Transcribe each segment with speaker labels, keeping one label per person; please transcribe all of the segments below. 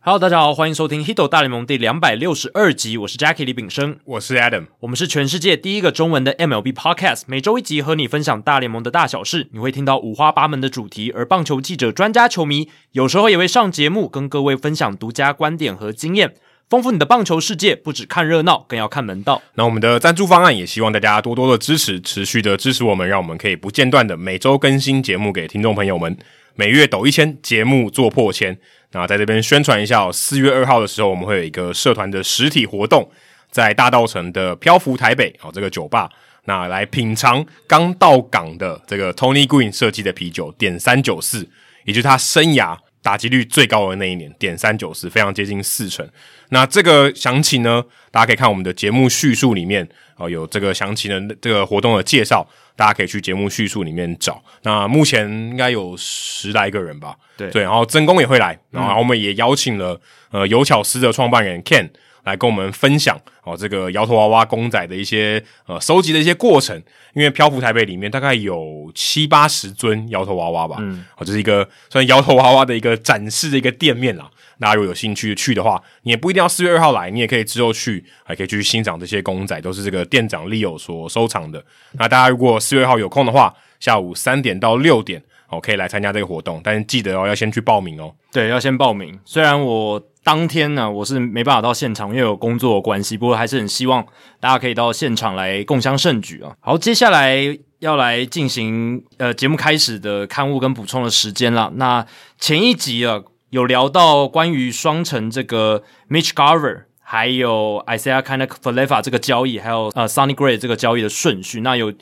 Speaker 1: Hello，大家好，欢迎收听《h i t o 大联盟》第两百六十二集，我是 Jackie 李炳生，
Speaker 2: 我是 Adam，
Speaker 1: 我们是全世界第一个中文的 MLB Podcast，每周一集和你分享大联盟的大小事，你会听到五花八门的主题，而棒球记者、专家、球迷有时候也会上节目，跟各位分享独家观点和经验，丰富你的棒球世界。不只看热闹，更要看门道。
Speaker 2: 那我们的赞助方案也希望大家多多的支持，持续的支持我们，让我们可以不间断的每周更新节目给听众朋友们。每月抖一千，节目做破千。那在这边宣传一下、哦，四月二号的时候，我们会有一个社团的实体活动，在大道城的漂浮台北哦这个酒吧，那来品尝刚到港的这个 Tony Green 设计的啤酒，点三九四，也就是他生涯打击率最高的那一年，点三九四，非常接近四成。那这个详情呢，大家可以看我们的节目叙述里面哦，有这个详情的这个活动的介绍，大家可以去节目叙述里面找。那目前应该有十来个人吧，
Speaker 1: 对
Speaker 2: 对，然后曾公也会来，然后我们也邀请了呃有巧思的创办人 Ken 来跟我们分享哦这个摇头娃娃公仔的一些呃收集的一些过程，因为漂浮台北里面大概有七八十尊摇头娃娃吧，嗯，哦这是一个算摇头娃娃的一个展示的一个店面啦。大家如果有兴趣去的话，你也不一定要四月二号来，你也可以之后去，还可以去欣赏这些公仔，都是这个店长利友所收藏的。那大家如果四月二号有空的话，下午三点到六点哦，可以来参加这个活动，但是记得哦，要先去报名哦。
Speaker 1: 对，要先报名。虽然我当天呢、我是没办法到现场，因为有工作的关系，不过还是很希望大家可以到现场来共襄盛举啊。好，接下来要来进行呃节目开始的刊物跟补充的时间了。那前一集啊，有聊到关于双城这个 Mitch Garver。还有 Isaiah k i n d of f a l e f a 这个交易，还有呃 Sonny Gray 这个交易的顺序，那有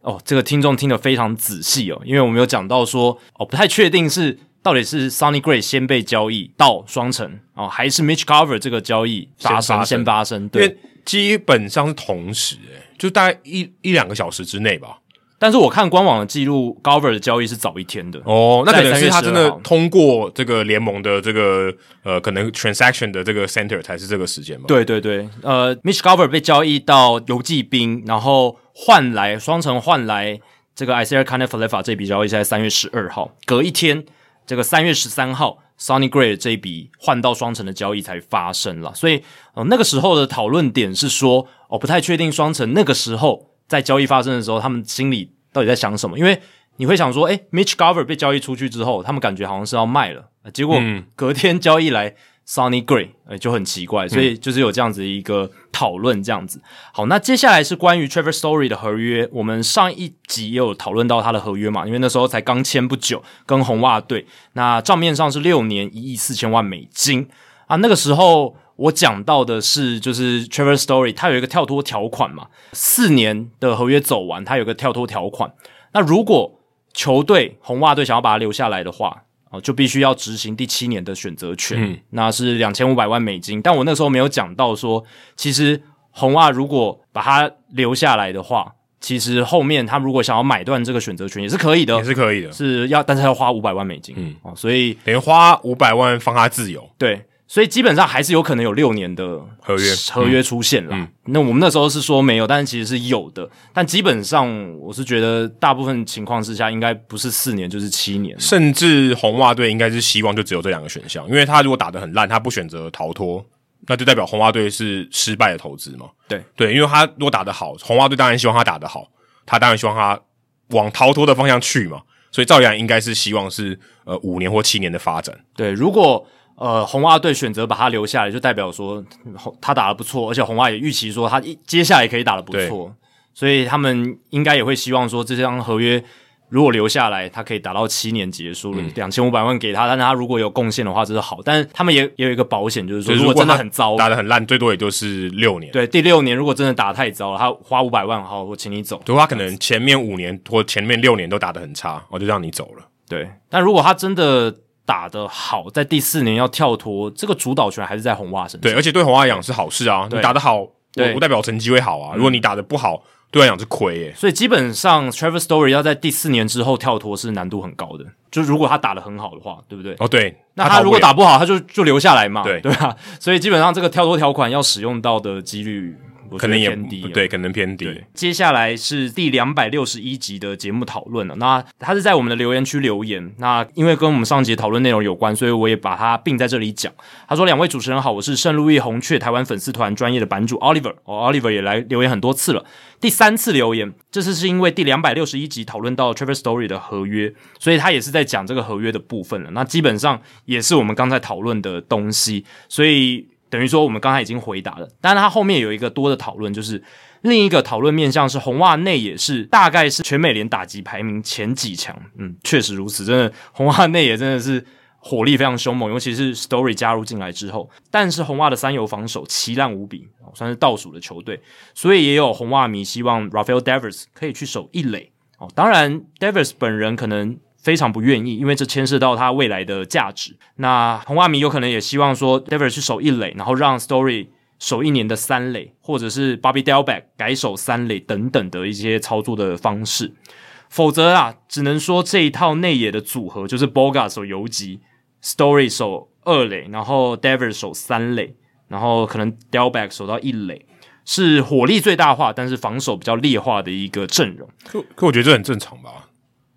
Speaker 1: 哦，这个听众听得非常仔细哦，因为我们有讲到说，哦，不太确定是到底是 Sonny Gray 先被交易到双城哦，还是 Mitch Cover 这个交易发
Speaker 2: 先发
Speaker 1: 生
Speaker 2: 生
Speaker 1: 先发生，
Speaker 2: 因
Speaker 1: 对
Speaker 2: 为。基本上是同时、欸，就大概一一两个小时之内吧。
Speaker 1: 但是我看官网的记录，Cover 的交易是早一天的，
Speaker 2: 哦，那可能是他
Speaker 1: 在3月
Speaker 2: 真的
Speaker 1: 12号
Speaker 2: 通过这个联盟的这个呃，可能 transaction 的这个 center 才是这个时间吧。，
Speaker 1: 对对啊对，呃，Mitch Garver 被交易到游击兵，然后换来双城换来这个 Isaiah k a n e f l e f a 这笔交易是在三月十二号，隔一天，这个三月十三号 Sonny Gray 这一笔换到双城的交易才发生了。所以，呃，那个时候的讨论点是说，哦，不太确定双城那个时候在交易发生的时候，他们心里到底在想什么，因为。你会想说，诶 m i t c h Garver 被交易出去之后，他们感觉好像是要卖了，呃结果
Speaker 2: 嗯
Speaker 1: 隔天交易来 Sonny Gray，呃，就很奇怪，所以就是有这样子一个讨论，这样子。好，那接下来是关于 Trevor Story 的合约，我们上一集也有讨论到他的合约嘛，因为那时候才刚签不久，跟红袜队，那账面上是六年一亿四千万美金啊，那个时候。我讲到的是，就是 Trevor Story，他有一个跳脱条款嘛，四年的合约走完，他有个跳脱条款。那如果球队红袜队想要把他留下来的话，哦，就必须要执行第七年的选择权，
Speaker 2: 嗯
Speaker 1: 那是两千五百万美金。但我那时候没有讲到说，其实红袜如果把他留下来的话，其实后面他如果想要买断这个选择权也是可以的
Speaker 2: 也，是可以的，
Speaker 1: 是要，但是要花五百万美金，嗯
Speaker 2: 嗯，
Speaker 1: 哦，所以
Speaker 2: 等于花五百万放他自由。
Speaker 1: 对，所以基本上还是有可能有六年的
Speaker 2: 合约嗯
Speaker 1: 合约出现了。那我们那时候是说没有，但是其实是有的。但基本上我是觉得大部分情况之下，应该不是四年就是七年。
Speaker 2: 甚至红袜队应该是希望就只有这两个选项，因为他如果打得很烂，他不选择逃脱，那就代表红袜队是失败的投资嘛。
Speaker 1: 对
Speaker 2: 对，因为他如果打得好，红袜队当然希望他打得好，他当然希望他往逃脱的方向去嘛。所以照样应该是希望是呃五年或七年的发展。
Speaker 1: 对，如果呃红袜队选择把他留下来，就代表说嗯红他打得不错，而且红袜也预期说他一接下来可以打得不错，所以他们应该也会希望说这张合约。如果留下来，他可以打到七年结束了，两千五百万给他，但是他如果有贡献的话，这是好。但是他们也也有一个保险，就是说，
Speaker 2: 就是
Speaker 1: 如果真的
Speaker 2: 他
Speaker 1: 很糟，
Speaker 2: 打得很烂，最多也就是六年。，
Speaker 1: 对第六年如果真的打太糟了，他花五百万，好，我请你走。
Speaker 2: 如果他可能前面五年或前面六年都打得很差，哦我就让你走了。
Speaker 1: 对，但如果他真的打得好，在第四年要跳脱，这个主导权还是在红袜身上。
Speaker 2: 对，而且对红袜来讲是好事啊，
Speaker 1: 对
Speaker 2: 你打得好，我
Speaker 1: 对
Speaker 2: 我代表成绩会好啊。如果你打得不好，对他来讲是亏耶、
Speaker 1: 所以基本上 Trevor Story 要在第四年之后跳脱是难度很高的，就如果他打得很好的话，对不对？
Speaker 2: 哦，对，
Speaker 1: 那
Speaker 2: 逃
Speaker 1: 他
Speaker 2: 不
Speaker 1: 如果
Speaker 2: 了
Speaker 1: 打不好，他就就留下来嘛，
Speaker 2: 对
Speaker 1: 对吧？所以基本上这个跳脱条款要使用到的几率我觉得
Speaker 2: 可能也
Speaker 1: 偏低啊了
Speaker 2: 对，可能偏低。
Speaker 1: 对，接下来是第两百六十一集的节目讨论了。那他是在我们的留言区留言，那因为跟我们上集讨论内容有关，所以我也把它并在这里讲。他说：“两位主持人好，我是圣路易红雀台湾粉丝团专业的版主 Oliver，哦，Oliver 也来留言很多次了，第三次留言。这次是因为第两百六十一集讨论到 Trevor Story 的合约，所以他也是在讲这个合约的部分了。那基本上也是我们刚才讨论的东西，所以等于说我们刚才已经回答了。但是他后面有一个多的讨论，就是另一个讨论面向是红袜内也是大概是全美联打击排名前几强，嗯，确实如此，真的红袜内也真的是。火力非常凶猛，尤其是 Story 加入进来之后，但是红袜的三游防守奇烂无比，哦算是倒数的球队，所以也有红袜迷希望 Rafael Devers 可以去守一垒哦。当然，Devers 本人可能非常不愿意，因为这牵涉到他未来的价值。那红袜迷有可能也希望说 Devers 去守一垒，然后让 Story 守一年的三垒，或者是 Bobby Delbeck 改守三垒等等的一些操作的方式。否则啊，只能说这一套内野的组合就是 Boga 守游击，Story 守二垒，然后 Devers 守三垒，然后可能 Delback 守到一垒，是火力最大化，但是防守比较劣化的一个阵容。
Speaker 2: 可可我觉得这很正常吧？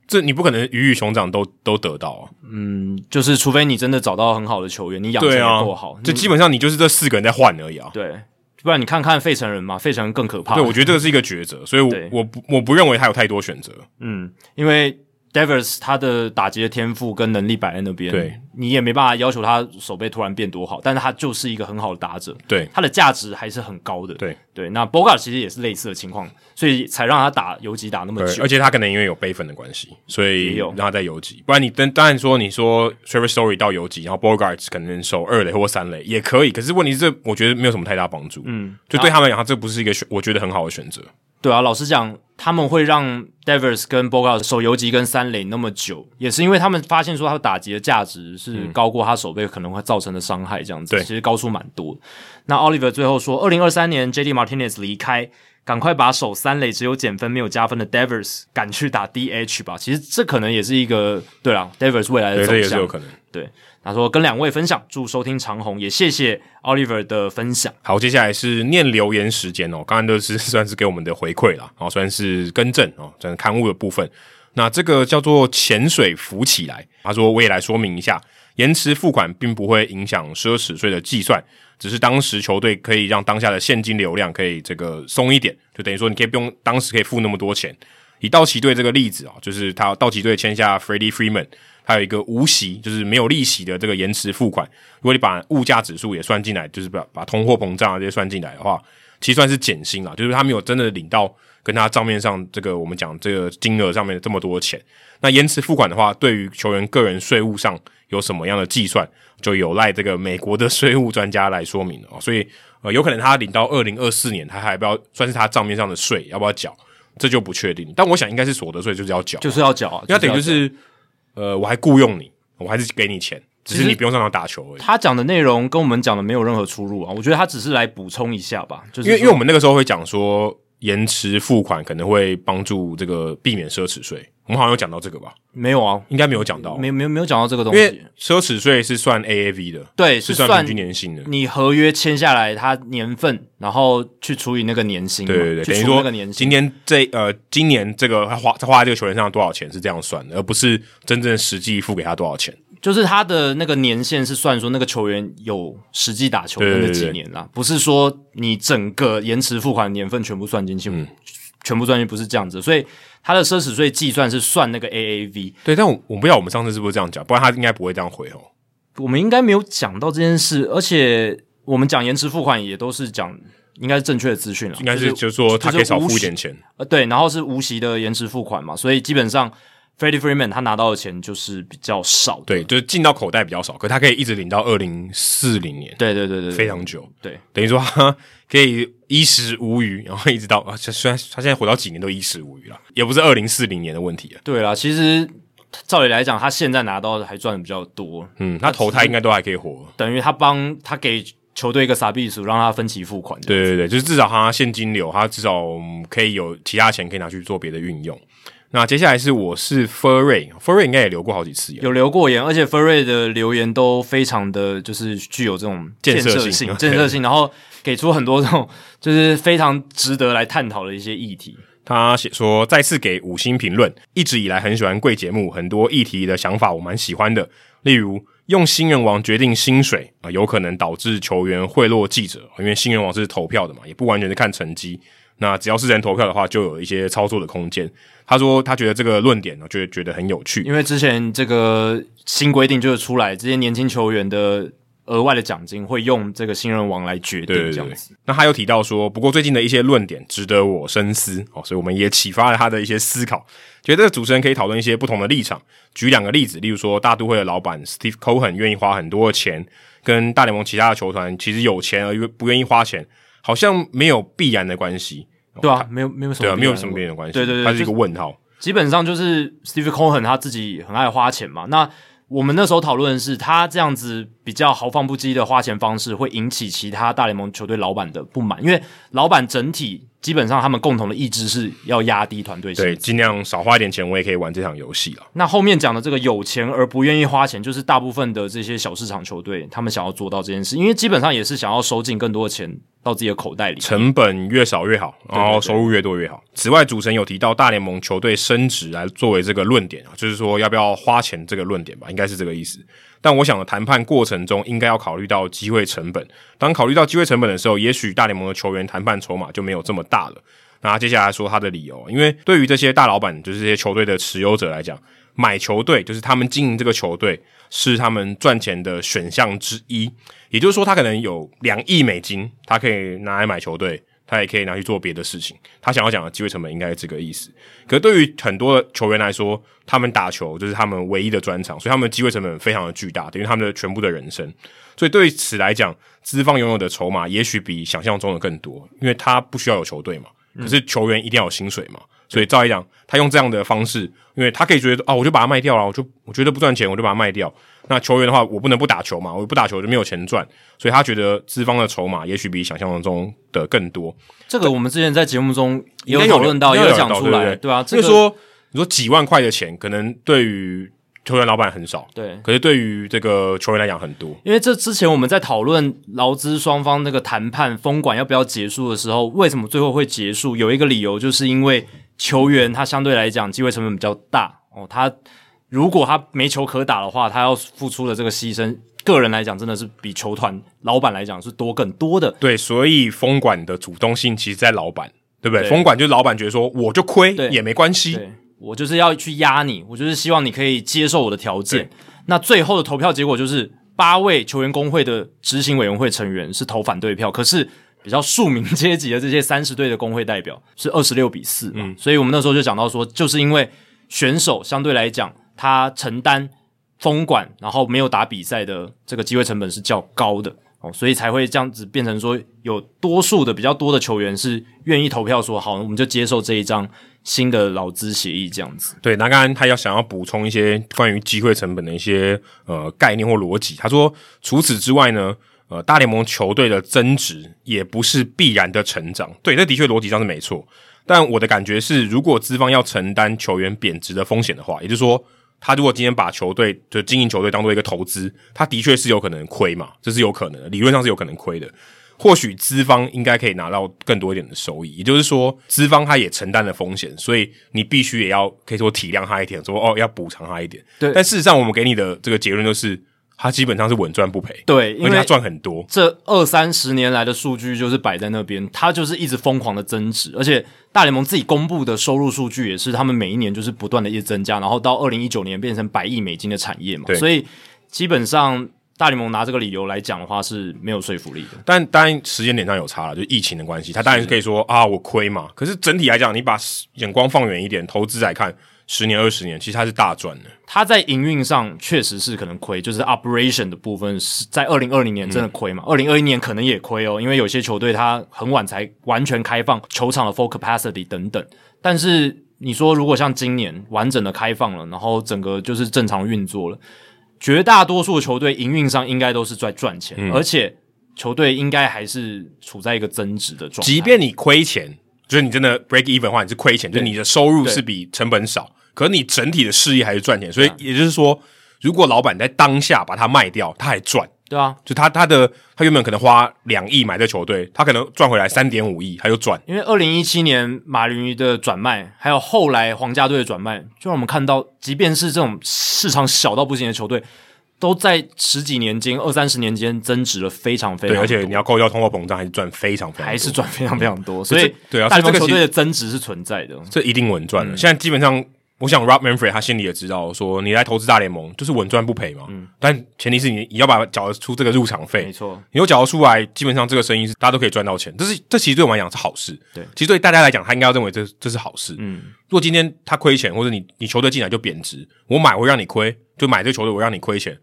Speaker 2: 这你不可能鱼与熊掌都都得到啊。
Speaker 1: 嗯，就是除非你真的找到很好的球员，你养成
Speaker 2: 对
Speaker 1: 也
Speaker 2: 啊
Speaker 1: 够好，，嗯
Speaker 2: 这
Speaker 1: 你
Speaker 2: 基本上你就是这四个人在换而已啊。
Speaker 1: 对，不然你看看费城人嘛，费城人更可怕。
Speaker 2: 对，我觉得这个是一个抉择，所以我
Speaker 1: 对
Speaker 2: 我不我不认为他有太多选择。
Speaker 1: 嗯，因为 Devers 他的打击的天赋跟能力摆在那边，
Speaker 2: 对
Speaker 1: 你也没办法要求他手背突然变多好，但是他就是一个很好的打者，
Speaker 2: 对
Speaker 1: 他的价值还是很高的。
Speaker 2: 对
Speaker 1: 对，那 Bogart 其实也是类似的情况，所以才让他打游击打那么
Speaker 2: 对，
Speaker 1: 久
Speaker 2: 而。且他可能因为有悲愤的关系，所
Speaker 1: 也
Speaker 2: 以
Speaker 1: 有
Speaker 2: 让他在游击。不然你当当然说你说 Trevor Story 到游击，然后 Bogarts 可能守二垒或三垒也可以，可是问题是这我觉得没有什么太大帮助。嗯，就对他们来讲，这不是一个选，我觉得很好的选择。
Speaker 1: 对啊，老实讲，他们会让 Devers 跟 Bogart 守游击跟三垒那么久，也是因为他们发现说他打击的价值是高过他手背可能会造成的伤害，这样子、
Speaker 2: 嗯对
Speaker 1: 其实高出蛮多的。那 Oliver 最后说，二零二三年 J.D. Martinez 离开，赶快把守三垒只有减分没有加分的 Devers 赶去打 DH 吧。其实这可能也是一个对啦 Devers 未来的
Speaker 2: 对，
Speaker 1: 走
Speaker 2: 这也是
Speaker 1: 向
Speaker 2: 有。可能。
Speaker 1: 对，他说跟两位分享，祝收听长虹，也谢谢 Oliver 的分享。
Speaker 2: 好，接下来是念留言时间哦，刚刚都是 算是给我们的回馈啦，哦，算是更正哦，算是刊物的部分。那这个叫做潜水浮起来，他说我也来说明一下，延迟付款并不会影响奢侈税的计算，只是当时球队可以让当下的现金流量可以这个松一点，就等于说你可以不用当时可以付那么多钱。以道奇队这个例子啊、就是他道奇队签下 Freddie Freeman，还有一个无息，就是没有利息的这个延迟付款。如果你把物价指数也算进来，就是把把通货膨胀啊这些算进来的话，其实算是减薪啦，就是他没有真的领到跟他账面上这个我们讲这个金额上面这么多钱。那延迟付款的话，对于球员个人税务上有什么样的计算，就有赖这个美国的 税务专家来说明了哦。所以呃，有可能他领到二零二四年，他还不要算是他账面上的税，要不要缴？这就不确定，但我想应该是所得税就是要缴，
Speaker 1: 就是要缴啊，
Speaker 2: 那等于
Speaker 1: 要
Speaker 2: 就
Speaker 1: 缴
Speaker 2: 是，呃，我还雇佣你，我还是给你钱，只是
Speaker 1: 实
Speaker 2: 你不用上场打球而已。
Speaker 1: 他讲的内容跟我们讲的没有任何出入啊，我觉得他只是来补充一下吧，就是
Speaker 2: 因为因
Speaker 1: 说
Speaker 2: 为我们那个时候会讲说，延迟付款可能会帮助这个避免奢侈税，我们好像有讲到这个吧？
Speaker 1: 没有啊，
Speaker 2: 应该没有讲到，
Speaker 1: 没没有没有讲到这个东
Speaker 2: 因为
Speaker 1: 西，
Speaker 2: 奢侈税是算 AAV 的，
Speaker 1: 对，
Speaker 2: 是
Speaker 1: 是
Speaker 2: 算
Speaker 1: 算嗯
Speaker 2: 平均年薪的。
Speaker 1: 你合约签下来，它年份，然后去除以那个年薪嘛，
Speaker 2: 对对对，
Speaker 1: 去
Speaker 2: 等于
Speaker 1: 除那
Speaker 2: 说
Speaker 1: 个年薪
Speaker 2: 今。天这呃，今年这个他花他花在这个球员上多少钱是这样算的，而不是真正实际付给他多少钱。
Speaker 1: 就是他的那个年限是算说那个球员有实际打球的
Speaker 2: 对对
Speaker 1: 那
Speaker 2: 对
Speaker 1: 几年啦，不是说你整个延迟付款年份全部算进去，
Speaker 2: 嗯
Speaker 1: 全部算进去不是这样子，所以他的奢侈税计算是算那个 AAV，
Speaker 2: 对，但我我不知道我们上次是不是这样讲，不然他应该不会这样回哦。
Speaker 1: 我们应该没有讲到这件事，而且我们讲延迟付款也都是讲应该是正确的资讯了，
Speaker 2: 应该是
Speaker 1: 就
Speaker 2: 就是说他可以少
Speaker 1: 就是
Speaker 2: 付
Speaker 1: 无
Speaker 2: 一点钱。
Speaker 1: 呃对，然后是无息的延迟付款嘛，所以基本上 Freddie Freeman 他拿到的钱就是比较少的，
Speaker 2: 对，就是进到口袋比较少，可他可以一直领到二零四零年，
Speaker 1: 对对对对对，
Speaker 2: 非常久。
Speaker 1: 对，
Speaker 2: 等于说他 可以衣食无余，然后一直到啊，虽然他现在活到几年都衣食无余了，也不是二零四零年的问题了。
Speaker 1: 对啦，其实照理来讲，他现在拿到的还赚的比较多，
Speaker 2: 嗯，他投胎应该都还可以活。
Speaker 1: 等于他帮他给球队一个傻逼数，让他分期付款。，
Speaker 2: 对对对，就是至少他现金流，他至少嗯可以有其他钱可以拿去做别的运用。那接下来是我是 Furry，Furry 应该也留过好几次，
Speaker 1: 有留过言，而且 f u r r y 的留言都非常的就是具有这种
Speaker 2: 建设
Speaker 1: 设
Speaker 2: 性
Speaker 1: 性、建设性，然后给出很多这种就是非常值得来探讨的一些议题。
Speaker 2: 他写说再次给五星评论，一直以来很喜欢贵节目，很多议题的想法我蛮喜欢的，例如用新人王决定薪水啊、有可能导致球员贿赂记者，因为新人王是投票的嘛，也不完全是看成绩。那只要是人投票的话，就有一些操作的空间。他说他觉得这个论点呢，就觉得很有趣。
Speaker 1: 因为之前这个新规定就是出来，这些年轻球员的额外的奖金会用这个新人王来决定，
Speaker 2: 对对
Speaker 1: 这样
Speaker 2: 对
Speaker 1: 子。，
Speaker 2: 那他又提到说，不过最近的一些论点值得我深思哦，所以我们也启发了他的一些思考，觉得主持人可以讨论一些不同的立场。举两个例子，例如说大都会的老板 Steve Cohen 愿意花很多的钱，跟大联盟其他的球团其实有钱而愿不愿意花钱，好像没有必然的关系。
Speaker 1: 对啊，没有没有什么
Speaker 2: 对啊，
Speaker 1: 必
Speaker 2: 没有
Speaker 1: 然
Speaker 2: 什么必然的关系，
Speaker 1: 对对对，
Speaker 2: 它是一
Speaker 1: 就
Speaker 2: 个问号。
Speaker 1: 基本上就是 Steve Cohen 他自己很爱花钱嘛。那我们那时候讨论的是，他这样子比较豪放不羁的花钱方式，会引起其他大联盟球队老板的不满，因为老板整体基本上他们共同的意志是要压低团队薪
Speaker 2: 对，
Speaker 1: 资。
Speaker 2: 尽量少花一点钱，我也可以玩这场游戏了。
Speaker 1: 那后面讲的这个有钱而不愿意花钱，就是大部分的这些小市场球队他们想要做到这件事，因为基本上也是想要收进更多的钱到自己的口袋里。
Speaker 2: 成本越少越好，然后
Speaker 1: 对对
Speaker 2: 收入越多越好。此外，主持人有提到大联盟球队升职来作为这个论点啊，就是说要不要花钱这个论点吧，应该是这个意思。但我想谈判过程中应该要考虑到机会成本。当考虑到机会成本的时候，也许大联盟的球员谈判筹码就没有这么大了。那他接下来说他的理由，因为对于这些大老板，就是这些球队的持有者来讲，买球队就是他们经营这个球队是他们赚钱的选项之一。也就是说，他可能有两亿美金，他可以拿来买球队，他也可以拿去做别的事情。他想要讲的机会成本应该是这个意思。可是对于很多的球员来说，他们打球就是他们唯一的专长，所以他们的机会成本非常的巨大，等于他们的全部的人生。所以对此来讲，资方拥有的筹码也许比想象中的更多，因为他不需要有球队嘛，可
Speaker 1: 嗯
Speaker 2: 是球员一定要有薪水嘛。所以照来讲，他用这样的方式，因为他可以觉得啊，我就把它卖掉了，我就我觉得不赚钱，我就把它卖掉。那球员的话，我不能不打球嘛，我不打球就没有钱赚，所以他觉得资方的筹码也许比想象中的更多。
Speaker 1: 这个我们之前在节目中也
Speaker 2: 应该
Speaker 1: 有讨论到，
Speaker 2: 应
Speaker 1: 也
Speaker 2: 该有
Speaker 1: 讲出来，
Speaker 2: 对
Speaker 1: 对啊，这
Speaker 2: 所以
Speaker 1: 个
Speaker 2: 说，你说几万块的钱，可能对于球员老板很少，
Speaker 1: 对。
Speaker 2: 可是对于这个球员来讲很多。
Speaker 1: 因为这之前我们在讨论劳资双方那个谈判封管要不要结束的时候，为什么最后会结束？有一个理由就是因为球员他相对来讲机会成本比较大哦，他如果他没球可打的话，他要付出的这个牺牲，个人来讲真的是比球团老板来讲是多更多的。
Speaker 2: 对，所以封管的主动性其实在老板，对不对？
Speaker 1: 对
Speaker 2: 封管就是老板觉得说，我就亏
Speaker 1: 对
Speaker 2: 也没关系，
Speaker 1: 对我就是要去压你，我就是希望你可以接受我的条件。那最后的投票结果就是八位球员工会的执行委员会成员是投反对票，可是比较庶民阶级的这些三十队的工会代表是二十六比四、嗯，所以我们那时候就讲到说，就是因为选手相对来讲，他承担封管，然后没有打比赛的这个机会成本是较高的哦，所以才会这样子变成说，有多数的比较多的球员是愿意投票说好，我们就接受这一张新的劳资协议这样子。
Speaker 2: 对，那刚刚他要想要补充一些关于机会成本的一些呃概念或逻辑。他说，除此之外呢，呃，大联盟球队的增值也不是必然的成长。对，这的确逻辑上是没错。但我的感觉是，如果资方要承担球员贬值的风险的话，也就是说，他如果今天把球队就经营球队当做一个投资，他的确是有可能亏嘛，这是有可能的，理论上是有可能亏的。或许资方应该可以拿到更多一点的收益，也就是说，资方他也承担了风险，所以你必须也要可以说体谅他一点，说哦要补偿他一点。
Speaker 1: 对
Speaker 2: 但事实上我们给你的这个结论就是，他基本上是稳赚不赔，
Speaker 1: 对，因
Speaker 2: 而且他
Speaker 1: 为
Speaker 2: 赚很多。
Speaker 1: 这二三十年来的数据就是摆在那边，它就是一直疯狂的增值，而且大联盟自己公布的收入数据也是他们每一年就是不断的一直增加，然后到二零一九年变成百亿美金的产业嘛
Speaker 2: 对，
Speaker 1: 所以基本上大联盟拿这个理由来讲的话是没有说服力的。
Speaker 2: 但当然时间点上有差了，就疫情的关系，他当然是可以说啊我亏嘛。可是整体来讲，你把眼光放远一点，投资来看，十年二十年，其实他是大赚的。
Speaker 1: 它在营运上确实是可能亏，就是 operation 的部分是在二零二零年真的亏嘛，二零二一年可能也亏哦，因为有些球队它很晚才完全开放球场的 full capacity 等等。但是你说如果像今年完整的开放了，然后整个就是正常运作了，绝大多数的球队营运上应该都是在赚钱，而且球队应该还是处在一个增值的状态，
Speaker 2: 即便你亏钱就是你真的 break even 的话，你是亏钱，就是你的收入是比成本少，可是你整体的事业还是赚钱。
Speaker 1: 啊
Speaker 2: 所以也就是说，如果老板在当下把它卖掉，他还赚。
Speaker 1: 对啊，
Speaker 2: 就他他的他原本可能花两亿买这球队，他可能赚回来三点五亿，他就赚。
Speaker 1: 因为二零一七年马林鱼的转卖，还有后来皇家队的转卖，就让我们看到，即便是这种市场小到不行的球队，都在十几年间、二三十年间增值了非常非常
Speaker 2: 对，
Speaker 1: 多，
Speaker 2: 而且你要扣掉通货膨胀，还是赚非常非常多
Speaker 1: 啊还是赚非常非常多，所以
Speaker 2: 对啊
Speaker 1: 大
Speaker 2: 所以这
Speaker 1: 联盟
Speaker 2: 个
Speaker 1: 球
Speaker 2: 其实
Speaker 1: 队的增值是存在的。
Speaker 2: 这一定稳赚
Speaker 1: 嗯
Speaker 2: 的。现在基本上，我想 Rob Manfred 他心里也知道，说你来投资大联盟就是稳赚不赔嘛。但前提是你你要把缴得出这个入场费，
Speaker 1: 嗯没错，
Speaker 2: 你有缴得出来，基本上这个生意是大家都可以赚到钱。这是这其实对我们来讲是好事。
Speaker 1: 对
Speaker 2: 其实对大家来讲，他应该要认为这这是好事。
Speaker 1: 嗯，
Speaker 2: 如果今天他亏钱，或者你你球队进来就贬值，我买我会让你亏，就买这个球队我让你亏钱，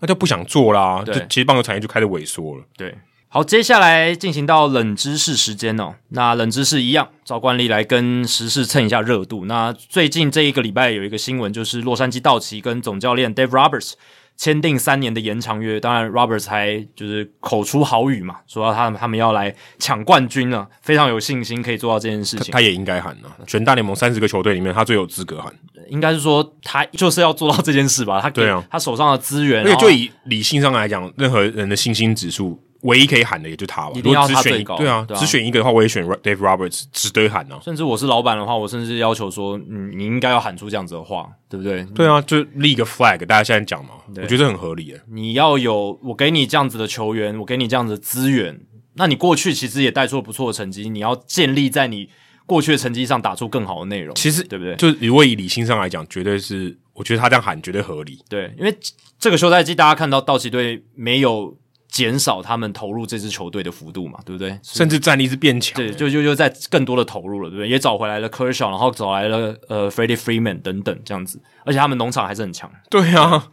Speaker 2: 那就不想做啦。
Speaker 1: 对
Speaker 2: 这其实棒球产业就开始萎缩了。
Speaker 1: 对。好，接下来进行到冷知识时间哦。那冷知识一样，照惯例来跟时事蹭一下热度。那最近这一个礼拜有一个新闻，就是洛杉矶道奇跟总教练 Dave Roberts 签订三年的延长约。当然，Roberts 还就是口出豪语嘛，说他们他们要来抢冠军了，非常有信心可以做到这件事
Speaker 2: 他
Speaker 1: 情。
Speaker 2: 他也应该喊啊，全大联盟三十个球队里面，他最有资格喊。
Speaker 1: 应该是说他就是要做到这件事吧？他给
Speaker 2: 对啊
Speaker 1: 他手上的资源，
Speaker 2: 而且
Speaker 1: 然后
Speaker 2: 就以理性上来讲，任何人的信心指数，唯一可以喊的也就他吧。
Speaker 1: 一定要
Speaker 2: 如果
Speaker 1: 他
Speaker 2: 只选
Speaker 1: 最
Speaker 2: 一
Speaker 1: 高
Speaker 2: 对啊，
Speaker 1: 对啊嗯
Speaker 2: 只选一个的话，我也选 Ro- Dave Roberts，只对喊啊。
Speaker 1: 甚至我是老板的话，我甚至要求说，嗯，你应该要喊出这样子的话，对不对？
Speaker 2: 对啊，就立一个 flag，大家现在讲嘛，我觉得很合理啊耶。
Speaker 1: 你要有我给你这样子的球员，我给你这样子的资源，那你过去其实也带出了不错的成绩，你要建立在你过去的成绩上打出更好的内容，
Speaker 2: 其实
Speaker 1: 对不对？
Speaker 2: 就如果以理性上来讲，绝对是，我觉得他这样喊绝对合理。
Speaker 1: 对，因为这这个休赛季大家看到道奇队没有减少他们投入这支球队的幅度嘛，对不对？
Speaker 2: 甚至战力是啊变强
Speaker 1: 对，
Speaker 2: 耶，
Speaker 1: 就就就在更多的投入了，对不对？也找回来了 Kershaw，然后找来了呃 Freddie Freeman 等等这样子，而且他们农场还是很强。
Speaker 2: 对啊，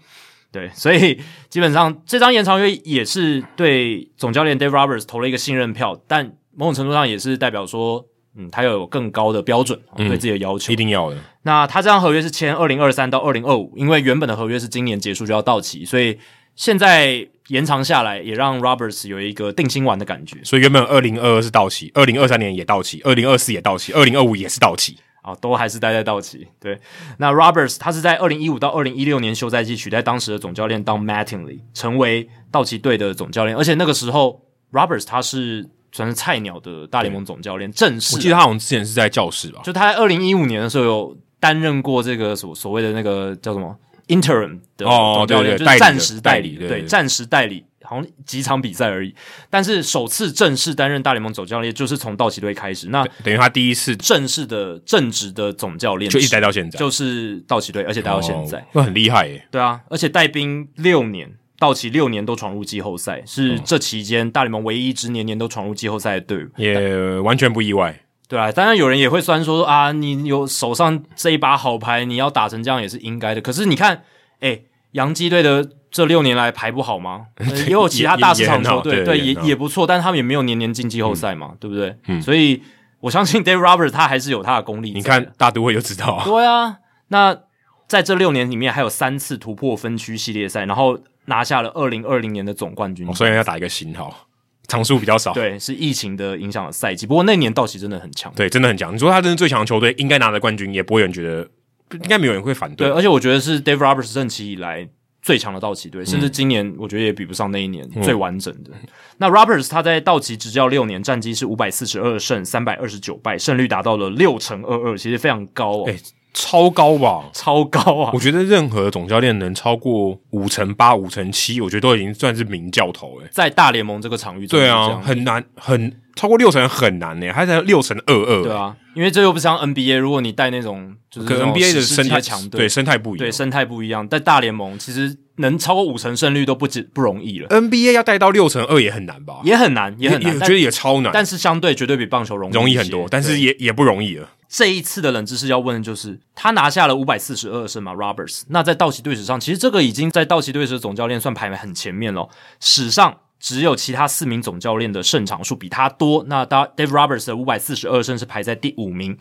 Speaker 1: 对，所以基本上这张延长约也是对总教练 Dave Roberts 投了一个信任票，但某种程度上也是代表说，嗯，他有更高的标准哦对自己的要求。
Speaker 2: 嗯一定要的。
Speaker 1: 那他这张合约是签二零二三到二零二五，因为原本的合约是今年结束就要到期，所以现在延长下来，也让 Roberts 有一个定心丸的感觉
Speaker 2: 所以原本二零二二是到期，二零二三年也到期，二零二四也到期，二零二五也是到期。
Speaker 1: 啊、都还是待在道奇。对，那 Roberts 他是在二零一五到二零一六年休赛季取代当时的总教练 Don Mattingly，成为道奇队的总教练，而且那个时候 Roberts 他是算是菜鸟的大联盟总教练，正式啊。
Speaker 2: 我记得他好像之前是在教室吧，
Speaker 1: 就他在二零一五年的时候有担任过这个所所谓的那个叫什么 interim 的
Speaker 2: 哦
Speaker 1: 总教练，
Speaker 2: 对对
Speaker 1: 就是暂时代
Speaker 2: 代理的
Speaker 1: 对
Speaker 2: 对对
Speaker 1: 暂时代理，好像几场比赛而已。但是首次正式担任大联盟总教练就是从道奇队开始，那
Speaker 2: 等于他第一次
Speaker 1: 正式的正职的总教练
Speaker 2: 就一直待到现在，
Speaker 1: 就是道奇队，而且待到现在。
Speaker 2: 哦那很厉害耶。
Speaker 1: 对啊，而且带兵六年，道奇六年都闯入季后赛，是这期间大联盟唯一一支年年都闯入季后赛的队伍。
Speaker 2: 也完全不意外。
Speaker 1: 对啊，当然有人也会酸说啊，你有手上这一把好牌，你要打成这样也是应该的。可是你看，哎，洋基队的这六年来牌不好 吗？呃也有其他大市场球
Speaker 2: 也
Speaker 1: 队，
Speaker 2: 也
Speaker 1: 对，嗯
Speaker 2: 也
Speaker 1: 也
Speaker 2: 很好
Speaker 1: 也不错，但他们也没有年年进季后赛嘛，对不对？所以我相信 Dave Roberts 他还是有他的功力。
Speaker 2: 你，看大都会就知道 啊，
Speaker 1: 对啊，那在这六年里面还有三次突破分区系列赛，然后拿下了二零二零年的总冠军
Speaker 2: 我。哦虽然要打一个星号，场数比较少，
Speaker 1: 对，是疫情的影响的赛季，不过那年道奇真的很强。
Speaker 2: 对真的很强。你说他真是最强的球队，应该拿了冠军，也不会有人觉得，应该没有人会反
Speaker 1: 对，
Speaker 2: 对。
Speaker 1: 而且我觉得是 Dave Roberts 任期以来最强的道奇队，
Speaker 2: 嗯
Speaker 1: 甚至今年我觉得也比不上那一年、最完整的。那 Roberts 他在道奇执教六年，战绩是五百四十二胜三百二十九败，胜率达到了六成二二，其实非常高哦，
Speaker 2: 哎、超高吧？
Speaker 1: 超高啊
Speaker 2: 我！觉得任何总教练能超过五成八、五成七，我觉得都已经算是名教头哎、
Speaker 1: 在大联盟这个场域，
Speaker 2: 对啊，，很难，很超过六成很难哎、他才六成二二、
Speaker 1: 对，啊，因为这又不像 NBA，如果你带那种就是
Speaker 2: 可
Speaker 1: 那种
Speaker 2: NBA 的
Speaker 1: 史诗
Speaker 2: 生
Speaker 1: 级
Speaker 2: 态
Speaker 1: 强队
Speaker 2: 对，生态不一
Speaker 1: 对
Speaker 2: 样。
Speaker 1: 生态不一样，在大联盟其实能超过五成胜率都不止不容易了，
Speaker 2: NBA 要带到六成二也很难吧？
Speaker 1: 也很难，也很
Speaker 2: 也
Speaker 1: 难。
Speaker 2: 我
Speaker 1: 但
Speaker 2: 觉得也超难，
Speaker 1: 但是相对绝对比棒球容易
Speaker 2: 容易
Speaker 1: 一
Speaker 2: 很
Speaker 1: 些
Speaker 2: 多，但
Speaker 1: 对
Speaker 2: 是也也不容易了。
Speaker 1: 这一次的冷知识要问的就是，他拿下了五百四十二胜嘛，Roberts。那在道奇队史上，其实这个已经在道奇队史总教练算排很前面了，史上只有其他四名总教练的胜场数比他多。那他 Dave Roberts 的五百四十二胜是排在第五名。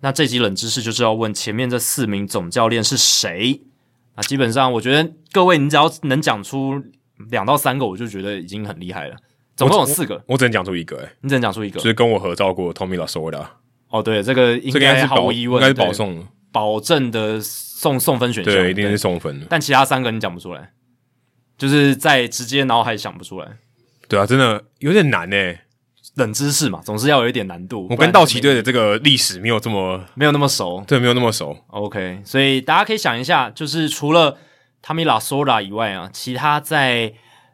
Speaker 1: 那这集冷知识就是要问前面这四名总教练是谁？啊，基本上我觉得各位你只要能讲出两到三个，我就觉得已经很厉害了。总共有四个，
Speaker 2: 我只能讲出一个、欸，
Speaker 1: 你只能讲出一个
Speaker 2: 就是跟我合照过 Tommy Lasorda，
Speaker 1: 哦，对，这个应
Speaker 2: 这个应该
Speaker 1: 该
Speaker 2: 是
Speaker 1: 毫
Speaker 2: 保，
Speaker 1: 无疑问
Speaker 2: 应该是
Speaker 1: 对
Speaker 2: 保送了，
Speaker 1: 保证的送送分选项，
Speaker 2: 对，一定是送分的。
Speaker 1: 但其他三个你讲不出来，就是在直接脑海想不出来。
Speaker 2: 对啊，真的有点难诶、
Speaker 1: 冷知识嘛，总是要有一点难度。
Speaker 2: 我
Speaker 1: 不然
Speaker 2: 跟道奇队的这个历史没有这么，
Speaker 1: 没有那么熟
Speaker 2: 对，没有那么熟。
Speaker 1: ，OK，所以大家可以想一下，就是除了汤米拉索拉以外啊，其他在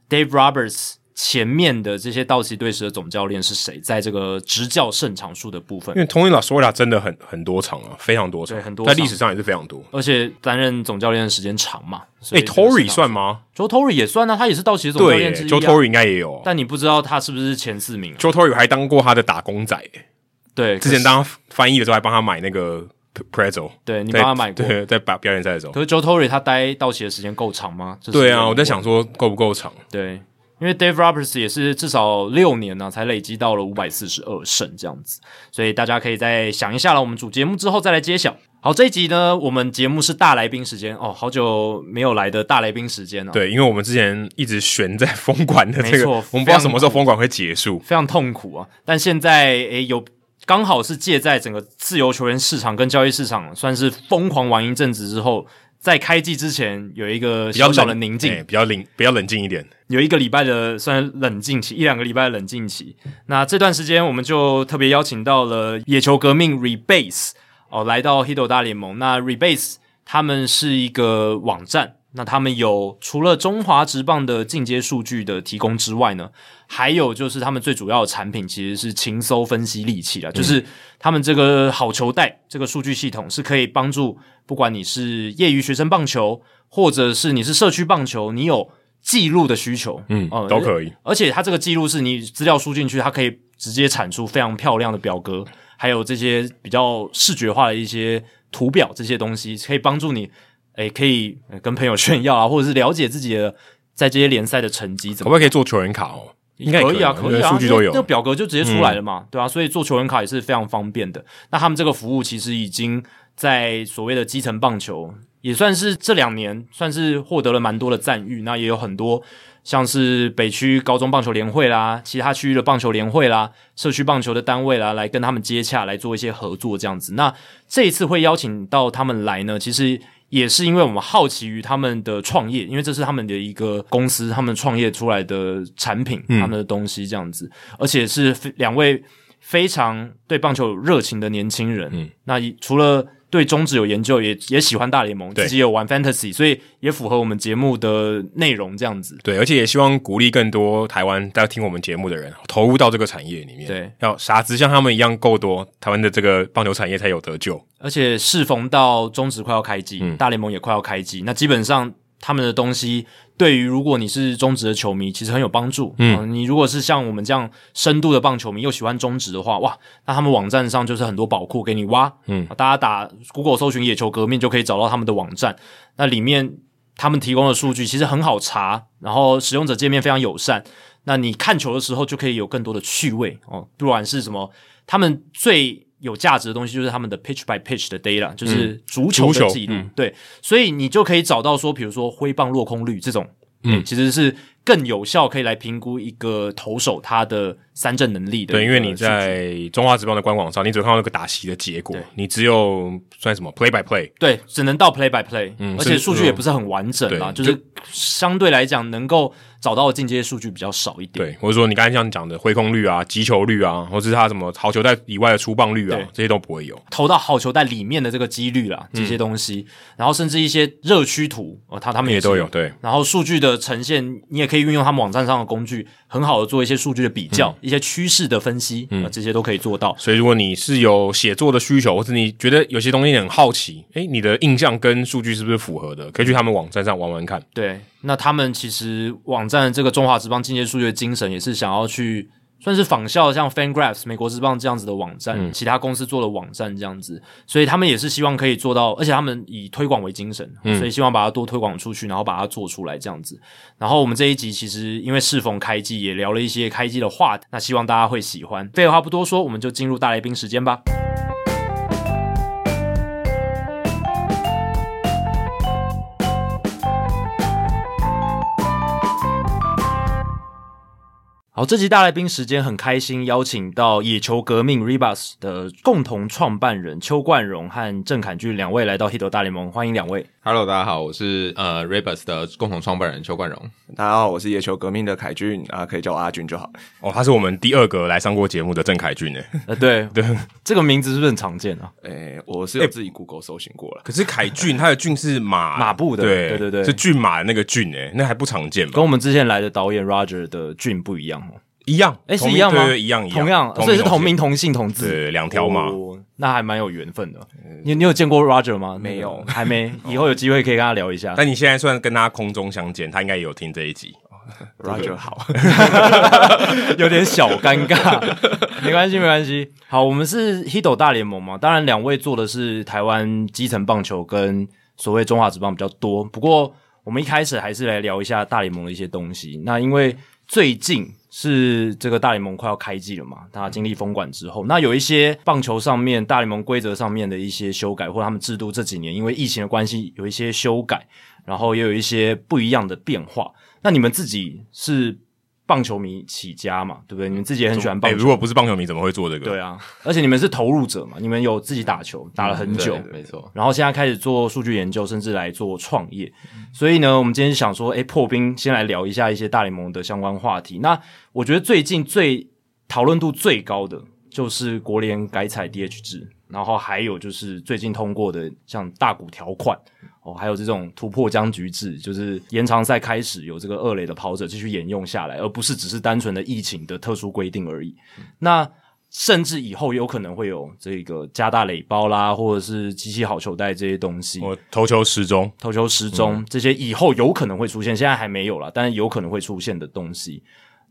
Speaker 1: Dave Roberts 前面的这些道奇队史的总教练是谁，在这个执教胜场数的部分
Speaker 2: 因，为 Tony La s o r a 真的很很多场啊，非常多场，
Speaker 1: 对很多
Speaker 2: 在
Speaker 1: 场
Speaker 2: 历史上也是非常多。
Speaker 1: 而且担任总教练的时间长嘛。所
Speaker 2: 哎
Speaker 1: 以这个是
Speaker 2: ，Tory
Speaker 1: 他
Speaker 2: 算吗？
Speaker 1: ，Joe Torre 也算啊，他也是道奇的总教
Speaker 2: 对耶
Speaker 1: 练之一、
Speaker 2: ，Joe
Speaker 1: 啊。
Speaker 2: Tory 应该也有啊。
Speaker 1: 但你不知道他是不是前四名、啊？
Speaker 2: Joe Tory 还当过他的打工仔耶，
Speaker 1: 对，
Speaker 2: 之前当翻译的时候还帮他买那个 Prezzo，
Speaker 1: 对你
Speaker 2: 在
Speaker 1: 帮他买过。
Speaker 2: 对，在表表演赛的时候。
Speaker 1: 可是 Joe Torre 他待道奇的时间够长吗？这是
Speaker 2: 对
Speaker 1: 一
Speaker 2: 啊，
Speaker 1: 个
Speaker 2: 我在想说够不够长？
Speaker 1: 对，因为 Dave Roberts 也是至少六年呢、才累积到了五百四十二胜这样子，所以大家可以再想一下了。我们主节目之后再来揭晓。好，这一集呢，我们节目是大来宾时间哦，好久没有来的大来宾时间啊了、，
Speaker 2: 对，因为我们之前一直悬在封馆的这
Speaker 1: 没
Speaker 2: 个，
Speaker 1: 错
Speaker 2: 我们不知道什么时候
Speaker 1: 非常
Speaker 2: 封馆会结束。
Speaker 1: 非常痛苦啊。但现在诶有。刚好是借在整个自由球员市场跟交易市场算是疯狂玩一阵子之后，在开季之前有一个
Speaker 2: 比
Speaker 1: 小
Speaker 2: 较冷
Speaker 1: 小的宁静
Speaker 2: 哎，比较冷，比较冷静一点。
Speaker 1: 有一个礼拜的算是冷静期，一两个礼拜的冷静期。那这段时间我们就特别邀请到了野球革命 Rebase 哦，来到 Hito 大联盟。那 Rebase 他们是一个网站，那他们有除了中华职棒的进阶数据的提供之外呢，还有就是他们最主要的产品其实是勤搜分析利器啦，就是他们这个好球带这个数据系统是可以帮助，不管你是业余学生棒球，或者是你是社区棒球，你有记录的需求，
Speaker 2: 嗯
Speaker 1: 哦，
Speaker 2: 都可以。
Speaker 1: 而且它这个记录是你资料输进去，它可以直接产出非常漂亮的表格，还有这些比较视觉化的一些图表这些东西，可以帮助你，诶，可以呃跟朋友炫耀啊，或者是了解自己的在这些联赛的成绩怎
Speaker 2: 可
Speaker 1: 么
Speaker 2: 不。可以做球员卡哦？应该也
Speaker 1: 可以啊，
Speaker 2: 吧
Speaker 1: 可以
Speaker 2: 因为
Speaker 1: 啊，
Speaker 2: 数据都有嗯
Speaker 1: 那那。表格就直接出来了嘛，对啊，所以做球员卡也是非常方便的。那他们这个服务其实已经在所谓的基层棒球，也算是这两年算是获得了蛮多的赞誉。那也有很多像是北区高中棒球联会啦，其他区域的棒球联会啦，社区棒球的单位啦，来跟他们接洽，来做一些合作这样子。那这一次会邀请到他们来呢，其实也是因为我们好奇于他们的创业，因为这是他们的一个公司，他们创业出来的产品，他们的东西这样子，而且是非两位非常对棒球有热情的年轻人。嗯，那以除了对中职有研究，也也喜欢大联盟，
Speaker 2: 对
Speaker 1: 自己也有玩 fantasy，所以也符合我们节目的内容这样子。
Speaker 2: 对，而且也希望鼓励更多台湾在听我们节目的人投入到这个产业里面。
Speaker 1: 对，
Speaker 2: 要傻子像他们一样够多，台湾的这个棒球产业才有得救。
Speaker 1: 而且适逢到中职快要开季，大联盟也快要开季，那基本上他们的东西对于如果你是中职的球迷，其实很有帮助。嗯、你如果是像我们这样深度的棒球迷，又喜欢中职的话，哇，那他们网站上就是很多宝库给你挖。嗯，大家打 Google 搜寻“野球革命”就可以找到他们的网站，那里面他们提供的数据其实很好查，然后使用者界面非常友善。那你看球的时候就可以有更多的趣味哦，不管是什么，他们最有价值的东西就是他们的 pitch by pitch 的 data，就是足球
Speaker 2: 嗯足球嗯
Speaker 1: 的记录。对，所以你就可以找到说，比如说挥棒落空率这种，嗯，其实是更有效可以来评估一个投手他的三振能力的。
Speaker 2: 对，因为你。在中华职棒的官网上，你只看到那个打席的结果
Speaker 1: 对，
Speaker 2: 你只有算什么 play by play。
Speaker 1: 对，只能到 play by play，、嗯、而且
Speaker 2: 是
Speaker 1: 数据也不是很完整啦，就
Speaker 2: 对
Speaker 1: 是相对来讲能够找到的进阶数据比较少一点。
Speaker 2: 对，或者说你刚才像讲的挥空率啊、击球率啊，或者是他什么好球带以外的出棒率啊
Speaker 1: 对，
Speaker 2: 这些都不会有。
Speaker 1: 投到好球袋里面的这个几率
Speaker 2: 嗯
Speaker 1: 啦，这些东西，然后甚至一些热区图，哦，他他们
Speaker 2: 也
Speaker 1: 是
Speaker 2: 都有，。对，
Speaker 1: 然后数据的呈现，你也可以运用他们网站上的工具，很好的做一些数据的比较、
Speaker 2: 嗯
Speaker 1: 一些趋势的分析，嗯、这些都可以做到。
Speaker 2: 所以如果你是有写作的需求，或者你觉得有些东西你很好奇，诶，你的印象跟数据是不是符合的，可以去他们网站上玩玩看。
Speaker 1: 对，那他们其实网站这个中华职棒进阶数据的精神，也是想要去算是仿效像 FanGraphs 美国职棒这样子的网站，其他公司做的网站这样子，所以他们也是希望可以做到，而且他们以推广为精神，所以希望把它多推广出去，然后把它做出来这样子。然后我们这一集其实因为适逢开季，也聊了一些开季的话题，那希望大家会喜欢。废话不多说，我们就进入大来宾时间吧。好，这集大来宾时间很开心，邀请到野球革命 Rebus 的共同创办人邱冠荣和郑凯俊两位来到 Hit 大联盟，欢迎两位。
Speaker 3: Hello，大家好，我是呃 Rebus 的共同创办人邱冠荣。
Speaker 4: 大家好，我是野球革命的凯俊啊，可以叫我阿俊就好。
Speaker 2: 哦，他是我们第二个来上过节目的郑凯俊欸诶。
Speaker 1: 呃，对对，这个名字是不是很常见啊？
Speaker 4: 哎诶、我是有自己 Google 搜寻过了，
Speaker 2: 可是凯俊，他的俊是马
Speaker 1: 马步的
Speaker 2: 对
Speaker 1: 对对对
Speaker 2: 是骏马的那个俊诶，那还不常见吧？
Speaker 1: 跟我们之前来的导演 Roger 的俊不一样哦。
Speaker 2: 一样，
Speaker 1: 哎，是
Speaker 2: 同名
Speaker 1: 一样吗？
Speaker 2: 对对一样一样，
Speaker 1: 同样，所以是同
Speaker 2: 姓
Speaker 1: 名同姓同字。
Speaker 2: 对两条呃马
Speaker 1: 哦那还蛮有缘分的。你你有见过 Roger 吗？
Speaker 4: 没有
Speaker 1: 还没。以后有机会可以跟他聊一下。
Speaker 2: 但你现在算跟他空中相见，他应该也有听这一集。
Speaker 4: Roger 好，
Speaker 1: 有点小尴尬，没关系，没关系。好，我们是 Hito 大联盟嘛，当然两位做的是台湾基层棒球跟所谓中华职棒比较多。不过我们一开始还是来聊一下大联盟的一些东西。那因为最近是这个大联盟快要开季了嘛，大家经历封管之后，那有一些棒球上面大联盟规则上面的一些修改，或者他们制度这几年因为疫情的关系有一些修改，然后也有一些不一样的变化。那你们自己是棒球迷起家嘛，对不对？你们自己也很喜欢棒
Speaker 2: 哎，
Speaker 1: 球，
Speaker 2: 如果不是棒球迷，怎么会做这个？
Speaker 1: 对啊，而且你们是投入者嘛，你们有自己打球打了很久，
Speaker 3: 对没错。
Speaker 1: 然后现在开始做数据研究，甚至来做创业。所以呢，我们今天想说，诶，破冰先来聊一下一些大联盟的相关话题。那我觉得最近最讨论度最高的就是国联改采 DH 制，然后还有就是最近通过的像大股条款。哦，还有这种突破僵局制，就是延长赛开始有这个二垒的跑者继续沿用下来，而不是只是单纯的疫情的特殊规定而已。那甚至以后有可能会有这个加大垒包啦，或者是机器好球带这些东西，
Speaker 2: 我投球时钟，
Speaker 1: 投球时钟、这些以后有可能会出现，现在还没有啦，但是有可能会出现的东西。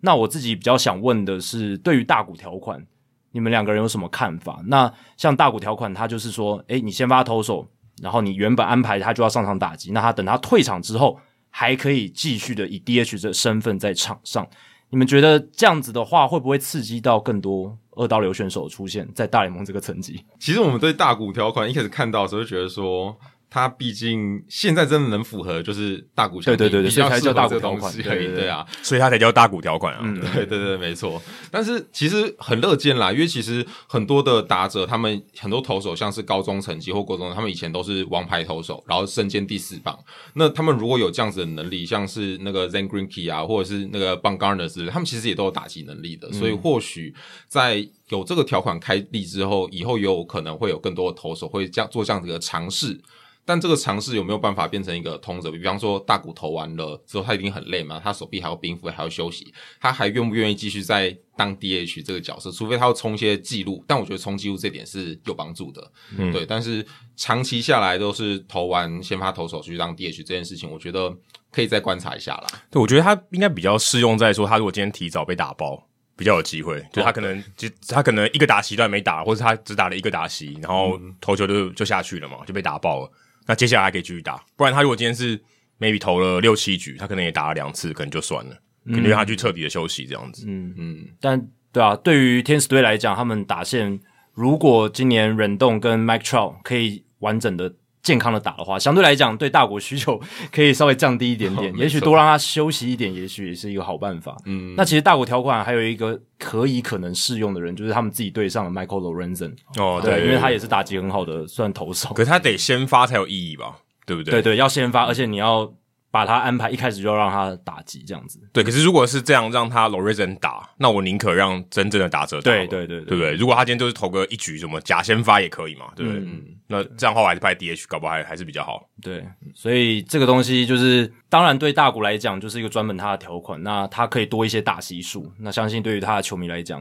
Speaker 1: 那我自己比较想问的是，对于大股条款，你们两个人有什么看法？那像大股条款，它就是说，诶、你先发投手，然后你原本安排他就要上场打击，那他等他退场之后，还可以继续的以 DH 的身份在场上。你们觉得这样子的话，会不会刺激到更多二刀流选手出现在大联盟这个层级？
Speaker 3: 其实我们对大股条款一开始看到的时候，就觉得说，它毕竟现在真的能符合就是大股强
Speaker 1: 对对对对
Speaker 3: 比较
Speaker 1: 所以才叫
Speaker 3: 适合
Speaker 1: 大股
Speaker 3: 这个东
Speaker 1: 条款
Speaker 3: 西
Speaker 1: 对
Speaker 3: 而已
Speaker 1: 对对
Speaker 3: 对啊，
Speaker 2: 所以他才叫大股条款啊。
Speaker 1: 嗯
Speaker 3: 对对对，没错。但是其实很乐见啦，因为其实很多的打者，他们很多投手，像是高中成绩或国中，他们以前都是王牌投手，然后身兼第四棒。那他们如果有这样子的能力，像是那个 Zen Greinke 啊，或者是那个 b a n g a r n e r 之类的，他们其实也都有打击能力的。所以或许在有这个条款开立之后，以后也有可能会有更多的投手会这样做这样子的尝试。但这个尝试有没有办法变成一个通则？比方说大股投完了之后，他一定很累嘛，他手臂还要冰敷，还要休息，他还愿不愿意继续在当 DH 这个角色？除非他要冲一些记录，但我觉得冲记录这点是有帮助的，
Speaker 2: 嗯
Speaker 3: 对。但是长期下来都是投完先发投手去当 DH 这件事情，我觉得可以再观察一下啦。
Speaker 2: 对，我觉得他应该比较适用在说，他如果今天提早被打包，比较有机会。就他可能就他可能一个打席段没打，或者他只打了一个打席，然后投球就就下去了嘛，就被打爆了。那接下来还可以继续打，不然他如果今天是 maybe 投了六七局，他可能也打了两次，可能就算了，可能让他去彻底的休息这样子。
Speaker 1: 嗯，
Speaker 3: 嗯，
Speaker 1: 但对啊，对于天使队来讲，他们打线如果今年忍动跟 Mike Trout 可以完整的、健康的打的话，相对来讲对大国需求可以稍微降低一点点，
Speaker 3: 没错
Speaker 1: 也许多让他休息一点，也许也是一个好办法。嗯，那其实大国条款还有一个可以可能适用的人，就是他们自己队上的 Michael Lorenzen，
Speaker 2: 哦，对，
Speaker 1: 因为他
Speaker 2: 也，
Speaker 1: 也是打击很好的，算投手
Speaker 2: 可。是他得先发才有意义吧，对不对？
Speaker 1: 对对，要先发，而且你要把他安排一开始就要让他打击这样子。
Speaker 2: 对，可是如果是这样让他 l o r i z o n 打，那我宁可让真正的打者打。
Speaker 1: 对对对
Speaker 2: 对不对？如果他今天就是投个一局，什么假先发也可以嘛，对不对？那这样的话我还是派 DH，搞不好还还是比较好。
Speaker 1: 对，所以这个东西就是，当然对大股来讲就是一个专门它的条款，那它可以多一些大席数，那相信对于他的球迷来讲，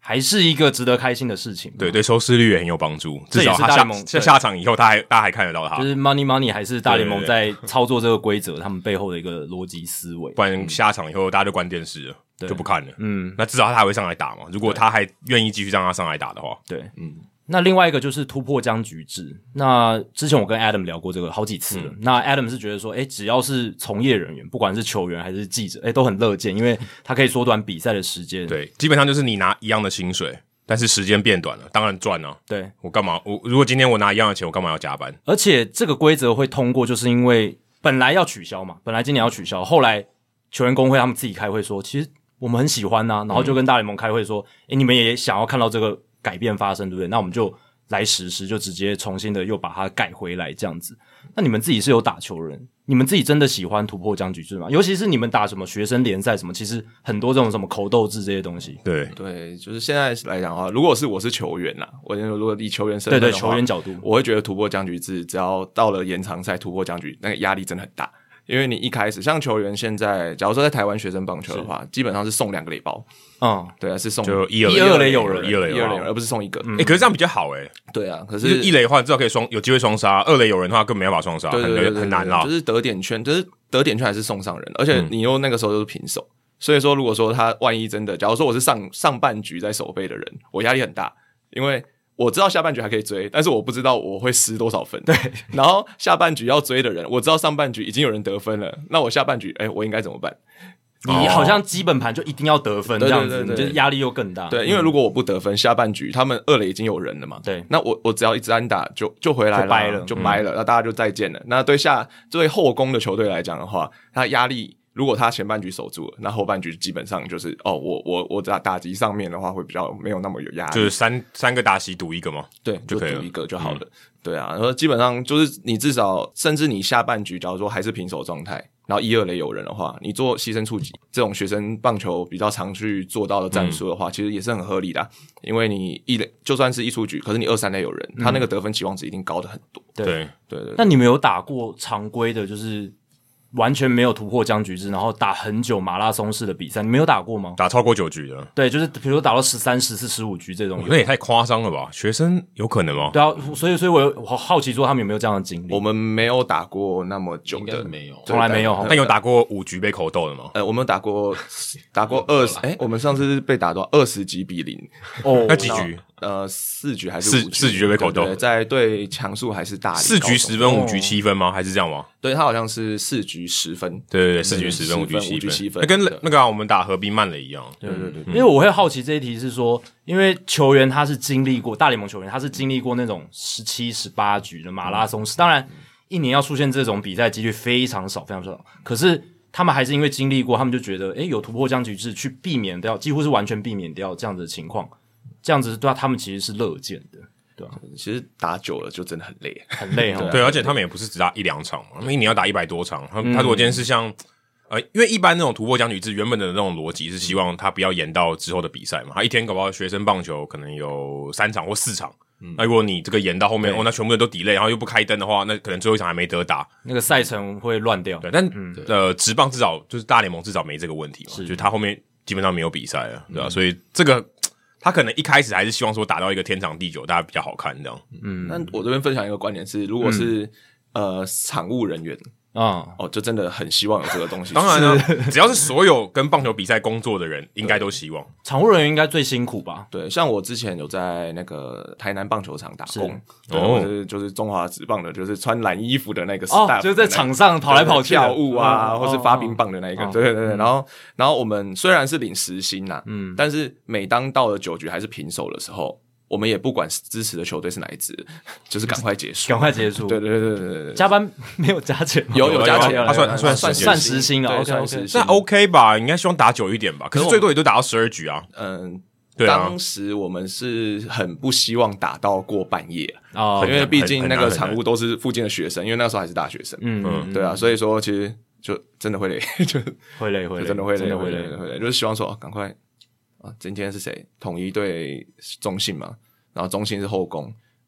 Speaker 1: 还是一个值得开心的事情。
Speaker 2: 对，对，收视率也很有帮助，
Speaker 1: 嗯这
Speaker 2: 至少
Speaker 1: 也是
Speaker 2: 他
Speaker 1: 大
Speaker 2: 下
Speaker 1: 联盟
Speaker 2: 下
Speaker 1: 对
Speaker 2: 下场以后，他还大家还看得到他
Speaker 1: 就，是 money money 还是大联盟
Speaker 2: 对
Speaker 1: 在 操作这个规则，他们背后的一个逻辑思维
Speaker 2: 不。然下场以后大家就关电视了，
Speaker 1: 对
Speaker 2: 就不看了。
Speaker 1: 嗯，
Speaker 2: 那至少他还会上来打嘛？如果他还愿意继续让他上来打的话，
Speaker 1: 对，
Speaker 3: 嗯。
Speaker 1: 那另外一个就是突破僵局制。那之前我跟 Adam 聊过这个好几次了。
Speaker 2: 嗯
Speaker 1: 那 Adam 是觉得说，诶，只要是从业人员，不管是球员还是记者，诶，都很乐见，因为他可以缩短比赛的时间。
Speaker 2: 对，基本上就是你拿一样的薪水，但是时间变短了，当然赚啊。
Speaker 1: 对，
Speaker 2: 我干嘛？我如果今天我拿一样的钱，我干嘛要加班？
Speaker 1: 而且这个规则会通过，就是因为本来要取消嘛，本来今年要取消，后来球员工会他们自己开会说，其实我们很喜欢呐、然后就跟大联盟开会说，诶、你们也想要看到这个改变发生，对不对？那我们就来实施，就直接重新的又把它改回来这样子。那你们自己是有打球人，你们自己真的喜欢突破僵局制吗？尤其是你们打什么学生联赛什么，其实很多这种什么口斗制这些东西，
Speaker 2: 对，
Speaker 4: 对，就是现在来讲的话，如果是我是球员啦，我如果以球员身
Speaker 1: 对
Speaker 4: 份
Speaker 1: 对，
Speaker 4: 的话
Speaker 1: 球员角度，
Speaker 4: 我会觉得突破僵局制，只要到了延长赛突破僵局，那个压力真的很大。因为你一开始像球员现在，假如说在台湾学生棒球的话，基本上是送两个垒包，
Speaker 1: 嗯，
Speaker 4: 对啊，是送
Speaker 2: 就一二
Speaker 1: 一
Speaker 2: 垒
Speaker 1: 二
Speaker 2: 有
Speaker 1: 垒
Speaker 2: 人
Speaker 1: 有人
Speaker 2: 一二垒
Speaker 4: 一
Speaker 2: 有
Speaker 4: 二
Speaker 2: 人
Speaker 4: 垒，而不是送一个。
Speaker 2: 哎、可是这样比较好哎、
Speaker 4: 对啊，嗯可
Speaker 2: 就是是一垒的话，至少可以双有机会双杀；二垒有人的话，更没办法双杀，
Speaker 4: 对对对对
Speaker 2: 很
Speaker 4: 对
Speaker 2: 很难啦嗯
Speaker 4: 就。是得点圈，就是得点圈还是送上人，而且你又那个时候就是平手，所以说如果说他万一真的，假如说我是上上半局在守备的人，我压力很大，因为。我知道下半局还可以追，但是我不知道我会失多少分。对，然后下半局要追的人，我知道上半局已经有人得分了，那我下半局，哎、我应该怎么办？
Speaker 1: 你好像基本盘就一定要得分这样子，
Speaker 4: 对对对对
Speaker 1: 你就是压力又更大。嗯
Speaker 4: 对，因为如果我不得分，下半局他们二垒已经有人了嘛，
Speaker 1: 对
Speaker 4: 那我我只要一直安打就就回来
Speaker 1: 就掰了嗯
Speaker 4: 了，就掰了，那大家就再见了。那对下对后攻的球队来讲的话，他压力如果他前半局守住了，那后半局基本上就是哦，我我我打打击上面的话会比较没有那么有压力，
Speaker 2: 就是三三个大西赌一个嘛，
Speaker 4: 对，
Speaker 2: 就
Speaker 4: 就
Speaker 2: 可以了嗯
Speaker 4: 赌一个就好了。对啊，然后基本上就是你至少，甚至你下半局，假如说还是平手状态，然后一二垒有人的话，你做牺牲触及这种学生棒球比较常去做到的战术的话，其实也是很合理的啊、因为你一垒就算是一出局，可是你二三垒有人，他那个
Speaker 2: 嗯
Speaker 4: 得分期望值一定高的很多。
Speaker 1: 对
Speaker 2: 对，
Speaker 4: 对对对
Speaker 1: 那你们有打过常规的，就是完全没有突破僵局制，然后打很久马拉松式的比赛？你们有打过吗？
Speaker 2: 打超过九局的，
Speaker 1: 对，就是比如说打到十三、十四、十五局这种
Speaker 2: 哦。那也太夸张了吧？学生有可能吗？
Speaker 1: 对啊，所以所以我有我好奇说他们有没有这样的经历
Speaker 4: 我？们没有打过那么久
Speaker 3: 应该
Speaker 4: 的
Speaker 3: 是，没有。
Speaker 1: 从来没有
Speaker 2: 那有打过五局被口斗的吗？
Speaker 4: 呃，我们有打 过打过二十，哎，我们上次是被打到二十几比零，
Speaker 1: 哦
Speaker 2: 那几局？
Speaker 4: 呃，四局还是
Speaker 2: 四
Speaker 4: 五
Speaker 2: 四局就被
Speaker 4: 对
Speaker 2: 口斗
Speaker 4: 对在对强速还是大力
Speaker 2: 四
Speaker 4: 高
Speaker 2: 局
Speaker 4: 中
Speaker 2: 十分，
Speaker 1: 哦
Speaker 2: 五局七分吗？还是这样吗？
Speaker 4: 对他好像是四局十分，
Speaker 2: 对对对，四局
Speaker 4: 对
Speaker 2: 十分，
Speaker 4: 十
Speaker 2: 五局
Speaker 4: 分五局
Speaker 2: 七
Speaker 4: 七
Speaker 2: 分，
Speaker 4: 分
Speaker 2: 那跟
Speaker 4: 对
Speaker 2: 那个啊我们打合并慢了一样。
Speaker 4: 对对对
Speaker 1: 因为我会好奇这一题是说，因为球员他是经历过大联盟球员，他是经历过那种十七、十八局的马拉松式，当然一年要出现这种比赛几率非常少，非常少。可是他们还是因为经历过，他们就觉得，诶，有突破僵局制去避免掉，几乎是完全避免掉这样子的情况，这样子对他们其实是乐见的，
Speaker 4: 其实打久了就真的很累。
Speaker 1: 很累哈、
Speaker 2: 对，而嗯且他们也不是只打一两场嘛，他们一年要打一百多场。他他如果今天是像呃，因为一般那种突破僵局制原本的那种逻辑是希望他不要延到之后的比赛嘛，他一天搞不好学生棒球可能有三场或四场。那如果你这个延到后面，哦，那全部人都 delay，然后又不开灯的话，那可能最后一场还没得打。
Speaker 1: 那个赛程会乱掉。
Speaker 2: 对，但、呃，职棒至少就是大联盟至少没这个问题嘛，
Speaker 1: 是
Speaker 2: 就是嗯他后面基本上没有比赛了，对吧、所以这个他可能一开始还是希望说打到一个天长地久，大家比较好看这样。
Speaker 1: 嗯
Speaker 4: 那我这边分享一个观点是，如果是呃场务人员
Speaker 1: 啊、
Speaker 4: 哦，就真的很希望有这个东西。
Speaker 2: 当然了，只要是所有跟棒球比赛工作的人，应该都希望。
Speaker 1: 场务人员应该最辛苦吧？
Speaker 4: 对，像我之前有在那个台南棒球场打工，对，
Speaker 2: 哦
Speaker 4: 我是就是中华职棒的，就是穿蓝衣服的那个 staff 的那
Speaker 1: 哦，
Speaker 4: 个，
Speaker 1: 就是在场上跑来跑去的
Speaker 4: 跳舞啊，
Speaker 1: 嗯
Speaker 4: 或是发冰棒的那一个
Speaker 1: 哦，
Speaker 4: 对对对。然后，然后我们虽然是领时薪呐，嗯，但是每当到了九局还是平手的时候，我们也不管支持的球队是哪一支， 就是赶快 结束，
Speaker 1: 赶快结束。
Speaker 4: 对对对对对对 对。
Speaker 1: 加班没有加钱吗？
Speaker 4: 有
Speaker 2: 有
Speaker 4: 加
Speaker 2: 有
Speaker 4: 钱，
Speaker 2: 他算他算
Speaker 4: 算
Speaker 2: 时薪
Speaker 1: 算时薪了
Speaker 4: 对
Speaker 1: OK，OK
Speaker 4: 算时薪。
Speaker 2: 那 OK 吧，应该希望打久一点吧。可是
Speaker 4: 可是我们
Speaker 2: 最多也就打到十二局啊。
Speaker 4: 嗯，
Speaker 2: 对啊
Speaker 4: 当时我们是很不希望打到过半夜，
Speaker 1: 哦
Speaker 4: 因，为毕竟
Speaker 2: 很
Speaker 4: 那
Speaker 2: 难
Speaker 4: 个
Speaker 2: 很
Speaker 4: 场
Speaker 2: 难
Speaker 4: 务都是附近的学生，因为那时候还是大学生，
Speaker 1: 嗯嗯，
Speaker 4: 对啊，所以说其实就真的会累， 就
Speaker 1: 会累会
Speaker 4: 就
Speaker 1: 累，
Speaker 4: 真的会累，
Speaker 1: 真的
Speaker 4: 会
Speaker 1: 会
Speaker 4: 累，
Speaker 1: 累。
Speaker 4: 会累，就是希望说哦赶快啊，今天是谁？统一对中信嘛，然后中信是后宫，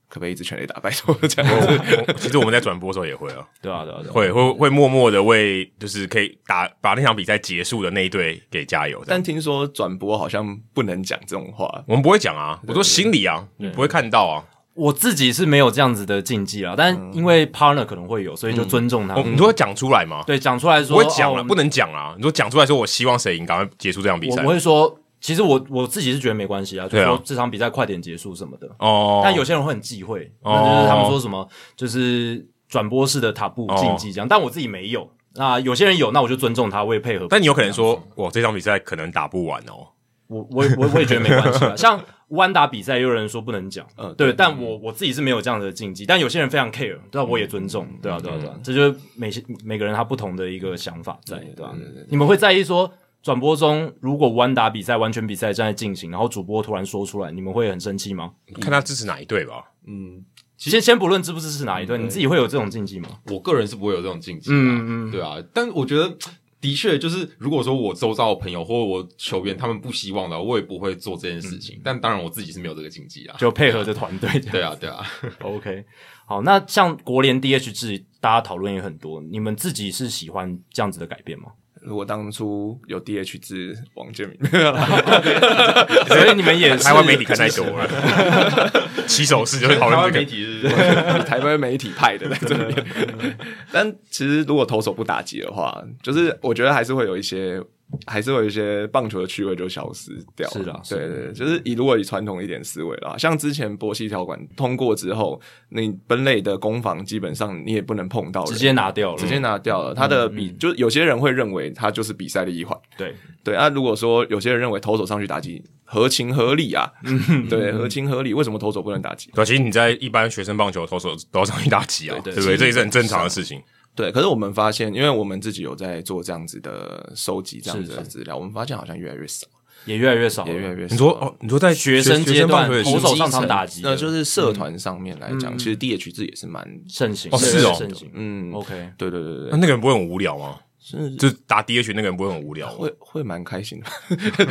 Speaker 4: 可不可以一直全垒打？ 拜托这
Speaker 2: 哦
Speaker 4: 样子。
Speaker 2: 我 其实我们在转播的时候也会啊，
Speaker 1: 对啊对啊对啊。
Speaker 2: 会会会默默的为就是可以打把那场比赛结束的那一队给加油。
Speaker 4: 但听说转播好像不能讲这种话，
Speaker 2: 我们不会讲啊，我说心里啊，你不会看到啊。
Speaker 1: 我自己是没有这样子的禁忌啦，但因为 partner 可能会有，所以就尊重他
Speaker 2: 我
Speaker 1: 们。
Speaker 2: 哦你都会讲出来吗？
Speaker 1: 对，讲出来嗯说
Speaker 2: 不会讲了，
Speaker 1: 哦
Speaker 2: 不能讲啊。你说讲出来说，我希望谁赢，赶快结束这场比
Speaker 1: 我
Speaker 2: 赛
Speaker 1: 我。会说，其实我我自己是觉得没关系啊，就
Speaker 2: 对啊
Speaker 1: 说这场比赛快点结束什么的。
Speaker 2: 哦，
Speaker 1: 但有些人会很忌讳，
Speaker 2: 哦
Speaker 1: 那就是他们说什么就是转播式的塔布禁忌这样，但我自己没有。那有些人有，那我就尊重他，我也配合。
Speaker 2: 但你有可能说，哇，这场比赛可能打不完哦。
Speaker 1: 我我我我也觉得没关系啊。像弯打比赛，也有人说不能讲，
Speaker 4: 嗯
Speaker 1: 对，但我我自己是没有这样的禁忌，但有些人非常 care，对啊，我也尊重，
Speaker 4: 嗯
Speaker 1: 对啊，对啊，对啊，这就是每些每个人他不同的一个想法在，对吧、啊？你们会在意说转播中如果弯打比赛、完全比赛正在进行，然后主播突然说出来，你们会很生气吗？
Speaker 2: 看他支持哪一队吧。
Speaker 3: 嗯，
Speaker 1: 先先不论支不支持哪一队，你自己会有这种禁忌吗？
Speaker 3: 我个人是不会有这种禁忌、啊，
Speaker 1: 嗯嗯
Speaker 3: 对啊，但我觉得。的确，就是如果说我周遭的朋友或者我球员他们不希望的，我也不会做这件事情。但当然，我自己是没有这个禁忌啊。
Speaker 1: 嗯就配合着团队这样。
Speaker 3: 对啊，对啊，
Speaker 1: OK，好，那像国联 DH 制，大家讨论也很多，你们自己是喜欢这样子的改变吗？
Speaker 4: 如果当初有 DH 制王建民，
Speaker 1: 所以你们也是
Speaker 2: 台湾媒体看太多了， 起手式就会讨
Speaker 3: 台湾
Speaker 2: 论这
Speaker 3: 媒
Speaker 2: 个。
Speaker 3: 体是
Speaker 4: 台湾媒体派的在 这边。但其实如果投手不打击的话，就是我觉得还是会有一些，还是会有一些棒球的趣味就消失掉了。
Speaker 1: 是啦是啊
Speaker 4: 对对对，就是以如果以传统一点思维啦，像之前波西条款通过之后，你本垒的攻防基本上你也不能碰到人
Speaker 1: 直接拿掉了，嗯
Speaker 4: 直接拿掉了，他的比、就是有些人会认为他就是比赛的一环，
Speaker 1: 对，
Speaker 4: 对啊，如果说有些人认为投手上去打击合情合 理啊，对，合情合理，为什么投手不能打击？
Speaker 2: 对，其实你在一般学生棒球投手都要上去打击啊，对
Speaker 1: 对
Speaker 2: 不对？这也是很正常的事情。
Speaker 4: 对，可是我们发现，因为我们自己有在做这样子的收集，这样子
Speaker 1: 是
Speaker 4: 的资料，我们发现好像越来越少，
Speaker 1: 也越来越少了，
Speaker 4: 也越来越少。
Speaker 2: 你说哦，你说在
Speaker 1: 学生
Speaker 2: 学
Speaker 1: 阶
Speaker 2: 生棒
Speaker 1: 段
Speaker 2: 球也
Speaker 1: 投
Speaker 2: 是
Speaker 1: 手上场打击
Speaker 4: 那
Speaker 1: 的，
Speaker 4: 呃就是社团上面来讲，
Speaker 1: 嗯
Speaker 4: 其实 DH 制也是蛮，
Speaker 1: 盛行，
Speaker 2: 哦
Speaker 1: 对
Speaker 2: 是
Speaker 1: 对
Speaker 2: 哦
Speaker 1: 盛行，
Speaker 4: 嗯
Speaker 1: OK，
Speaker 4: 对对对对
Speaker 2: 那
Speaker 4: 对，
Speaker 2: 那个人不会很无聊吗？
Speaker 4: 是
Speaker 2: 就是打 DH 那个人不会很无聊吗？
Speaker 4: 会会蛮开心的。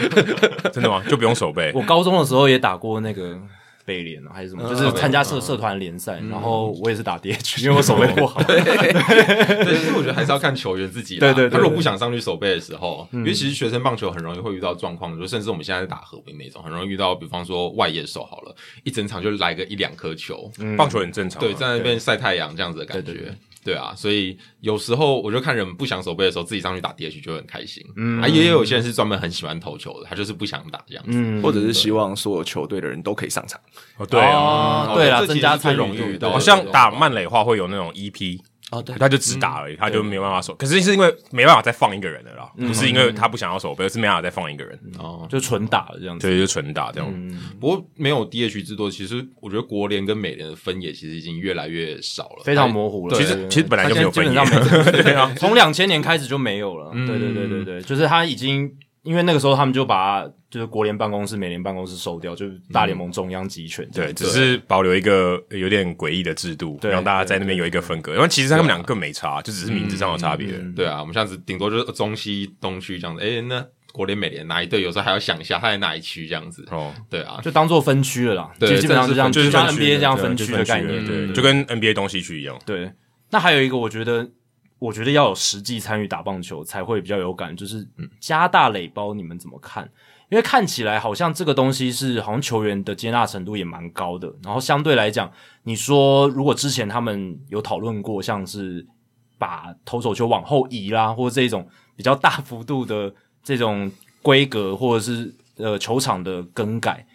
Speaker 2: 真的吗？就不用手背
Speaker 1: 我高中的时候也打过那个。北联啊，还是什么，就是参加社社团联赛，然后我也是打 DH，因为我手背不好。
Speaker 3: 对，其实我觉得还是要看球员自己啦。
Speaker 1: 对对对嗯
Speaker 3: 他如果不想上去守备的时候，因为其实学生棒球很容易会遇到状况，就甚至我们现在在打和平那种，很容易遇到，比方说外野手好了，一整场就来个一两颗球，
Speaker 2: 棒球很正常啊。
Speaker 3: 对，在那边晒太阳这样子的
Speaker 1: 嗯
Speaker 3: 感
Speaker 1: 哦对对
Speaker 3: 觉。对啊，所以有时候我就看人不想守备的时候，自己上去打 DH 就会很开心。嗯，啊，也有一些人是专门很喜欢投球的，他就是不想打这样子。
Speaker 1: 嗯，
Speaker 4: 或者是希望所有球队的人都可以上场。
Speaker 2: 哦对啊，
Speaker 1: 哦对啦，
Speaker 3: 这其实
Speaker 1: 增加
Speaker 3: 是最
Speaker 1: 参
Speaker 3: 容易
Speaker 1: 与
Speaker 3: 遇
Speaker 1: 度
Speaker 3: 到。
Speaker 2: 好
Speaker 3: 的
Speaker 2: 像打慢垒话会有那种 EP，
Speaker 4: 哦，对
Speaker 2: 他就只打而已，他就没有办法守。可是是因为没办法再放一个人了啦，不是因为他不想要守备，而是没办法再放一个人，
Speaker 3: 哦，
Speaker 1: 就纯打了这样子。
Speaker 2: 所以就纯打这样。
Speaker 3: 不过没有 DH 制度，其实我觉得国联跟美联的分野其实已经越来越少了，
Speaker 1: 非常模糊了。
Speaker 2: 其实
Speaker 1: 对
Speaker 2: 其实本来就没有分野
Speaker 1: 它现在基本上没 对啊，从两千年开始就没有了。
Speaker 2: 嗯
Speaker 1: 对对对对对，就是他已经因为那个时候他们就把就是国联办公室、美联办公室收掉，就是大联盟中央集权这样
Speaker 2: 嗯对，
Speaker 1: 子。
Speaker 2: 只是保留一个呃有点诡异的制度，
Speaker 1: 嗯对啊
Speaker 2: 让大家在那边有一个分隔。因为其实他们两个更没差，就只是名字上的差别。
Speaker 1: 嗯
Speaker 3: 对啊，我们下次顶多就是中西东区这样子。哎、那国联、美联哪一队？有时候还要想一下他在哪一区这样子。
Speaker 2: 哦，
Speaker 3: 对啊，
Speaker 1: 就当做分区了啦，
Speaker 3: 对
Speaker 1: 就基本上嗯是这样，
Speaker 3: 就
Speaker 1: 就是像
Speaker 2: 分区
Speaker 1: NBA 这样
Speaker 2: 对啊
Speaker 1: 分区的概
Speaker 2: 就
Speaker 1: 念。嗯
Speaker 2: 分区
Speaker 1: 对
Speaker 2: 了对，
Speaker 1: 对
Speaker 2: 就跟 NBA 东西区一样。
Speaker 1: 对。那还有一个，我觉得，我觉得要有实际参与打棒球才会比较有感，就是加大垒包，你们怎么看？因为看起来好像这个东西是好像球员的接纳程度也蛮高的，然后相对来讲，你说如果之前他们有讨论过，像是把投手球往后移啦，或者这种比较大幅度的这种规格，或者是呃球场的更改，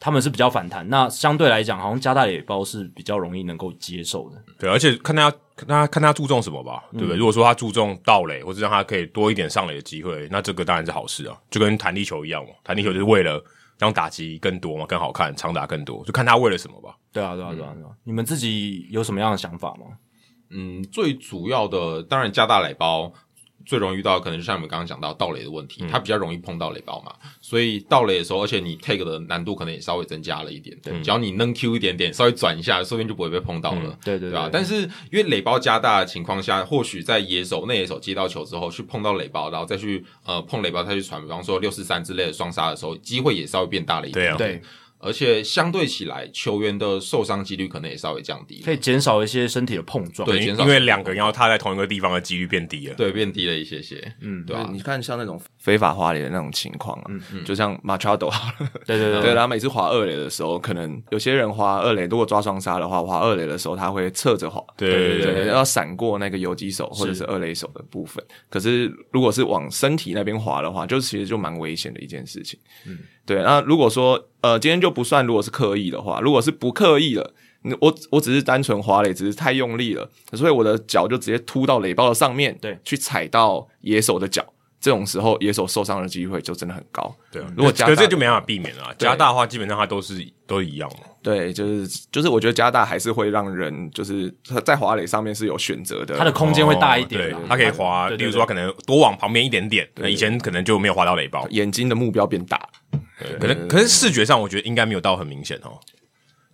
Speaker 1: 他们是比较反弹。那相对来讲，好像加大垒包是比较容易能够接受的。
Speaker 2: 对，而且看他看他看他注重什么吧，
Speaker 1: 嗯
Speaker 2: 对不对？如果说他注重盗垒，或者让他可以多一点上垒的机会，那这个当然是好事啊，就跟弹力球一样嘛。弹力球就是为了让打击更多嘛，更好看，长打更多，就看他为了什么吧。
Speaker 1: 对啊，
Speaker 2: 嗯
Speaker 1: 对啊，对啊，对啊！你们自己有什么样的想法吗？
Speaker 3: 嗯，最主要的当然加大垒包。最容易遇到的可能就像你们刚刚讲到盗垒的问题，它比较容易碰到垒包嘛，所以盗垒的时候，而且你 take 的难度可能也稍微增加了一点，对，只要你能 Q 一点点，稍微转一下，说不定就不会被碰到了。
Speaker 1: 对对
Speaker 3: 对啊，但是因为垒包加大的情况下，或许在野手、内野手接到球之后，去碰到垒包，然后再去呃碰垒包，再去传，比方说六四三之类的双杀的时候，机会也稍微变大了一点。
Speaker 2: 对啊
Speaker 1: 对，
Speaker 3: 而且相对起来，球员的受伤几率可能也稍微降低了
Speaker 1: 可以减少一些身体的碰撞。
Speaker 3: 对
Speaker 2: 因
Speaker 3: 减少
Speaker 2: 因为两个人要踏在同一个地方的几率变低了。
Speaker 3: 对，变低了一些些。
Speaker 1: 嗯
Speaker 3: 嗯，对啊，
Speaker 4: 你看像那种非法滑垒的那种情况啊，就像 Machado 好了
Speaker 1: 对对啊
Speaker 4: 对，然后每次滑二垒的时候，可能有些人滑二垒，如果抓双杀的话，滑二垒的时候他会侧着滑，
Speaker 2: 对对对
Speaker 4: 对
Speaker 2: 对对
Speaker 4: 要闪过那个游击手或者是二垒手的部分。可是如果是往身体那边滑的话，就其实就蛮危险的一件事情。嗯，对。那如果说呃，今天就不算，如果是刻意的话，如果是不刻意的。你我我只是单纯滑垒，只是太用力了，所以我的脚就直接突到垒包的上面，
Speaker 1: 对
Speaker 4: 去踩到野手的脚，这种时候野手受伤的机会就真的很高。
Speaker 2: 对啊，
Speaker 4: 如果加
Speaker 2: 可
Speaker 4: 大
Speaker 2: 是这就没办法避免了啊。
Speaker 4: 对
Speaker 2: 加大的话，基本上它都是都一样嘛。
Speaker 4: 对，就是就是，我觉得加拿大还是会让人就是他在滑垒上面是有选择的。
Speaker 1: 它的空间会大一点
Speaker 3: 啊
Speaker 1: 啦
Speaker 2: 哦对，它可以滑，
Speaker 1: 对对对
Speaker 2: 例如说它可能多往旁边一点点，那
Speaker 4: 对
Speaker 2: 以前可能就没有滑到雷暴，
Speaker 4: 眼睛的目标变大，
Speaker 2: 对可
Speaker 3: 嗯
Speaker 2: 能可是视觉上我觉得应该没有到很明显哦。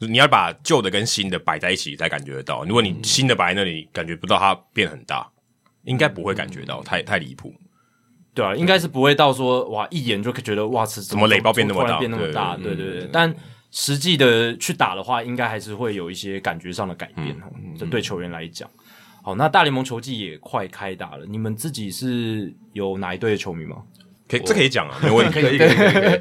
Speaker 2: 你要把旧的跟新的摆在一起才感觉得到，如果你
Speaker 3: 嗯
Speaker 2: 新的摆在那里，感觉不到它变很大，应该不会感觉
Speaker 3: 嗯
Speaker 2: 到，太太离谱。
Speaker 1: 对啊，应该是不会到说哇一眼就觉得哇是怎
Speaker 2: 怎么雷暴变那么
Speaker 1: 突然
Speaker 2: 大
Speaker 1: 变那么大，
Speaker 2: 对
Speaker 1: 对
Speaker 2: 嗯
Speaker 1: 对对。但实际的去打的话，应该还是会有一些感觉上的改变
Speaker 2: 嗯
Speaker 1: 哦。这对球员来讲，好，那大联盟球季也快开打了，你们自己是有哪一队的球迷吗？
Speaker 2: 可以，这可以讲啊，哦没问题。
Speaker 3: 可以可以可以可以，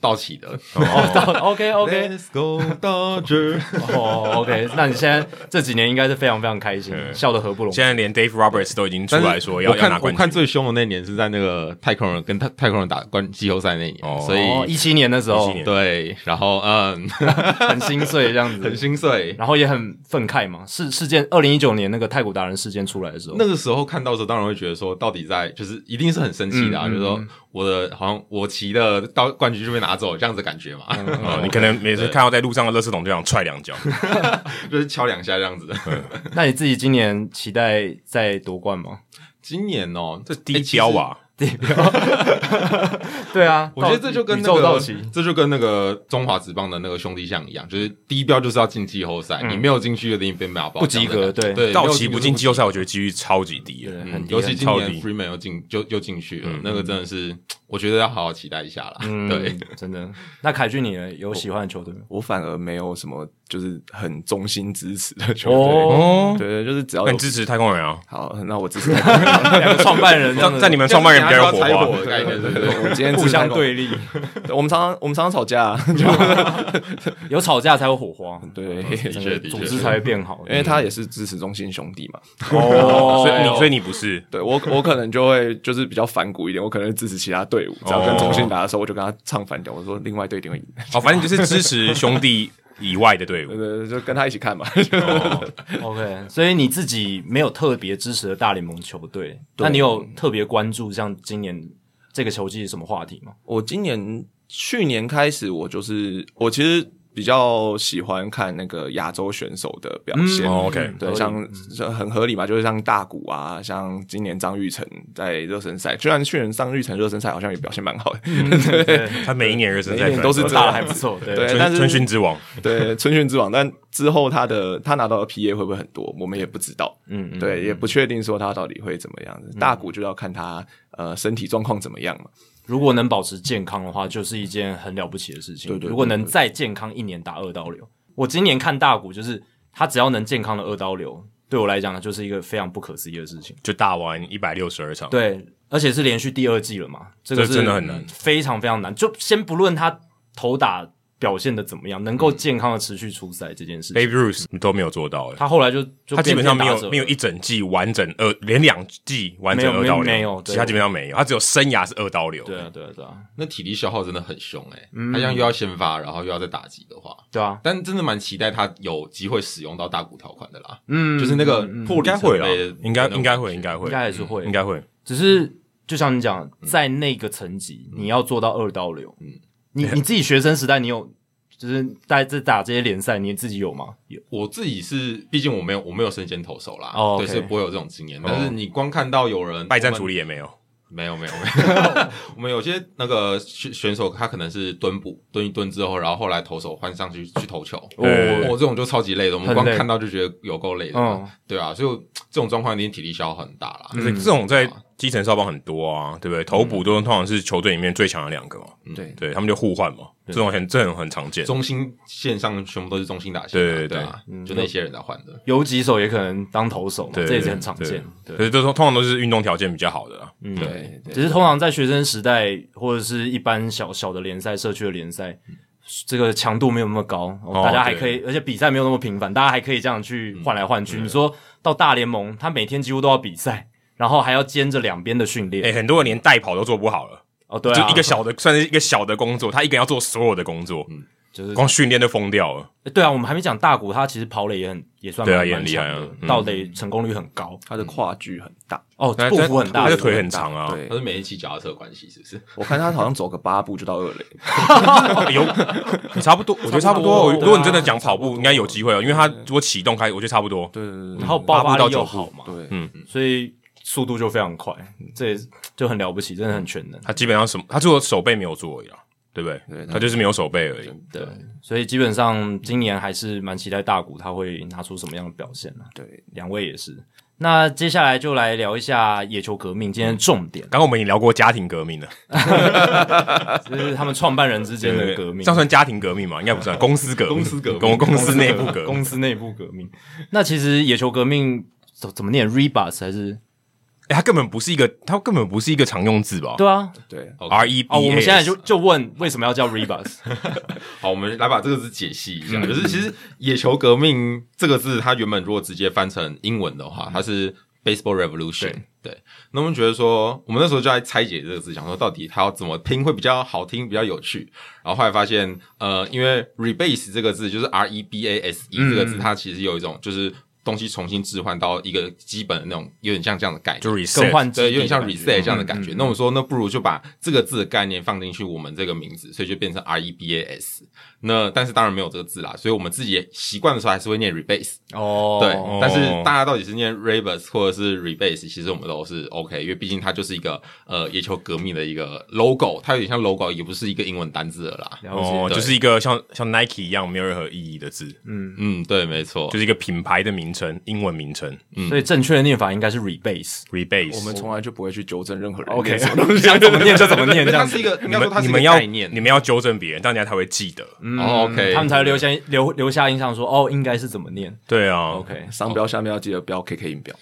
Speaker 3: 到齐 的。
Speaker 1: OK OK
Speaker 3: Let's go Dodger。
Speaker 1: 哦 OK，那你现在这几年应该是非常非常开心，笑得合不拢。
Speaker 2: 现在连 Dave Roberts 都已经出来说要
Speaker 3: 我
Speaker 2: 要拿
Speaker 3: 看我
Speaker 2: 冠
Speaker 3: 看
Speaker 2: 军，
Speaker 3: 最凶的那年是在那个太空人跟太太空人打冠季后赛那年，
Speaker 2: 哦
Speaker 3: 所
Speaker 1: 哦，
Speaker 3: 以
Speaker 1: 一七年的时候
Speaker 2: 17年
Speaker 3: 对，然后嗯，
Speaker 1: 很心碎这样子，
Speaker 3: 很心碎。
Speaker 1: 然后也很愤慨嘛。事事件，二零一九年那个太古达人事件出来的时候，
Speaker 3: 那个时候看到的时候，当然会觉得说，到底在就是一定是很生气的、啊，
Speaker 1: 嗯嗯
Speaker 3: 就是说我的好像我骑的到冠军就被拿走这样子的感觉嘛，
Speaker 2: 哦，你可能每次看到在路上的垃圾桶就想踹两脚。
Speaker 3: 哎就是敲两下这样子。
Speaker 1: 那你自己今年期待再夺冠吗？
Speaker 3: 今年哦，
Speaker 2: 这
Speaker 3: 欸
Speaker 2: 低
Speaker 3: 其实
Speaker 2: 标啊吧，
Speaker 1: 对啊，
Speaker 3: 我觉得
Speaker 1: 到
Speaker 3: 这就跟
Speaker 1: 宇
Speaker 3: 那
Speaker 1: 宙到
Speaker 3: 个
Speaker 1: 期，
Speaker 3: 这就跟那个中华职棒的那个兄弟象一样，就是第一标就是要进季后赛，你没有进去就一定被骂爆，
Speaker 1: 不及格
Speaker 3: 这样的感觉
Speaker 1: 对
Speaker 3: 对，
Speaker 2: 到
Speaker 3: 没有
Speaker 2: 期
Speaker 3: 进
Speaker 2: 不
Speaker 3: 就
Speaker 2: 进
Speaker 3: 不
Speaker 2: 季后赛，我觉得几率超级低的。
Speaker 1: 对，
Speaker 3: 嗯
Speaker 1: 很，低
Speaker 3: 尤其
Speaker 1: 很低
Speaker 3: 今
Speaker 2: 超
Speaker 3: 年
Speaker 2: 低
Speaker 3: Freeman 又进就又进去了，那个真的是，我觉得要好好期待一下啦。
Speaker 1: 嗯，
Speaker 3: 对，，
Speaker 1: 真的。那凯俊，你呢有喜欢的球队吗？
Speaker 4: 我反而没有什么就是很衷心支持的球队。
Speaker 1: 哦，
Speaker 4: 对对，就是只要
Speaker 2: 那
Speaker 4: 有
Speaker 2: 你支持太空人啊？
Speaker 4: 好，那我支持太空人。
Speaker 1: 两个创 办人这样
Speaker 2: 在
Speaker 1: 子
Speaker 2: 在你们创办人比啊较有火花。
Speaker 3: 的概念，对对
Speaker 4: 我
Speaker 3: 对。
Speaker 4: 们今天
Speaker 1: 互
Speaker 4: 支持太
Speaker 1: 相
Speaker 4: 空
Speaker 1: 对立，
Speaker 4: 对我们常常我们常常吵架，啊 就
Speaker 1: 有吵架才有火花，
Speaker 4: 对，
Speaker 3: 的
Speaker 1: 整
Speaker 3: 确
Speaker 1: 个
Speaker 3: 的确
Speaker 1: 组织才会变好。
Speaker 4: 因为他也是支持中信兄弟嘛。
Speaker 1: 哦，
Speaker 2: 所以你所以你不是
Speaker 4: 对我我可能就会就是比较反骨一点，我可能会支持其他队伍。只
Speaker 1: 哦
Speaker 4: 要跟中信打的时候，我就跟他唱反调，我说另外一队一定会赢。
Speaker 2: 哦，反正你就是支持兄弟以外的队
Speaker 4: 对
Speaker 2: 伍。
Speaker 4: 对，对就跟他一起看嘛。
Speaker 1: 哦 OK，所以你自己没有特别支持的大联盟球队，那你有特别关注像今年这个球季是什么话题吗？
Speaker 4: 我今年去年开始，我就是我其实比较喜欢看那个亚洲选手的表现。嗯
Speaker 2: 哦，OK，
Speaker 1: 嗯合
Speaker 4: 对，
Speaker 1: 理嗯
Speaker 4: 像像很合理嘛，就是像大谷啊，像今年张玉成在热身赛，虽然去年张玉成热身赛好像也表现蛮好的，
Speaker 1: 对，
Speaker 2: 他每一年热身赛
Speaker 4: 每一年都是
Speaker 2: 出来
Speaker 4: 这
Speaker 1: 打
Speaker 4: 样
Speaker 1: 的还不错，对
Speaker 4: 对但
Speaker 2: 春
Speaker 4: 是
Speaker 2: 春训之王，
Speaker 4: 对春训之王，但之后他的他拿到的 PA 会不会很多，我们也不知道，
Speaker 1: 嗯嗯，
Speaker 4: 对，也不确定说他到底会怎么样。大谷就要看他呃身体状况怎么样嘛。
Speaker 1: 如果能保持健康的话，就是一件很了不起的事情。
Speaker 4: 对对对
Speaker 1: 如果能再健康一年打二刀流，我今年看大谷，就是他只要能健康的二刀流，对我来讲就是一个非常不可思议的事情。
Speaker 2: 就大玩一百六十二场。
Speaker 1: 对，而且是连续第二季了嘛，这个
Speaker 2: 这
Speaker 1: 是
Speaker 2: 真的很难，
Speaker 1: 非常非常难。就先不论他投打表现的怎么样，能够健康的持续出赛这件事情，
Speaker 2: ，Babe Ruth 你都没有做到，哎
Speaker 1: 他后来就就
Speaker 2: 他基本上没
Speaker 1: 变
Speaker 2: 有没有一整季完整二，连两季完整
Speaker 1: 没有
Speaker 2: 二刀流，
Speaker 1: 没有没有
Speaker 2: 其
Speaker 1: 对
Speaker 2: 他基本上没有，他只有生涯是二刀流。
Speaker 1: 对啊对啊对啊
Speaker 3: 那体力消耗真的很凶哎，
Speaker 1: 嗯
Speaker 3: 他像又要先发，然后又要再打击的话，
Speaker 1: 对啊，
Speaker 3: 但真的蛮期待他有机会使用到大股条款的啦，
Speaker 1: 嗯，
Speaker 3: 就是那个
Speaker 2: 应
Speaker 3: 破里
Speaker 2: 该
Speaker 3: 程
Speaker 2: 会了
Speaker 3: 碑的，
Speaker 2: 应该
Speaker 3: 那种
Speaker 2: 应该会，应该会
Speaker 1: 应，该还是会
Speaker 2: 应该会。
Speaker 1: 只是就像你讲，在那个层级，
Speaker 2: 嗯
Speaker 1: 你要做到二刀流，嗯， 你你自己学生时代，你有就是在这打这些联赛，你自己有吗？有，
Speaker 3: 我自己是，毕竟我没有我没有身兼投手啦，
Speaker 1: 哦
Speaker 3: 对，
Speaker 1: OK
Speaker 3: 所以不会有这种经验。但是你光看到有人
Speaker 2: 哦败战
Speaker 3: 我们
Speaker 2: 处理也没有，
Speaker 3: 没有没有没有， 我们有些那个选选手他可能是蹲捕蹲一蹲之后，然后后来投手换上去去投球，我、
Speaker 2: 对
Speaker 3: 这种就超级累的，我们
Speaker 1: 很
Speaker 3: 光
Speaker 1: 累
Speaker 3: 看到就觉得有够累的，
Speaker 1: 嗯
Speaker 3: 对啊，所以我这种状况一定体力消耗很大啦。
Speaker 2: 这这种在基层少棒很多啊，对不对？头捕都通常是球队里面最强的两个嘛，
Speaker 1: 嗯
Speaker 4: 对，
Speaker 2: 对他们就互换嘛，这种很这种很常见。
Speaker 3: 中心线上全部都是中心打线
Speaker 2: 对
Speaker 3: 嘛，
Speaker 2: 对对
Speaker 3: 啊，就
Speaker 4: 嗯
Speaker 3: 那些人在换的。
Speaker 1: 有几手也可能当投手嘛，
Speaker 2: 对
Speaker 1: 这也是很常见。
Speaker 2: 对，可是都通通常都是运动条件比较好的啊，
Speaker 4: 对对
Speaker 1: 只是通常在学生时代或者是一般小小的联赛、社区的联赛，这个强度没有那么高，哦
Speaker 2: 嗯哦嗯
Speaker 1: 大家还可以，而且比赛没有那么频繁，大家还可以这样去换来换去。你说到大联盟，他每天几乎都要比赛，然后还要兼着两边的训练。
Speaker 2: 哎，很多人连代跑都做不好了，
Speaker 1: 哦，对、啊，
Speaker 2: 就一个小的算是一个小的工作，他一个人要做所有的工作，
Speaker 1: 就是
Speaker 2: 光训练都疯掉了。
Speaker 1: 欸对啊，我们还没讲大谷，他其实跑垒也很也算
Speaker 2: 对啊
Speaker 1: 蛮
Speaker 2: 也
Speaker 1: 蛮
Speaker 2: 很厉
Speaker 1: 强
Speaker 2: 害啊
Speaker 1: 的
Speaker 2: 嗯
Speaker 1: 盗垒成功率很高
Speaker 4: 他的跨距很大，
Speaker 1: 哦，
Speaker 2: 那
Speaker 1: 步幅很大，
Speaker 2: 他的
Speaker 1: 步幅
Speaker 2: 腿很
Speaker 1: 大
Speaker 2: 长啊，
Speaker 4: 对
Speaker 3: 他是每一期脚踏车的关系，是不是？
Speaker 4: 我看他好像走个八步就到二垒，
Speaker 2: 有 差不多，我觉得差不多。
Speaker 1: 差不多
Speaker 2: 如果你真的
Speaker 1: 对啊
Speaker 2: 讲跑步，应该有机会哦，因为他如果启动开，我觉得差不多。
Speaker 4: 对对对
Speaker 1: 然后爆发
Speaker 2: 八步到嗯
Speaker 1: 力又
Speaker 2: 九
Speaker 1: 好嘛，
Speaker 4: 对，
Speaker 1: 所以速度就非常快，这也就很了不起，真的很全能。
Speaker 2: 他基本上什么，他只有手背没有做而已啦，啊对不对？
Speaker 4: 对
Speaker 2: 他就是没有手背而已。
Speaker 1: 对，所以基本上今年还是蛮期待大谷他会拿出什么样的表现呢、啊？
Speaker 4: 对，
Speaker 1: 两位也是。那接下来就来聊一下野球革命今天的重点，啊
Speaker 2: 刚刚我们也聊过家庭革命了，
Speaker 1: 就是他们创办人之间的革命
Speaker 2: 这样，算家庭革命吗？应该不算， 公司革命，
Speaker 3: 公司革命
Speaker 2: 跟我公司内部革命。
Speaker 1: 公司内部革 命。那其实野球革命怎怎么念？Rebus 还是
Speaker 2: 哎，他根本不是一个，他根本不是一个常用字吧？
Speaker 1: 对啊？
Speaker 4: 对，
Speaker 2: ，R E B A
Speaker 1: 哦，
Speaker 2: S。
Speaker 1: 我们现在就就问为什么要叫 Rebus？
Speaker 3: 好，我们来把这个字解析一下。就是其实“野球革命”这个字，它原本如果直接翻成英文的话，它是 “baseball revolution”。对，那我们觉得说，我们那时候就在拆解这个字，想说到底它要怎么拼会比较好听、比较有趣。然后后来发现，呃，因为 “rebase” 这个字就是 “r e b a s e” 这个字，它其实有一种就是东西重新置换到一个基本的那种，有点像这样的概念，
Speaker 2: 就 reset，
Speaker 1: 更换机
Speaker 3: 对，有点像
Speaker 1: 地
Speaker 3: reset 这样的感觉。那我说，那不如就把这个字的概念放进去我们这个名字，所以就变成 R E B A S。那但是当然没有这个字啦，所以我们自己也习惯的时候还是会念 rebase，、
Speaker 1: 哦，
Speaker 3: 对。但是大家到底是念 rebase 或者是 rebase，其实我们都是 OK，因为毕竟它就是一个呃野球革命的一个 logo，它有点像 logo，也不是一个英文单字了啦。
Speaker 1: 了解
Speaker 2: 哦，
Speaker 3: 对
Speaker 2: 就是一个像像 Nike 一样没有任何意义的字，
Speaker 3: 嗯，对，没错
Speaker 2: 就。是一个品牌的名称，英文名称
Speaker 1: 所以正确的念法应该是 rebase。
Speaker 2: Rebase。
Speaker 4: 我们 从来就不会去纠正任何人
Speaker 1: OK，
Speaker 4: 念什么
Speaker 1: 想怎么念就怎么念，这
Speaker 3: 它
Speaker 1: 样
Speaker 3: 是
Speaker 1: 子
Speaker 3: 一。个，应
Speaker 2: 你
Speaker 3: 该说
Speaker 2: 们
Speaker 3: 它是
Speaker 2: 你
Speaker 3: 一个
Speaker 2: 们要
Speaker 3: 概念。
Speaker 2: 你们要纠正别人，大家才会记得。
Speaker 1: 嗯
Speaker 3: 哦，OK，
Speaker 1: 他们才留下留留下印象说哦，应该是怎么念。
Speaker 2: 对啊
Speaker 1: OK，
Speaker 4: 商标下面要记得标 KK 音标，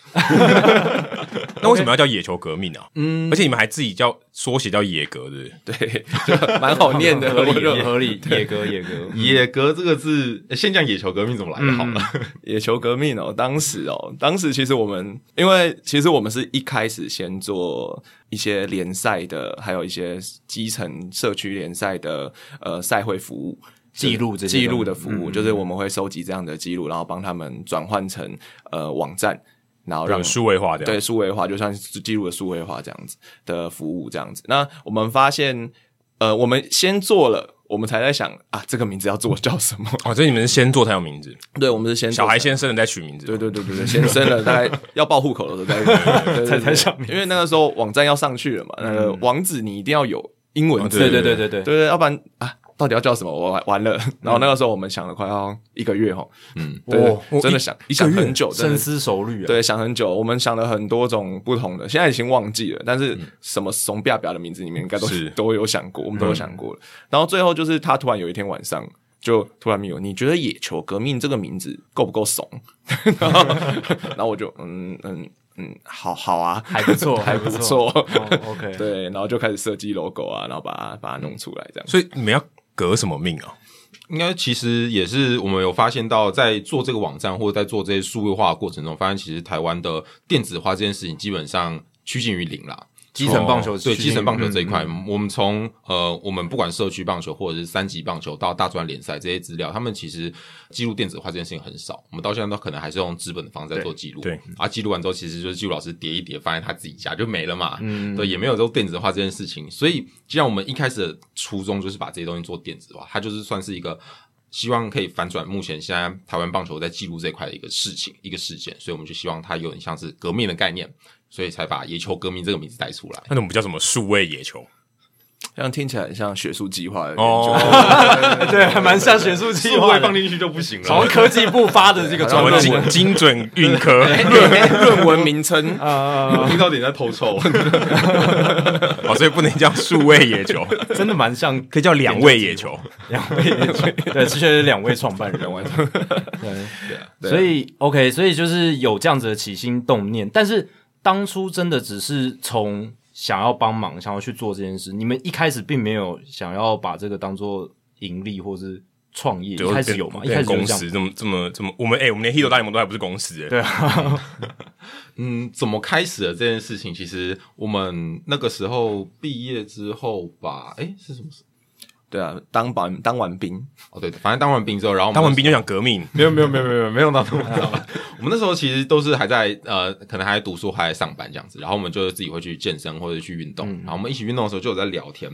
Speaker 2: 那为什么要叫野球革命啊？嗯，而且你们还自己叫缩写叫野革的，
Speaker 1: 啊
Speaker 4: 对，就蛮好念 的，
Speaker 1: 合
Speaker 4: 我就
Speaker 1: 理合理，野哥野哥，
Speaker 3: 野革这个字，呃先讲野球革命怎么来的好了。
Speaker 4: 野球革命哦，当时哦，当时其实我们，因为其实我们是一开始先做一些联赛的，还有一些基层社区联赛的呃赛会服务。
Speaker 1: 记录这些
Speaker 4: 记录的服
Speaker 1: 嗯
Speaker 4: 务，就是我们会收集这样的记录，然后帮他们转换成呃网站，然后让
Speaker 2: 让数位化掉。
Speaker 4: 对，数位化，就像是记录的数位化这样子的服务这样子。那我们发现，呃，我们先做了，我们才在想啊，这个名字要做叫什么？
Speaker 2: 哦，所以你们是先做才有名字，
Speaker 4: 对，我们是先做
Speaker 2: 小孩先生的再取名字。
Speaker 4: 对对对对对，先生了，大概要报户口了，对对
Speaker 1: 才
Speaker 4: 对
Speaker 1: 才想
Speaker 4: 因为那个时候网站要上去了嘛，那个网址你一定要有英文
Speaker 2: 哦
Speaker 4: 字，
Speaker 1: 对对对对对，
Speaker 4: 对对，要不然啊，到底要叫什么？我完完了。然后那个时候我们想了快要一个月哈，
Speaker 3: 嗯，
Speaker 4: 对
Speaker 1: 哦
Speaker 4: 对，真的想想很久，真
Speaker 1: 深
Speaker 4: 的
Speaker 1: 思熟虑啊。
Speaker 4: 对，想很久，我们想了很多种不同的，现在已经忘记了，但是什么怂爸爸的名字里面应该都
Speaker 2: 嗯是 嗯
Speaker 4: 都有想过，我们都有想过了。然后最后就是他突然有一天晚上。就突然没有，你觉得“野球革命”这个名字够不够怂？ 然后然后我就嗯嗯嗯，好好啊，
Speaker 1: 还不 错，还
Speaker 4: 还
Speaker 1: 不
Speaker 4: 不。错，
Speaker 1: 哦 OK，
Speaker 4: 对，然后就开始设计 logo 啊，然后把它把它弄出来这样。
Speaker 2: 所以你们要革什么命啊？
Speaker 3: 应该其实也是我们有发现到，在做这个网站或者在做这些数位化的过程中，发现其实台湾的电子化这件事情基本上趋近于零啦。
Speaker 1: 基层棒球
Speaker 3: 对基层棒球这一块，我们从呃，我们不管社区棒球或者是三级棒球到大专联赛这些资料，他们其实记录电子化这件事情很少。我们到现在都可能还是用纸本的方式在做记录，
Speaker 2: 对，
Speaker 3: 啊，记录完之后其实就是记录老师叠一叠，放在他自己家就没了嘛，嗯，对，也没有做电子化这件事情。所以，既然我们一开始的初衷就是把这些东西做电子化，它就是算是一个。希望可以反转目前现在台湾棒球在记录这一块的一个事情、一个事件，所以我们就希望它有点像是革命的概念，所以才把“野球革命”这个名字带出来。
Speaker 2: 那我们叫什么数位野球？
Speaker 4: 这样听起来很像学术计划的研究，
Speaker 2: 哦，
Speaker 1: 哎对，还蛮像学术计划
Speaker 3: 会
Speaker 1: 的
Speaker 3: 放，进去就不行
Speaker 1: 好像
Speaker 3: 了。
Speaker 1: 科技部发的这个
Speaker 2: 什
Speaker 1: 专
Speaker 2: 么
Speaker 1: 论文
Speaker 2: 精精准运 科？
Speaker 4: 论文名称
Speaker 1: 啊，
Speaker 3: 听到点在偷臭，
Speaker 2: 哦，所以不能叫数位 野球，
Speaker 1: 真的蛮像
Speaker 2: 可以叫两位野球。
Speaker 1: 两位，对，的确是两位创 办人，两位创，
Speaker 3: 啊
Speaker 1: 对，所以 OK，所以就是有这样子的起心动念，但是当初真的只是从想要帮忙，想要去做这件事，你们一开始并没有想要把这个当做盈利或是创业，
Speaker 2: 对
Speaker 1: 一开始有吗？一
Speaker 2: 变
Speaker 1: 开始就
Speaker 2: 公
Speaker 1: 是这样
Speaker 2: 司这么这么这么，我们哎，我们连《h i t 大联盟》都还不是公司哎。
Speaker 1: 对啊，
Speaker 3: 嗯，怎么开始的这件事情，其实我们那个时候毕业之后吧，哎，是什么时候？
Speaker 4: 对啊，当完当完兵，
Speaker 3: 哦，对，反正当完兵之后，然后我们
Speaker 2: 当完兵就想革命，
Speaker 3: 没有没有没有没有没有到 那么早吧。我们那时候其实都是还在呃，可能还在读书，还在上班这样子。然后我们就自己会去健身或者去运动。然后我们一起运动的时候就有在聊天。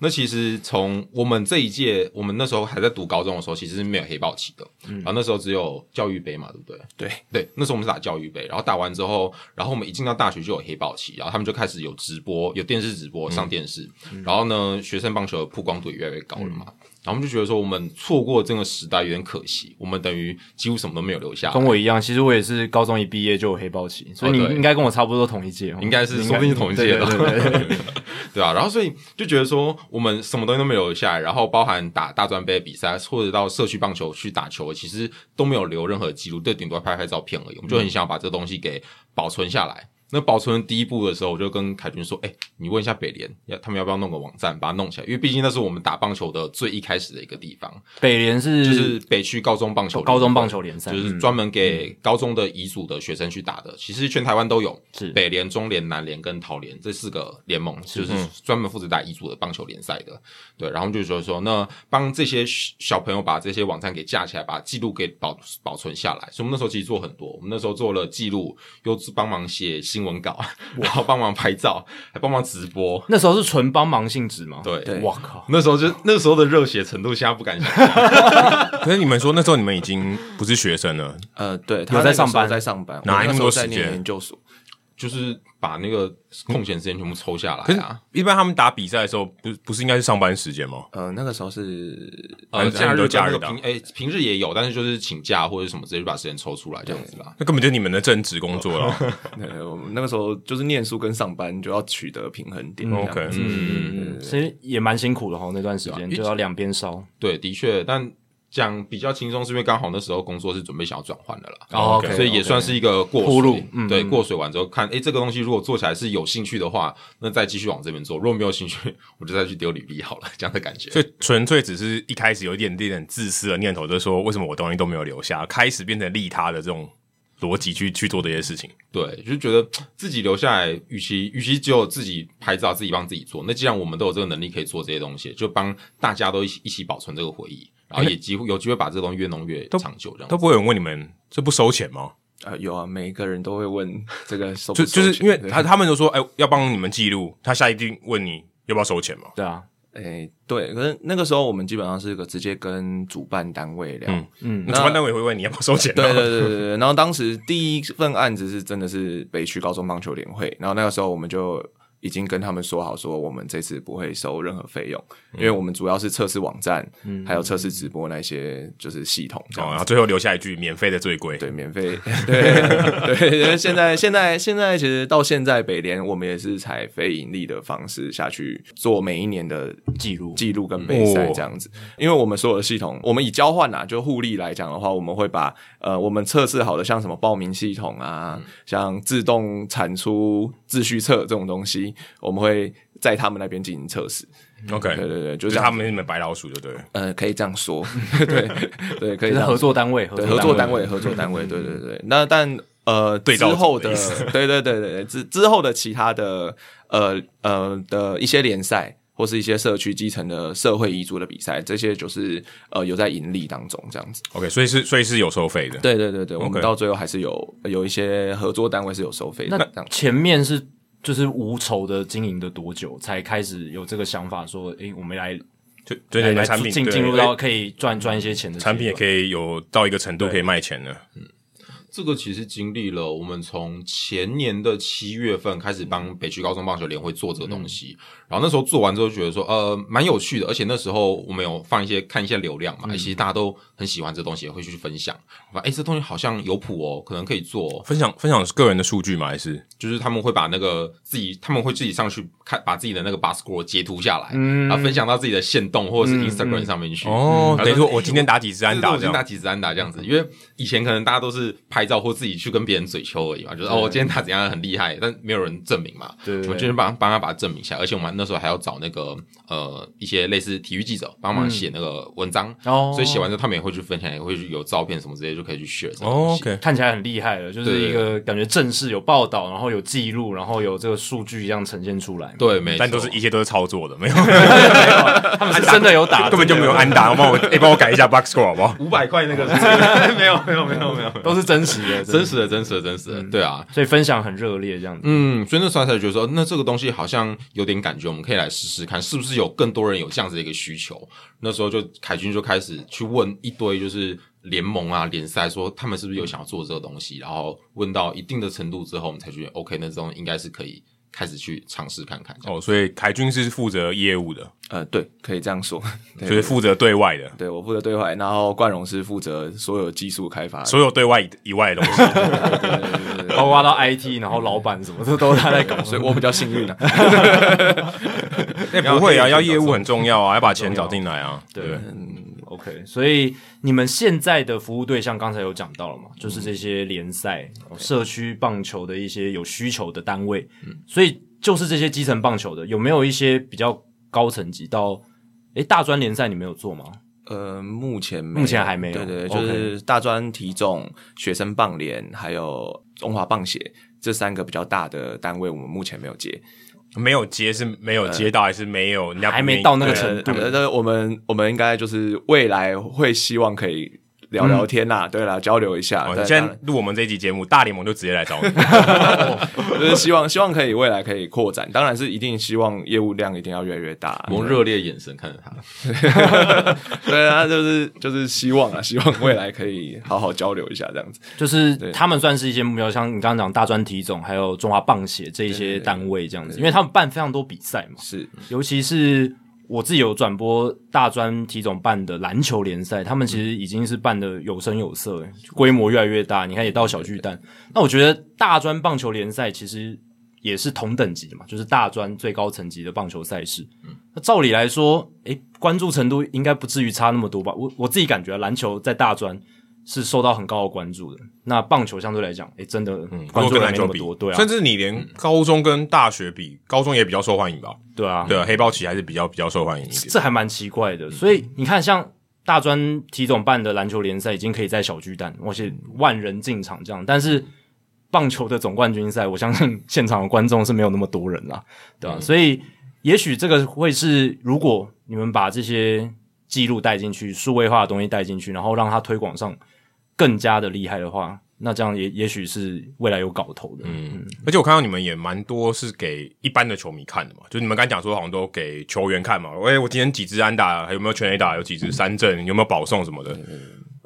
Speaker 3: 那其实从我们这一届，我们那时候还在读高中的时候，其实是没有黑豹旗的。然后那时候只有教育杯嘛，对不对？
Speaker 4: 对
Speaker 3: 对，那时候我们是打教育杯，然后打完之后，然后我们一进到大学就有黑豹旗，然后他们就开始有直播，有电视直播上电视。然后呢，学生棒球的曝光度也越来越高了嘛。然后我们就觉得说，我们错过这个时代有点可惜，我们等于几乎什么都没有留下来。
Speaker 1: 跟我一样，其实我也是高中一毕业就有黑豹旗，所以你
Speaker 3: 啊哦对
Speaker 1: 应该跟我差不多同一届哦，
Speaker 3: 应该是说不定是同一届的
Speaker 1: 对对对对 对
Speaker 3: 对啊，然后所以就觉得说，我们什么东西都没有留下来，然后包含打大专杯的比赛，或者到社区棒球去打球，其实都没有留任何记录，对，顶多拍拍照片而已。我
Speaker 1: 嗯
Speaker 3: 们就很想把这东西给保存下来。那保存第一步的时候，我就跟凯军说：“哎、你问一下北联，要他们要不要弄个网站把它弄起来？因为毕竟那是我们打棒球的最一开始的一个地方，
Speaker 1: 北联是
Speaker 3: 就是北区高中棒球联
Speaker 1: 嗯高中棒球联赛，嗯
Speaker 3: 就是专门给高中的乙组的学生去打的。其实全台湾都有，
Speaker 1: 是
Speaker 3: 北联、中联、南联跟桃联这四个联盟，就是
Speaker 2: 嗯
Speaker 3: 专门负责打乙组的棒球联赛的。对，然后就是说说，那帮这些小朋友把这些网站给架起来，把记录给保保存下来。所以我们那时候其实做很多，我们那时候做了记录，又帮忙写新闻稿，然后帮忙拍照，还帮忙直播。
Speaker 1: 那时候是纯帮忙性质嘛，
Speaker 3: 对，
Speaker 4: 对
Speaker 1: 哇靠，
Speaker 3: 那时候就那时候的热血程度，现在不敢想象。
Speaker 2: 可是你们说那时候你们已经不是学生了，
Speaker 4: 呃，对他
Speaker 1: 有在
Speaker 4: 那个时候
Speaker 1: 上班
Speaker 4: 在上班，
Speaker 2: 哪
Speaker 4: 我
Speaker 2: 来那么
Speaker 4: 时
Speaker 2: 多
Speaker 4: 候
Speaker 2: 时
Speaker 4: 在念
Speaker 2: 间
Speaker 4: 研究所？
Speaker 3: 就是把那个空闲时间全部抽下来
Speaker 1: 哎
Speaker 2: 可是
Speaker 3: 啊，
Speaker 2: 一般他们打比赛的时候，不不是应该是上班时间吗？
Speaker 4: 呃，那个时候是
Speaker 2: 反
Speaker 3: 呃，
Speaker 2: 正
Speaker 3: 假
Speaker 2: 都
Speaker 3: 日
Speaker 2: 假
Speaker 3: 假
Speaker 2: 日
Speaker 3: 日
Speaker 2: 的
Speaker 3: 平哎、平日也有，但是就是请假或者什么，直接把时间抽出来这样子啦。
Speaker 2: 那根本就是你们的正职工作
Speaker 1: 哦
Speaker 2: 了。
Speaker 4: 对，呃我们那个时候就是念书跟上班就要取得平衡点。这样
Speaker 2: OK
Speaker 4: 子
Speaker 3: 嗯，
Speaker 1: 其实也蛮辛苦的哈，那段时间
Speaker 3: 对啊
Speaker 1: 就要两边烧。
Speaker 3: 对，的确，但讲比较轻松，是因为刚好那时候工作是准备想要转换的啦。
Speaker 1: 哦
Speaker 2: OK，
Speaker 3: 所以也算是一个过
Speaker 1: 铺路
Speaker 3: 水
Speaker 1: 嗯
Speaker 3: 对，
Speaker 1: 嗯
Speaker 3: 过水完之后看，哎、这个东西如果做起来是有兴趣的话，那再继续往这边做；如果没有兴趣，我就再去丢履历好了，这样的感觉。
Speaker 2: 所以纯粹只是一开始有一点点自私的念头，就是说为什么我东西都没有留下，开始变成利他的这种逻辑去去做这些事情。
Speaker 3: 对，就觉得自己留下来，与其与其只有自己拍照、自己帮自己做，那既然我们都有这个能力可以做这些东西，就帮大家都一起一起保存这个回忆，然后也机会有机会把这个东西越弄越长久，这样
Speaker 2: 都
Speaker 3: 子。
Speaker 2: 不会有人问你们这不收钱吗？
Speaker 4: 呃，有啊，每一个人都会问这个收不
Speaker 2: 就
Speaker 4: 收
Speaker 2: 就是
Speaker 4: 钱
Speaker 2: 因为
Speaker 4: 对
Speaker 2: 他他们都说哎、要帮你们记录，他下一定问你要不要收钱嘛。
Speaker 1: 对啊，
Speaker 4: 哎，对，可是那个时候我们基本上是个直接跟主办单位聊。
Speaker 2: 嗯
Speaker 1: 嗯，
Speaker 2: 那主办单位会问你要不要收钱、啊，
Speaker 4: 对对对对对对，然后当时第一份案子是真的是北区高中棒球联会，然后那个时候我们就已经跟他们说好，说我们这次不会收任何费用，因
Speaker 2: 嗯
Speaker 4: 为我们主要是测试网站，还有测试直播那些就是系统这
Speaker 2: 哦，
Speaker 4: 样
Speaker 2: 然
Speaker 4: 子
Speaker 2: 后最后留下一句免费的最贵。
Speaker 4: 对，免费，对 对，因为现在现在现在其实到现在北联，我们也是采非盈利的方式下去做每一年的
Speaker 1: 记录
Speaker 4: 记录跟备赛
Speaker 2: 哦
Speaker 4: 这样子。因为我们所有的系统，我们以交换啊，就互利来讲的话，我们会把呃我们测试好的像什么报名系统
Speaker 2: 嗯
Speaker 4: 啊，像自动产出秩序册这种东西，我们会在他们那边进行测试。
Speaker 2: OK，
Speaker 4: 对对对，
Speaker 2: 就
Speaker 4: 就
Speaker 2: 是
Speaker 4: 这
Speaker 2: 他
Speaker 4: 样子。
Speaker 2: 们你们白老鼠就对了。
Speaker 4: 呃，可以这 样说，对对，可
Speaker 1: 就
Speaker 4: 以这
Speaker 1: 是
Speaker 4: 样
Speaker 1: 合
Speaker 4: 说
Speaker 1: 作单位，
Speaker 4: 对，合作单位，合作单 位，对对对。那但呃，
Speaker 2: 对
Speaker 4: 之
Speaker 2: 照
Speaker 4: 后
Speaker 2: 组
Speaker 4: 的
Speaker 2: 的意思，
Speaker 4: 对对对对对，之之后的其他的呃呃的一些联赛。或是一些社区基层的社会遗嘱的比赛，这些就是呃有在盈利当中这样子。
Speaker 2: OK，所以是所以是有收费的。
Speaker 4: 对对对对，我
Speaker 2: OK
Speaker 4: 们到最后还是有有一些合作单位是有收费的
Speaker 1: 那
Speaker 4: 这样子。
Speaker 1: 前面是就是无酬的经营的多久才开始有这个想法说，诶，我们来
Speaker 2: 就对
Speaker 1: 来
Speaker 2: 你们
Speaker 1: 来
Speaker 2: 产品
Speaker 1: 进
Speaker 2: 对
Speaker 1: 进入
Speaker 2: 对
Speaker 1: 到可以赚赚一些钱的
Speaker 2: 产品也可
Speaker 1: 以。
Speaker 2: 以有到一个程度可以卖钱的。
Speaker 3: 这个其实经历了我们从前年的七月份开始帮北区高中棒球联会做这个东西，然后那时候做完之后觉得说，呃，蛮有趣的，而且那时候我们有放一些看一些流量嘛，其实大家都很喜欢这东西，也会去分享。哎、诶这东西好像有谱哦，可能可以做、哦。
Speaker 2: 分享分享个人的数据吗？还是
Speaker 3: 就是他们会把那个自己，他们会自己上去看，把自己的那个 b a s c o r 截图下来，嗯，然后分享到自己的线动或者是 Instagram 上面去。
Speaker 2: 哦，
Speaker 3: 嗯
Speaker 2: 等于说
Speaker 3: 反正
Speaker 2: 我今天打几支安
Speaker 3: 对
Speaker 2: 打
Speaker 3: 我已
Speaker 2: 这样
Speaker 3: 经打。几支安打这样子，因为以前可能大家都是拍照或自己去跟别人嘴求而已嘛，就是哦，我今天他怎样很厉害，但没有人证明嘛。
Speaker 1: 对对对
Speaker 3: 我们就是帮帮他把它证明下来，而且我们那时候还要找那个呃一些类似体育记者帮忙写那个文章，
Speaker 1: 哦
Speaker 3: 所以写完之后他们也会去分享，也会去有照片什么之类就可以去 share 这
Speaker 2: 哦
Speaker 3: 个东西。
Speaker 2: ，OK，
Speaker 1: 看起来很厉害了，就是一个感觉正式有报道，然后有记录，然后有这个数据这样呈现出来。，
Speaker 3: 对，没错，
Speaker 2: 但都是一切都是操作的，没有 啊
Speaker 1: 他们是真的有打，
Speaker 2: 根本就没有
Speaker 1: 真的
Speaker 2: 安打，帮我哎帮我改一下 box score 好不好？
Speaker 3: 五百块那个没有没有没有没有，
Speaker 1: 有，都是真实的，
Speaker 3: 真
Speaker 1: 实。
Speaker 3: 实的真实的真实的，对啊，
Speaker 1: 所以分享很热烈，这样子。
Speaker 3: 嗯，所以那时候才觉得说，那这个东西好像有点感觉，我们可以来试试看，是不是有更多人有这样子的一个需求。那时候就凯军就开始去问一堆就是联盟啊、联赛，说他们是不是有想要做这个东西，然后问到一定的程度之后，我们才觉得 OK，那这种应该是可以开始去尝试看看。这 样
Speaker 2: 哦，所以凯军是负责业务的，
Speaker 4: 呃，对，可以这样说。 对
Speaker 2: 就是负责对外的，
Speaker 4: 对我负责对外，然后冠荣是负责所有技术开发。
Speaker 2: 所有对外以外的东西。
Speaker 1: 然后挖到 IT，然后老板什么的都是他在搞，
Speaker 4: 所以我比较幸运啊，
Speaker 2: 哎，不会啊，要业务很重要啊，要把钱找进来啊，对不对？
Speaker 1: OK，所以你们现在的服务对象刚才有讲到了嘛，就是这些联赛、哦社区棒球的一些有需求的单位，所以就是这些基层棒球的，有没有一些比较高层级到？诶，大专联赛你们有做吗？
Speaker 4: 呃，目前没有
Speaker 1: 目前还没有
Speaker 4: 对对，对
Speaker 1: OK
Speaker 4: 就是大专体总、学生棒联还有中华棒协这三个比较大的单位，我们目前没有接。
Speaker 2: 没有接是没有接呃到，还是没有人家
Speaker 1: 还没到那个
Speaker 2: 对
Speaker 1: 程度
Speaker 4: 呃，那我们我们应该就是未来会希望可以聊
Speaker 1: 嗯
Speaker 4: 聊天啦，对啦，交流一下。
Speaker 2: 哦
Speaker 4: 对
Speaker 2: 你现
Speaker 4: 当
Speaker 2: 在
Speaker 4: 然
Speaker 2: 录我们这一集节目，大联盟就直接来 找你。
Speaker 4: 就是希望希望可以未来可以扩展，当然是一定希望业务量一定要越来越大。
Speaker 3: 我用热烈眼神看着他，
Speaker 4: 对啊，就是就是希望啊，希望未来可以好好交流一下这样子。
Speaker 1: 就是
Speaker 4: 对
Speaker 1: 他们算是一些目标，像你刚刚讲大专体总还有中华棒协这一些单位这样子，因为他们办非常多比赛嘛，
Speaker 4: 是，
Speaker 1: 尤其是我自己有转播大专体总办的篮球联赛，他们其实已经是办的有声有色，规模越来越大。你看也到小巨蛋，那我觉得大专棒球联赛其实也是同等级的嘛，就是大专最高层级的棒球赛事。
Speaker 2: 嗯
Speaker 1: 那照理来说，诶，关注程度应该不至于差那么多吧？我我自己感觉啊篮球在大专。是受到很高的关注的，那棒球相对来讲，诶，真的关
Speaker 2: 嗯如果
Speaker 1: 注
Speaker 2: 跟
Speaker 1: 人
Speaker 2: 篮
Speaker 1: 没那
Speaker 2: 球
Speaker 1: 么
Speaker 2: 比
Speaker 1: 多，，对啊
Speaker 2: 甚，至你连高中跟大学比，高中也比较受欢迎吧？
Speaker 1: 对啊，
Speaker 2: 对啊，黑豹旗还是比较比较受欢迎一点。
Speaker 1: 这还蛮奇怪的。所以你看，像大专体总办的篮球联赛已经可以在小巨蛋，而且万人进场这样，但是棒球的总冠军赛，我相信现场的观众是没有那么多人啦，对吧、所以也许这个会是，如果你们把这些记录带进去，数位化的东西带进去，然后让它推广上更加的厉害的话，那这样也也许是未来有搞头的。嗯，
Speaker 2: 而且我看到你们也蛮多是给一般的球迷看的嘛，就是你们刚才讲说好像都给球员看嘛。哎、我今天几支安打，还有没有全垒打，有几
Speaker 1: 嗯
Speaker 2: 支三振，有没有保送什么的。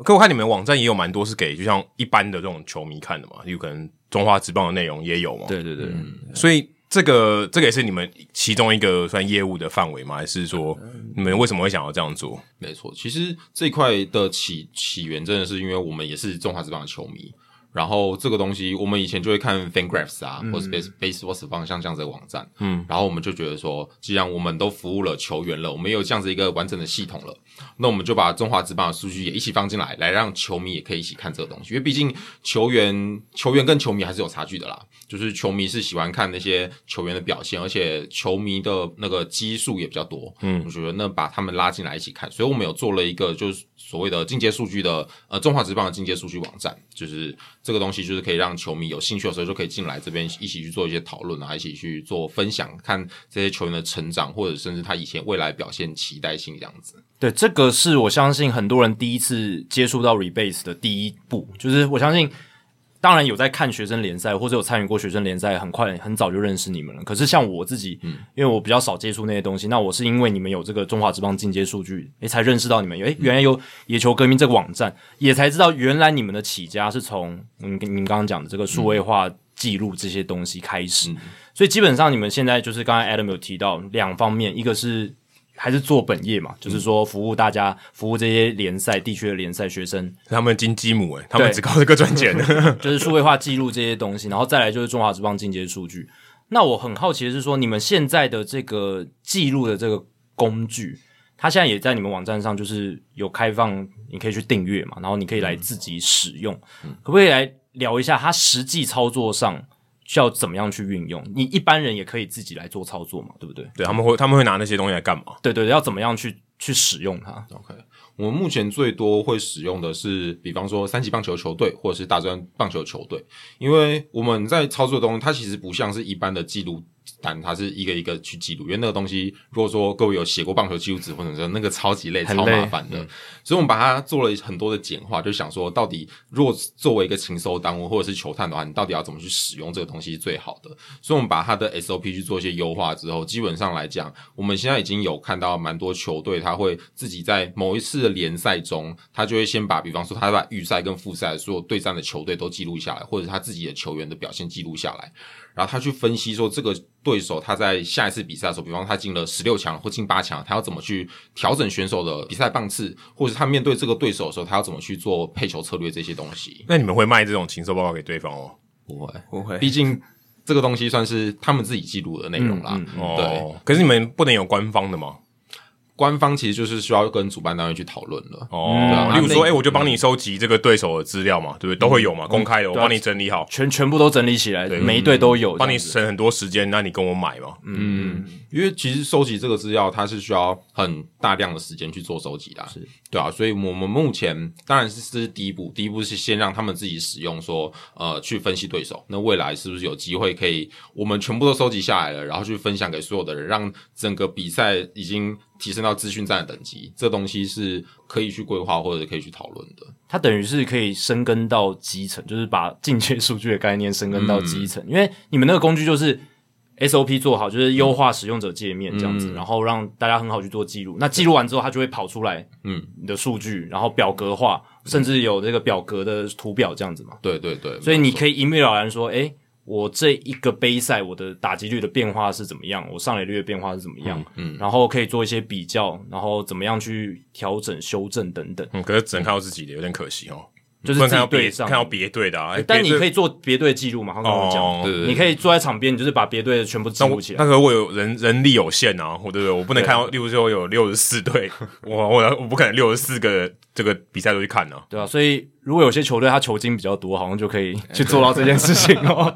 Speaker 2: 可我看你们网站也有蛮多是给就像一般的这种球迷看的嘛，有可能中华职棒的内容也有嘛。，
Speaker 1: 对对对。
Speaker 2: 所以这个这个也是你们其中一个算业务的范围吗？还是说你们为什么会想要这样做？
Speaker 3: 没错，其实这一块的起起源真的是因为我们也是中华职棒的球迷，然后这个东西我们以前就会看 FanGraphs 啊，或是 Base Baseball 方向这样子的网站，嗯，然后我们就觉得说，既然我们都服务了球员了，我们也有这样子一个完整的系统了，那我们就把中华职棒的数据也一起放进来，来让球迷也可以一起看这个东西，因为毕竟球员球员跟球迷还是有差距的啦，就是球迷是喜欢看那些球员的表现，而且球迷的那个基数也比较多，嗯，我觉得那把他们拉进来一起看，所以我们有做了一个就是所谓的进阶数据的呃中华职棒的进阶数据网站，就是这个东西就是可以让球迷有兴趣的时候就可以进来这边一起去做一些讨论啊，一起去做分享，看这些球员的成长或者甚至他以前未来表现期待性这样子。
Speaker 1: 对，这个是我相信很多人第一次接触到 Rebase 的第一步，就是我相信，当然有在看学生联赛或者有参与过学生联赛，很快很早就认识你们了。可是像我自己，因为我比较少接触那些东西，那我是因为你们有这个中华职棒进阶数据，诶，才认识到你们有，诶，原来有野球革命这个网站，也才知道原来你们的起家是从嗯你们刚刚讲的这个数位化记录这些东西开始。所以基本上你们现在就是刚才 Adam 有提到两方面，一个是还是做本业嘛，就是说服务大家，服务这些联赛、地区的联赛学生，
Speaker 2: 他们金鸡母哎、他们
Speaker 1: 对
Speaker 2: 只靠这个赚钱。
Speaker 1: 就是数位化记录这些东西，然后再来就是中华职棒进阶数据。那我很好奇的是说，你们现在的这个记录的这个工具，它现在也在你们网站上，就是有开放，你可以去订阅嘛，然后你可以来自己使用，可不可以来聊一下它实际操作上需要怎么样去运用。你一般人也可以自己来做操作嘛，对不对？
Speaker 2: 对，他们会他们会拿那些东西来干嘛？
Speaker 1: 对对，对要怎么样去去使用它？
Speaker 3: OK，我们目前最多会使用的是，比方说三级棒球球队或者是大专棒球球队，因为我们在操作的东西，它其实不像是一般的记录单，它是一个一个去记录，因为那个东西，如果说各位有写过棒球记录纸或者什么，那个超级累、
Speaker 1: 很
Speaker 3: 超
Speaker 1: 累嗯
Speaker 3: 麻烦的，所以我们把它做了很多的简化，就想说，到底如果作为一个勤收单位或者是球探的话，你到底要怎么去使用这个东西是最好的？所以我们把它的 SOP 去做一些优化之后，基本上来讲，我们现在已经有看到蛮多球队，他会自己在某一次的联赛中，他就会先把，比方说他把预赛跟复赛所有对战的球队都记录下来，或者是他自己的球员的表现记录下来，然后他去分析说这个对手他在下一次比赛的时候，比方说他进了十六强或进八强，他要怎么去调整选手的比赛棒次，或者是他面对这个对手的时候，他要怎么去做配球策略这些东西。
Speaker 2: 那你们会卖这种情报报告给对方哦？
Speaker 3: 不会，
Speaker 4: 不会，
Speaker 3: 毕竟这个东西算是他们自己记录的内容啦。
Speaker 1: 嗯
Speaker 3: 对，
Speaker 2: 哦，可是你们不能有官方的吗？
Speaker 3: 官方其实就是需要跟主办单位去讨论了。
Speaker 1: 嗯
Speaker 3: 对
Speaker 2: 哦
Speaker 3: 啊，
Speaker 2: 例如说，
Speaker 3: 那
Speaker 2: 哎，我就帮你收集这个对手的资料嘛，对不对？都会有嘛，公开的，我
Speaker 1: 对啊
Speaker 2: 帮你整理好，
Speaker 1: 全全部都整理起来，每一队都有
Speaker 2: 嗯帮你
Speaker 1: 这样子
Speaker 2: 省很多时间，那你跟我买嘛？
Speaker 3: 嗯，因为其实收集这个资料，它是需要很大量的时间去做收集啦，
Speaker 1: 是
Speaker 3: 对啊，所以我们目前当然是这是第一步，第一步是先让他们自己使用说，呃，去分析对手，那未来是不是有机会可以我们全部都收集下来了，然后去分享给所有的人，让整个比赛已经提升到资讯战的等级，这东西是可以去规划或者可以去讨论的。
Speaker 1: 它等于是可以深根到基层，就是把进阶数据的概念深根到基层。因为你们那个工具就是 SOP 做好，就是优化使用者界面这样子，
Speaker 3: 嗯
Speaker 1: 然后让大家很好去做记录。那记录完之后，它就会跑出来，
Speaker 3: 嗯，
Speaker 1: 你的数据，然后表格化，甚至有这个表格的图表这样子嘛。
Speaker 3: 对对对，
Speaker 1: 所以
Speaker 3: 没
Speaker 1: 你
Speaker 3: 错
Speaker 1: 可以一目了然说，诶、我这一个杯赛我的打击率的变化是怎么样，我上垒率的变化是怎么样，
Speaker 3: 嗯嗯
Speaker 1: 然后可以做一些比较，然后怎么样去调整、修正等等，
Speaker 2: 嗯，可是只能看到自己的，有点可惜哦。
Speaker 1: 就是
Speaker 2: 不能
Speaker 1: 自
Speaker 2: 看
Speaker 1: 己
Speaker 2: 到
Speaker 1: 对
Speaker 2: 别
Speaker 1: 上。
Speaker 2: 看到别队的啊，哎
Speaker 1: 但你
Speaker 2: 别队
Speaker 1: 可以做别队的记录嘛？他跟我讲，
Speaker 2: 哦
Speaker 3: 对对对
Speaker 1: 你可以坐在场边，你就是把别队的全部记
Speaker 2: 那
Speaker 1: 录
Speaker 2: 我
Speaker 1: 起
Speaker 2: 那
Speaker 1: 来。
Speaker 2: 可我有人人力有限啊，我对不对？我不能
Speaker 1: 对
Speaker 2: 看到，例如说有六十四队， 我我我不可能六十四个这个比赛都去看呢、啊。
Speaker 1: 对啊，所以如果有些球队他球精比较多，好像就可以
Speaker 3: 哎
Speaker 1: 去做到这件事情 哦。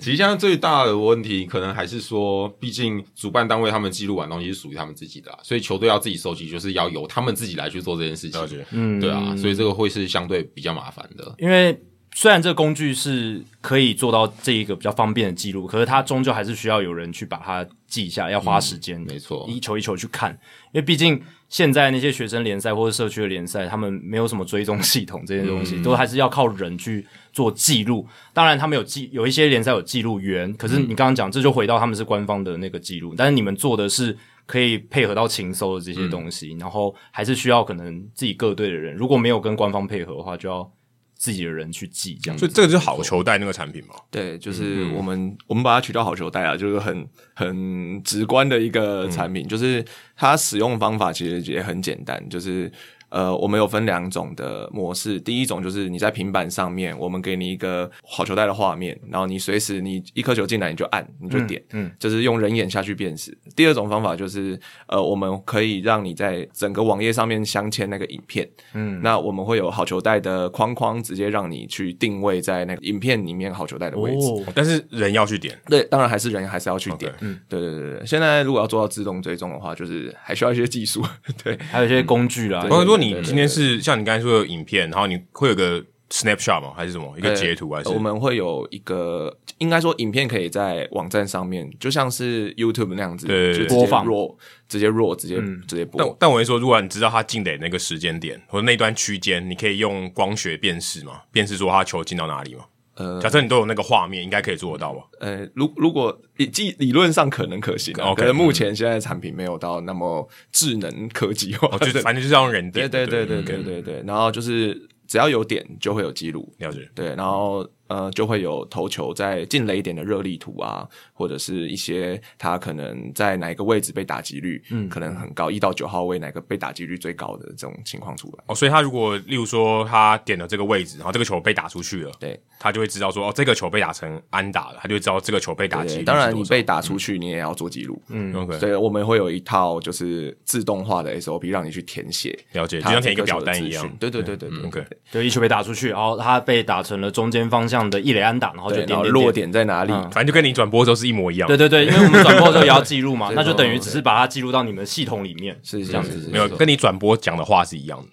Speaker 3: 其实现在最大的问题，可能还是说，毕竟主办单位他们记录完东西是属于他们自己的啦，所以球队要自己收集，就是要由他们自己来去做这件事
Speaker 2: 了
Speaker 3: 情
Speaker 2: 解。
Speaker 1: 嗯，
Speaker 3: 对啊，所以这个会是相对比较麻烦的。
Speaker 1: 因为虽然这个工具是可以做到这一个比较方便的记录，可是它终究还是需要有人去把它记一下，要花时间、
Speaker 3: 没错
Speaker 1: 一球一球去看，因为毕竟现在那些学生联赛或者社区的联赛，他们没有什么追踪系统这些东
Speaker 4: 嗯
Speaker 1: 西，都还是要靠人去做记录。当然，他们有记有一些联赛有记录员，可是你刚刚讲，这就回到他们是官方的那个记录，但是你们做的是。可以配合到情搜的这些东
Speaker 4: 嗯
Speaker 1: 西，然后还是需要可能自己各队的人，如果没有跟官方配合的话，就要自己的人去记这样子。
Speaker 2: 所以这个就是好球带那个产品嘛。
Speaker 4: 对，就是我们、我们把它取到好球带啊，就是很很直观的一个产品，就是它使用方法其实也很简单，就是呃，我们有分两种的模式，第一种就是你在平板上面，我们给你一个好球带的画面，然后你随时你一颗球进来你就按你就点，
Speaker 1: 嗯
Speaker 4: 就是用人眼下去辨识。第二种方法就是，呃，我们可以让你在整个网页上面镶嵌那个影片，嗯，那我们会有好球带的框框，直接让你去定位在那个影片里面好球带的位置。
Speaker 1: 哦，
Speaker 2: 但是人要去点，
Speaker 4: 对，当然还是人还是要去点
Speaker 2: OK
Speaker 4: 嗯，对对对对。现在如果要做到自动追踪的话，就是还需要一些技术， 对，
Speaker 1: 还有一些工具啦，
Speaker 4: 对
Speaker 2: 哦然后如果
Speaker 4: 对
Speaker 2: 你今天是像你刚才说的影片，然后你会有个 snapshot 吗？还是什么一个
Speaker 4: 对
Speaker 2: 截图还是
Speaker 4: 呃我们会有一个，应该说影片可以在网站上面，就像是 YouTube 那样子，
Speaker 2: 对对对
Speaker 4: 就直接
Speaker 1: 播放
Speaker 4: raw，直接 raw，直接、直接播。
Speaker 2: 但但我会说，如果你知道他进垒那个时间点或者那段区间，你可以用光学辨识嘛，辨识说他球进到哪里嘛。
Speaker 4: 呃
Speaker 2: 假设你都有那个画面，应该可以做得到吧？
Speaker 4: 呃，如如果理技理论上可能可行、啊，
Speaker 2: OK，嗯
Speaker 4: 可能目前现在的产品没有到那么智能科技化，
Speaker 2: 哦， 就是反嗯正就是要用人
Speaker 4: 对
Speaker 2: 点。
Speaker 4: 对
Speaker 2: 对
Speaker 4: 对对对对对。然后就是只要有点就会有记录，
Speaker 2: 了解。
Speaker 4: 对，然后呃，就会有投球在进雷点的热力图啊，或者是一些他可能在哪一个位置被打击率，嗯，可能很高，一到九号位哪个被打击率最高的这种情况出来。
Speaker 2: 哦，所以他如果例如说他点了这个位置，然后这个球被打出去了，
Speaker 4: 对，
Speaker 2: 他就会知道说哦，这个球被打成安打了，他就会知道这个球被打
Speaker 4: 对
Speaker 2: 击率是多
Speaker 4: 当
Speaker 2: 少。
Speaker 4: 然你被打
Speaker 2: 嗯
Speaker 4: 出去，你也要做记录，嗯，
Speaker 2: OK
Speaker 4: 所以我们会有一套就是自动化的 SOP 让你去填写，
Speaker 2: 了解，就
Speaker 4: 它
Speaker 2: 像填一
Speaker 4: 这
Speaker 2: 个
Speaker 4: 个
Speaker 2: 表
Speaker 4: 球的
Speaker 2: 单一
Speaker 4: 资
Speaker 2: 样
Speaker 4: 讯。对对嗯对对对
Speaker 2: OK，
Speaker 1: 就一球被打出去，然后他被打成了中间方向的一垒安打，然后就
Speaker 4: 对，
Speaker 1: 点
Speaker 4: 然后
Speaker 1: 点
Speaker 4: 落。点在啊哪里？
Speaker 1: 嗯
Speaker 2: 反正就跟你转播的时候是一模一样。
Speaker 1: 对对对，因为我们转播的时候也要记录嘛，
Speaker 4: 对
Speaker 1: 那就等于只是把它记录到你们的系统里面，
Speaker 4: 是是
Speaker 1: 这样
Speaker 4: 是
Speaker 1: 子
Speaker 4: 是。
Speaker 2: 没
Speaker 3: 啊
Speaker 2: 有跟你转播讲的话是一样的。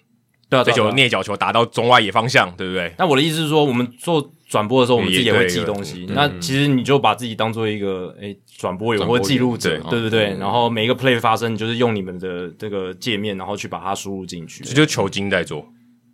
Speaker 1: 对啊，
Speaker 2: 这
Speaker 1: 对啊对
Speaker 2: 球
Speaker 1: 啊
Speaker 2: 内角球打到中外野方向，对不对？
Speaker 1: 那我的意思是说，我们做转播的时候，我们自己也会
Speaker 2: 也对
Speaker 1: 记
Speaker 2: 对
Speaker 1: 东西。那其实你就把自己当做一个诶转播员
Speaker 3: 转
Speaker 1: 或
Speaker 3: 播
Speaker 1: 记录者
Speaker 3: 员，对
Speaker 1: 对对对。然后每一个 play 发生，你就是用你们的这个界面，然后去把它输入进去。
Speaker 2: 这就是球精在做，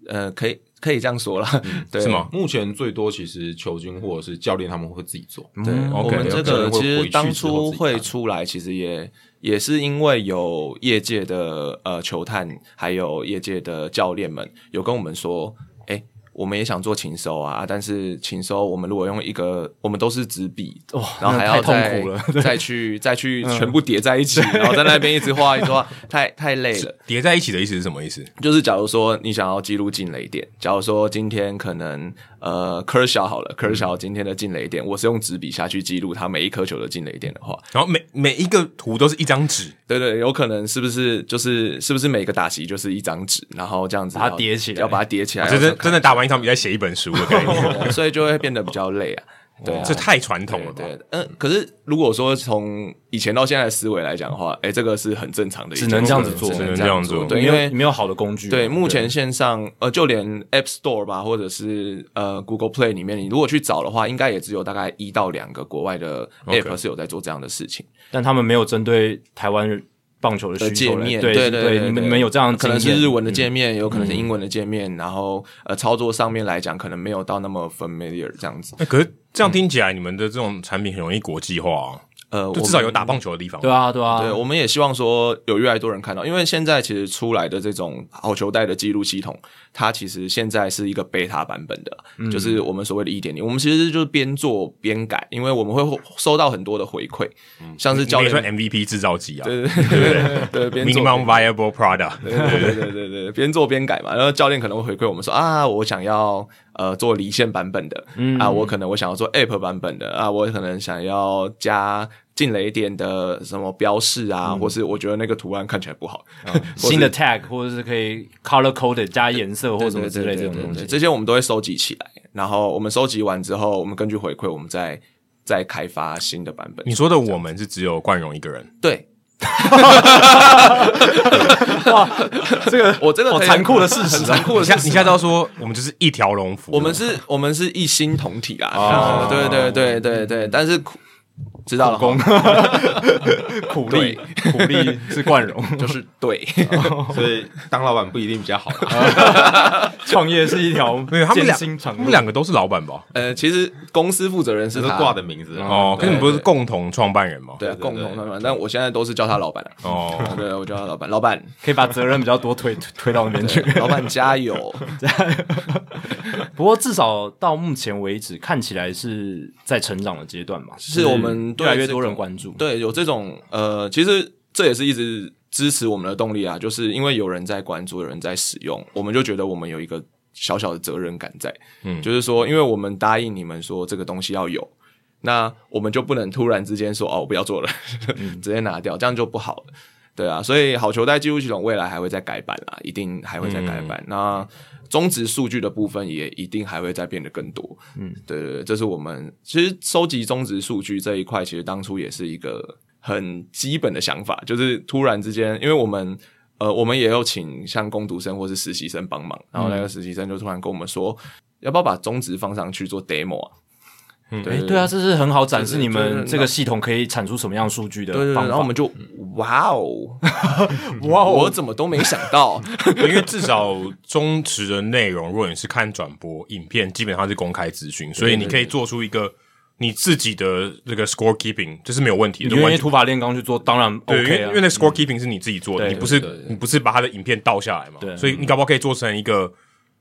Speaker 4: 呃，可以可以这样说了， 对
Speaker 2: 是？吗？
Speaker 3: 目前最多其实球星或者是教练他们会自己做，
Speaker 4: 对，
Speaker 2: OK，
Speaker 4: 我们嗯这
Speaker 3: 有可
Speaker 4: 个
Speaker 3: 能会
Speaker 4: 其
Speaker 3: 回
Speaker 4: 实
Speaker 3: 去
Speaker 4: 当
Speaker 3: 之后
Speaker 4: 初
Speaker 3: 自己
Speaker 4: 会
Speaker 3: 看
Speaker 4: 出来，其实也也是因为有业界的呃球探，还有业界的教练们有跟我们说，哎、我们也想做禽兽啊，啊但是禽兽我们如果用一个，我们都是纸笔，
Speaker 1: 哇
Speaker 4: 然后还
Speaker 1: 那太
Speaker 4: 要
Speaker 1: 痛
Speaker 4: 再
Speaker 1: 苦了
Speaker 4: 再去再去全部叠在一起，然后在那边一直画一直 画，太太累了。
Speaker 2: 叠在一起的意思是什么意思？
Speaker 4: 就是假如说你想要记录进雷点，假如说今天可能呃科尔小好了，科尔小今天的进雷点，我是用纸笔下去记录他每一颗球的进雷点的话，
Speaker 2: 然后每每一个图都是一张纸，
Speaker 4: 对对，有可能是不是就是是不是每个打席就是一张纸，然后这样子
Speaker 1: 把它
Speaker 4: 要
Speaker 1: 叠起来
Speaker 4: 要把它叠起来，
Speaker 2: 真
Speaker 4: 然
Speaker 2: 的
Speaker 4: 后
Speaker 2: 真的打完一场比赛写一本书的概 念，
Speaker 4: 哎看所以就会变得比较累啊。
Speaker 1: 哦
Speaker 4: 对啊，
Speaker 2: 这太传统了吧？
Speaker 4: 对，嗯、可是如果说从以前到现在的思维来讲的话，哎，这个是很正常的一
Speaker 1: 只
Speaker 4: 件事，
Speaker 1: 能这样子做
Speaker 2: 只
Speaker 4: 只能
Speaker 2: 能
Speaker 4: 这
Speaker 2: 这样
Speaker 4: 样
Speaker 2: 做
Speaker 4: 做，
Speaker 1: 你
Speaker 4: 对，
Speaker 1: 没
Speaker 4: 因
Speaker 1: 有
Speaker 4: 为
Speaker 1: 你没有好的工具，
Speaker 4: 对，目前线上呃，就连 App Store 吧，或者是呃 Google Play 里面，你如果去找的话，应该也只有大概一到两个国外的
Speaker 2: OK
Speaker 4: App 是有在做这样的事情。
Speaker 1: 但他们没有针对台湾棒球的
Speaker 4: 的
Speaker 1: 需
Speaker 4: 界
Speaker 1: 求来
Speaker 4: 面，
Speaker 1: 对
Speaker 4: 对
Speaker 1: 对，
Speaker 4: 对，
Speaker 1: 你们你们有这样的
Speaker 4: 可能
Speaker 1: 经
Speaker 4: 是
Speaker 1: 验嗯
Speaker 4: 日文的界面，有可能是英文的界面，然后呃，操作上面来讲，可能没有到那么 familiar 这样子。
Speaker 2: 哎可是这
Speaker 4: 嗯
Speaker 2: 样听起来，你们的这种产品很容易国际化、啊，
Speaker 4: 呃，我
Speaker 2: 就
Speaker 4: 们
Speaker 2: 至少有打棒球的地方。
Speaker 1: 对啊对啊，
Speaker 4: 对，我们也希望说有越来越多人看到，因为现在其实出来的这种好球带的记录系统，它其实现在是一个 beta 版本的，就是我们所谓的一点零。我们其实就是边做边改，因为我们会收到很多的回馈，像是
Speaker 2: 你
Speaker 4: 教
Speaker 2: 可以说
Speaker 4: 练
Speaker 2: MVP 制造机啊
Speaker 4: 对对 对对，边做边
Speaker 2: ，Minimum Viable Product，
Speaker 4: 对对对对，边做边改嘛。然后教练可能会回馈我们说啊，我想要呃做离线版本的，
Speaker 1: 嗯
Speaker 4: 啊，我可能我想要做 App 版本的，啊，我可能想要加进雷点的什么标示啊，或是我觉得那个图案看起来不好，
Speaker 1: 嗯哦 新的 tag 或者是可以 color coded 加颜色或
Speaker 4: 或
Speaker 1: 什么之类这种东西，
Speaker 4: 这些我们都会收集起来。然后我们收集完之后，我们根据回馈，我们再再开发新的版本
Speaker 2: 你。说的我们是只有冠荣一个人，
Speaker 4: 对，
Speaker 1: 这个
Speaker 4: 我这个
Speaker 1: 好
Speaker 4: 可以
Speaker 1: 哦残酷的事实
Speaker 4: 很
Speaker 1: 啊
Speaker 4: 残酷的
Speaker 2: 你
Speaker 4: 事
Speaker 2: 下
Speaker 4: 实
Speaker 2: 你下周说我们就是一条龙服务，
Speaker 4: 我们是，我们是一心同体啦。啊对对对对对，但是苦知道了哈，
Speaker 1: 苦力苦力是冠荣，
Speaker 4: 就是对，
Speaker 3: 所以当老板不一定比较好啦。
Speaker 1: 创业是一条
Speaker 2: 没有他们
Speaker 1: 艰
Speaker 2: 两
Speaker 1: 辛长
Speaker 2: 他
Speaker 1: 路
Speaker 2: 们两个都是老板吧？
Speaker 4: 呃，其实公司负责人
Speaker 3: 只
Speaker 4: 是
Speaker 3: 是
Speaker 4: 他
Speaker 3: 挂的名字
Speaker 2: 哦，可是你们不是共同创办人吗？
Speaker 4: 对啊，
Speaker 3: 对
Speaker 4: 共同老板，但我现在都是叫他老板啊。
Speaker 2: 哦，
Speaker 4: 对，我叫他老板，老板，
Speaker 1: 可以把责任比较多推推到那边去。
Speaker 4: 老板加油！
Speaker 1: 不过至少到目前为止，看起来是在成长的阶段嘛，
Speaker 4: 是我们
Speaker 1: 越
Speaker 4: 对
Speaker 1: 来越
Speaker 4: 这
Speaker 1: 多人
Speaker 4: 个
Speaker 1: 关注。
Speaker 4: 对，有这种呃，其实这也是一直支持我们的动力啊，就是因为有人在关注，有人在使用，我们就觉得我们有一个小小的责任感在，嗯，就是说，因为我们答应你们说这个东西要有。那我们就不能突然之间说哦，我不要做了， 直接拿掉，这样就不好了，对啊。所以好球带记录系统未来还会再改版啦，一定还会再改版。那中值数据的部分也一定还会再变得更多。嗯，对对对，这是我们其实收集中值数据这一块，其实当初也是一个很基本的想法，就是突然之间，因为我们。呃，我们也有请像工读生或是实习生帮忙，然后那个实习生就突然跟我们说，要不要把中值放上去做 demo 啊？嗯，
Speaker 1: 哎，对啊，这是很好展
Speaker 4: 就
Speaker 1: 示
Speaker 4: 是
Speaker 1: 你
Speaker 4: 就是
Speaker 1: 们这个系统可以产出什么样数据的
Speaker 4: 对对对，
Speaker 1: 方
Speaker 4: 然后我
Speaker 1: 法
Speaker 4: 们。就哇哦，哇哦， 我怎么都没想 到，
Speaker 2: 因为至少中职的内容，如果你是看转播影片，基本上是公开资讯，所以你可以做出一个你自己的这个 scorekeeping，这是没有问题
Speaker 1: 你
Speaker 2: 的，
Speaker 1: 愿
Speaker 2: 完
Speaker 1: 意
Speaker 2: 全
Speaker 1: 土法炼钢去做，当然
Speaker 2: 对，因为
Speaker 1: OK 啊
Speaker 2: 因为。那 scorekeeping 是你自己做的，
Speaker 1: 对
Speaker 2: 你不是
Speaker 3: 对对
Speaker 2: 你不是把他的影片倒下来嘛，
Speaker 1: 对
Speaker 2: 所以你搞不好可以做成一个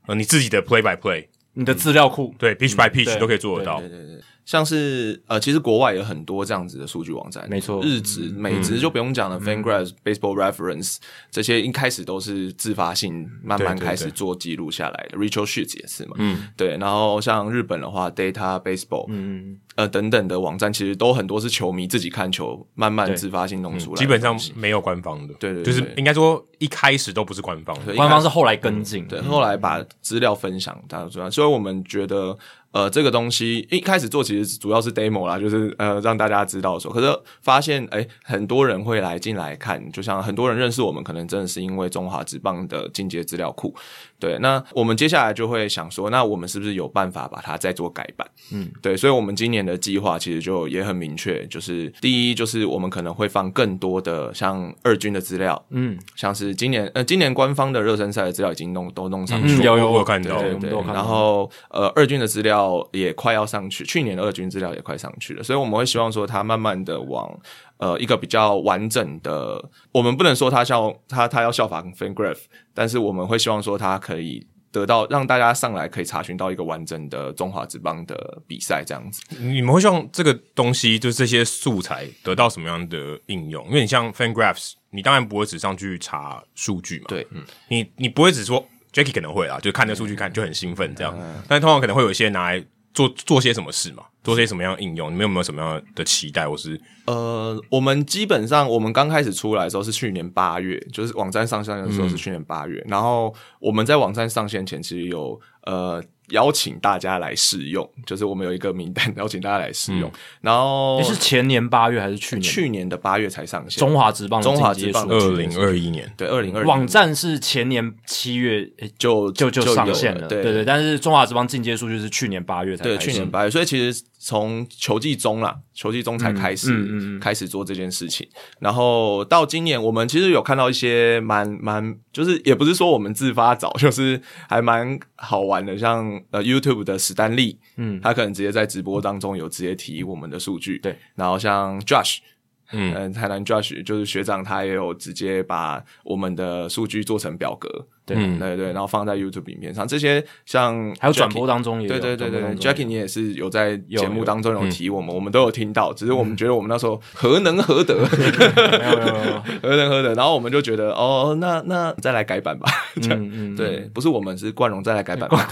Speaker 2: 呃你自己的 play by play，
Speaker 1: 你的资料库，
Speaker 4: 嗯
Speaker 2: 对，pitch by
Speaker 1: 对
Speaker 2: pitch 都可以做得到
Speaker 4: 对。对对，像是呃，其实国外有很多这样子的数据网站，
Speaker 1: 没错
Speaker 4: 日职、美职就不用讲了，FanGraphs、Baseball Reference 这些一开始都是自发性慢慢
Speaker 2: 对对
Speaker 4: 开始做记录下来的，Rachel Sheets 也是嘛，嗯，对。然后像日本的话，Data Baseball，嗯，呃等等的网站，其实都很多是球迷自己看球，慢慢
Speaker 1: 对
Speaker 4: 自发性弄出来的东
Speaker 2: 嗯
Speaker 4: 西，
Speaker 2: 基本上没有官方的，
Speaker 4: 对对对
Speaker 2: 就是
Speaker 4: 对
Speaker 2: 应该说一开始都不是官方的。
Speaker 4: 对
Speaker 1: 官方是后来跟进，
Speaker 4: 对，后来把资料分享大家主要，所以我们觉得呃这个东西一开始做其实主要是 demo 啦，就是呃让大家知道说，可是发现哎很多人会来进来看，就像很多人认识我们，可能真的是因为中华职棒的进阶资料库。对，那我们接下来就会想说，那我们是不是有办法把它再做改版？嗯，对，所以我们今年的计划其实就也很明确，就是第一就是我们可能会放更多的像二军的资料，
Speaker 1: 嗯
Speaker 4: 像是今年呃，今年官方的热身赛的资料已经弄都弄上去
Speaker 1: 嗯，
Speaker 4: 了，
Speaker 1: 有
Speaker 2: 我
Speaker 1: 有
Speaker 2: 我有看到
Speaker 1: 对
Speaker 4: 对
Speaker 1: 我们
Speaker 4: 对
Speaker 1: 都有看到
Speaker 4: 然后呃，二军的资料也快要上去，去年的二军资料也快上去了，所以我们会希望说它慢慢的往呃一个比较完整的，我们不能说它效它它要效仿 FanGraph，但是我们会希望说它可以。得到让大家上来可以查询到一个完整的中华职棒的比赛这样子，
Speaker 2: 你们会希望这个东西，就是这些素材得到什么样的应用？因为你像 FanGraphs，你当然不会只上去查数据嘛，
Speaker 4: 对，
Speaker 2: 你你不会只说 Jackie 可能会啊，就看那数据看就很兴奋这样，
Speaker 1: 嗯
Speaker 2: 但通常可能会有一些拿来做做些什么事嘛，做些什么样的应用？你们有没有什么样的期待，或是
Speaker 4: 呃，我们基本上我们刚开始出来的时候是去年八月，就是网站上线的时候是去年八
Speaker 1: 嗯
Speaker 4: 月，然后我们在网站上线前其实有呃邀请大家来试用，就是我们有一个名单邀请大家来试用，然
Speaker 1: 嗯
Speaker 4: 后
Speaker 1: 你是前年八月还是去年？
Speaker 4: 去年的八月才上线，
Speaker 1: 中华职棒的
Speaker 4: 中华
Speaker 1: 进阶
Speaker 4: 职棒
Speaker 1: 数
Speaker 4: 的
Speaker 1: 据
Speaker 2: 二零二一年？
Speaker 4: 对二零二
Speaker 1: 网站是前年七月诶
Speaker 4: 就
Speaker 1: 就就
Speaker 4: 有
Speaker 1: 上线
Speaker 4: 了，
Speaker 1: 了，
Speaker 4: 对
Speaker 1: 对对，但是中华职棒进阶数据是去年八月才
Speaker 4: 对，
Speaker 1: 开
Speaker 4: 去
Speaker 1: 始
Speaker 4: 年八月，所以其实从球季中啦，球季中
Speaker 1: 嗯
Speaker 4: 才开始、开始做这件事情。然后到今年，我们其实有看到一些蛮蛮，就是也不是说我们自发找， 就是还蛮好玩的，像呃 YouTube 的史丹利，嗯，他可能直接在直播当中有直接提我们的数据，
Speaker 1: 对。
Speaker 4: 然后像 Josh。
Speaker 2: 嗯
Speaker 1: 哎
Speaker 4: 嗯，台南 Josh 就是学长，他也有直接把我们的数据做成表格，
Speaker 1: 对
Speaker 2: 嗯
Speaker 4: 对对，然后放在 YouTube 影片上。这些像
Speaker 1: 还有
Speaker 4: Jackie-
Speaker 1: 转播当中也有，
Speaker 4: 对对
Speaker 1: 转播
Speaker 4: 对对对
Speaker 1: 当中也有
Speaker 4: ，Jackie 你也是有在
Speaker 1: 有
Speaker 4: 节目
Speaker 1: 有嗯
Speaker 4: 当中有提我们，我们都有听到，只是我们觉得我们那时候何能 何德，
Speaker 1: 没有没 有没有，
Speaker 4: 何能何德，然后我们就觉得哦，那那再来改版吧，这样
Speaker 1: 嗯嗯，
Speaker 4: 对，不是我们是冠荣再来改版 吧，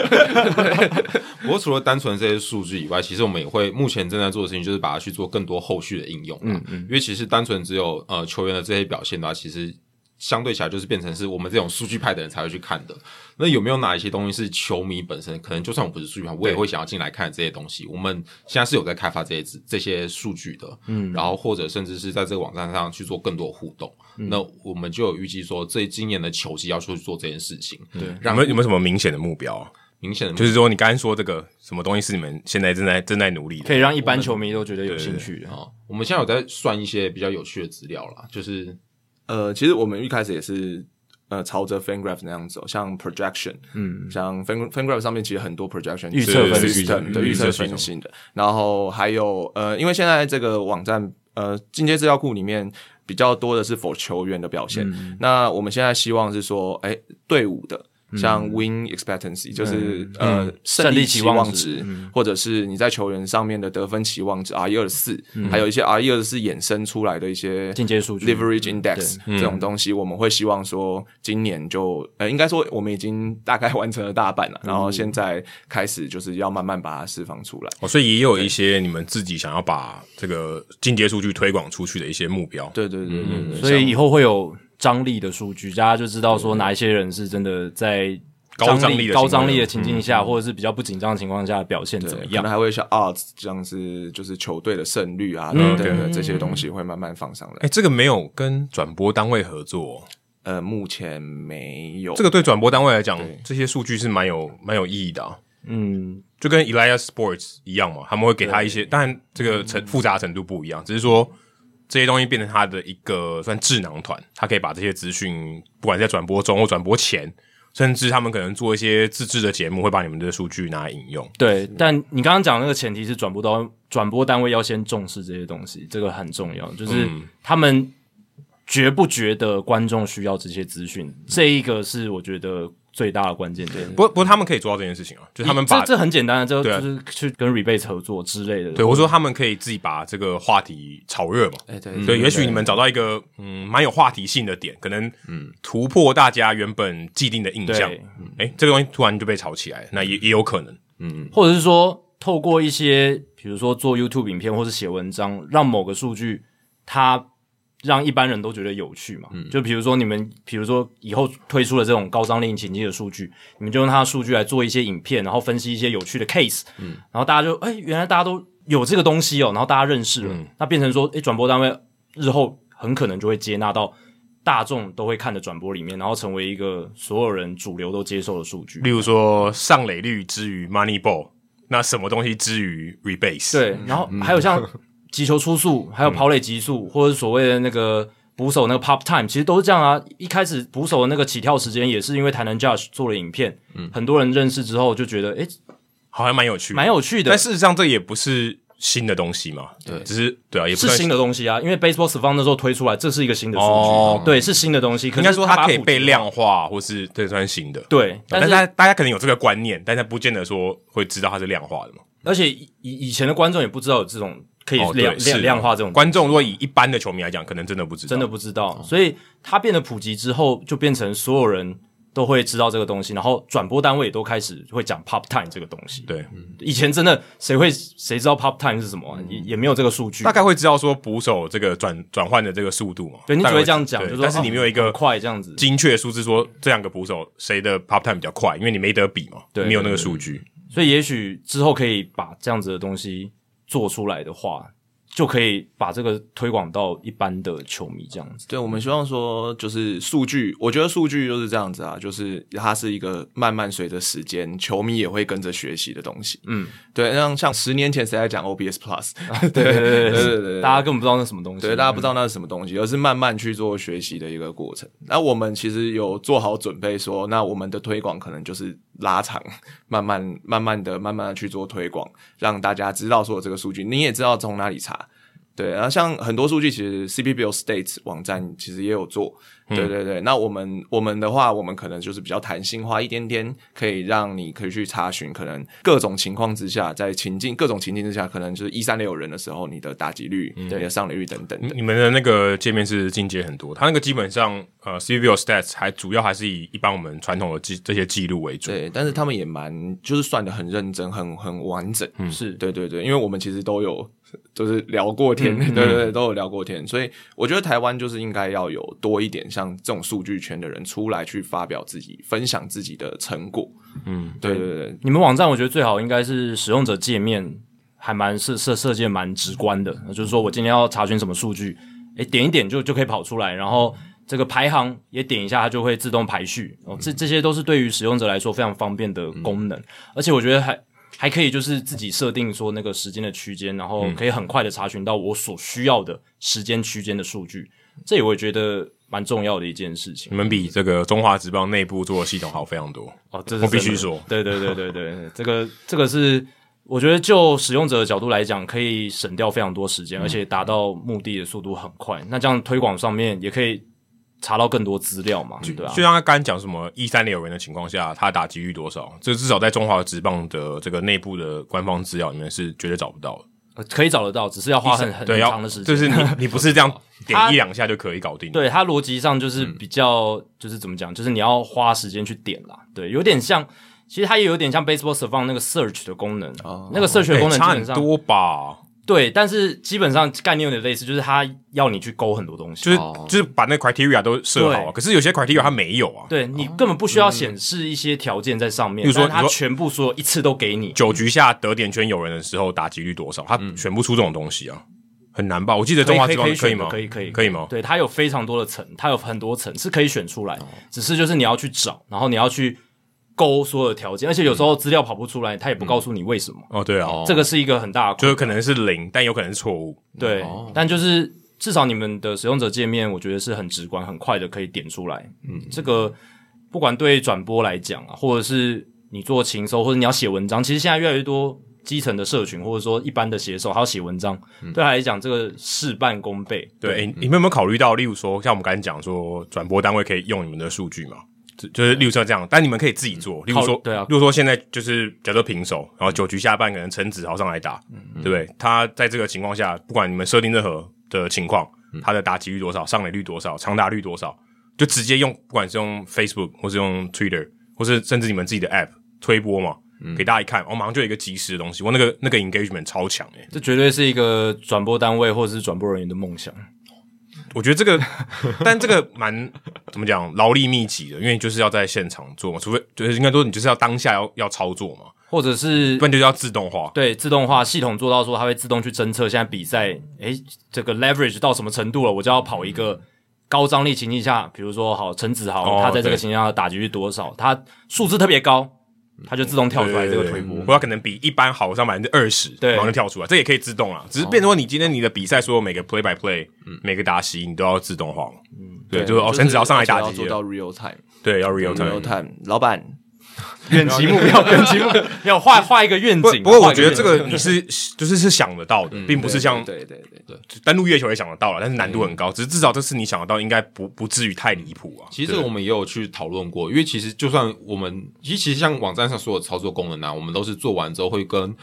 Speaker 3: 不过除了单纯这些数据以外，其实我们也会目前正在做的事情就是把它去做更多后续的应用。嗯嗯，因为其实单纯只有呃球员的这些表现的话，其实。相对起来，就是变成是我们这种数据派的人才会去看的。那有没有哪一些东西是球迷本身可能就算我不是数据派，我也会想要进来看这些东西？我们现在是有在开发这些资这些数据的，嗯，然后或者甚至是在这个网站上去做更多互动。那我们就有预计说，这今年的球季要去做这件事情，对，
Speaker 2: 有
Speaker 3: 让
Speaker 2: 没有有没有什么明显的目标啊？
Speaker 1: 嗯
Speaker 3: 明显的
Speaker 2: 就是说，你刚才说这个什么东西是你们现在正在正在努力的？
Speaker 1: 可以让一般球迷都觉得有兴趣的。
Speaker 3: 哦，我们现在有在算一些比较有趣的资料啦，就是
Speaker 4: 呃，其实我们一开始也是呃朝着 FanGraph 那样走，像 projection，嗯，像 Fan FanGraph 上面其实很多 projection
Speaker 1: 预测分
Speaker 2: 析
Speaker 4: system 的
Speaker 2: 预
Speaker 4: 预
Speaker 2: 测
Speaker 4: 测
Speaker 2: 系统
Speaker 4: 分析的，然后还有呃，因为现在这个网站呃进阶资料库里面。比较多的是否球员的表现，那我们现在希望是说，哎、队伍的像 win expectancy，、就是呃胜
Speaker 1: 胜利
Speaker 4: 利
Speaker 1: 期
Speaker 4: 期
Speaker 1: 望
Speaker 4: 望
Speaker 1: 值
Speaker 4: 值，或者是你在球员上面的得分期望值 R E 一二四，还有一些 R 一二四衍生出来的一些
Speaker 1: 进阶数据
Speaker 4: leverage index 这种东西，我们会希望说今年就呃，应该说我们已经大概完成了大半了，然后现在开始就是要慢慢把它释放出来。
Speaker 2: 哦，所以也有一些你们自己想要把这个进阶数据推广出去的一些目标。
Speaker 4: 对对对对对，
Speaker 1: 所以以后会有张力的数据，大家就知道说哪一些人是真的在
Speaker 2: 高张
Speaker 1: 张
Speaker 2: 力的情况下
Speaker 1: 高张力的情境下，或者是比较不紧张的情况下表现怎么
Speaker 4: 对，可
Speaker 1: 样
Speaker 4: 能？还会像 odds 这样子，就是球队的胜率啊等等的这些东西会慢慢放上来
Speaker 2: 哎，。这个没有跟转播单位合作哦、
Speaker 4: 呃，目前没有
Speaker 2: 这个对转播单位来讲，这些数据是蛮有蛮有意义的、啊。
Speaker 1: 嗯，
Speaker 2: 就跟 Elia Sports 一样嘛，他们会给他一些，当然这个
Speaker 1: 嗯
Speaker 2: 程复杂程度不一样，只是说这些东西变成他的一个算智囊团，他可以把这些资讯，不管在转播中或转播前，甚至他们可能做一些自制的节目，会把你们的数据拿来引用。
Speaker 1: 对。但你刚刚讲的那个前提是转播
Speaker 2: 嗯
Speaker 1: 单转播单位要先重视这些东西，这个很重要，就是他们觉不觉得观众需要这些资讯？这一个是我觉得最大的关键点。
Speaker 2: 不过不过他们可以做到这件事情啊，就是他们把
Speaker 1: 这这很简单的，这
Speaker 2: 对啊
Speaker 1: 就是去跟 Rebase 合作之类的。
Speaker 2: 对，我说他们可以自己把这个话题炒热嘛。
Speaker 4: 哎
Speaker 1: 嗯
Speaker 4: 对
Speaker 2: 对，也许你们找到一个嗯蛮有话题性的点，可能嗯突破大家原本既定的印象
Speaker 1: 对。嗯
Speaker 2: 哎，这个东西突然就被炒起来，那也也有可能。
Speaker 1: 或者是说透过一些，比如说做 YouTube 影片或是写文章，让某个数据它让一般人都觉得有趣嘛。就比如说你们，比如说以后推出了这种高张力情境的数据，你们就用它的数据来做一些影片，然后分析一些有趣的 case，、然后大家就哎、原来大家都有这个东西哦，然后大家认识了，那变成说，哎、转播单位日后很可能就会接纳到。大众都会看的转播里面，然后成为一个所有人主流都接受的数据。
Speaker 2: 例如说上垒率之于 Money Ball，那什么东西之于 Rebase？，
Speaker 1: 对，然
Speaker 2: 嗯
Speaker 1: 后还有 像击球出速，还有跑垒极速，或者所谓的那个捕手那个 pop time，其实都是这样啊。一开始捕手的那个起跳时间也是因为台南 Judge 做了影片，
Speaker 2: 嗯
Speaker 1: 很多人认识之后就觉得，诶，
Speaker 2: 好像蛮有趣的，
Speaker 1: 蛮有趣的
Speaker 2: 但，事实上这也不是新的东西嘛，对，只是对啊，也不
Speaker 1: 是
Speaker 2: 算
Speaker 1: 新的东西啊。因为 Baseball s 方那时候推出来，这是一个新的数据，
Speaker 2: 哦
Speaker 1: 对，是新的东西。可
Speaker 2: 应
Speaker 1: 是
Speaker 2: 该说
Speaker 1: 它把
Speaker 2: 它可以
Speaker 1: 普及
Speaker 2: 被
Speaker 1: 化，
Speaker 2: 量化，或是这算新的。
Speaker 1: 对，
Speaker 2: 但
Speaker 1: 但是
Speaker 2: 大大家可能有这个观念，但他不见得说会知道它是量化的嘛。
Speaker 1: 而且以以前的观众也不知道有这种可以
Speaker 2: 哦对
Speaker 1: 量
Speaker 2: 是
Speaker 1: 量量化这种
Speaker 2: 观众如果以一般的球迷来讲，可能真的不知道，
Speaker 1: 真的不知道，
Speaker 2: 哦
Speaker 1: 所以它变得普及之后，就变成所有人都会知道这个东西，然后转播单位也都开始会讲 pop time 这个东西。，
Speaker 2: 对，
Speaker 1: 以前真的谁会谁知道 pop time 是什么啊、也也没有这个数据
Speaker 2: 嗯大。概会知道说捕手这个转转换的这个速度嘛。
Speaker 1: 对你只
Speaker 2: 大概
Speaker 1: 会这样讲，
Speaker 2: 对
Speaker 1: 就说
Speaker 2: 但是你没有一
Speaker 1: 哦
Speaker 2: 个
Speaker 1: 很快这样子。
Speaker 2: 精确的数字说这两个捕手谁的 pop time 比较快，因为你没得比嘛，
Speaker 1: 对
Speaker 2: 没有那个数据。
Speaker 1: 所以也许之后可以把这样子的东西做出来的话，就可以把这个推广到一般的球迷这样子。
Speaker 4: 对，我们希望说，就是数据，我觉得数据就是这样子啊，就是它是一个慢慢随着时间，球迷也会跟着学习的东西。
Speaker 1: 嗯，
Speaker 4: 对，像像十年前谁在讲 OBS Plus，、
Speaker 1: 对对对
Speaker 4: 对对对
Speaker 1: 大家根本不知道那什么东西。
Speaker 4: 对，大家不知道那是什么东西，而是慢慢去做学习的一个过程。那我们其实有做好准备说那我们的推广可能就是拉长，慢慢、慢慢的、慢慢的去做推广，让大家知道说有这个数据，你也知道从哪里查。对，然后像很多数据，其实 CPBL States 网站其实也有做，对对对。那我们我们的话，我们可能就是比较弹性化一点点，可以让你可以去查询，可能各种情况之下，在情境各种情境之下，可能就是一三垒有人的时候，你的打击率、你的上垒率等等
Speaker 2: 你
Speaker 4: 的。
Speaker 2: 你们的那个界面是进阶很多，它那个基本上呃 c v o stats 还主要还是以一般我们传统的记这些记录为主。
Speaker 4: 对，但是他们也蛮，就是算的很认真，很很完整。嗯，
Speaker 1: 是
Speaker 4: 对对对，因为我们其实都有就是聊过
Speaker 2: 嗯
Speaker 4: 天，对对对，都有聊过天，所以我觉得台湾就是应该要有多一点像这种数据圈的人出来去发表自己，分享自己的成果。嗯，对对对，
Speaker 1: 你们网站我觉得最好应该是使用者界面还蛮设设设计得蛮直观的，就是说我今天要查询什么数据，诶，点一点就就可以跑出来，然后这个排行也点一下，它就会自动排序。哦，这这些都是对于使用者来说非常方便的功能，而且我觉得还。还可以就是自己设定说那个时间的区间，然后可以很快的查询到我所需要的时间区间的数据，这也我觉得蛮重要的一件事情
Speaker 2: 你。们比这个中华职棒内部做的系统好非常多。
Speaker 1: 哦，这是
Speaker 2: 我必
Speaker 1: 真的
Speaker 2: 须说，
Speaker 1: 对对对对对，对这个这个是我觉得就使用者的角度来讲，可以省掉非常多时间，
Speaker 2: 嗯
Speaker 1: 而且达到目的的速度很快。那这样推广上面也可以查到更多资料嘛，对啊
Speaker 2: 嗯就，像他刚刚讲什么一三垒有人的情况下，他打击率多少，这至少在中华职棒的这个内部的官方资料里面是绝对找不到的。
Speaker 1: 呃可以找得到，只是要花很很
Speaker 2: 对，
Speaker 1: 很
Speaker 2: 要
Speaker 1: 长的时间。哦
Speaker 2: 就是 你你不是这样点
Speaker 1: 他
Speaker 2: 一两下就可以搞定。，
Speaker 1: 对它逻辑上就是
Speaker 2: 嗯
Speaker 1: 比较、就是怎么讲，就是你要花时间去点啦。对，有点像，其实它也有点像 Baseball s a v a n 那个 search 的功能，那个 search 的功能基
Speaker 2: 哦哎差
Speaker 1: 本
Speaker 2: 很
Speaker 1: 上、
Speaker 2: 多吧？
Speaker 1: 对，但是基本上概念有点类似，就是它要你去勾很多东西，
Speaker 2: 就是
Speaker 4: 哦
Speaker 2: 就是把那 criteria 都设好啊，
Speaker 1: 对
Speaker 2: 可是有些 criteria 它没有啊。
Speaker 1: 对你根本不需要显示一些条件在上面，
Speaker 2: 嗯比如说
Speaker 1: 但是
Speaker 2: 你
Speaker 1: 它
Speaker 2: 说
Speaker 1: 全部所有一次都给你。
Speaker 2: 九局下得点圈有人的时候，打击率多少？他选不出这种东西啊，很难吧？我记得中华职棒
Speaker 1: 嗯可以
Speaker 2: 吗？
Speaker 1: 可以
Speaker 2: 可
Speaker 1: 可以
Speaker 2: 可以吗？
Speaker 1: 对，它有非常多的层，它有很多层是可以选出
Speaker 2: 哦
Speaker 1: 来，只是就是你要去找，然后你要去勾所有的条件，而且有时候资料跑不出来，它也不告诉你为什么，
Speaker 2: 嗯哦，对啊，
Speaker 1: 这个是一个很大的
Speaker 2: 就
Speaker 1: 困
Speaker 2: 是可能是零，但有可能是错误。
Speaker 1: 对。但就是至少你们的使用者界面，我觉得是很直观、很快的可以点出来。嗯，这个不管对转播来讲啊，或者是你做情搜，或者你要写文章，其实现在越来越多基层的社群，或者说一般的写手，还有写文章，对他来讲，这个事半功倍。
Speaker 2: 对，诶你们有没有考虑到，例如说，像我们刚才讲说，转播单位可以用你们的数据嘛？就就是例如像这样，但你们可以自己做。例如说，
Speaker 1: 嗯对啊
Speaker 2: 例如说现在就是假设平手，然后九局下半可能陈子豪上来打，
Speaker 1: 嗯
Speaker 2: 对不对？他在这个情况下，不管你们设定任何的情况，
Speaker 1: 嗯
Speaker 2: 他的打击率多少，上垒率多少，长打率多少，就直接用，不管是用 Facebook 或是用 Twitter，或是甚至你们自己的 App 推播嘛，
Speaker 1: 嗯
Speaker 2: 给大家一看，我、哦、马上就有一个即时的东西，我那个那个 engagement 超强诶、
Speaker 1: 这绝对是一个转播单位或者是转播人员的梦想。
Speaker 2: 我觉得这个，但这个蛮怎么讲，劳力密集的，因为就是要在现场做嘛，除非就是应该说你就是要当下要要操作嘛，
Speaker 1: 或者是
Speaker 2: 不然就是要自动化。
Speaker 1: 对自动化系统做到说，它会自动去侦测现在比赛，诶，这个 leverage 到什么程度了，我就要跑一个高张力情境下，比如说好陈子豪，
Speaker 2: 哦
Speaker 1: 他在这个
Speaker 2: 对
Speaker 1: 情境下的打击率多少，他数字特别高，他就自动跳出来这个推
Speaker 2: 对
Speaker 1: 波。
Speaker 2: 或者可能比一般好上百分之二十，
Speaker 1: 对
Speaker 2: 然后就跳出来，这也可以自动啦。只是变成说你今天你的比赛所有每个 play by play，、每个打席你都要自动化嘛。对，就是哦，陈只要上来打
Speaker 4: 而且
Speaker 2: 击
Speaker 4: 要做
Speaker 2: 了，
Speaker 4: 到 real time，real
Speaker 2: 对，要 real time。
Speaker 4: time。老板，
Speaker 1: 远期目标，远期目 标，要画画一个愿
Speaker 2: 不
Speaker 1: 景。
Speaker 2: 不过我
Speaker 1: 画一
Speaker 2: 觉得
Speaker 1: 愿
Speaker 2: 这
Speaker 1: 景
Speaker 2: 个你是就是是想得到的，并不是像
Speaker 4: 对对对对，
Speaker 2: 登陆月球也想得到了，但是难度很高。只是至少这次你想得到，应该不不至于太离谱啊。
Speaker 3: 其实这个我们也有去讨论过，因为其实就算我们，其实像网站上所有操作功能啊，我们都是做完之后会跟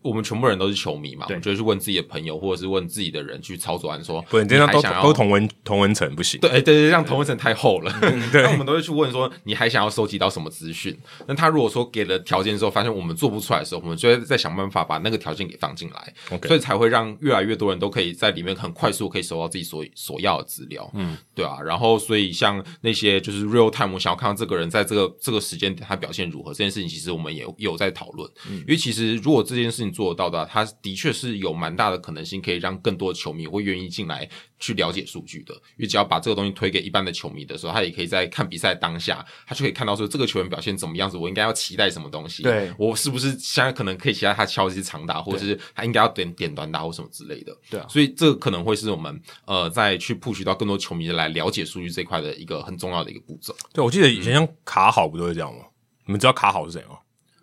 Speaker 3: 我们全部人都是球迷嘛，我
Speaker 1: 对
Speaker 3: 们就会去问自己的朋友或者是问自己的人去操作完说，
Speaker 2: 不，你这样
Speaker 3: 还
Speaker 2: 都
Speaker 3: 想要
Speaker 2: 都同文同文层不行。
Speaker 3: 对，哎对对，这样同温层太厚了。嗯那我们都会去问说，你还想要收集到什么资讯？那他如果说给了条件之后，发现我们做不出来的时候，我们就会再想办法把那个条件给放进来
Speaker 2: OK
Speaker 3: 所以才会让越来越多人都可以在里面很快速可以收到自己所所要的资料。嗯，对啊。然后，所以像那些就是 real time，我想要看到这个人在这个这个时间点他表现如何，这件事情其实我们也有也有在讨论。因为其实如果这件事情做得到的话，它的确是有蛮大的可能性可以让更多球迷会愿意进来去了解数据的。因为只要把这个东西推给一般的球迷的时候，他也可以在看比赛当下，他就可以看到说这个球员表现怎么样子，我应该要期待什么东西。
Speaker 1: 对
Speaker 3: 我是不是现在可能可以期待他敲一些长打，或者是他应该要点点短打或什么之类的。
Speaker 1: 对啊
Speaker 3: 所以这个可能会是我们呃再去 push 到更多球迷来了解数据这一块的一个很重要的一个步骤。
Speaker 2: 对，我记得以
Speaker 1: 嗯
Speaker 2: 前像卡好不都是这样吗？你们知道卡好是谁吗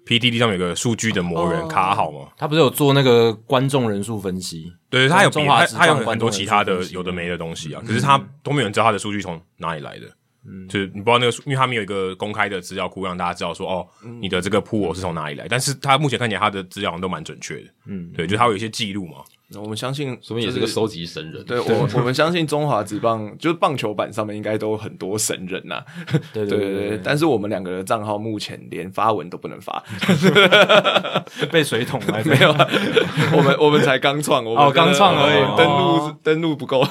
Speaker 2: ？PDD 上面有个数据的魔人
Speaker 4: 哦
Speaker 2: 卡好吗？
Speaker 1: 他不是有做那个观众人数分析？
Speaker 2: 对，他有比
Speaker 1: 中华
Speaker 2: 他
Speaker 1: 职
Speaker 2: 他有
Speaker 1: 棒
Speaker 2: 很
Speaker 1: 观
Speaker 2: 多
Speaker 1: 众
Speaker 2: 其
Speaker 1: 人
Speaker 2: 他
Speaker 1: 数
Speaker 2: 的
Speaker 1: 分析
Speaker 2: 有的没的东西
Speaker 1: 嗯
Speaker 2: 啊，可是他都没有人知道他的数据从哪里来的。就是你不知道那个数，因为他们有一个公开的资料库，让大家知道说哦，
Speaker 1: 嗯
Speaker 2: 你的这个 pool 是从哪里来。但是他目前看起来他的资料好像都蛮准确的，嗯，对，就是他会有一些记录嘛，
Speaker 4: 我们相信，
Speaker 3: 说明也是个收集神人。
Speaker 4: 对我，我们相信中华职棒就是棒球版上面应该都有很多神人呐、
Speaker 1: 对对
Speaker 4: 对对对，但是我们两个的账号目前连发文都不能发，
Speaker 1: 对，被水桶 来
Speaker 4: 没有、啊，我们 我们才刚创，我们
Speaker 1: 哦刚创
Speaker 4: 而
Speaker 1: 而
Speaker 4: 已
Speaker 1: 已，
Speaker 4: 登录
Speaker 1: 哦
Speaker 4: 登录不够。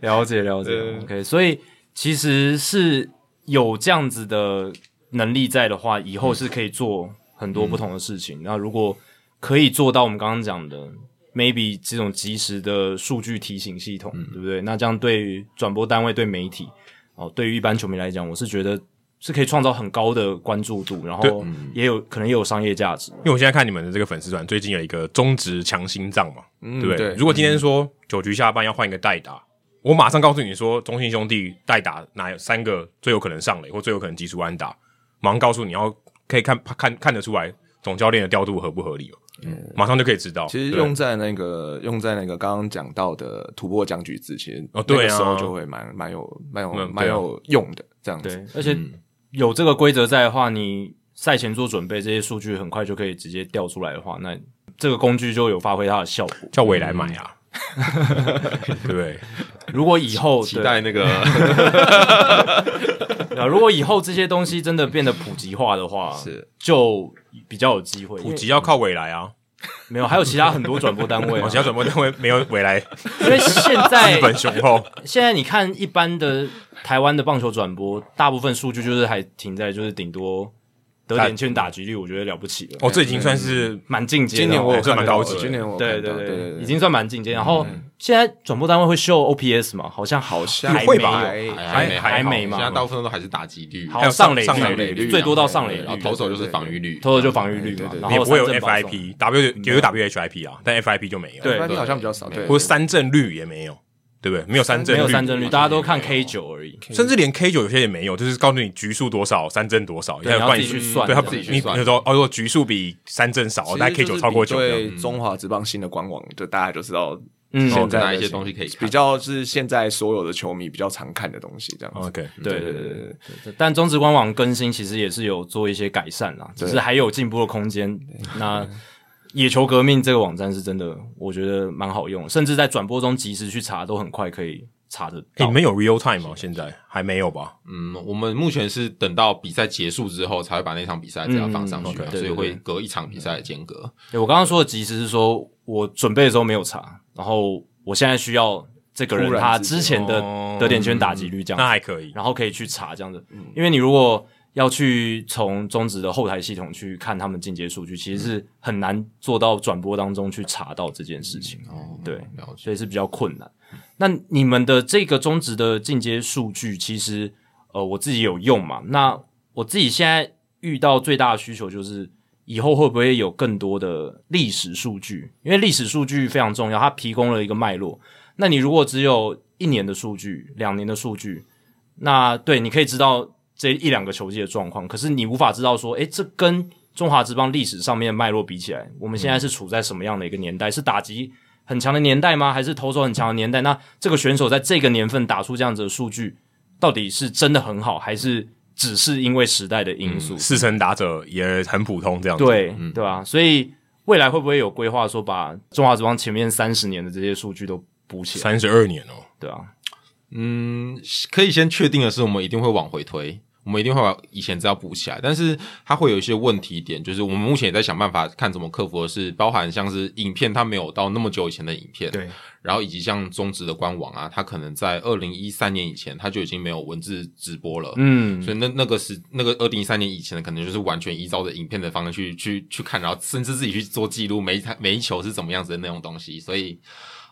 Speaker 1: 了解了
Speaker 4: 对
Speaker 1: 解，OK，所以其实是有这样子的能力在的话，以后是可以做很多不同的事情。那如果可以做到我们刚刚讲的，maybe 这种及时的数据提醒系统，对不对？那这样对于转播单位、对媒体，哦，对于一般球迷来讲，我是觉得是可以创造很高的关注度，然
Speaker 2: 对
Speaker 1: 后也有可能也有商业价值。
Speaker 2: 因为我现在看你们的这个粉丝团，最近有一个中职强心脏嘛，
Speaker 1: 嗯
Speaker 2: 对不对？
Speaker 4: 对
Speaker 2: 如果今天说九局下半要换一个代打，我马上告诉你说，中信兄弟代打哪三个最有可能上垒或最有可能击出安打，马上告诉你要可以看看看得出来总教练的调度合不合理哦，
Speaker 1: 嗯
Speaker 2: 马上就可以知道。
Speaker 4: 其实
Speaker 2: 对
Speaker 4: 用在那个用在那个刚刚讲到的突破僵局之前，
Speaker 2: 哦对啊
Speaker 4: 那个时候就会蛮蛮有蛮有
Speaker 2: 嗯对啊
Speaker 4: 蛮有用的这样子。
Speaker 1: 对，而且有这个规则在的话，你赛前做准备，这些数据很快就可以直接调出来的话，那这个工具就有发挥它的效果。
Speaker 2: 叫伟来买啊，
Speaker 1: 嗯
Speaker 2: 对 不对？
Speaker 1: 如果以后
Speaker 3: 期待 那个
Speaker 1: 对啊，如果以后这些东西真的变得普及化的话，
Speaker 4: 是
Speaker 1: 就比较有机会。
Speaker 2: 普及要靠伟来啊，
Speaker 1: 没有，还有其他很多转播单 位、啊
Speaker 2: 其，他转播单位没有伟来
Speaker 1: 因为现在
Speaker 2: 资本雄厚，
Speaker 1: 现在你看一般的台湾的棒球转播，大部分数据就是还停在就是顶多得点圈打击率，我觉得了不起了，
Speaker 2: 哦，这已经算是
Speaker 1: 蛮进阶的哦。
Speaker 4: 今年我有
Speaker 2: 这
Speaker 4: 看
Speaker 2: 蛮
Speaker 4: 到
Speaker 2: 高级的
Speaker 4: 今年我有
Speaker 1: 对
Speaker 4: 看
Speaker 1: 对
Speaker 4: 到
Speaker 1: 对，
Speaker 4: 对对，嗯
Speaker 1: 已经算蛮进阶。然后现在转播单位会秀 OPS 嘛？好像好
Speaker 4: 像哎
Speaker 1: 还
Speaker 2: 会
Speaker 1: 没
Speaker 2: 吧
Speaker 1: 有哎
Speaker 4: 还
Speaker 3: 还没
Speaker 1: 还
Speaker 3: 好
Speaker 1: 没嘛
Speaker 3: 现在大部分都还是打击率，
Speaker 1: 好
Speaker 2: 还有上
Speaker 1: 上垒
Speaker 2: 上
Speaker 3: 垒率啊
Speaker 1: 最多到上垒
Speaker 3: 然后
Speaker 1: 率，
Speaker 3: 投手就是防御率，
Speaker 1: 投手就防御率嘛
Speaker 4: 对对对，
Speaker 1: 然
Speaker 2: 也
Speaker 1: 后
Speaker 2: 不会有
Speaker 1: 三振保送
Speaker 2: FIP，W 有有 WHIP 啊，但 FIP 就没有。
Speaker 1: 对
Speaker 4: 那你好像比较少，对，
Speaker 2: 或者三振率也没有。对不对？没有三振
Speaker 1: 没
Speaker 2: 率，
Speaker 1: 有三振率，大家都
Speaker 4: 哦
Speaker 1: 看 K 九而已。
Speaker 2: 甚至连 K 九有些也没有，就是告诉你局数多少，三振多少，
Speaker 1: 对
Speaker 2: 还有冠
Speaker 1: 你要自己去
Speaker 2: 军
Speaker 1: 算
Speaker 2: 对他
Speaker 3: 自己去
Speaker 2: 你
Speaker 3: 算
Speaker 2: 有时候哦，如果局数比三振少，
Speaker 1: 哦
Speaker 2: 但 K 九超过九，
Speaker 4: 对中华职棒新的官网，就大家就知道
Speaker 1: 嗯，
Speaker 4: 现在
Speaker 3: 哪
Speaker 4: 的
Speaker 3: 一些东西可以看
Speaker 4: 比较是现在所有的球迷比较常看的东西，这
Speaker 1: 哦
Speaker 4: 样
Speaker 2: 哦
Speaker 4: 子。
Speaker 2: OK，
Speaker 1: 对
Speaker 4: 嗯对
Speaker 1: 对
Speaker 4: 对
Speaker 1: 对
Speaker 4: 对对，
Speaker 1: 对，但中职官网更新其实也是有做一些改善啦，只
Speaker 4: 对
Speaker 1: 是还有进步的空间。那野球革命这个网站是真的，我觉得蛮好用，甚至在转播中及时去查，都很快可以查得
Speaker 2: 诶你
Speaker 1: 到。
Speaker 2: 们有 real time 吗？现在还没有吧？
Speaker 3: 嗯，我们目前是等到比赛结束之后才会把那场比赛这样放上去
Speaker 1: 嗯嗯
Speaker 3: 嘛，
Speaker 1: 嗯
Speaker 3: 所以
Speaker 1: 对对
Speaker 3: 会
Speaker 1: 对
Speaker 3: 隔一场比赛的间隔。
Speaker 1: 欸对我刚刚说的及时是说我准备的时候没有查，然后我现在需要这个
Speaker 4: 突
Speaker 1: 人
Speaker 4: 然
Speaker 1: 他
Speaker 4: 之
Speaker 1: 之前的
Speaker 2: 哦
Speaker 1: 得点圈打击率这样子
Speaker 2: 那还可以。
Speaker 1: 然后可以去查这样子。因为你如果要去从中职的后台系统去看他们进阶数据，其实是很难做到转播当中去查到这件事情，
Speaker 3: 哦，
Speaker 1: 对
Speaker 3: 了解。
Speaker 1: 所以是比较困难。那你们的这个中职的进阶数据，其实呃我自己有用嘛？那我自己现在遇到最大的需求就是。以后会不会有更多的历史数据？因为历史数据非常重要，它提供了一个脉络。那你如果只有一年的数据、两年的数据，那对，你可以知道这一两个球季的状况，可是你无法知道说，诶，这跟中华职棒历史上面的脉络比起来，我们现在是处在什么样的一个年代？是打击很强的年代吗？还是投手很强的年代？那这个选手在这个年份打出这样子的数据，到底是真的很好，还是只是因为时代的因素？
Speaker 2: 四成打者也很普通这样子，，
Speaker 1: 对，对吧、所以未来会不会有规划说，把中华职棒前面三十年的这些数据都补起来？
Speaker 2: 三十二年哦，
Speaker 1: 对啊，
Speaker 3: 嗯，可以先确定的是，我们一定会往回推，我们一定会把以前资料补起来，但是它会有一些问题点，就是我们目前也在想办法看怎么克服的是，包含像是影片它没有到那么久以前的影片，
Speaker 1: 对，
Speaker 3: 然后以及像中职的官网啊，它可能在二零一三年以前它就已经没有文字直播了，
Speaker 1: 嗯，
Speaker 3: 所以那那个是那个二零一三年以前的，可能就是完全依照着影片的方向去去去看，然后甚至自己去做记录，每一台每一球是怎么样子的那种东西。所以，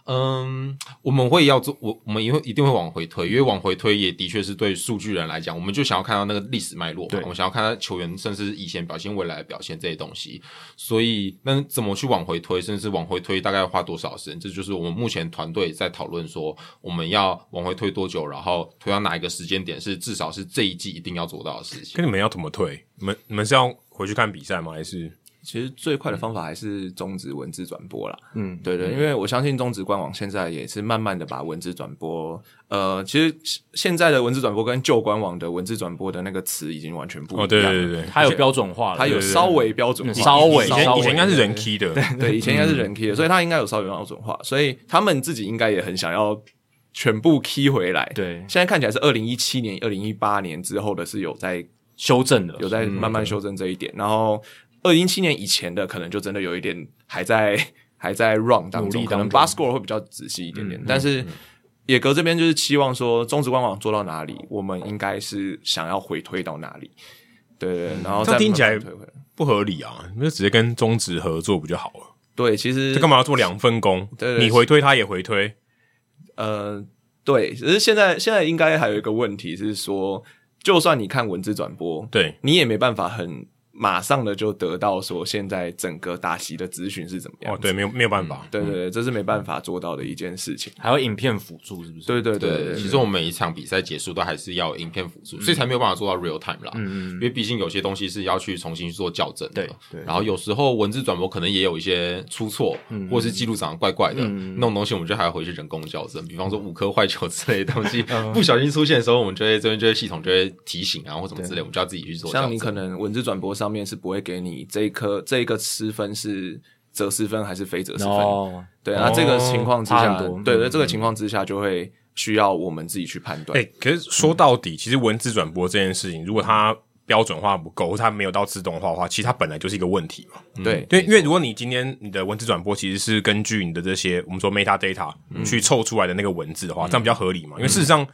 Speaker 3: 嗯，我们会要做，我我们一定会一定会往回推，因为往回推也的确是对数据人来讲，我们就想要看到那个历史脉络嘛
Speaker 1: 对，
Speaker 3: 我们想要看到球员甚至以前表现、未来的表现这些东西。所以，那怎么去往回推，甚至往回推大概要花多少时间？这就是我们目前团队在讨论说，我们要往回推多久，然后推到哪一个时间点是至少是这一季一定要做到的事情。
Speaker 2: 跟你们要怎么退？你们你们是要回去看比赛吗？还是
Speaker 4: 其实最快的方法还是中职文字转播啦。
Speaker 1: 嗯，
Speaker 4: 对对，因为我相信中职官网现在也是慢慢的把文字转播，呃，其实现现在的文字转播跟旧官网的文字转播的那个词已经完全不一样。
Speaker 2: 哦，对对对，对，
Speaker 1: 它有标准化了，
Speaker 4: 它有稍微标准化，
Speaker 1: 嗯稍微
Speaker 2: 以
Speaker 1: 稍
Speaker 2: 前
Speaker 1: 微
Speaker 2: 以前应该是人 key 的，
Speaker 4: 对，以前应该是人 key 的，所以他应该有稍微标准化，所以他们自己应该也很想要全部 key 回来。，
Speaker 1: 对
Speaker 4: 现在看起来是二零一七年、二零一八年之后的是有在
Speaker 1: 修正的，
Speaker 4: 有
Speaker 2: 嗯
Speaker 4: 在慢慢修正这一点，然后二零一七年以前的可能就真的有一点还在 还在 run 当
Speaker 1: 努力当
Speaker 4: 中，
Speaker 1: 中
Speaker 4: 可能 b a s c o r 会比较仔细一点
Speaker 2: 嗯
Speaker 4: 点，但是。野格这边就是期望说，中职官网做到哪里，我们应该是想要回推到哪里，对对，对然后
Speaker 2: 这
Speaker 4: 再
Speaker 2: 样听起来
Speaker 4: 慢慢推回来。
Speaker 2: 不合理啊！你们就直接跟中职合作不就好了？
Speaker 4: 对，其实
Speaker 2: 这干嘛要做两份工？
Speaker 4: 对对对
Speaker 2: 你回推他也回推，
Speaker 4: 呃，对，只是现在现在应该还有一个问题是说，就算你看文字转播，
Speaker 2: 对，
Speaker 4: 你也没办法很马上的就得到说现在整个打席的资讯是怎么样
Speaker 2: 哦，
Speaker 4: 子。嗯
Speaker 2: 对，没有没有办法，
Speaker 4: 对对对，这是没办法做到的一件事情。
Speaker 1: 还有影片辅助，是不是？
Speaker 4: 对对对
Speaker 3: 对，其实我们每一场比赛结束都还是要有影片辅助，所以才没有办法做到 real time 啦。嗯因为毕竟有些东西是要去重新去做校正的。
Speaker 1: 对对
Speaker 3: 然后有时候文字转播可能也有一些出错，或是记录长得怪怪的那种东西，我们就还要回去人工校正。比方说五颗坏球之类的东西，不小心出现的时候，我们就会这边就会系统就会提醒啊，或什么之类，我们就要自己去做校正。
Speaker 4: 像你可能文字转播上面是不会给你这一颗这一个失分是折失分还是非折失分，
Speaker 1: 哦，
Speaker 4: 对，那这个情况之
Speaker 1: 差
Speaker 4: 下，
Speaker 1: 很多
Speaker 4: 对对，这个情况之下就会需要我们自己去判断。
Speaker 2: 哎、可是说到底，其实文字转播这件事情，如果它标准化不够，或它没有到自动化的话，其实它本来就是一个问题嘛。
Speaker 4: 对
Speaker 2: 对，因为如果你今天你的文字转播其实是根据你的这些我们说 metadata 去凑出来的那个文字的话，这样比较合理嘛。因为事实上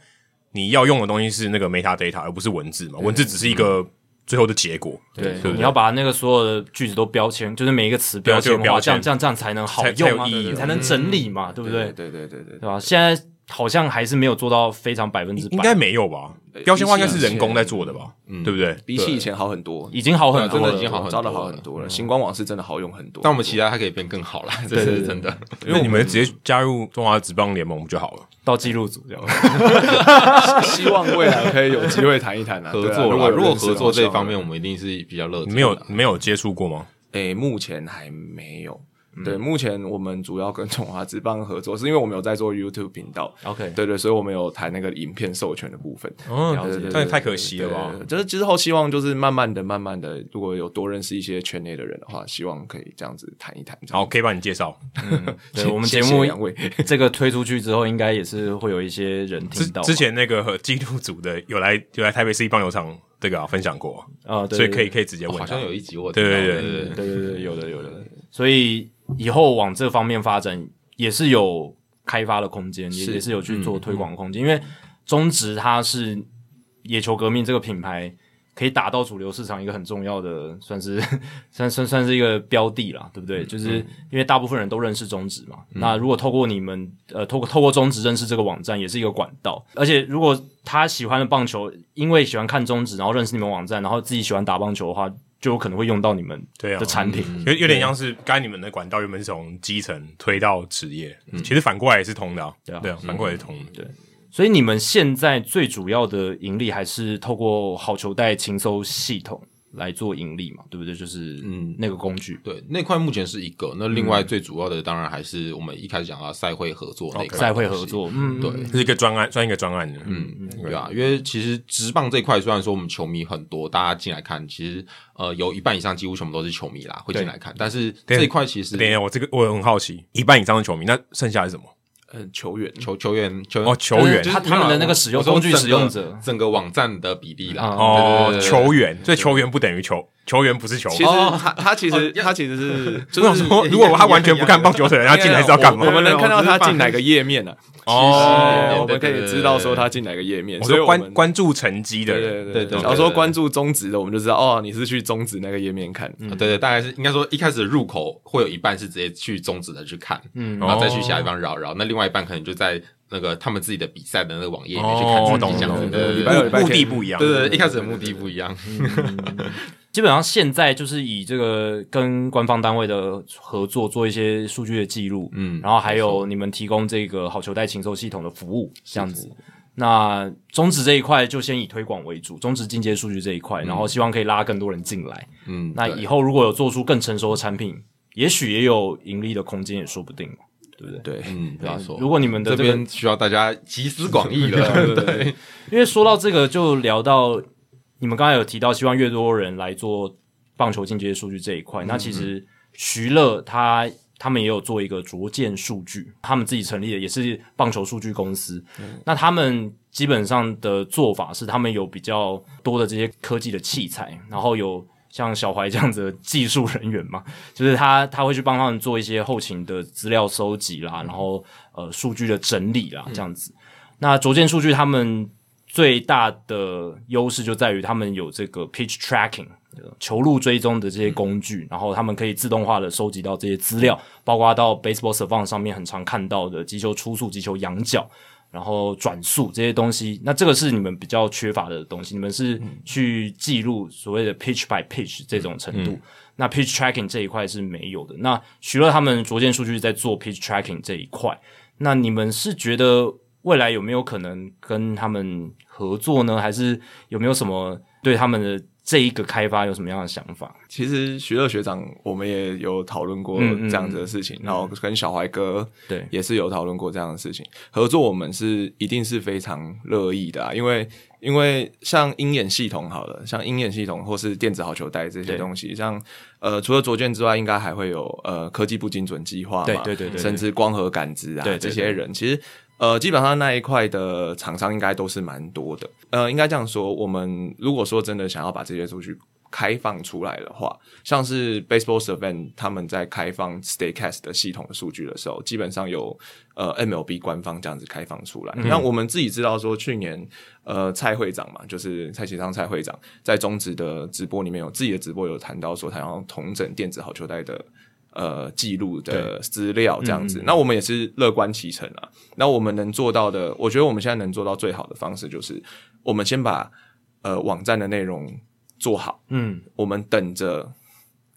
Speaker 2: 你要用的东西是那个 metadata，而不是文字嘛。文字只是一个最后的结果，
Speaker 1: 对
Speaker 2: 对不
Speaker 1: 你
Speaker 2: 对
Speaker 1: 要？把那个所有的句子都标签，就是每一个词标签
Speaker 2: 对要
Speaker 1: 化，
Speaker 2: 有标
Speaker 1: 这
Speaker 2: 签
Speaker 1: 样这样这样才能好
Speaker 2: 才才有
Speaker 1: 用啊，
Speaker 2: 意义
Speaker 1: 对对
Speaker 2: 啊
Speaker 1: 对才能整理哎嘛，对不对？
Speaker 4: 对对对对对
Speaker 1: 对吧？现在好像还是没有做到非常百分之百，
Speaker 2: 应该没有吧？标签化应该是人工在做的吧，对不对？
Speaker 4: 比起以前好很多，
Speaker 1: 已经好很多
Speaker 3: 对真
Speaker 1: 了，
Speaker 3: 的已经好很
Speaker 4: 招的
Speaker 3: 多
Speaker 4: 好
Speaker 3: 了
Speaker 4: 很多了。星光网是真的好用很多，
Speaker 3: 但我们期待它可以变更好啦，这是真的。
Speaker 2: 因为你们直接加入中华职棒联盟不就好了？
Speaker 1: 到记录组这样。
Speaker 4: 希望未来可以有机会谈一谈啊，
Speaker 3: 合
Speaker 4: 对啊
Speaker 3: 作
Speaker 4: 如
Speaker 3: 啦，
Speaker 4: 果
Speaker 3: 如果合作这一
Speaker 4: 一
Speaker 3: 方面，，我们一定是比较乐。
Speaker 2: 你没有，没有接触过吗？
Speaker 4: 诶，目前还没有。
Speaker 2: 嗯
Speaker 4: 对，目前我们主要跟中华职棒合作，是因为我们有在做 YouTube 频道，
Speaker 1: OK，
Speaker 4: 对对，所以我们有谈那个影片授权的部分。
Speaker 2: 嗯
Speaker 4: 对对，
Speaker 2: 但也太可惜了吧
Speaker 4: 对？对就是之后希望就是慢慢的、慢慢的，如果有多认识一些圈内的人的话，希望可以这样子谈一谈。这样
Speaker 2: 好，可以帮你介绍。
Speaker 1: 对我们
Speaker 4: 谢
Speaker 1: 节
Speaker 4: 谢
Speaker 1: 目
Speaker 4: 两位
Speaker 1: 这个推出去之后，应该也是会有一些人
Speaker 2: 之
Speaker 1: 听到吧。
Speaker 2: 之前那个和纪录组的有来 有来台北市立棒球场这个啊分享过，
Speaker 1: 啊，对
Speaker 2: 所以可以
Speaker 1: 对
Speaker 2: 可以直接问
Speaker 3: 哦好
Speaker 2: 他。
Speaker 3: 像有一集我
Speaker 2: 对对
Speaker 3: 听到
Speaker 2: 对对
Speaker 1: 对对对，有的有的。所以以后往这方面发展，也是有开发的空间，也
Speaker 4: 是
Speaker 1: 也是有去做推广的空间。因为中职它是野球革命这个品牌可以打到主流市场一个很重要的，算是 算算算是一个标的啦，对不对？就是因为大部分人都认识中职嘛。那如果透过你们呃，透过透过中职认识这个网站，也是一个管道。而且如果他喜欢的棒球，因为喜欢看中职，然后认识你们网站，然后自己喜欢打棒球的话。就有可能会用到你们
Speaker 2: 对啊
Speaker 1: 的产
Speaker 3: 嗯
Speaker 1: 品，
Speaker 2: 有有点像是刚才你们的管道原本是从基层推到职业，其实反过来也是通的啊。
Speaker 1: 对啊
Speaker 2: 对啊，反过来也是通的。
Speaker 1: 所以你们现在最主要的盈利还是透过好球带情搜系统来做盈利嘛，对不对？就是
Speaker 3: 嗯
Speaker 1: 那个工具。
Speaker 3: 对，那块目前是一个，那
Speaker 2: 嗯
Speaker 3: 另外最主要的当然还是我们一开始讲到赛会合作那一块
Speaker 1: 赛会合
Speaker 3: 东西，
Speaker 1: 作，嗯，
Speaker 3: 对，
Speaker 2: 这是一个专案，算一个专案的。嗯，
Speaker 3: 嗯，对啊，因为其实直棒这一块，虽然说我们球迷很多，大家进来看，其实呃有一半以上几乎全部都是球迷啦，会进来看，但是这一块其实
Speaker 2: 等一下，我这个我很好奇，一半以上的球迷，那剩下是什么？
Speaker 4: 呃球员
Speaker 3: 球球员球员
Speaker 2: 哦，球员
Speaker 1: 就。是他他们的那个使用
Speaker 3: 我说
Speaker 1: 工具
Speaker 3: 整个
Speaker 1: 使用者
Speaker 3: 整个网站的比例啦，
Speaker 1: 啊
Speaker 2: 哦，
Speaker 3: 对对对对
Speaker 2: 球员，所以球员不等于球，球员不是球。
Speaker 4: 其实
Speaker 3: 哦
Speaker 4: 他他其实他其实是，
Speaker 2: 我想说，如果他完全不看棒球的人，他进来是要干嘛
Speaker 4: 我？们能看到
Speaker 3: 没有
Speaker 4: 他
Speaker 3: 我只是
Speaker 4: 进哪个页面呢？
Speaker 2: 哦
Speaker 4: 对，我
Speaker 3: 对
Speaker 4: 们可
Speaker 3: 对对
Speaker 4: 以知道说他进哪个页面，
Speaker 2: 我
Speaker 4: 所以
Speaker 2: 说
Speaker 4: 我们
Speaker 2: 关关注成绩的
Speaker 4: 对
Speaker 2: 人，
Speaker 4: 对
Speaker 3: 对
Speaker 4: 对
Speaker 3: 对
Speaker 4: 对，
Speaker 3: 对
Speaker 4: 然后说
Speaker 3: 对
Speaker 4: 关注中职的，我们就知道哦，你是去中职那个页面看。
Speaker 2: 嗯
Speaker 1: 嗯
Speaker 3: 啊对对，大概是应该说一开始的入口会有一半是直接去终止的去看，嗯，
Speaker 2: 哦
Speaker 3: 然后再去其他地方绕绕，那另外一半可能就在那个他们自己的比赛的那个网页里面去看
Speaker 2: 哦，
Speaker 3: 自己
Speaker 2: 懂
Speaker 3: 这样子，
Speaker 2: 懂
Speaker 3: 对
Speaker 2: 懂，
Speaker 3: 对对
Speaker 4: 拜六礼拜
Speaker 2: 目
Speaker 4: 天
Speaker 2: 的不一样。
Speaker 3: 对对对，一嗯开始的目的不一样，
Speaker 1: 基本上现在就是以这个跟官方单位的合作做一些数据的记录，
Speaker 3: 嗯
Speaker 1: 然后还有你们提供这个好球带情搜系统的服务，这样子。那中职这一块就先以推广为主，中职进阶数据这一块，然后希望可以拉更多人进来。
Speaker 3: 嗯，
Speaker 1: 那
Speaker 3: 对
Speaker 1: 以后如果有做出更成熟的产品，也许也有盈利的空间，也说不定嘛，对不对？
Speaker 4: 对，
Speaker 3: 嗯，没错，
Speaker 1: 如果你们的
Speaker 3: 这
Speaker 1: 这个
Speaker 3: 边需要大家集思广益了， 对，
Speaker 1: 因为说到这个，就聊到你们刚才有提到，希望越多人来做棒球进阶数据这一块。那其实徐乐他他们也有做一个卓见数据，他们自己成立的也是棒球数据公司。那他们基本上的做法是，他们有比较多的这些科技的器材，然后有。像小怀这样子的技术人员嘛， 就是他他会去帮他们做一些后勤的资料收集啦，然后呃数据的整理啦，这样子。那卓见数据他们最大的优势就在于他们有这个 pitch tracking 呃球路追踪的这些工具，然后他们可以自动化的收集到这些资料，包括到 baseball savant 上面很常看到的击球出速、击球仰角。然后转速这些东西，那这个是你们比较缺乏的东西。你们是去记录所谓的 pitch by pitch 这种程度，那 pitch tracking 这一块是没有的。那徐乐他们卓见数据在做 pitch tracking 这一块，那你们是觉得未来有没有可能跟他们合作呢？还是有没有什么对他们的这一个开发有什么样的想法？
Speaker 4: 其实徐乐学长我们也有讨论过
Speaker 1: 嗯嗯嗯
Speaker 4: 这样子的事情，然后跟小怀哥
Speaker 1: 对
Speaker 4: 也是有讨论过这样的事情。合作我们是一定是非常乐意的、啊，因为因为像鹰眼系统好了，像鹰眼系统或是电子好球带这些
Speaker 1: 对
Speaker 4: 东西，像呃除了卓健之外，应该还会有呃科技部精准计划嘛，
Speaker 1: 对对对对对
Speaker 4: 甚至光合感知啊
Speaker 1: 对对
Speaker 4: 这些人，其实呃基本上那一块的厂商应该都是蛮多的。呃，应该这样说，我们如果说真的想要把这些数据开放出来的话，像是 Baseball Savant 他们在开放 Statcast 的系统的数据的时候，基本上有呃 MLB 官方这样子开放出来。那我们自己知道说，去年呃蔡会长嘛，就是蔡启昌蔡会长在中职的直播里面有自己的直播有谈到说，他要重整电子好球带的。呃记录的资料这样子。那我们也是乐观其成啊。那我们能做到的，我觉得我们现在能做到最好的方式就是，我们先把呃网站的内容做好，
Speaker 1: 嗯
Speaker 4: 我们等着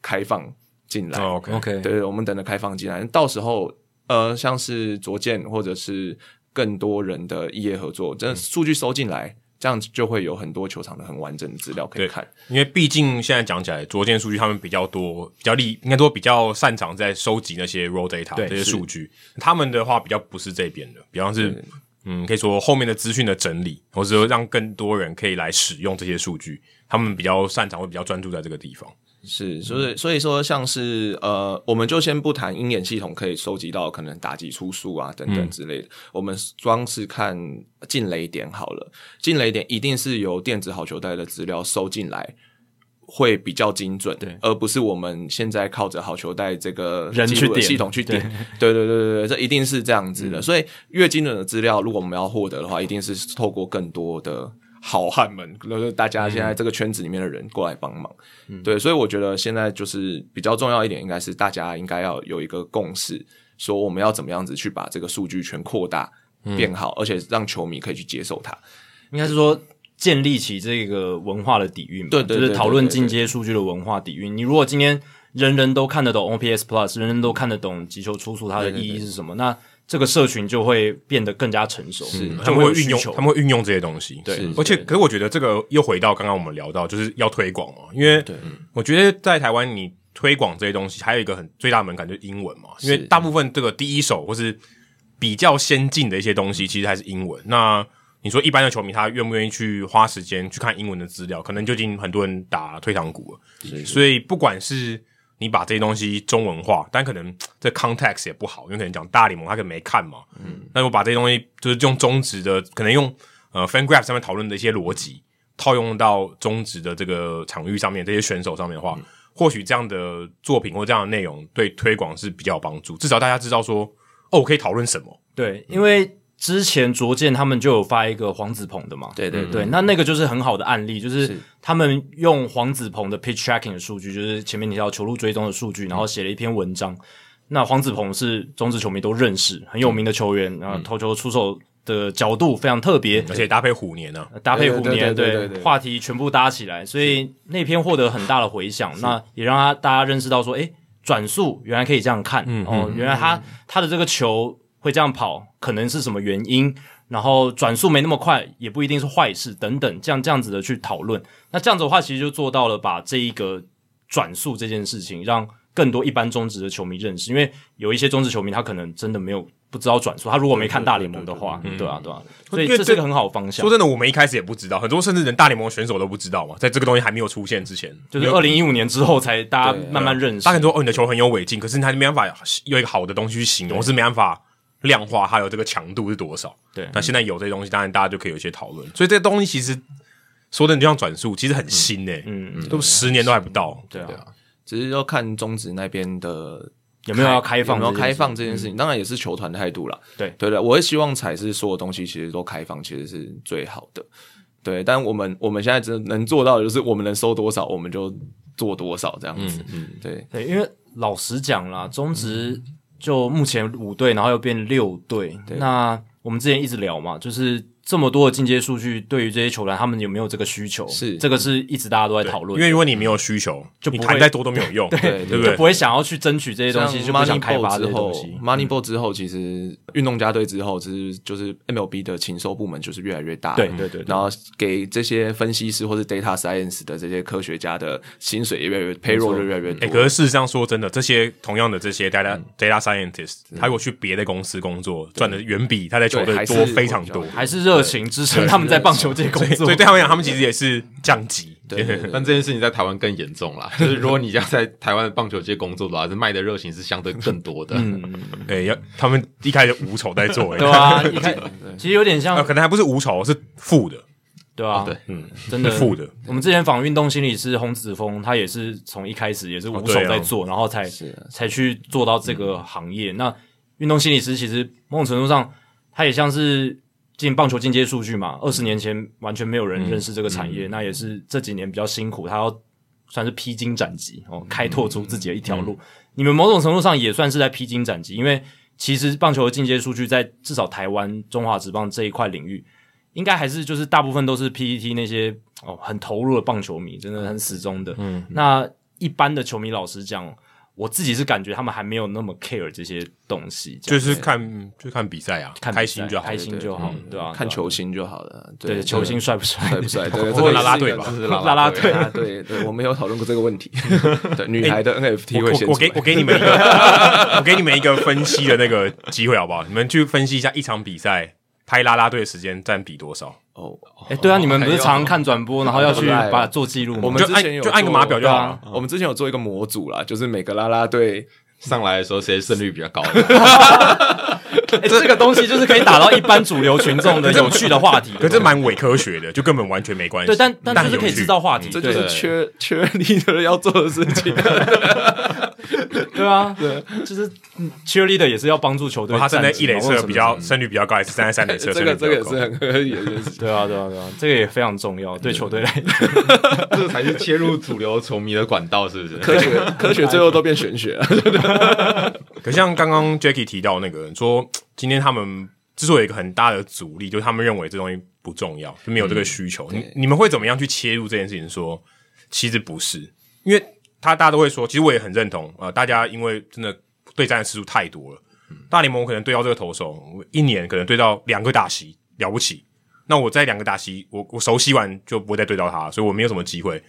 Speaker 4: 开放进来。
Speaker 2: 哦 OK，
Speaker 1: 嗯，OK，
Speaker 4: 对，我们等着开放进来，到时候呃，像是卓见或者是更多人的异业合作，这
Speaker 2: 嗯
Speaker 4: 数据收进来，这样就会有很多球场的很完整的资料可以
Speaker 2: 对
Speaker 4: 看。
Speaker 2: 因为毕竟现在讲起来，卓见数据他们比较多，比较厉，应该说比较擅长在收集那些 raw data
Speaker 1: 对
Speaker 2: 这些数据。他们的话比较不是这边的，比方是嗯，可以说后面的资讯的整理，或者说让更多人可以来使用这些数据，他们比较擅长，会比较专注在这个地方。嗯
Speaker 4: 是，所以所以说，像是呃，我们就先不谈鹰眼系统可以收集到可能打击出数啊等
Speaker 2: 嗯
Speaker 4: 等之类的，我们光是看进雷点好了，进雷点一定是由电子好球带的资料收进来。会比较精准，
Speaker 1: 对
Speaker 4: 而不是我们现在靠着好球带这个
Speaker 1: 人
Speaker 4: 记
Speaker 1: 去
Speaker 4: 录的
Speaker 1: 点嗯
Speaker 4: 系统去点，对对对对对，这一定是这样子的。所以越精准的资料，如果我们要获得的话，一定是透过更多的好汉们，就是大家现在这个圈子里面的人过来帮忙。
Speaker 1: 嗯
Speaker 4: 对，所以我觉得现在就是比较重要一点，应该是大家应该要有一个共识，说我们要怎么样子去把这个数据全扩大。
Speaker 1: 嗯
Speaker 4: 变好，而且让球迷可以去接受它。
Speaker 1: 应该是说建立起这个文化的底蕴嘛，
Speaker 4: 对对
Speaker 1: 就
Speaker 4: 对
Speaker 1: 是讨论进阶数据的文化底蕴。你如果今天人人都看得懂 OPS Plus，人人都看得懂急球出速它的意义是什么，那这个社群就会变得更加成熟，是
Speaker 2: 他
Speaker 1: 他
Speaker 2: 们
Speaker 1: 们
Speaker 2: 会
Speaker 1: 会
Speaker 2: 运用，他们会运用这些东西。
Speaker 1: 对是
Speaker 2: 而且可是我觉得这个又回到刚刚我们聊到，就是要推广嘛，因为我觉得在台湾你推广这些东西，还有一个很最大的门槛就是英文嘛，因为大部分这个第一手或是比较先进的一些东西，其实还是英文。那你说一般的球迷他愿不愿意去花时间去看英文的资料？可能就已经很多人打退堂鼓了。所以不管是你把这些东西中文化，但可能嘖这 context 也不好，因为可能讲大联盟他可能没看嘛。嗯，那我把这些东西就是用中职的，可能用呃 FanGraph 上面讨论的一些逻辑套用到中职的这个场域上面，这些选手上面的话，
Speaker 1: 嗯
Speaker 2: 或许这样的作品或这样的内容对推广是比较有帮助，至少大家知道说哦，我可以讨论什么。
Speaker 1: 对，因为之前卓健他们就有发一个黄子鹏的嘛，
Speaker 4: 对对
Speaker 1: 对，那那个就是很好的案例，就是
Speaker 4: 嗯是
Speaker 1: 他们用黄子鹏的 pitch tracking 的数据，就是前面提到球路追踪的数据，然后写了一篇文章。那黄子鹏是中职球迷都认识，很有名的球员，然后投球出手的角度非常特别，
Speaker 2: 而且搭配虎年呢、啊，
Speaker 1: 搭配虎年，
Speaker 4: 对对对对对对
Speaker 1: 话题全部搭起来，所以那篇获得很大的回响，那也让他大家认识到说，诶，转速原来可以这样看，哦，原来他他的这个球会这样跑，可能是什么原因？然后转速没那么快，也不一定是坏事，等等，这样这样子的去讨论，那这样子的话，其实就做到了把这一个转速这件事情，让更多一般中职的球迷认识，因为有一些中职球迷他可能真的没有不知道转速，他如果没看大联盟的话，对啊，对啊，所以
Speaker 2: 因为
Speaker 1: 这是
Speaker 2: 这
Speaker 1: 个很好的方向
Speaker 2: 说。真的，我们一开始也不知道，很多甚至连大联盟选手都不知道嘛，在这个东西还没有出现之前，
Speaker 1: 就是二零一五年之后才大家
Speaker 4: 对
Speaker 1: 慢慢认识
Speaker 2: 大。家说哦，你的球很有违禁，可是他没办法有一个好的东西去形容，是没办法量化它有这个强度是多少。
Speaker 1: 对
Speaker 2: 那现在有这些东西，当然大家就可以有一些讨论。所以这个东西其实说真的，就像转速，其实很新诶、
Speaker 1: 嗯嗯，
Speaker 2: 都十年都还不到。
Speaker 1: 对啊，
Speaker 4: 只是要看中职那边的
Speaker 1: 有没有要开放？
Speaker 4: 有没有开？放这件事情，当然也是球团的态度啦。
Speaker 1: 嗯对
Speaker 4: 对的，我会希望才是所有东西其实都开放，其实是最好的。对，但我们我们现在只能做到的就是我们能收多少，我们就做多少这样子。嗯，对，
Speaker 1: 对，因为老实讲啦，中职就目前五队，然后又变六队。那我们之前一直聊嘛，就是这么多的进阶数据，对于这些球员，他们有没有这个需求？
Speaker 4: 是
Speaker 1: 这个是一直大家都在讨论
Speaker 2: 因
Speaker 1: 的，
Speaker 2: 为如果你没有需求，
Speaker 1: 就不
Speaker 2: 你
Speaker 1: 会
Speaker 2: 谈再多都没有用，
Speaker 4: 对
Speaker 2: 对不
Speaker 1: 就
Speaker 2: 对
Speaker 1: 不？会想要去争取这些东西，就不想
Speaker 4: Money
Speaker 1: 开发
Speaker 4: Ball
Speaker 1: 这些
Speaker 4: 之后
Speaker 1: 东西。嗯
Speaker 4: ，Money Ball 之后，其实运动家队之后，其实就是 MLB 的禽收部门就是越来越大。
Speaker 1: 对对对对
Speaker 4: 然后给这些分析师或是 data science 的这些科学家的薪水也越来越 payroll 就越来越多。
Speaker 2: 哎、可是事实上说真的，这些同样的这些 data、
Speaker 1: 嗯
Speaker 2: data scientist，他如果去别的公司工作，赚的远比他在球队
Speaker 4: 对还是
Speaker 2: 多非常多
Speaker 4: 会比。较
Speaker 1: 还是热情支撑他们在棒球界工作
Speaker 2: 所以，对他们来讲，他们其实也是降级。
Speaker 4: 对对对
Speaker 3: 但这件事情在台湾更严重 啦，就是如果你要在台湾的棒球界工作的话，这卖的热情是相对更多的。
Speaker 2: 哎，要他们一开始无酬在做、哎
Speaker 1: 对啊，一开其实有点像
Speaker 2: 呃，可能还不是无酬，是负的，
Speaker 1: 对啊，
Speaker 3: 对，
Speaker 1: 嗯，真的
Speaker 2: 是负的。
Speaker 1: 我们之前访运动心理师洪子峰，他也是从一开始也是无手
Speaker 2: 对啊嗯
Speaker 1: 在做，然后才才去做到这个行业。那运动心理师其实某种程度上，他也像是进棒球进阶
Speaker 2: 嗯
Speaker 1: 数据嘛，二十年前完全没有人认识这个产业，那也是这几年比较辛苦，他要算是披荆斩棘哦，开拓出自己的一条路。你们某种程度上也算是在披荆斩棘，因为其实棒球的进阶数据在至少台湾中华职棒这一块领域，应该还是就是大部分都是 PET 那些哦很投入的棒球迷，真的很死忠的。嗯，那一般的球迷老实讲，我自己是感觉他们还没有那么 care 这些东西，这
Speaker 2: 就
Speaker 1: 样
Speaker 2: 是看就看比赛啊，
Speaker 1: 看比赛
Speaker 2: 开心就好
Speaker 1: 开。心就好，对吧、啊？
Speaker 4: 看球星就好了，
Speaker 1: 对球星帅不帅？
Speaker 4: 帅 不帅？对，
Speaker 2: 或者拉拉队吧
Speaker 1: 拉
Speaker 4: 拉
Speaker 1: 拉队
Speaker 4: 队，拉拉队，对，我们有讨论过这个问题。对，女孩的 NFT 会
Speaker 2: 我
Speaker 4: 先
Speaker 2: 我我给
Speaker 4: 出
Speaker 2: 我
Speaker 4: 来
Speaker 2: 给你们一个， 我给你们一个分析的那个机会好不好？你们去分析一下一场比赛拍拉拉队的时间占比多少？
Speaker 4: 哦，
Speaker 1: 哎、对啊，你们不是
Speaker 3: 还有
Speaker 1: 常常看转播，然后要去
Speaker 4: 对啊
Speaker 1: 把做记录吗？
Speaker 4: 我们
Speaker 2: 就
Speaker 4: 之
Speaker 2: 按
Speaker 4: 前有
Speaker 2: 就按个
Speaker 4: 做
Speaker 2: 码表就好了。
Speaker 4: 对啊我们之前有做一个模组啦，就是每个拉拉队
Speaker 3: 上来的时候谁胜率比较高？
Speaker 1: 哎、这个东西就是可以打到一般主流群 众的有趣的话题。
Speaker 2: 可这蛮伪科学的，就根本完全没关系。
Speaker 1: 啊对，但但就是
Speaker 2: 很
Speaker 1: 可以
Speaker 2: 有趣
Speaker 1: 制造话题，嗯
Speaker 4: 这
Speaker 1: 对
Speaker 4: 就是缺缺力的人要做的事情。
Speaker 1: 对啊，对，就是嗯 cheerleader 也是要帮助球队
Speaker 2: 哦他
Speaker 1: 战绩嘛。
Speaker 2: 站在一垒
Speaker 1: 或者
Speaker 2: 侧
Speaker 1: 什么
Speaker 2: 比较胜率比较高，还是站在三垒侧 胜
Speaker 4: 这个
Speaker 2: 率
Speaker 4: 这个
Speaker 2: 比
Speaker 4: 也
Speaker 2: 较
Speaker 4: 是
Speaker 2: 高？
Speaker 4: 很合理的事 情。
Speaker 1: 对啊，对啊，对啊，这个也非常重要，对球队来。
Speaker 3: 这个才是切入主流球迷的管道，是不是？
Speaker 4: 科学科学最后都变玄学了。
Speaker 2: 可像刚刚 Jackie 提到那个说，今天他们之所以有一个很大的阻力，就是他们认为这东西不重要，就没有这个需求。你你们会怎么样去切入这件事情说其实不是，因为他大家都会说，其实我也很认同啊、呃大家因为真的对战的次数太多了，大联盟我可能对到这个投手，我一年可能对到两个打席了不起，那我在两个打席，我我熟悉完就不会再对到他，所以我没有什么机会。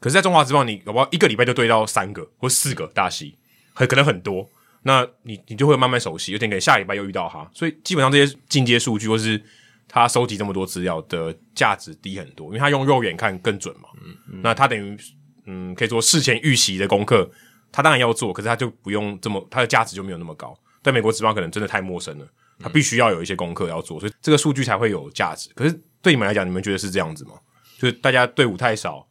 Speaker 2: 可是，在中华职棒，你搞不好一个礼拜就对到三个或四个大西，很可能很多。那你你就会慢慢熟悉，有点可能下礼拜又遇到他，所以基本上这些进阶数据或是他收集这么多资料的价值低很多，因为他用肉眼看更准嘛。那他等于嗯，可以说事前预习的功课，他当然要做，可是他就不用这么，他的价值就没有那么高。但美国职棒可能真的太陌生了，他必须要有一些功课要做，所以这个数据才会有价值。可是对你们来讲，你们觉得是这样子吗？就是大家队伍太少，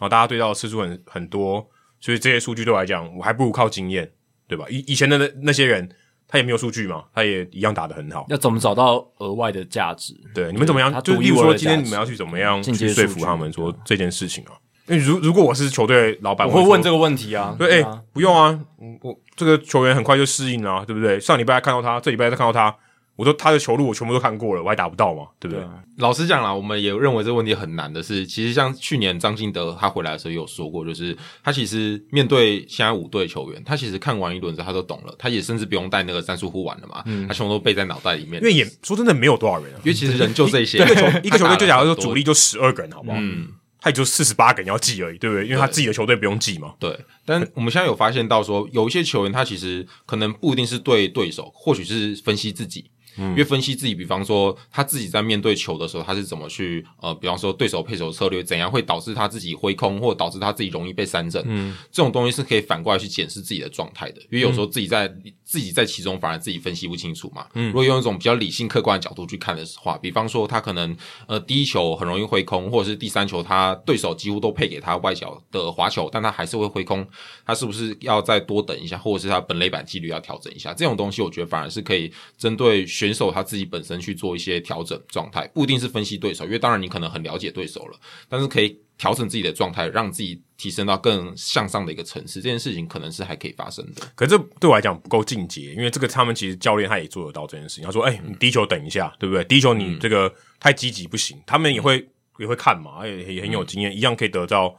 Speaker 2: 然后大家对到的次数很很多，所以这些数据对我来讲，我还不如靠经验，对吧？以以前的那那些人，他也没有数据嘛，他也一样打得很好
Speaker 1: 要怎么找到额外的价值？
Speaker 2: 对，你们怎么
Speaker 1: 他
Speaker 2: 样？就
Speaker 1: 独
Speaker 2: 例
Speaker 1: 一
Speaker 2: 如
Speaker 1: 无二
Speaker 2: 说，
Speaker 1: 的
Speaker 2: 今天
Speaker 1: 价
Speaker 2: 你们
Speaker 1: 值
Speaker 2: 要去怎么样
Speaker 1: 进阶
Speaker 2: 去说
Speaker 1: 数
Speaker 2: 服
Speaker 1: 据
Speaker 2: 他们说这件事情啊？因为如如果我是球队老板，
Speaker 1: 我会
Speaker 2: 说
Speaker 1: 问这个问题啊，
Speaker 2: 对，哎、
Speaker 1: 啊
Speaker 2: 不用啊，嗯我这个球员很快就适应了啊、对不对？上礼拜看到他，这礼拜再看到他，我说他的球路我全部都看过了，我还打不到嘛，对不
Speaker 1: 对
Speaker 2: 对？
Speaker 1: 啊
Speaker 3: 老实讲啦，我们也认为这个问题很难的是，其实像去年张敬德他回来的时候也有说过，就是他其实面对现在五队球员，他其实看完一轮之后他都懂了，他也甚至不用带那个战术护腕了嘛，他全部都背在脑袋里面
Speaker 2: 因。为也说真的没有多少 人啊，
Speaker 3: 因为其实人就这些，
Speaker 2: 嗯一个球队就假如说
Speaker 3: 他打了很多
Speaker 2: 主力就十二个人，好不好？嗯，他也就四十八个人要记而已，对不对？因为他自己的球队不用记嘛。
Speaker 3: 对，但我们现在有发现到说，有一些球员他其实可能不一定是对对手，或许是分析自己。因为分析自己，比方说他自己在面对球的时候，他是怎么去呃，比方说对手配球策略怎样会导致他自己挥空，或导致他自己容易被三振，嗯，这种东西是可以反过来去检视自己的状态的，因为有时候自己在、自己在其中反而自己分析不清楚嘛，嗯，如果用一种比较理性客观的角度去看的话，比方说他可能呃第一球很容易挥空，或者是第三球他对手几乎都配给他外角的滑球，但他还是会挥空，他是不是要再多等一下，或者是他本垒板纪律要调整一下？这种东西，我觉得反而是可以针对选手他自己本身去做一些调整状态，不一定是分析对手，因为当然你可能很了解对手了，但是可以调整自己的状态，让自己提升到更向上的一个层次，这件事情可能是还可以发生的。
Speaker 2: 可是这对我来讲不够进阶，因为这个他们其实教练他也做得到这件事情。他说：“哎、你第一球等一下，对不对？第一球你这个太积极不行。”他们也会也会看嘛，哎也也很有经验，一样可以得到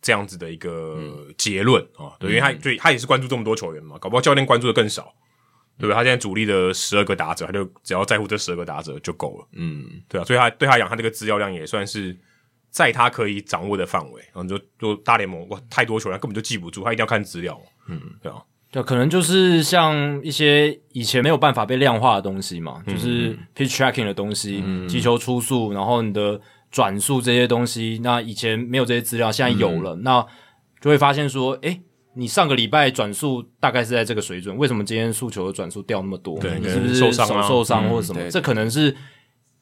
Speaker 2: 这样子的一个结论啊。对，因为他对他也是关注这么多球员嘛，搞不好教练关注的更少，对不对？他现在主力的十二个打者，他就只要在乎这十二个打者就够了。
Speaker 3: 嗯，
Speaker 2: 对啊，所以他对他来讲，他这个资料量也算是在他可以掌握的范围。然后你就就大联盟哇，太多球员他根本就记不住，他一定要看资料。嗯，对啊，
Speaker 1: 对，可能就是像一些以前没有办法被量化的东西嘛，
Speaker 2: 嗯
Speaker 1: 就是 pitch tracking 的东西，击球出速，然后你的转速这些东西，那以前没有这些资料，现在有
Speaker 2: 嗯
Speaker 1: 了，那就会发现说，诶，你上个礼拜转速大概是在这个水准，为什么今天速球的转速掉那么多？
Speaker 2: 对
Speaker 1: 你
Speaker 2: 可能
Speaker 1: 是不是
Speaker 2: 受伤
Speaker 1: 手
Speaker 2: 啊
Speaker 1: 受伤或者什么？
Speaker 4: 对
Speaker 1: 这可能是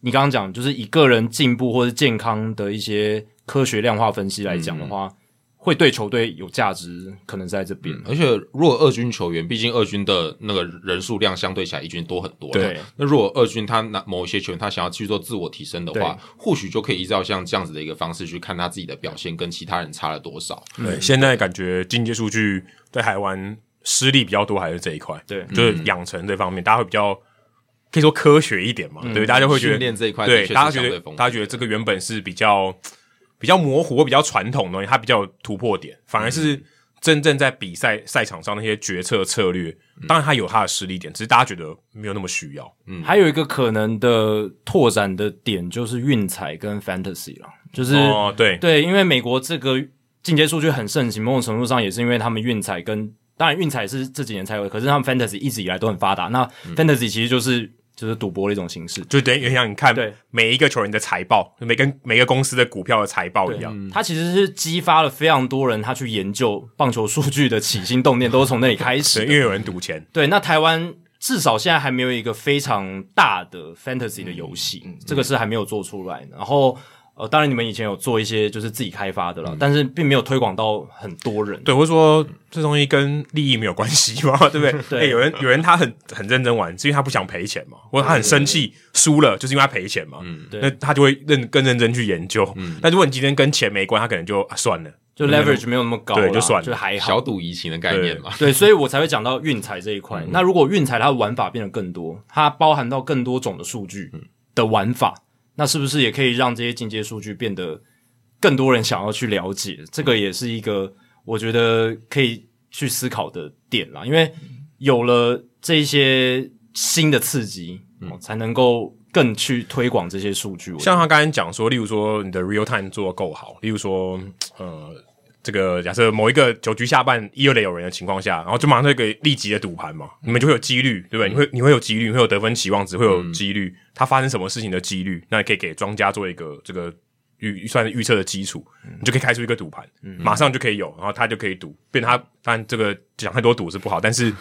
Speaker 1: 你刚刚讲，
Speaker 2: 嗯
Speaker 1: 就是以个人进步或者健康的一些科学量化分析来讲的话。会对球队有价值，可能在这边。
Speaker 3: 而且如果二军球员，毕竟二军的那个人数量相对起来一军多很多。
Speaker 1: 对，
Speaker 3: 那如果二军他拿某一些球员，他想要去做自我提升的
Speaker 1: 对
Speaker 3: 话，或许就可以依照像这样子的一个方式去看他自己的表现跟其他人差了多少。
Speaker 2: 对，现在感觉进阶数据在台湾失利比较多，还是这一块，
Speaker 1: 对
Speaker 2: 就是养成这方面，大家会比较可以说科学一点嘛，对，大家就会觉得
Speaker 3: 嗯训练这一块的
Speaker 2: 对，
Speaker 3: 确是
Speaker 2: 大家觉
Speaker 3: 相对
Speaker 2: 得
Speaker 3: 丰富
Speaker 2: 大家觉得这个原本是比较比较模糊、比较传统的东西，它比较有突破点，反而是
Speaker 3: 嗯
Speaker 2: 真正在比赛赛场上那些决策策略，
Speaker 3: 嗯
Speaker 2: 当然它有它的失利点，只是大家觉得没有那么需要。
Speaker 1: 还有一个可能的拓展的点就是运彩跟 fantasy 了，就是、
Speaker 3: 嗯
Speaker 2: 哦，对，
Speaker 1: 对，因为美国这个进阶数据很盛行，某种程度上也是因为他们运彩跟当然运彩是这几年才有的，可是他们 fantasy 一直以来都很发达。那 fantasy 其实就是就是赌博的一种形式，
Speaker 2: 就等于像你看
Speaker 1: 对
Speaker 2: 每一个球员的财报，每跟每个公司的股票的财报
Speaker 1: 对
Speaker 2: 一样，
Speaker 1: 它其实是激发了非常多人他去研究棒球数据的起心动念，都是从那里开始
Speaker 2: 对，
Speaker 3: 嗯
Speaker 1: 的
Speaker 2: 因。为有人赌钱。
Speaker 1: 对，那台湾至少现在还没有一个非常大的 fantasy 的
Speaker 2: 嗯
Speaker 1: 游戏，这个是还没有做出来。然后，呃，当然你们以前有做一些就是自己开发的了，但是并没有推广到很多人。
Speaker 2: 嗯对，或者说这东西跟利益没有关系嘛， 对不对？
Speaker 1: 对
Speaker 2: 哎有人有人他很很认真玩，是因为他不想赔钱嘛，或者他很生气输了，就是因为他赔钱嘛。
Speaker 1: 嗯对嗯
Speaker 2: 那他就会认更认真去研究。但如果你今天跟钱没关，他可能就、啊算了。
Speaker 1: 就 leverage 没有那么高啦，
Speaker 2: 对就算了
Speaker 1: 就还
Speaker 3: 小
Speaker 1: 好。
Speaker 3: 赌怡情的概念嘛，
Speaker 1: 对，所以我才会讲到运彩这一
Speaker 4: 嗯
Speaker 1: 块。那如果运彩它的玩法变得更多，它包含到更多种的数据的玩法，那是不是也可以让这些进阶数据变得更多人想要去了解？这个也是一个我觉得可以去思考的点啦，因为有了这一些新的刺激，
Speaker 4: 嗯
Speaker 1: 哦才能够更去推广这些数据。我觉得
Speaker 2: 像他刚才讲说，例如说你的 real time 做得够好，例如说呃，这个假设某一个九局下半一二垒有人的情况下，然后就马上有一个立即的赌盘嘛，你们就会有几率，对
Speaker 1: 嗯
Speaker 2: 不对？你会你会有几率，你会有得分期望值，会有几率，它发生什么事情的几率，那你可以给庄家做一个这个。预预算预测的基础，
Speaker 1: 嗯
Speaker 2: 你就可以开出一个赌盘，马上就可以有，然后他就可以赌，变成他当然这个讲太多赌是不好，但是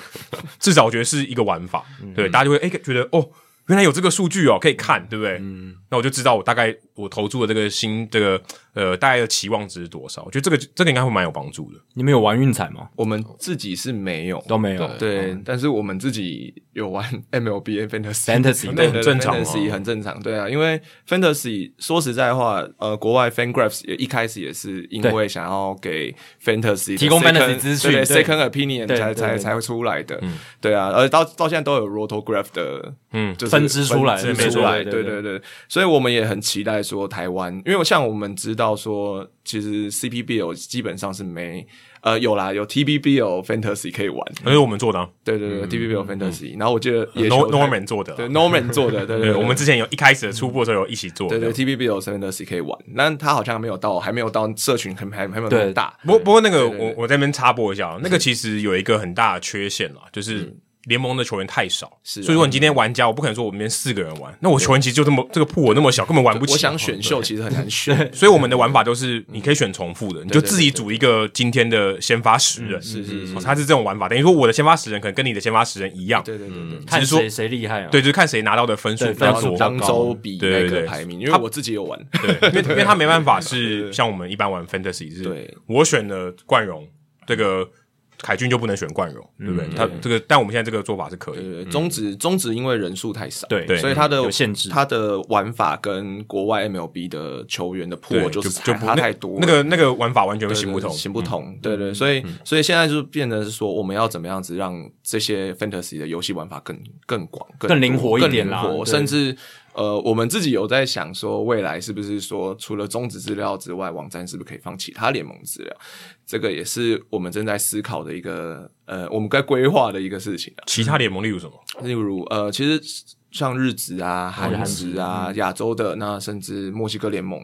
Speaker 2: 至少我觉得是一个玩法，
Speaker 1: 嗯
Speaker 2: 对，大家就会哎、觉得哦，原来有这个数据哦，可以
Speaker 4: 嗯
Speaker 2: 看，对不对？那我就知道我大概我投注的这个新这个呃大概的期望值是多少。我觉得这个这个应该会蛮有帮助的。
Speaker 1: 你们有玩运彩吗？
Speaker 4: 我们自己是没有，
Speaker 1: 都没有。
Speaker 4: 对，但是我们自己有玩 MLB Fantasy
Speaker 1: Fantasy
Speaker 4: 对
Speaker 2: 那很正常嘛
Speaker 1: 哦
Speaker 4: Fantasy 很正常，对啊，因为 Fantasy 说实在话，呃，国外 FanGraphs 也一开始也是因为想要给 Fantasy 的
Speaker 1: 提供
Speaker 4: second-
Speaker 1: Fantasy 资讯
Speaker 4: 对
Speaker 1: 对
Speaker 4: Second Opinion
Speaker 1: 对对
Speaker 4: 才
Speaker 1: 嗯
Speaker 4: 才
Speaker 1: 对
Speaker 4: 才会出来的，对啊，而到到现在都有 Rotograph 的，
Speaker 2: 嗯
Speaker 4: 就是
Speaker 1: 分支出来
Speaker 4: 分
Speaker 2: 没
Speaker 4: 支出
Speaker 2: 错
Speaker 4: 来，
Speaker 1: 对
Speaker 4: 对
Speaker 1: 对
Speaker 4: 对对，所以我们也很期待说台湾，因为像我们知道说，其实 CPBL 基本上是没。呃，有啦，有 TBBL Fantasy 可以玩，
Speaker 2: 那是我们做的、啊、
Speaker 4: 对对对，TBBL Fantasy，然后我记得嗯也
Speaker 2: ，No
Speaker 4: 球台
Speaker 2: 嗯呃 Norman 做的啊、
Speaker 4: 对 Norman 做的，对
Speaker 2: 对，
Speaker 4: 对，
Speaker 2: 我们之前有一开始的初步的时候有一起做。
Speaker 4: 对
Speaker 2: 这
Speaker 4: 对
Speaker 2: 样
Speaker 4: TBBL Fantasy 可以玩，但他好像没有到，还没有到社群很还还没有那么大，
Speaker 2: 不过不过那个
Speaker 4: 对对
Speaker 2: 我我在那边插播一下啊，那个其实有一个很大的缺陷啦，就是联盟的球员太少。
Speaker 4: 嗯是啊
Speaker 2: 所以如果你今天玩家，我不可能说我们这边四个人玩，那我球员其实就这么这个铺我那么小，根本玩不起。
Speaker 4: 我想选秀其实很难选，
Speaker 2: 所以我们的玩法都是，你可以选重复的，你就自己组一个今天的先发十人，是是是，他是这种玩法，等于说我的先发十人可能跟你的先发十人一样，
Speaker 4: 对对对对。
Speaker 1: 看
Speaker 2: 只是说
Speaker 1: 谁谁厉害啊？
Speaker 2: 对，就是看谁拿到的分数
Speaker 1: 对
Speaker 2: 比较
Speaker 1: 分数
Speaker 2: 多
Speaker 1: 比较
Speaker 4: 当周比
Speaker 2: 对
Speaker 4: 那
Speaker 2: 对
Speaker 4: 个
Speaker 2: 对
Speaker 4: 排名，因为我自己有玩，
Speaker 2: 对，因为因为他没办法是像我们一般玩 fantasy 是，
Speaker 4: 对
Speaker 2: 我选了冠荣，这个凯军就不能选冠荣，对不对？他这个，但我们现在这个做法是可以
Speaker 4: 对
Speaker 2: 的，
Speaker 4: 对对，中止中止因为人数太少，
Speaker 1: 对
Speaker 4: 所以他的
Speaker 1: 有限制
Speaker 4: 他的玩法跟国外 MLB 的球员的
Speaker 2: 对，
Speaker 4: 破
Speaker 2: 就是就不
Speaker 4: 差
Speaker 2: 那
Speaker 4: 太多了，
Speaker 2: 那个那个玩法完全
Speaker 4: 对
Speaker 2: 行不
Speaker 4: 对
Speaker 2: 通，
Speaker 4: 行不
Speaker 1: 嗯
Speaker 4: 通，对对，所以所以现在就是变得是说，我们要怎么样子让这些 fantasy 的游戏玩法更更广、更
Speaker 1: 更灵活一点啦
Speaker 4: 啦，更灵活
Speaker 1: 对
Speaker 4: 甚至呃，我们自己有在想说，未来是不是说除了中职资料之外，网站是不是可以放其他联盟资料？这个也是我们正在思考的一个呃，我们该规划的一个事情啊。
Speaker 2: 其他联盟例如什么？
Speaker 4: 例如呃，其实像日职啊、韩
Speaker 1: 韩
Speaker 4: 职啊、亚洲的，那甚至墨西哥联盟、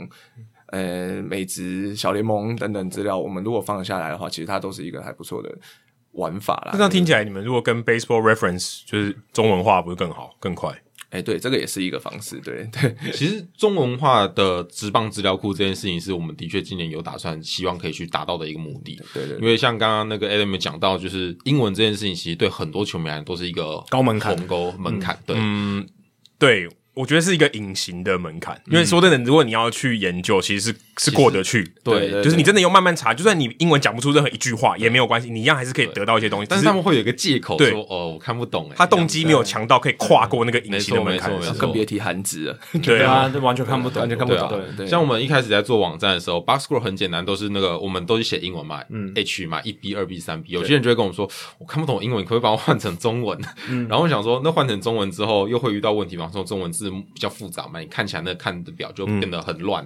Speaker 4: 呃美职小联盟等等资料，我们如果放得下来的话，其实它都是一个还不错的玩法啦。
Speaker 2: 那这样听起来，你们如果跟 baseball reference 就是中文化，不是更好更快？
Speaker 4: 哎、对，这个也是一个方式，对对，
Speaker 3: 其实中文化的职棒资料库这件事情，是我们的确今年有打算，希望可以去达到的一个目的。
Speaker 4: 对对
Speaker 3: 因为像刚刚那个 Adam 有讲到，就是英文这件事情，其实对很多球迷来讲都是一个
Speaker 1: 高门槛
Speaker 3: 鸿沟
Speaker 2: 嗯
Speaker 3: 门槛。对，
Speaker 2: 对，我觉得是一个隐形的门槛，因为说真的，如果你要去研究，其实是是过得去。
Speaker 3: 对
Speaker 4: 对
Speaker 2: 就是你真的用慢慢查，就算你英文讲不出任何一句话也没有关系，你一样还是可以得到一些东西。
Speaker 3: 但是
Speaker 2: 只
Speaker 3: 他们会有一个借口
Speaker 2: 对
Speaker 3: 说：“哦，我看不懂。”哎，
Speaker 2: 他动机没有强到可以跨过那个
Speaker 3: 没
Speaker 2: 隐形
Speaker 3: 错
Speaker 2: 的门槛
Speaker 3: 没。错没错
Speaker 4: 更别提韩职了。
Speaker 2: 对啊，
Speaker 1: 啊，这完全看不懂，
Speaker 4: 完全看不
Speaker 3: 对
Speaker 4: 懂
Speaker 3: 啊
Speaker 4: 对，
Speaker 3: 像我们一开始在做网站的时候，box score 很简单，都是那个我们都是写英文嘛，嗯，H 嘛，一 B 二 B 三 B，有些人就会跟我们说，我看不懂英文，你可不可以把我换成中文？然后我想说，那换成中文之后又会遇到问题嘛，说中文字比较复杂嘛，你看起来那个看的表就变得很乱。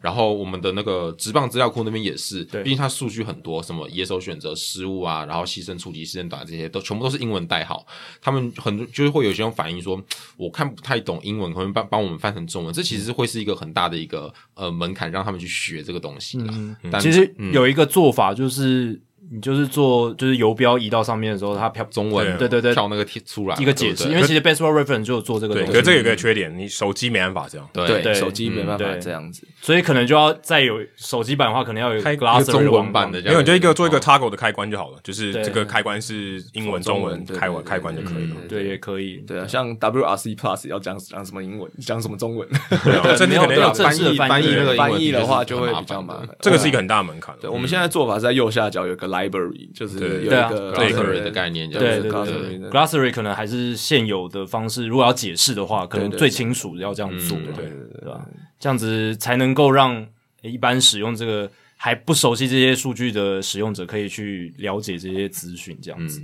Speaker 3: 然后我们的那个职棒资料库那边也是，
Speaker 1: 对
Speaker 3: 毕竟它数据很多，什么野手选择失误啊，然后牺牲触及、牺牲短这些都全部都是英文代号。他们很多就是会有些人反映说，我看不太懂英文，可能帮帮我们翻成中文，这其实会是一个很大的一个呃门槛，让他们去学这个东西啦。但
Speaker 1: 嗯其实有一个做法就是，你就是做就是游标移到上面的时候，它飘
Speaker 3: 中文
Speaker 1: 对对对
Speaker 3: 跳那个贴出来
Speaker 1: 一个解释，因
Speaker 3: 为
Speaker 1: 为其实 Baseball Reference 就有做这个
Speaker 2: 对，
Speaker 1: 东
Speaker 2: 可是
Speaker 1: 西，
Speaker 2: 这有个缺点，你手机没办法这样。
Speaker 3: 对
Speaker 4: 对，
Speaker 1: 对
Speaker 4: 手机没办法
Speaker 1: 对
Speaker 4: 这样子。
Speaker 1: 所以可能就要再有手机版的话，可能要有
Speaker 2: 开一个
Speaker 1: Glass
Speaker 3: 中文版的这
Speaker 2: 没
Speaker 3: 样哦
Speaker 2: 有，
Speaker 3: 子，
Speaker 2: 你就一个做一个 toggle 的开关就好了，就是
Speaker 1: 对
Speaker 2: 这个开关是英文、中文
Speaker 4: 对
Speaker 2: 开关
Speaker 4: 对对
Speaker 2: 开关就可以了。
Speaker 1: 对也可以，
Speaker 4: 对啊，像 WRC Plus 要讲讲什么英文，讲什么中文，
Speaker 2: 对啊，甚
Speaker 1: 没
Speaker 2: 至
Speaker 1: 有
Speaker 2: 可能
Speaker 1: 对
Speaker 2: 要
Speaker 1: 啊正式的
Speaker 3: 翻译
Speaker 1: 译
Speaker 3: 那个
Speaker 4: 翻译的话
Speaker 3: 英
Speaker 4: 就
Speaker 3: 文
Speaker 4: 会
Speaker 3: 的确
Speaker 4: 比
Speaker 3: 是
Speaker 4: 较
Speaker 3: 很
Speaker 4: 麻烦。
Speaker 2: 这个是一个很大的门槛。
Speaker 4: 对，我们现在做法是在右下角有一个 library，就是有一
Speaker 1: 对啊
Speaker 4: 个
Speaker 1: 对
Speaker 3: glossary 的概念，这
Speaker 1: 对
Speaker 3: 样
Speaker 1: 对
Speaker 3: 子
Speaker 1: 对
Speaker 4: 对对
Speaker 1: 对
Speaker 4: 对
Speaker 1: ，glossary 可能还是现有的方式，如果要解释的话，可能
Speaker 4: 对对
Speaker 1: 最清楚的要这样做，
Speaker 3: 嗯
Speaker 2: 对
Speaker 1: 对吧？这样子才能够让一般使用这个还不熟悉这些数据的使用者可以去了解这些资讯，这样子。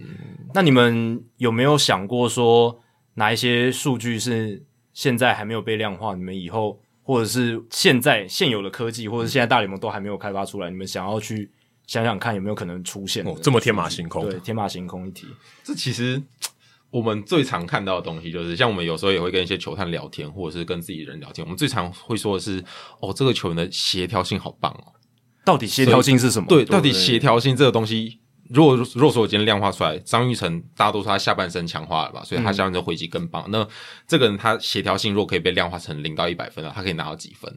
Speaker 1: 那你们有没有想过说，哪一些数据是现在还没有被量化？你们以后或者是现在现有的科技，或者是现在大联盟都还没有开发出来，你们想要去想想看有没有可能出现的
Speaker 2: 哦，这么天马行空
Speaker 1: 对，天马行空一题，
Speaker 3: 这其实我们最常看到的东西，就是像我们有时候也会跟一些球探聊天，或者是跟自己人聊天，我们最常会说的是，哦，这个球员的协调性好棒哦。
Speaker 1: 到底协调性是什么？
Speaker 3: 对，到底协调性这个东西，如果如果说我今天量化出来，张玉成大家都说他下半身强化了吧，所以
Speaker 2: 嗯
Speaker 3: 他下半身回击更棒。那这个人他协调性如果可以被量化成零到一百分的话，他可以拿到几分？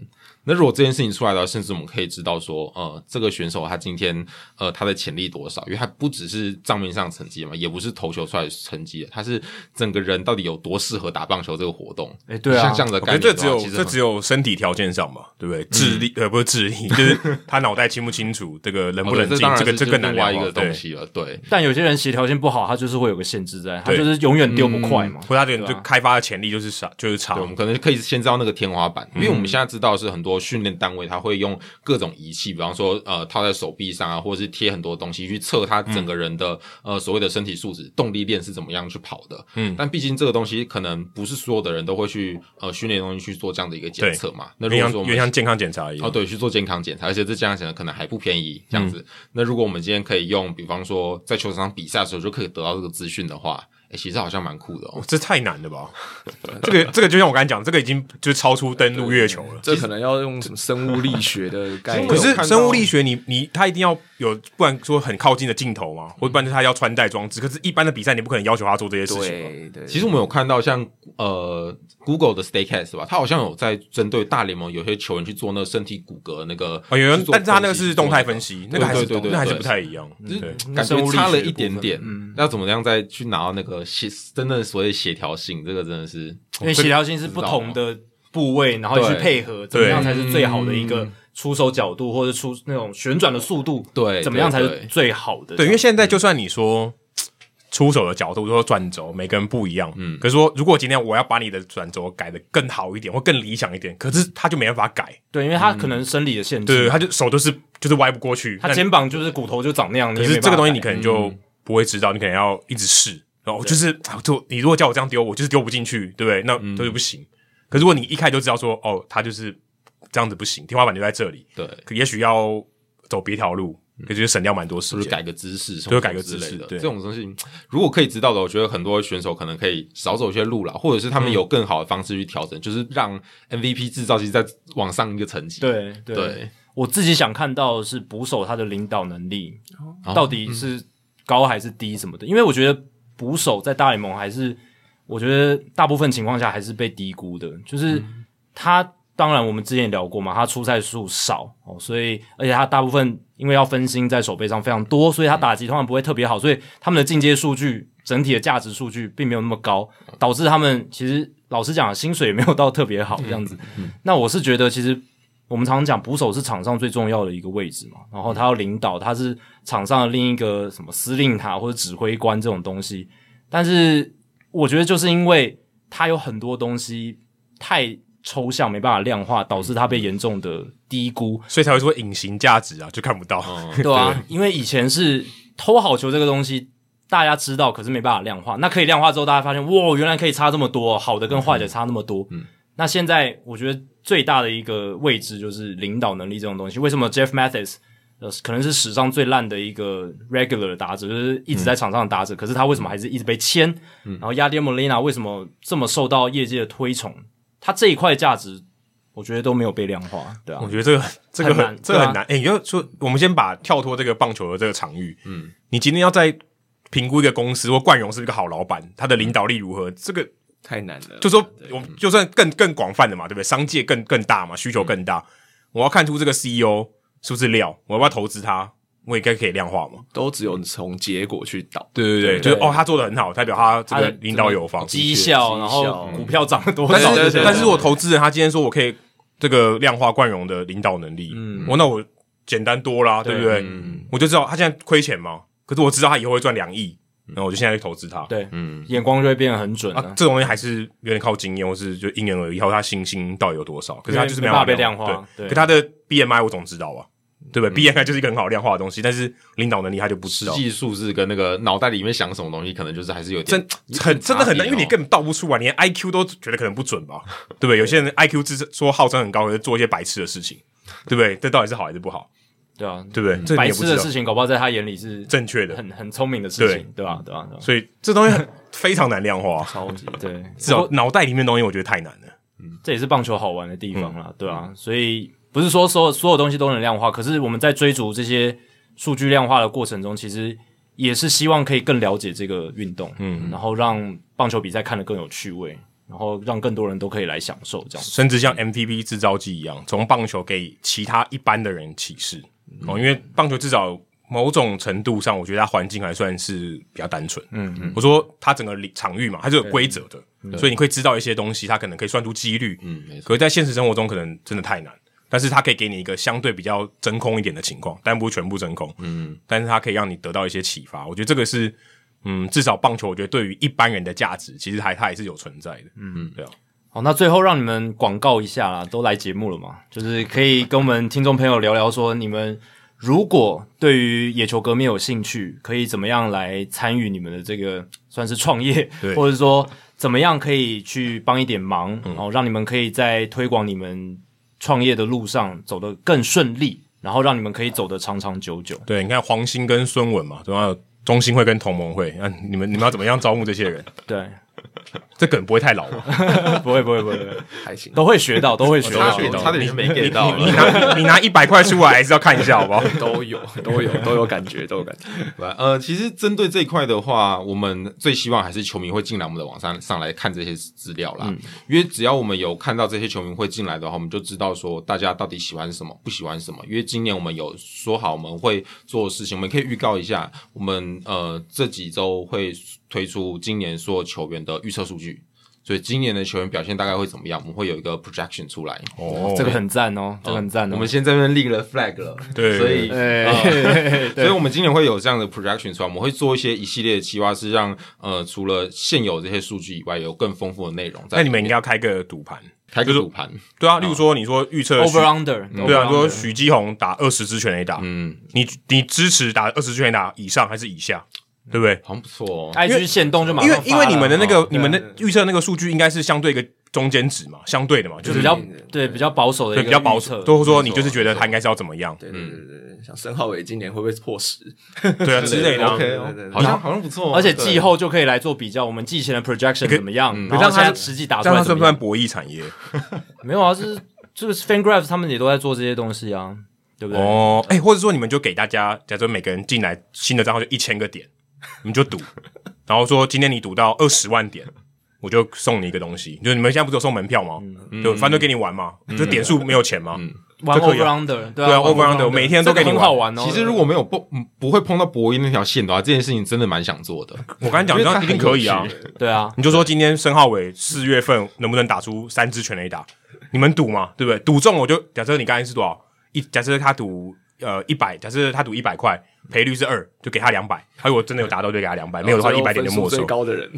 Speaker 3: 那如果这件事情出来的话，甚至我们可以知道说，呃，这个选手他今天呃他的潜力多少，因为他不只是账面上成绩嘛，也不是投球出来的成绩，他是整个人到底有多适合打棒球这个活动。
Speaker 1: 哎对啊
Speaker 3: 像这样的
Speaker 2: 我觉得
Speaker 3: 概念
Speaker 2: 这只
Speaker 3: 的话，
Speaker 2: 有
Speaker 3: 其实嗯
Speaker 2: 这
Speaker 3: 很
Speaker 2: 只有身体条件上嘛，对不对？智力呃不是智力， 就是他脑袋清不清 楚，这个冷不
Speaker 3: 哦对
Speaker 2: 冷静
Speaker 3: 当，然
Speaker 2: 这个
Speaker 3: 是
Speaker 2: 这
Speaker 3: 就
Speaker 2: 更
Speaker 3: 是
Speaker 2: 难
Speaker 3: 另外
Speaker 2: 聊嘛
Speaker 3: 一个东
Speaker 2: 对，
Speaker 3: 西了。对，
Speaker 1: 但有些人协调性不好，他就是会有个限制在，他
Speaker 2: 对嗯
Speaker 1: 就是永远丢不快嘛。
Speaker 2: 或者他的就开发的潜力就是少，就是差
Speaker 3: 对，。我们可能可以先知道那个天花板，
Speaker 2: 嗯
Speaker 3: 因为我们现在知道是很多训练单位他会用各种仪器，比方说呃套在手臂上啊，或者是贴很多东西去测他整个人的、
Speaker 2: 嗯
Speaker 3: 呃所谓的身体素质、动力链是怎么样去跑的。嗯，但毕竟这个东西可能不是所有的人都会去呃训练的东西去做这样的一个检测嘛。那
Speaker 2: 有
Speaker 3: 如
Speaker 2: 点
Speaker 3: 果
Speaker 2: 像
Speaker 3: 说我
Speaker 2: 有
Speaker 3: 们
Speaker 2: 点像嗯健康检查一
Speaker 3: 哦，
Speaker 2: 样，
Speaker 3: 对，去做健康检查，而且这健康检查可能还不便宜，这样子。那如果我们今天可以用，比方说在球场上比赛的时候就可以得到这个资讯的话，哎、其实好像蛮酷的哦
Speaker 2: 哦。这太难了吧？这个 这个就像我刚才讲，这个已经就超出登陆月球了。
Speaker 4: 这可能要用什么生物力学的概念。
Speaker 2: 可
Speaker 3: 我有
Speaker 2: 是
Speaker 3: 看到
Speaker 2: 生物力学你，你它一定要有，不然说很靠近的镜头嘛，或不然就是它要穿戴装置。可是，一般的比赛你不可能要求他做这些事情嘛。
Speaker 4: 对对，
Speaker 3: 其实我们有看到像呃 Google 的 Staycast 吧，它好像有在针对大联盟有些球员去做那个身体骨骼那个
Speaker 2: 哦，有人
Speaker 3: 去，做
Speaker 2: 但是他那个
Speaker 3: 分析
Speaker 2: 是动态分，析，那
Speaker 3: 对
Speaker 2: 个还是
Speaker 3: 对对对
Speaker 2: 那还是
Speaker 3: 对嗯
Speaker 2: 不太一样。
Speaker 3: 做
Speaker 2: 对，嗯
Speaker 3: 那个就是感觉差了一点点。那怎么样再去拿到那个协真的所谓协调性，这个真的是
Speaker 1: 因为协调性是不同的部位，然后去配合，怎么样才是最好的一个出手角度，或者出那种旋转的速度，
Speaker 3: 对
Speaker 1: 怎么样才
Speaker 3: 对
Speaker 1: 是
Speaker 3: 对
Speaker 1: 最好的？
Speaker 2: 对，因为嗯现在就算你说嘖出手的角度，说转轴，每个人不一样。嗯，可是说如果今天我要把你的转轴改的更好一点，或更理想一点，可是他就没办法改。
Speaker 1: 对，因为他可能生理的限
Speaker 2: 对，
Speaker 1: 制，
Speaker 2: 他就手都是就是歪不过去。
Speaker 1: 他
Speaker 2: 那
Speaker 1: 肩膀就是骨头就长那样，
Speaker 2: 可
Speaker 1: 也
Speaker 2: 是
Speaker 1: 没
Speaker 2: 这
Speaker 1: 办法
Speaker 2: 个东西
Speaker 1: 改
Speaker 2: 你可能就不会知道，你可能要一直试。然后就是啊就你如果叫我这样丢，我就是丢不进去，对不对？那
Speaker 1: 嗯
Speaker 2: 这就不行。可是如果你一开始就知道说，哦，他就是这样子不行，天花板就在这里，
Speaker 3: 对，
Speaker 2: 可也许要走别条路，
Speaker 1: 嗯
Speaker 2: 可就是省掉蛮多时
Speaker 3: 就是
Speaker 2: 间。
Speaker 3: 改个姿势什么
Speaker 2: 就是改个
Speaker 3: 之类
Speaker 2: 姿势
Speaker 3: 的。
Speaker 2: 对
Speaker 3: 这种东西如果可以知道的，我觉得很多选手可能可以少走一些路啦，或者是他
Speaker 2: 嗯
Speaker 3: 们有更好的方式去调整，就是让 MVP 制造机再往上一个层级。
Speaker 1: 对对
Speaker 3: 对，
Speaker 1: 我自己想看到的是捕手他的领导能力到底是高还是低什么的，因为我觉得捕手在大联盟还是我觉得大部分情况下还是被低估的，就是他。当然，我们之前也聊过嘛，他出赛数少哦，所以而且他大部分因为要分心在手背上非常多，所以他打击通常不会特别好，所以他们的进阶数据整体的价值数据并没有那么高，导致他们其实老实讲薪水也没有到特别好这样子。那我是觉得其实我们常常讲捕手是场上最重要的一个位置嘛，然后他要领导，他是场上的另一个什么司令塔或者指挥官这种东西。但是我觉得就是因为他有很多东西太抽象，没办法量化，导致他被严重的低估。
Speaker 2: 所以才会说隐形价值啊，就看不到。
Speaker 1: 对啊，因为以前是偷好球这个东西，大家知道，可是没办法量化。那可以量化之后，大家发现，哇，原来可以差这么多，好的跟坏的差那么多。嗯，那现在我觉得最大的一个位置就是领导能力这种东西。为什么 Jeff Mathis 呃可能是史上最烂的一个 regular 的打者，就是一直在场上的打
Speaker 2: 嗯
Speaker 1: 者，可是他为什么还是一直被签？然后 Yadier Molina 为什么这么受到业界的推崇？他这一块价值，我觉得都没有被量化，对啊
Speaker 2: 我。觉得这个这个
Speaker 1: 很
Speaker 2: 很
Speaker 1: 难
Speaker 2: 这个很
Speaker 1: 对啊
Speaker 2: 难。哎、你就说我们先把跳脱这个棒球的这个场域，嗯，你今天要在评估一个公司或冠荣是不是一个好老板，他的领导力如何，这个
Speaker 4: 太难了。
Speaker 2: 就说我们就算更更广泛的嘛，对不对？商界更更大嘛，需求更大，我要看出这个 CEO 是不是料，我要不要投资他，我应该可以量化嘛。
Speaker 4: 都只有从结果去导。
Speaker 2: 对对
Speaker 1: 对
Speaker 2: 对，就是哦，他做的很好，代表他这
Speaker 1: 他
Speaker 2: 个
Speaker 1: 的
Speaker 2: 领导有方。
Speaker 1: 绩效，
Speaker 4: 绩效
Speaker 1: 然后股票涨了多
Speaker 2: 嗯但
Speaker 1: 少？
Speaker 4: 对
Speaker 2: 是
Speaker 4: 对对
Speaker 2: 但是我投资人他今天说我可以这个量化冠荣的领导能力，嗯，我那我简单多啦，对不对？我就知道他现在亏钱嘛，可是我知道他以后会赚两亿，然后我就现在去投资他。
Speaker 1: 对，
Speaker 3: 嗯，
Speaker 1: 眼光就会变得很准、
Speaker 2: 啊
Speaker 1: 啊，。
Speaker 2: 这种东西还是有点靠经验，或是就因人而异，还有他信心到底有多少。可是他就
Speaker 1: 因
Speaker 2: 是
Speaker 1: 为没
Speaker 2: 办
Speaker 1: 办法被
Speaker 2: 量
Speaker 1: 量化
Speaker 2: 对，
Speaker 1: 对
Speaker 2: 可他的 BMI 我总知道啊，对不对？BMI 就是一个很好量化的东西，但是领导能力他就不知
Speaker 3: 实
Speaker 2: 道，
Speaker 3: 际数字跟那个脑袋里面想什么东西，可能就是还是有点
Speaker 2: 真很真的很难，因为你
Speaker 3: 跟
Speaker 2: 根本倒不出来，你连 IQ 都觉得可能不准吧，对不对？有些人 IQ 自说号称很高，可是做一些白痴的事情，对不对？这到底是好还是不好？
Speaker 1: 对啊，
Speaker 2: 对不对？这你
Speaker 1: 白
Speaker 2: 也不
Speaker 1: 痴
Speaker 2: 知
Speaker 1: 的
Speaker 2: 道
Speaker 1: 事情，搞不好在他眼里是
Speaker 2: 正确的，
Speaker 1: 很很聪明的事情，对啊吧？对吧？对吧？
Speaker 2: 所以这东西 很非常难量化，
Speaker 1: 超级对，
Speaker 2: 至少脑袋里面的东西我觉得太难了。
Speaker 1: 这也是棒球好玩的地方
Speaker 2: 嗯
Speaker 1: 啦，对啊，所以不是说所有所有东西都能量化，可是我们在追逐这些数据量化的过程中，其实也是希望可以更了解这个运动，嗯，然后让棒球比赛看得更有趣味，然后让更多人都可以来享受这样。
Speaker 2: 甚至像 MVP 制造机一样，从棒球给其他一般的人启示、
Speaker 1: 嗯
Speaker 2: 哦，因为棒球至少某种程度上，我觉得它环境还算是比较单纯。嗯嗯，我说它整个里场域嘛，它是有规则的，所以你会知道一些东西，它可能可以算出几率。
Speaker 3: 嗯没错
Speaker 2: 可是在现实生活中可能真的太难。但是它可以给你一个相对比较真空一点的情况，但不是全部真空。嗯，但是它可以让你得到一些启发。我觉得这个是，嗯，至少棒球，我觉得对于一般人的价值，其实还它还是有存在的。嗯，对啊。
Speaker 1: 好，那最后让你们广告一下啦，都来节目了嘛，就是可以跟我们听众朋友聊聊说，你们如果对于野球革命有兴趣，可以怎么样来参与你们的这个算是创业
Speaker 2: 对，
Speaker 1: 或者说怎么样可以去帮一点忙，然后让你们可以在推广你们创业的路上走得更顺利，然后让你们可以走得长长久久。
Speaker 2: 对，你看黄兴跟孙文嘛，总要有中兴会跟同盟会，那、你们你们要怎么样招募这些人？
Speaker 1: 对，
Speaker 2: 这梗不会太老吧？
Speaker 1: 不会不会不会，不会
Speaker 4: 还行，
Speaker 1: 都会学到，都会学
Speaker 3: 差
Speaker 1: 到。
Speaker 3: 点差点就没 get 到
Speaker 2: 你
Speaker 3: 了。
Speaker 2: 拿你拿一百块出来，还是要看一下好不好？
Speaker 4: 都有，都有，都有感觉，都有感觉。
Speaker 3: 对，呃，其实针对这一块的话，我们最希望还是球迷会进来我们的网站上来看这些资料
Speaker 1: 嗯
Speaker 3: 啦，因为只要我们有看到这些球迷会进来的话，我们就知道说大家到底喜欢什么，不喜欢什么。因为今年我们有说好我们会做的事情，我们可以预告一下，我们呃这几周会推出今年所有球员的预测数据。所以今年的球员表现大概会怎么样？我们会有一个 projection 出来。
Speaker 2: 哦
Speaker 1: 这个很赞哦，这个很赞哦。
Speaker 3: 我们先在这边立了 flag 了，
Speaker 2: 对
Speaker 3: 所 以
Speaker 1: 哎，
Speaker 3: 所以，我们今年会有这样的 projection 出来，我们会做一些一系列的企划，是让呃除了现有这些数据以外，有更丰富的内容在。
Speaker 2: 那你们应该要开个赌盘，
Speaker 3: 开个赌盘，
Speaker 2: 对啊，例如说你说预测许
Speaker 1: over under，
Speaker 2: 对
Speaker 1: over
Speaker 2: 啊，你
Speaker 1: under
Speaker 2: 说许基宏打二十支全垒打，
Speaker 3: 嗯，
Speaker 2: 你你支持打二十支全垒打以上还是以下，对不对？
Speaker 3: 好像不错
Speaker 2: 哎
Speaker 3: 哦。
Speaker 1: IG 限动就马
Speaker 2: 因
Speaker 1: 上
Speaker 2: 为因为你们的那个、
Speaker 1: 哦
Speaker 2: 你们的预测那个数据应该是相对一个中间值嘛，相对的嘛，就
Speaker 1: 就是比较对比较保守的一
Speaker 2: 对
Speaker 1: 个
Speaker 2: 比较保
Speaker 1: 预测
Speaker 2: 守，都是说你就是觉得他应该是要怎么样，
Speaker 4: 对对对对对，像申浩伟今年会不会破十？
Speaker 2: 对啊之类的啊、
Speaker 3: OK，
Speaker 4: 对对对
Speaker 3: 好像好像不错哦，
Speaker 1: 而且
Speaker 3: 对
Speaker 1: 季后就可以来做比较，我们季前的 projection 怎么样，然
Speaker 2: 这
Speaker 1: 后
Speaker 2: 样
Speaker 1: 现
Speaker 2: 它
Speaker 1: 在实际打
Speaker 2: 这
Speaker 1: 出
Speaker 2: 样
Speaker 1: 来
Speaker 2: 它算
Speaker 1: 怎
Speaker 2: 不
Speaker 1: 么
Speaker 2: 算
Speaker 1: 样？
Speaker 2: 博弈产业？
Speaker 1: 没有啊，就是这个 FanGraphs 他们也都在做这些东西啊，对不对？
Speaker 2: 哦，哎、或者说你们就给大家，假设每个人进来新的账号就一千个点，你们就赌，然后说今天你赌到二十万点，我就送你一个东西，就是你们现在不是有送门票吗？就反正就给你玩嘛，就点数没有钱嘛，
Speaker 1: 玩
Speaker 2: 这可以
Speaker 1: over
Speaker 2: 啊
Speaker 1: under，对
Speaker 2: 对啊
Speaker 1: 啊
Speaker 2: ，over under，
Speaker 1: 玩 over
Speaker 2: 每天都给你
Speaker 1: 这个
Speaker 2: 玩
Speaker 1: 很好玩哦。
Speaker 3: 其实如果没有不嗯不会碰到博弈那条线的话，这件事情真的蛮想做的。
Speaker 2: 我刚才讲
Speaker 3: 因为
Speaker 2: 这
Speaker 3: 它
Speaker 2: 样一定可以啊
Speaker 3: 很有，趣
Speaker 1: 对啊，
Speaker 2: 你就说今天申浩伟四月份能不能打出三支全垒打？你们赌嘛，对不对？赌中我就假设你刚才是多少一，假设他赌呃一百，假设他赌一百块，赔率是二，就给他两百。他如果真的有达到，就给他两百；没有的话，
Speaker 4: 嗯然
Speaker 2: 一
Speaker 4: 后
Speaker 2: 百点就
Speaker 4: 分数
Speaker 2: 没
Speaker 4: 最
Speaker 2: 收。
Speaker 4: 高的人，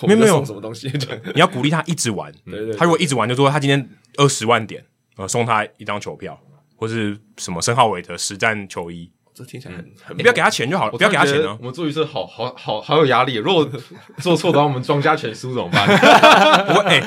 Speaker 4: 我
Speaker 2: 没有
Speaker 4: 们就
Speaker 2: 没有
Speaker 4: 送什么东西？对
Speaker 2: 你要鼓励他一直玩。
Speaker 4: 对对
Speaker 2: 他如果一直玩，就说他今天二十万点，呃，送他一张球票，或是什么申浩伟的实战球衣。
Speaker 4: 这听起来很很
Speaker 2: 嗯哎
Speaker 4: 嗯
Speaker 2: 你不要给他钱就好了，
Speaker 3: 我
Speaker 2: 不要给他钱
Speaker 3: 突然
Speaker 2: 哦
Speaker 3: 觉得。我们做预测好好好好有压力，如果做错的话，我们庄家全输怎么办？
Speaker 2: 不会，哎、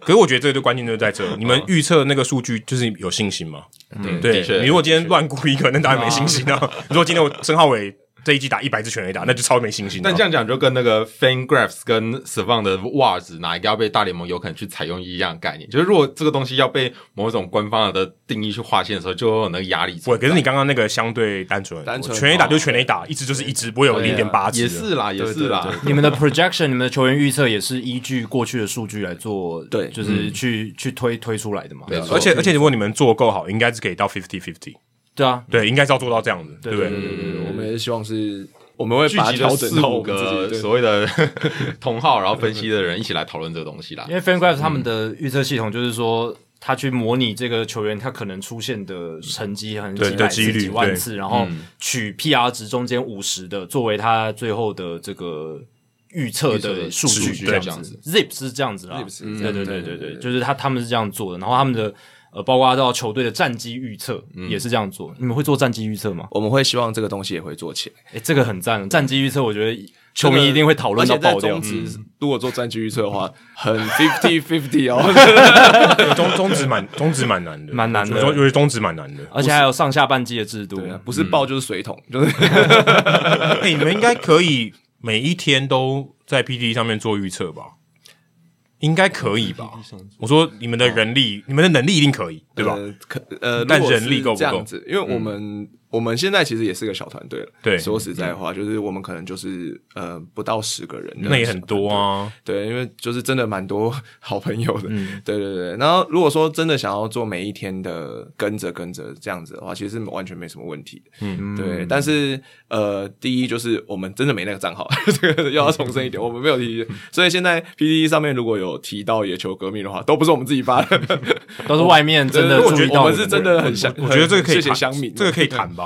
Speaker 2: 可是我觉得这个就关键就在这，你们
Speaker 4: 嗯
Speaker 2: 预测那个数据就是有信心吗？
Speaker 3: 嗯
Speaker 2: 对
Speaker 3: 的确，
Speaker 2: 你如果今天乱估一个，那当然没信 心啊。如果今天我申浩伟这一季打一百支全垒打，那就超没信心、啊。
Speaker 3: 但这样讲就跟那个 FanGraphs 跟 Savant 的袜子哪一个要被大联盟有可能去采用一样的概念，就是如果这个东西要被某种官方的定义去划线的时候，就会有那个压力存
Speaker 2: 不会，
Speaker 3: 在。
Speaker 2: 可是你刚刚那个相对单纯很多，
Speaker 4: 单纯
Speaker 2: 全垒打就全垒打，一直就是一直不会有
Speaker 3: 哦对
Speaker 2: 零
Speaker 3: 啊
Speaker 2: 点八支。
Speaker 3: 也是啦，也
Speaker 4: 对
Speaker 3: 是啦
Speaker 4: 对。
Speaker 1: 你们的 projection，你们的球员预测也是依据过去的数据来做，
Speaker 4: 对
Speaker 1: 就是
Speaker 2: 嗯
Speaker 1: 去、去推推出来的嘛。
Speaker 3: 没错
Speaker 2: 而且而且，如果你们做够好，应该是可以到 fifty fifty，
Speaker 1: 对啊，
Speaker 2: 对，应该是要做到这样子，对不
Speaker 1: 对
Speaker 2: 对？
Speaker 4: 嗯，我们也是希望是，我们会
Speaker 3: 聚
Speaker 4: 把它
Speaker 3: 集了
Speaker 4: 调整
Speaker 3: 四
Speaker 4: 到
Speaker 3: 五
Speaker 4: 我们
Speaker 3: 个
Speaker 4: 自己对
Speaker 3: 所谓的 同号，然后分析的人一起来讨论这个东西啦
Speaker 1: 因。为 FanGraphs 他们的预测系统就是说，他去模拟这个球员他可能出现的成绩很
Speaker 2: 对
Speaker 1: 几百
Speaker 2: 的几
Speaker 1: 次、
Speaker 2: 率
Speaker 1: 几万次，然
Speaker 4: 嗯
Speaker 1: 后取 PR 值中间五十的作为他最后的这个预测的数
Speaker 3: 数
Speaker 1: 据
Speaker 3: 据
Speaker 1: 这
Speaker 3: 这
Speaker 1: 样
Speaker 3: 样
Speaker 1: 子
Speaker 3: 子。
Speaker 1: Zip 是这样子啦啊
Speaker 4: Zip 是这
Speaker 1: 对
Speaker 4: 样
Speaker 1: 对对
Speaker 4: 嗯对
Speaker 1: 对
Speaker 4: 对
Speaker 1: 对，
Speaker 4: 对
Speaker 1: 就是他他们是这样做的，然后他们的呃，包括到球队的战绩预测
Speaker 4: 嗯
Speaker 1: 也是这样做。你们会做战绩预测吗？
Speaker 4: 我们会希望这个东西也会做起来。
Speaker 1: 诶，这个很赞，啊战绩预测我觉得球迷一定会讨论到爆掉
Speaker 4: 嗯而且在中。职
Speaker 2: 嗯
Speaker 4: 如果做战局预测的话，很 fifty fifty 哦，
Speaker 2: 中中指蛮中指蛮难的，
Speaker 1: 蛮难的
Speaker 2: 我觉得我觉得中指蛮 难的。
Speaker 1: 而且还有上下半季的制度，
Speaker 4: 对
Speaker 2: 嗯
Speaker 4: 啊，不是爆就是水桶，就是
Speaker 2: 哎，你们应该可以每一天都在 PPT 上面做预测吧？应该可以吧？我说你们的人力，你们的能力一定可以，对吧？
Speaker 4: 呃？ 可呃，
Speaker 2: 但
Speaker 4: 如果
Speaker 2: 人力
Speaker 4: 是
Speaker 2: 够不
Speaker 4: 这
Speaker 2: 够
Speaker 4: 样子，因为我们我们现在其实也是个小团队了。
Speaker 2: 对嗯
Speaker 4: 说实在话，就是我们可能就是呃不到十个人，
Speaker 2: 那也很多。啊。
Speaker 4: 对，因为就是真的蛮多好朋友的，
Speaker 2: 嗯
Speaker 4: 对对对。然后如果说真的想要做每一天的跟着跟着这样子的话，其实是完全没什么问题的。嗯，对。但是呃，第一就是我们真的没那个账号， 这个又要重申一
Speaker 2: 嗯
Speaker 4: 点，我们没有提。所以现在 PPT 上面如果有提到野球革命的话，都不是我们自己发的，
Speaker 1: 都是外面真的
Speaker 4: 对我
Speaker 1: 注
Speaker 4: 觉
Speaker 1: 意
Speaker 4: 得
Speaker 1: 到
Speaker 4: 我们是真的很想，
Speaker 2: 我觉得这个可以
Speaker 4: 谢谢嗯
Speaker 2: 谈，
Speaker 4: 乡民，
Speaker 2: 这个可以谈吧？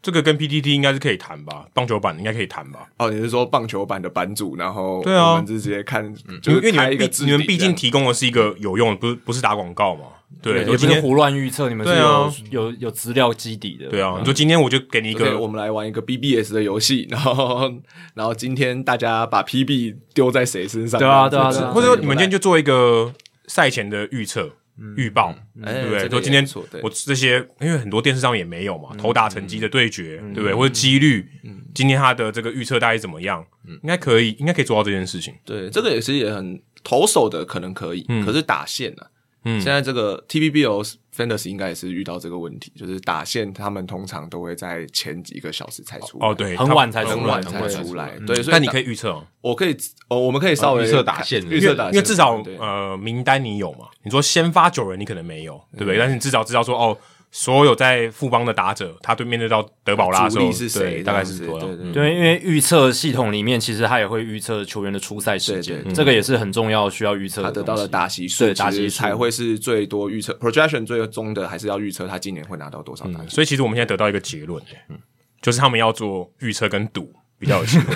Speaker 2: 这个跟 PPT 应该是可以谈吧？棒球版应该可以谈吧？
Speaker 4: 哦。你是说棒球版的版主，然后
Speaker 2: 对啊
Speaker 4: 我们就直接看，就
Speaker 2: 因
Speaker 4: 是
Speaker 2: 为你
Speaker 4: 开一
Speaker 2: 们
Speaker 4: 个
Speaker 2: 毕你们
Speaker 4: 置顶
Speaker 2: 毕
Speaker 4: 这样
Speaker 2: 竟提供的是一个有用的，不是不是打广告嘛？对，
Speaker 1: 也
Speaker 2: 我
Speaker 1: 不
Speaker 2: 今
Speaker 1: 是
Speaker 2: 天
Speaker 1: 胡乱预测，你们是
Speaker 2: 对啊
Speaker 1: 有有有资料基底的。
Speaker 2: 对啊，你说今天我就给你一
Speaker 4: OK，
Speaker 2: 个
Speaker 4: 嗯我们来玩一个 BBS 的游戏，然后然后今天大家把 PB 丢在谁身上？
Speaker 1: 对啊
Speaker 4: 这样
Speaker 1: 对
Speaker 4: 子
Speaker 1: 啊对啊
Speaker 2: 或者说你们今天就做一个赛前的预测、预报，对不
Speaker 4: 哎
Speaker 2: 对？
Speaker 4: 这个
Speaker 2: 说今天
Speaker 4: 也不错对嗯
Speaker 2: 我这些，因为很多电视上也没有嘛，投打成绩的对决，对不对？或者几率，今天他的这个预测大概怎么样？
Speaker 4: 嗯
Speaker 2: 应该可以，应该可以做到这件事情。
Speaker 4: 对这个也是也很投手的可能可以，可是打线呢、啊？嗯，现在这个 TBBO Fantasy 应该也是遇到这个问题，就是打线他们通常都会在前几个小时才出来
Speaker 2: 哦，，对，
Speaker 1: 很
Speaker 2: 他
Speaker 1: 晚才出来
Speaker 4: 很晚才出来。嗯对，所以
Speaker 2: 但你可
Speaker 4: 以，
Speaker 2: 以预测哦，
Speaker 4: 我可以，哦，我们可以稍微
Speaker 3: 预测打线
Speaker 4: 预
Speaker 2: 因
Speaker 4: 测
Speaker 2: 为
Speaker 4: 打线，
Speaker 2: 因为至少
Speaker 4: 对
Speaker 2: 呃名单你有嘛？你说先发九人你可能没有，对不对？但是你至少知道说哦，所有在富邦的打者，他对面对到德保拉的时
Speaker 4: 主力
Speaker 2: 候
Speaker 4: 是
Speaker 2: 对
Speaker 4: 谁？
Speaker 2: 大概
Speaker 4: 这
Speaker 2: 是嗯
Speaker 4: 样子
Speaker 2: 多少
Speaker 4: 对？对
Speaker 1: 对，因为预测系统里面其实它也会预测球员的出赛时
Speaker 4: 对
Speaker 1: 间
Speaker 4: 对，
Speaker 1: 这个也是很重要需要预测
Speaker 4: 他
Speaker 1: 的
Speaker 4: 得
Speaker 1: 东西。
Speaker 4: 到了打席数，
Speaker 1: 对打席
Speaker 4: 其实
Speaker 1: 数
Speaker 4: 才会是最多预测 projection 最终的还是要预测他今年会拿到多少打席。
Speaker 2: 所以其实我们现在得到一个结论，
Speaker 4: 嗯
Speaker 2: 就是他们要做预测跟赌比较有 机会。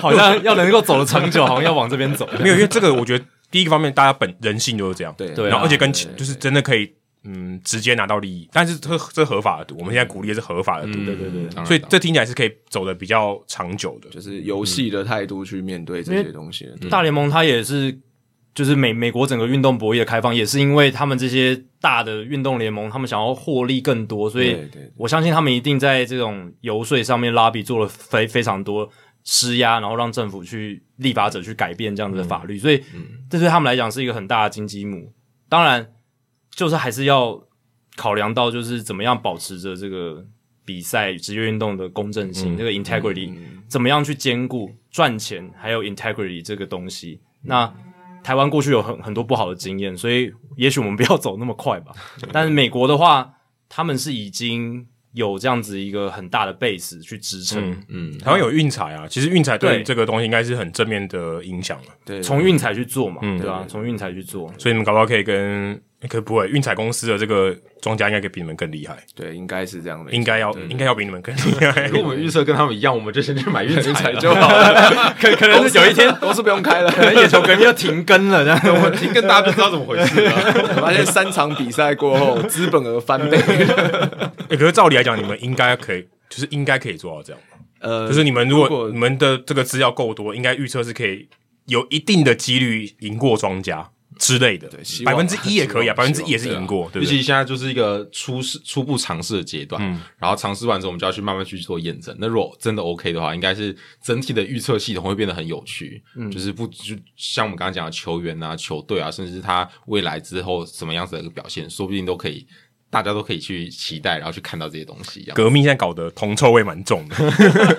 Speaker 1: 好像要能够走得长久，好像要往这边走。
Speaker 2: 没有，因为这个我觉得第一个方面，大家本人性就是这样，
Speaker 4: 对
Speaker 1: 对啊
Speaker 2: 然后而且跟就是真的可以嗯直接拿到利益，但是这这合法的赌，我们现在鼓励的是合法的
Speaker 4: 嗯
Speaker 2: 赌，对对
Speaker 3: 当然
Speaker 2: 所以这听起来是可以走的比较长久的。
Speaker 4: 就是游戏的态度去面对这些东西。
Speaker 2: 嗯
Speaker 4: 对
Speaker 1: 大联盟它也是，就是美美国整个运动博弈的开放，也是因为他们这些大的运动联盟，他们想要获利更多，所以
Speaker 4: 对对
Speaker 1: 我相信他们一定在这种游说上面拉比做了非非常多施压，然后让政府去立法者去改变这样子的法律，所以这对他们来讲是一个很大的金鸡母。当然，就是还是要考量到就是怎么样保持着这个比赛职业运动的公正性，这个 integrity、怎么样去兼顾赚钱还有 integrity 这个东西。那台湾过去有很很多不好的经验，所以也许我们不要走那么快吧。但是美国的话，他们是已经有这样子一个很大的 base 去支撑。
Speaker 2: 嗯，
Speaker 3: 嗯，
Speaker 2: 台湾有运彩啊，其实运彩对
Speaker 1: 对
Speaker 2: 这个东西应该是很正面的影响了，
Speaker 4: 对，
Speaker 1: 从运彩去做嘛，
Speaker 2: 嗯
Speaker 1: 对吧、从运彩去做，
Speaker 2: 所以你们搞不好可以跟，可不会运彩公司的这个庄家应该可以比你们更厉害，
Speaker 4: 对应该是这样的，
Speaker 2: 应该要应该要比你们更厉害
Speaker 3: 如。果我们预测跟他们一样，我们就先去买运彩
Speaker 4: 彩
Speaker 3: 了。
Speaker 4: 就好 了，可可
Speaker 1: 能是有一天
Speaker 4: 公司不用开了，
Speaker 1: 可能野球革命要停更了，这样。
Speaker 3: 我听跟大家就知道怎么回事啊了。
Speaker 4: 发现三场比赛过后，资本额翻 倍。
Speaker 2: 欸 可是照理来讲，你们应该可以，就是应该可以做到这样。
Speaker 4: 呃，
Speaker 2: 就是你们如
Speaker 4: 如
Speaker 2: 果
Speaker 4: 果
Speaker 2: 你们的这个资料够多，应该预测是可以有一定的几率赢过庄家之类的，
Speaker 4: 希
Speaker 2: 百
Speaker 4: 望
Speaker 2: 分之一也可以啊，
Speaker 4: 希
Speaker 2: 百
Speaker 4: 望
Speaker 2: 分之一也是赢过，对不
Speaker 3: 尤
Speaker 2: 对？
Speaker 3: 其现在就是一个初试、初步尝试的阶段，
Speaker 4: 嗯
Speaker 3: 然后尝试完之后，我们就要去慢慢去做验证。那如果真的 OK 的话，应该是整体的预测系统会变得很有趣，
Speaker 4: 嗯
Speaker 3: 就是不就像我们刚刚讲的球员啊、球队啊，甚至他未来之后什么样子的一个表现，说不定都可以，大家都可以去期待，然后去看到这些东西。这样
Speaker 2: 革命现在搞得铜臭味蛮重的，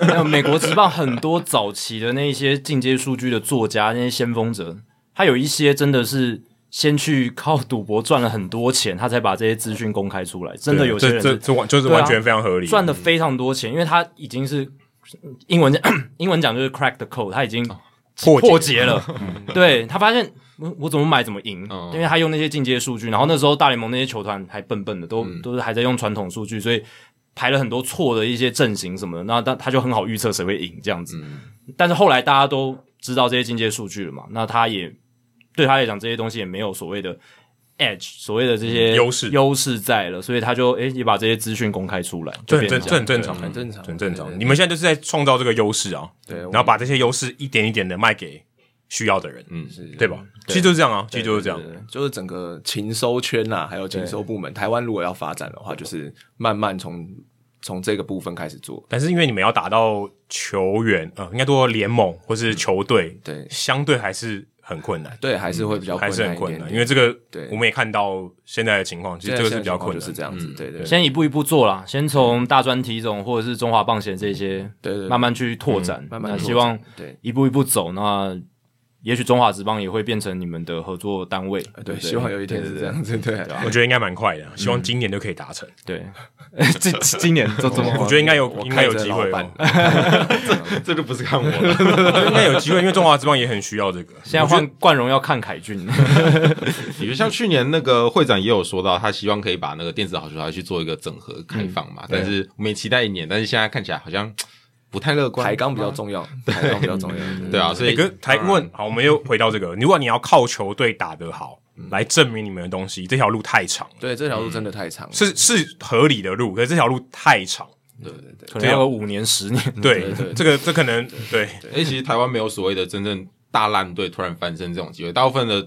Speaker 1: 还有美国职棒很多早期的那一些进阶数据的作家，那些先锋者，他有一些真的是先去靠赌博赚了很多钱，他才把这些资讯公开出来。真的有些
Speaker 2: 这
Speaker 1: 人
Speaker 2: 这
Speaker 1: 是
Speaker 2: 这完就是
Speaker 1: 对啊
Speaker 2: 完全非常合理。
Speaker 1: 赚的非常多钱，因为他已经是英文 英文讲就是 crack the code，他已经
Speaker 2: 破解
Speaker 1: 破解了。 对他发现嗯我我怎么买怎么赢，
Speaker 3: 嗯
Speaker 2: 哦
Speaker 1: 因为他用那些进阶数据，然后那时候大联盟那些球团还笨笨的，都、
Speaker 2: 嗯
Speaker 1: 都是还在用传统数据，所以排了很多错的一些阵型什么的，那他他就很好预测谁会赢这样子。
Speaker 2: 嗯
Speaker 1: 但是后来大家都知道这些进阶数据了嘛，那他也对他来讲这些东西也没有所谓的 edge，所谓的这些
Speaker 2: 嗯优势
Speaker 1: 优势在了，所以他就诶、也把这些资讯公开出来，
Speaker 2: 这
Speaker 1: 就
Speaker 2: 很
Speaker 1: 变成
Speaker 2: 正这
Speaker 1: 这样
Speaker 2: 很正常，
Speaker 4: 很正常
Speaker 2: 很正常
Speaker 4: 啊对。对
Speaker 2: 你们现在就是在创造这个优势啊，
Speaker 4: 对，
Speaker 2: 然后把这些优势一点一点的卖给需要的人，
Speaker 3: 嗯，
Speaker 2: 对吧？其实就是这样啊，其实就是这样
Speaker 4: 对。，对就是整个勤收圈呐、啊，还有勤收部门，台湾如果要发展的话，就是慢慢从从这个部分开始做。
Speaker 2: 但是因为你们要打到球员，呃，应该说联盟或是球队，
Speaker 4: 嗯对
Speaker 2: 相对还是很困难。
Speaker 4: 对，还是会比较
Speaker 2: 还
Speaker 4: 困
Speaker 2: 是
Speaker 4: 难
Speaker 2: 很
Speaker 4: 一点
Speaker 2: 困
Speaker 4: 点
Speaker 2: 难，因为这个，
Speaker 4: 对
Speaker 2: 我们也看到现在的情况，其实
Speaker 4: 现在
Speaker 2: 这个
Speaker 4: 现
Speaker 2: 是
Speaker 4: 在
Speaker 2: 比较
Speaker 4: 情况
Speaker 2: 困
Speaker 4: 就
Speaker 2: 难，
Speaker 4: 是这样子，对对对
Speaker 1: 先一步一步做啦，先从大专体总或者是中华棒协这些，
Speaker 4: 对对对
Speaker 1: 慢慢去拓展，
Speaker 4: 慢慢
Speaker 1: 那
Speaker 4: 拓
Speaker 1: 希望
Speaker 4: 展对
Speaker 1: 一步一步走，那也许中华职棒也会变成你们的合作单位，对
Speaker 4: 呃对，
Speaker 1: 不对
Speaker 4: 希望有一天是这样嗯子，对
Speaker 2: 我觉得应该蛮快的，啊希望今年就可以达成。
Speaker 1: 对， 今今年这怎
Speaker 2: 我觉得应该有，应该有机
Speaker 4: 嗯我
Speaker 2: 会
Speaker 4: 看
Speaker 2: 哦，
Speaker 3: 这就不是看我 了。
Speaker 2: 我 觉得应该有机会，因为中华职棒也很需要这个。
Speaker 1: 现在换冠荣要看凯俊，
Speaker 3: 比如像去年那个会长也有说到，他希望可以把那个电子好球台去做一个整合开放嘛，但是我们也期待一年，但是现在看起来好像不太乐 观。
Speaker 4: 抬杠比较重要，抬杠比较重要，对
Speaker 3: 对啊，所
Speaker 2: 每
Speaker 3: 以
Speaker 2: 个哎台问好，我们又回到这个，如 果你要靠球队打得好来证明你们的东西，这条路太长了，
Speaker 4: 对，这条路真的太长了，
Speaker 2: 是是合理的路，可是这条路太长。
Speaker 4: 对对对，
Speaker 1: 可能要有五年十年，
Speaker 2: 对
Speaker 4: 对对，
Speaker 2: 这个这可能对
Speaker 3: 因哎为其实台湾没有所谓的真正大烂队突然翻身这种机会，大部分的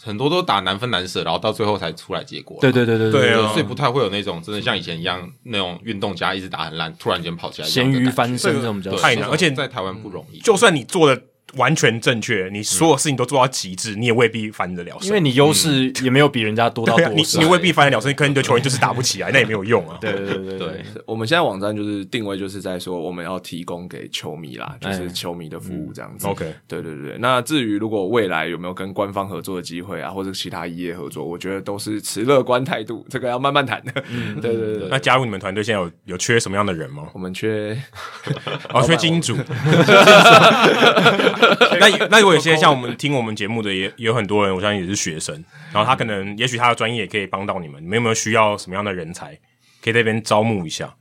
Speaker 3: 很多都打难分难舍，然后到最后才出来结果。
Speaker 1: 对对对对
Speaker 2: 对
Speaker 3: 对
Speaker 2: 啊
Speaker 3: 所以不太会有那种真的像以前一样那种运动家一直打很烂，突然间跑起来。
Speaker 1: 咸鱼翻
Speaker 2: 这
Speaker 1: 身
Speaker 2: 个
Speaker 1: 这种比较
Speaker 3: 对啊
Speaker 2: 太难
Speaker 3: 这种
Speaker 2: 而且
Speaker 3: 在台湾不容易。
Speaker 2: 就算你做的完全正确，你所有事情都做到极致，你也未必翻得了身。
Speaker 1: 因为你优势也没有比人家多到
Speaker 2: 对啊
Speaker 1: 多
Speaker 2: 你
Speaker 1: 少
Speaker 2: 你，未必翻得了身，可能你的球员就是打不起来，那也没有用啊。
Speaker 1: 对对对对
Speaker 3: 对，
Speaker 4: 我们现在网站就是定位就是在说我们要提供给球迷啦，就
Speaker 1: 哎
Speaker 4: 是球迷的服务这样
Speaker 3: 嗯
Speaker 4: 子。
Speaker 2: OK
Speaker 4: 对对对。那至于如果未来有没有跟官方合作的机会啊，或者其他业合作，我觉得都是持乐观态度，这个要慢慢谈
Speaker 3: 嗯
Speaker 4: 的。 对对对对。
Speaker 2: 那加入你们团队现在有有缺什么样的人吗？
Speaker 4: 我们缺
Speaker 2: 哦，缺金 主。那那如果有些像我们听我们节目的也也有很多人，我相信也是学生，然后他可能也许他的专业也可以帮到你们，你们有没有需要什么样的人才？可以在那边招募一下，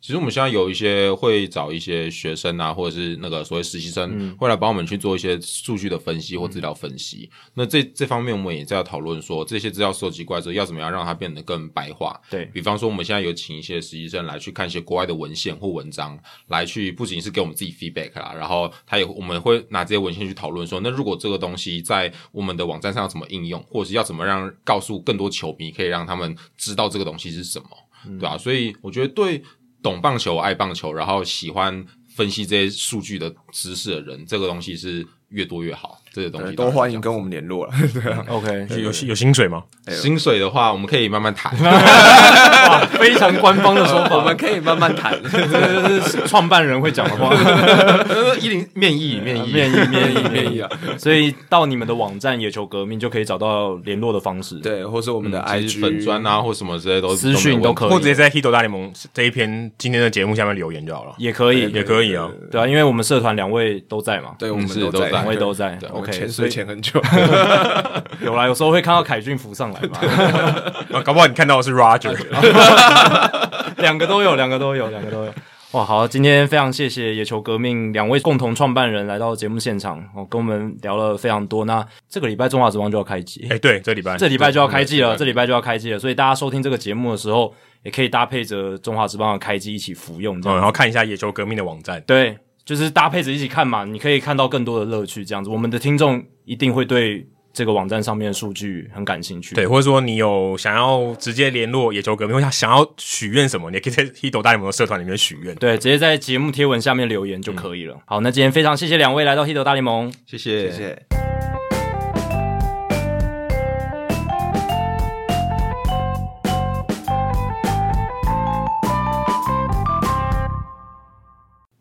Speaker 3: 其实我们现在有一些会找一些学生啊，或者是那个所谓实习生，
Speaker 2: 嗯
Speaker 3: 会来帮我们去做一些数据的分析或资料分析。那这这方面我们也在讨论说，这些资料收集过来之后，要怎么样让它变得更白化？
Speaker 1: 对
Speaker 3: 比方说，我们现在有请一些实习生来去看一些国外的文献或文章，来去不仅是给我们自己 feedback 啦，然后他也我们会拿这些文献去讨论说，那如果这个东西在我们的网站上要怎么应用，或者是要怎么让告诉更多球迷，可以让他们知道这个东西是什么，
Speaker 4: 嗯
Speaker 3: 对吧、所以我觉得对懂棒球、爱棒球，然后喜欢分析这些数据的知识的人，这个东西是越多越好，这些东西
Speaker 4: 呃对，都欢
Speaker 3: 当然
Speaker 4: 迎跟我们联络了。
Speaker 1: OK，
Speaker 2: 有有有薪水吗？
Speaker 3: 这样。薪水的话，我们可以慢慢谈。
Speaker 1: 哇非常官方的说法，
Speaker 4: 我们可以慢慢谈。
Speaker 1: 这是创办人会讲的话，
Speaker 3: 一零面议面议
Speaker 1: 面议面议
Speaker 4: 愿
Speaker 1: 面
Speaker 4: 意
Speaker 1: 议。
Speaker 4: 啊，
Speaker 1: 所以到你们的网站“野球革命”就可以找到联络的方式，，
Speaker 4: 对，或是我们的
Speaker 3: 其实
Speaker 4: IG
Speaker 3: 粉砖啊或什么之类都
Speaker 1: 私讯都可以，
Speaker 2: 或者直接在《Hito 大联盟》这一篇今天的节目下面留言就好了，
Speaker 1: 也可以，
Speaker 2: 也可以啊。
Speaker 1: 对啊，因为我们社团两位都在嘛，
Speaker 4: 对我们
Speaker 3: 嗯是
Speaker 4: 都
Speaker 3: 都
Speaker 4: 在
Speaker 3: 在
Speaker 1: 两位都在
Speaker 3: 对
Speaker 1: ，OK，
Speaker 4: 潜
Speaker 1: 所
Speaker 4: 水
Speaker 1: 以
Speaker 4: 潜 很久，
Speaker 1: 有啦，有时候会看到凯俊浮上来嘛，
Speaker 2: 啊搞不好你看到的是 Roger，
Speaker 1: 两个都有，两个都有，两个都有。哇，好，今天非常谢谢野球革命两位共同创办人来到节目现场，哦，跟我们聊了非常多。那这个礼拜中华职棒就要开机，
Speaker 2: 哎，对，这礼拜
Speaker 1: 这礼拜就要开季了，
Speaker 3: 对
Speaker 1: 这礼拜就要开季了，所以大家收听这个节目的时候，也可以搭配着中华职棒的开机一起服用，这
Speaker 2: 嗯，
Speaker 1: 样
Speaker 2: 然
Speaker 1: 子、
Speaker 2: 后看一下野球革命的网站，
Speaker 1: 对，就是搭配着一起看嘛，你可以看到更多的乐趣，这样子，我们的听众一定会对这个网站上面的数据很感兴趣。
Speaker 2: 对，或者说你有想要直接联络野球革命，或想想要许愿什么，你也可以在 Hito 大联盟的社团里面许愿。
Speaker 1: 对，直接在节目贴文下面留言就可以了。好，那今天非常谢谢两位来到《h i t 大联盟》，
Speaker 3: 谢谢
Speaker 4: 谢谢。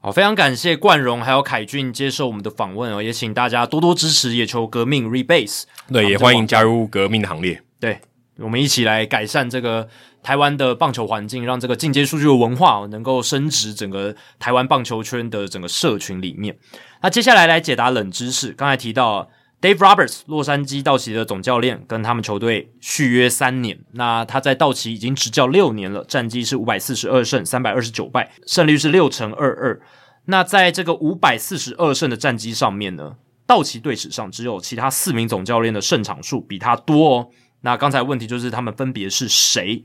Speaker 1: 好，非常感谢冠荣还有凯俊接受我们的访问哦，也请大家多多支持野球革命 Rebase。
Speaker 2: 对，也欢迎加入革命的行列。
Speaker 1: 对，我们一起来改善这个台湾的棒球环境，让这个进阶数据的文化、哦、能够升值整个台湾棒球圈的整个社群里面。那接下来来解答冷知识，刚才提到。Dave Roberts，洛杉矶道奇的总教练，跟他们球队续约三年。那他在道奇已经执教六年了，战绩是五百四十二胜三百二十九败，胜率是六乘二二。那在这个五百四十二胜的战绩上面呢，道奇队史上只有其他四名总教练的胜场数比他多哦。那刚才问题就是他们分别是谁？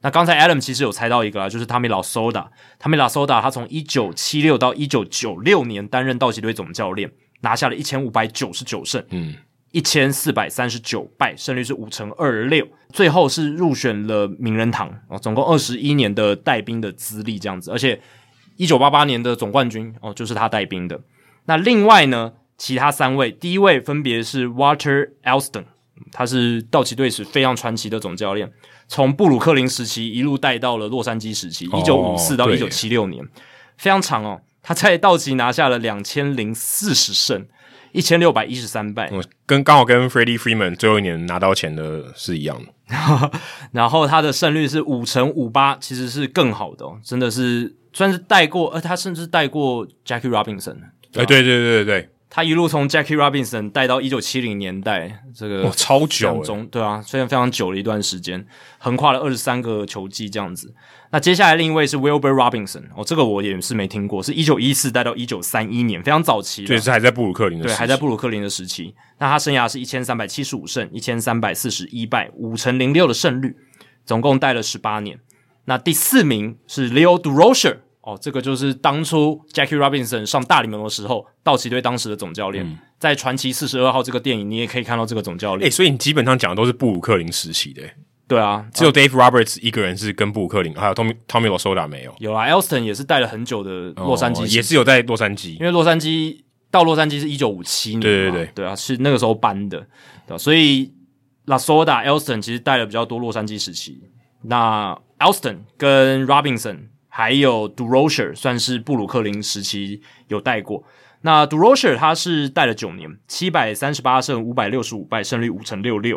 Speaker 1: 那刚才 Adam 其实有猜到一个啊，就是 Tommy l a s o d a Tommy l a s o d a 他从一九七六到一九九六年担任道奇队总教练，拿下了一千五百九十九胜，
Speaker 2: 嗯，
Speaker 1: 一千四百三十九败，胜率是五乘二六，最后是入选了名人堂哦，总共二十一年的带兵的资历这样子，而且一九八八年的总冠军哦就是他带兵的。那另外呢，其他三位，第一位分别是 Walter Elston，嗯他是道奇队史非常传奇的总教练，从布鲁克林时期一路带到了洛杉矶时期，一九五四到一
Speaker 2: 哦对
Speaker 1: 九七六年，非常长哦。他在道奇拿下了两千零四十胜，一千六百一十三败，
Speaker 2: 我嗯跟刚好跟 Freddie Freeman 最后一年拿到钱的是一样的。
Speaker 1: 然后他的胜率是五乘五八，其实是更好的、哦，真的是算是带过，呃，他甚至带过 Jackie Robinson，
Speaker 2: 哎，对对对对对，
Speaker 1: 他一路从 Jackie Robinson 带到一九七零年代，这个
Speaker 2: 哇，超
Speaker 1: 当
Speaker 2: 久欸，
Speaker 1: 中，对啊，虽然非常久的一段时间，横跨了二十三个球季这样子。那接下来另一位是 Wilbur Robinson，哦，这个我也是没听过，是一九一四带到一九三一年，非常早期了，
Speaker 2: 就是还在布鲁克林的
Speaker 1: 啊对，
Speaker 2: 时期，
Speaker 1: 还在布鲁克林的时期。那他生涯是一千三百七十五胜，一千三百四十一败，五乘零六的胜率，总共带了十八年。那第四名是 Leo Durocher，哦，这个就是当初 Jackie Robinson 上大联盟的时候，道奇队当时的总教练。
Speaker 2: 嗯
Speaker 1: 在《传奇四十二号》这个电影，你也可以看到这个总教
Speaker 2: 哎、
Speaker 1: 练。
Speaker 2: 所以你基本上讲的都是布鲁克林时期的欸、
Speaker 1: 对啊，
Speaker 2: 只有 Dave Roberts 一个人是跟布鲁克林，还有 Tommy Tommy l o s o d a 没有。
Speaker 1: 有啦，Elston 啊也是带了很久的洛杉矶
Speaker 2: 哦
Speaker 1: 时期、
Speaker 2: 也是有在洛杉矶
Speaker 1: 因，为洛杉矶到洛杉矶是一九五七年嘛，
Speaker 2: 对对对
Speaker 1: 啊，是那个时候搬的，对啊吧所以 La Soda Elston 其实带了比较多洛杉矶时期，那 Elston 跟 Robinson 还有 Durocher 算是布鲁克林时期有带过。那 Durocher 他是带了九年，七百三十八胜，五百六十五败，胜率五成六六。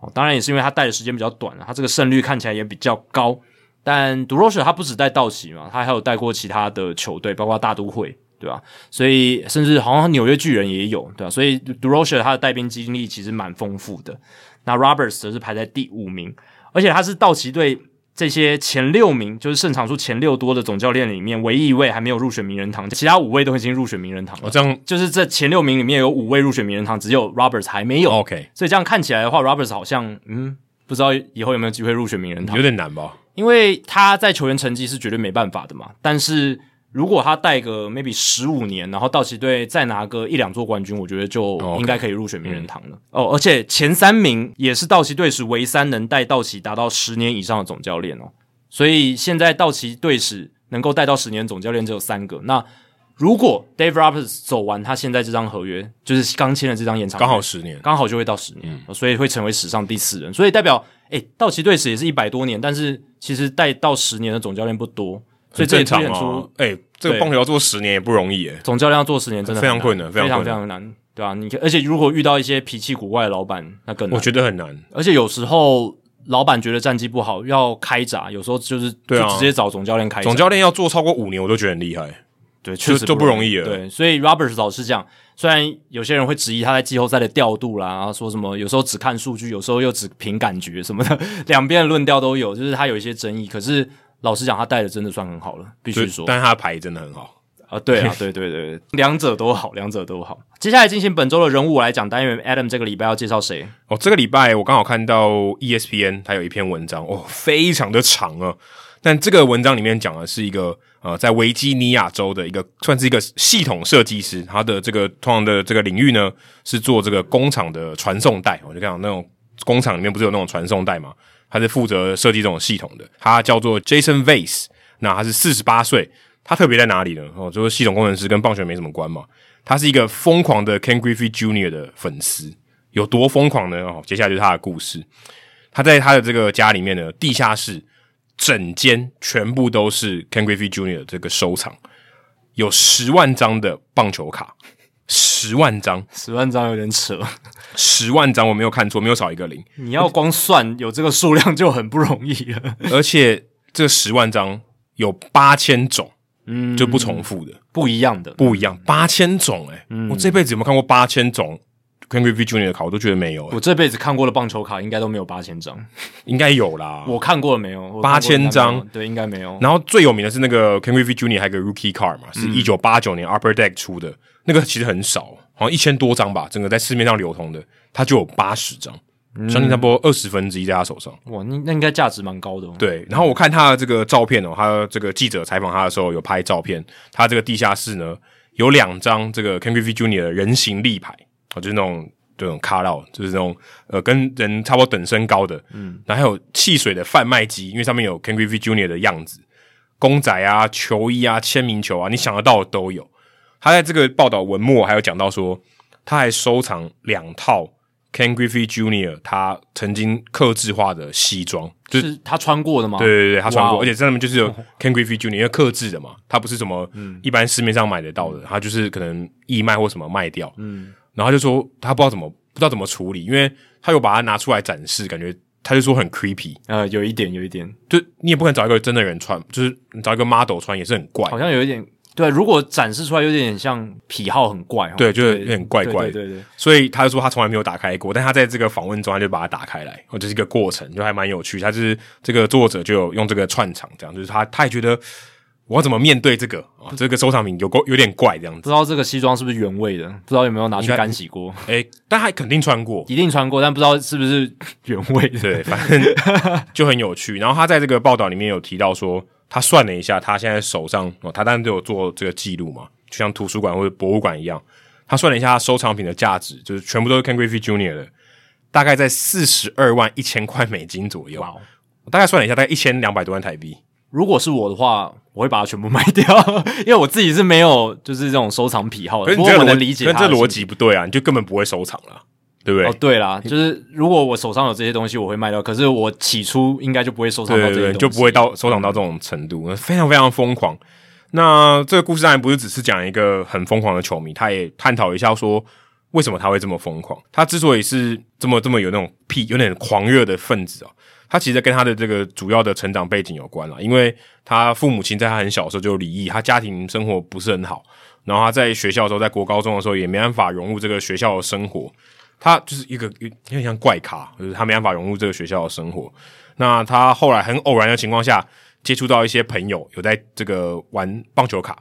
Speaker 1: 哦，当然也是因为他带的时间比较短啊，他这个胜率看起来也比较高。但 Durocher 他不止带道奇嘛，他还有带过其他的球队，包括大都会，对吧、所以甚至好像纽约巨人也有，对吧、所以 Durocher 他的带兵经历其实蛮丰富的。那 Roberts 则是排在第五名，而且他是道奇队这些前六名，就是胜场数前六多的总教练里面唯一一位还没有入选名人堂，其他五位都已经入选名人堂
Speaker 2: 哦，
Speaker 1: 了。
Speaker 2: 这样
Speaker 1: 就是这前六名里面有五位入选名人堂，只有 Roberts 还没有。
Speaker 2: 哦 OK，
Speaker 1: 所以这样看起来的话，Roberts 好像嗯，不知道以后有没有机会入选名人堂
Speaker 2: 有。点难吧？
Speaker 1: 因为他在球员成绩是绝对没办法的嘛。但是如果他带个 maybe 十五年，然后道奇队再拿个一两座冠军，我觉得就
Speaker 2: 哦，OK
Speaker 1: 应该可以入选名人堂了。哦，而且前三名也是道奇队史唯三能带道奇达到十年以上的总教练哦。所以现在道奇队史能够带到十年总教练只有三个，那如果 Dave Roberts 走完他现在这张合约，就是刚签的这张延长合约，
Speaker 2: 刚好十年。
Speaker 1: 刚好就会到十年，
Speaker 2: 嗯
Speaker 1: 所以会成为史上第四人，所以代表诶、道奇队史也是一百多年，但是其实带到十年的总教练不多，所以这也
Speaker 2: 正
Speaker 1: 凸
Speaker 2: 常
Speaker 1: 显
Speaker 2: 啊
Speaker 1: 出！
Speaker 2: 哎、这个
Speaker 1: 对啊
Speaker 2: 棒球要做十年也不容易哎、
Speaker 1: 总教练要做十年真的很
Speaker 2: 非常
Speaker 1: 难
Speaker 2: 困难
Speaker 1: 非
Speaker 2: 非
Speaker 1: 常
Speaker 2: 常困难
Speaker 1: 难，对啊，你而且如果遇到一些脾气古怪的老板，那更难
Speaker 2: 我觉得很难。
Speaker 1: 而且有时候老板觉得战绩不好要开闸，有时候就是
Speaker 2: 对啊
Speaker 1: 就直接找总教练开闸，
Speaker 2: 总教练要做超过五年，我都觉得很厉害。
Speaker 1: 对，确实
Speaker 2: 就不容易了
Speaker 1: 对，所以 Roberts 老是这样，虽然有些人会质疑他在季后赛的调度啦，然后说什么有时候只看数据，有时候又只凭感觉什么的，两边的论调都有，就是他有一些争议。可是老实讲，他带的真的算很好了，必须
Speaker 2: 就
Speaker 1: 说
Speaker 2: 但是他的牌真的很好。
Speaker 1: 啊，对啊，对对对，对两者都好，两者都好。接下来进行本周的人物来讲单元，Adam 这个礼拜要介绍谁？
Speaker 2: 哦，这个礼拜我刚好看到 E ESPN 它有一篇文章，哦，非常的长啊。但这个文章里面讲的是一个呃，在维吉尼亚州的一个算是一个系统设计师，他的这个通常的这个领域呢是做这个工厂的传送带。哦我就讲那种工厂里面不是有那种传送带嘛，他是负责设计这种系统的，他叫做 Jason Vase，那他是四十八岁。他特别在哪里呢？哦，就是系统工程师跟棒球没什么关嘛。他是一个疯狂的 Ken Griffey Jr. 的粉丝，有多疯狂呢？哦，接下来就是他的故事。他在他的这个家里面呢，地下室整间全部都是 Ken Griffey Jr. 的这个收藏，有十万张的棒球卡，十万张，
Speaker 1: 十万张有点扯，
Speaker 2: 十万张，我没有看错，没有少一个零。
Speaker 1: 你要光算有这个数量就很不容易了，
Speaker 2: 而且这十万张有八千种，
Speaker 1: 嗯，
Speaker 2: 就不重复的。
Speaker 1: 不一样的，
Speaker 2: 不一样，八千种哎、
Speaker 1: 嗯
Speaker 2: 我这辈子有没有看过八千种 Ken Griffey Jr. 的卡？我都觉得没有、欸
Speaker 1: 我这辈子看过的棒球卡应该都没有八千张，
Speaker 2: 应该有啦。
Speaker 1: 我看过了没有？我看过
Speaker 2: 8000张
Speaker 1: 应该没有，对，应该没有。
Speaker 2: 然后最有名的是那个 Ken Griffey Jr. 还有个 Rookie Card 嘛，是一九八九年 Upper Deck 出的，那个其实很少，好像一千多张吧，整个在市面上流通的，它就有八十张，相信差不多二十分之一在他手上。
Speaker 1: 哇，那那应该价值蛮高的哦。，
Speaker 2: 对，然后我看他的这个照片哦，他这个记者采访他的时候有拍照片，他这个地下室呢有两张这个 Ken Griffey Jr. 的人形立牌，哦，就是那种这种卡绕，就是那种呃跟人差不多等身高的，嗯，然后还有汽水的贩卖机，因为上面有 Ken Griffey Jr. 的样子，公仔啊、球衣啊、签名球啊，你想得到的都有。他在这个报道文末还有讲到说，他还收藏两套 Ken Griffey Jr. 他曾经刻制化的西装，就是
Speaker 1: 他穿过的吗？
Speaker 2: 对对对，他穿
Speaker 1: 哇哦
Speaker 2: 过，而且在那 边就是有 Ken Griffey Jr. 因为克制的嘛，他不是什么
Speaker 1: 嗯
Speaker 2: 一般市面上买得到的，他就是可能义卖或什么卖掉。嗯，然后他就说他不知道怎么不知道怎么处理，因为他又把它拿出来展示，感觉他就说很 creepy，
Speaker 1: 呃，有一点，有一点，
Speaker 2: 就你也不可能找一个真的人穿，就是你找一个 model 穿也是很怪
Speaker 1: 好。像有一点。对，啊如果展示出来有点像癖好很怪哦，
Speaker 2: 对就是有点怪怪的
Speaker 1: 对对对，
Speaker 2: 所以他就说他从来没有打开过，但他在这个访问中他就把它打开来，哦，这是一个过程，就还蛮有趣。他就是这个作者就有用这个串场，这样就是他他也觉得我要怎么面对这个啊、这个收藏品有够有点怪这样
Speaker 1: 不
Speaker 2: 子。
Speaker 1: 知道这个西装是不是原味的，不知道有没有拿去
Speaker 2: 应该
Speaker 1: 干洗过，
Speaker 2: 哎、但他肯定穿过，
Speaker 1: 一定穿过，但不知道是不是原味的。
Speaker 2: 对，反正就很有趣。然后他在这个报道里面有提到说，他算了一下，他现在手上哦，他当然都有做这个记录嘛，就像图书馆或者博物馆一样，他算了一下他收藏品的价值，就是全部都是 Ken Griffey Jr. 的，大概在四十二万一千块美金左右。
Speaker 1: 哇哦
Speaker 2: 我大概算了一下，大概一千两百多万台币。
Speaker 1: 如果是我的话，我会把它全部卖掉， 因为我自己是没有就是这种收藏癖好
Speaker 2: 可
Speaker 1: 的。
Speaker 2: 是
Speaker 1: 不
Speaker 2: 你
Speaker 1: 过
Speaker 2: 这
Speaker 1: 我
Speaker 2: 个
Speaker 1: 能
Speaker 2: 逻
Speaker 1: 理解
Speaker 2: 可是
Speaker 1: 他的
Speaker 2: 这
Speaker 1: 心
Speaker 2: 逻
Speaker 1: 情
Speaker 2: 辑不对啊，你就根本不会收藏了，对不对？
Speaker 1: 哦，对 啦，就是如果我手上有这些东西，我会卖掉。可是我起初应该就不会收藏到
Speaker 2: 对
Speaker 1: 这些
Speaker 2: 对
Speaker 1: 东
Speaker 2: 对，
Speaker 1: 西，
Speaker 2: 就不会到收藏到这种程度，非常非常疯狂。那这个故事当然不是只是讲一个很疯狂的球迷，他也探讨一下说为什么他会这么疯狂。他之所以是这么这么有那种屁，有点狂热的分子哦，他其实跟他的这个主要的成长背景有关啦，因为他父母亲在他很小的时候就离异，他家庭生活不是很好，然后他在学校的时候，在国高中的时候也没办法融入这个学校的生活，他就是一个有有点像怪咖，就是他没办法融入这个学校的生活。那他后来很偶然的情况下接触到一些朋友有在这个玩棒球卡，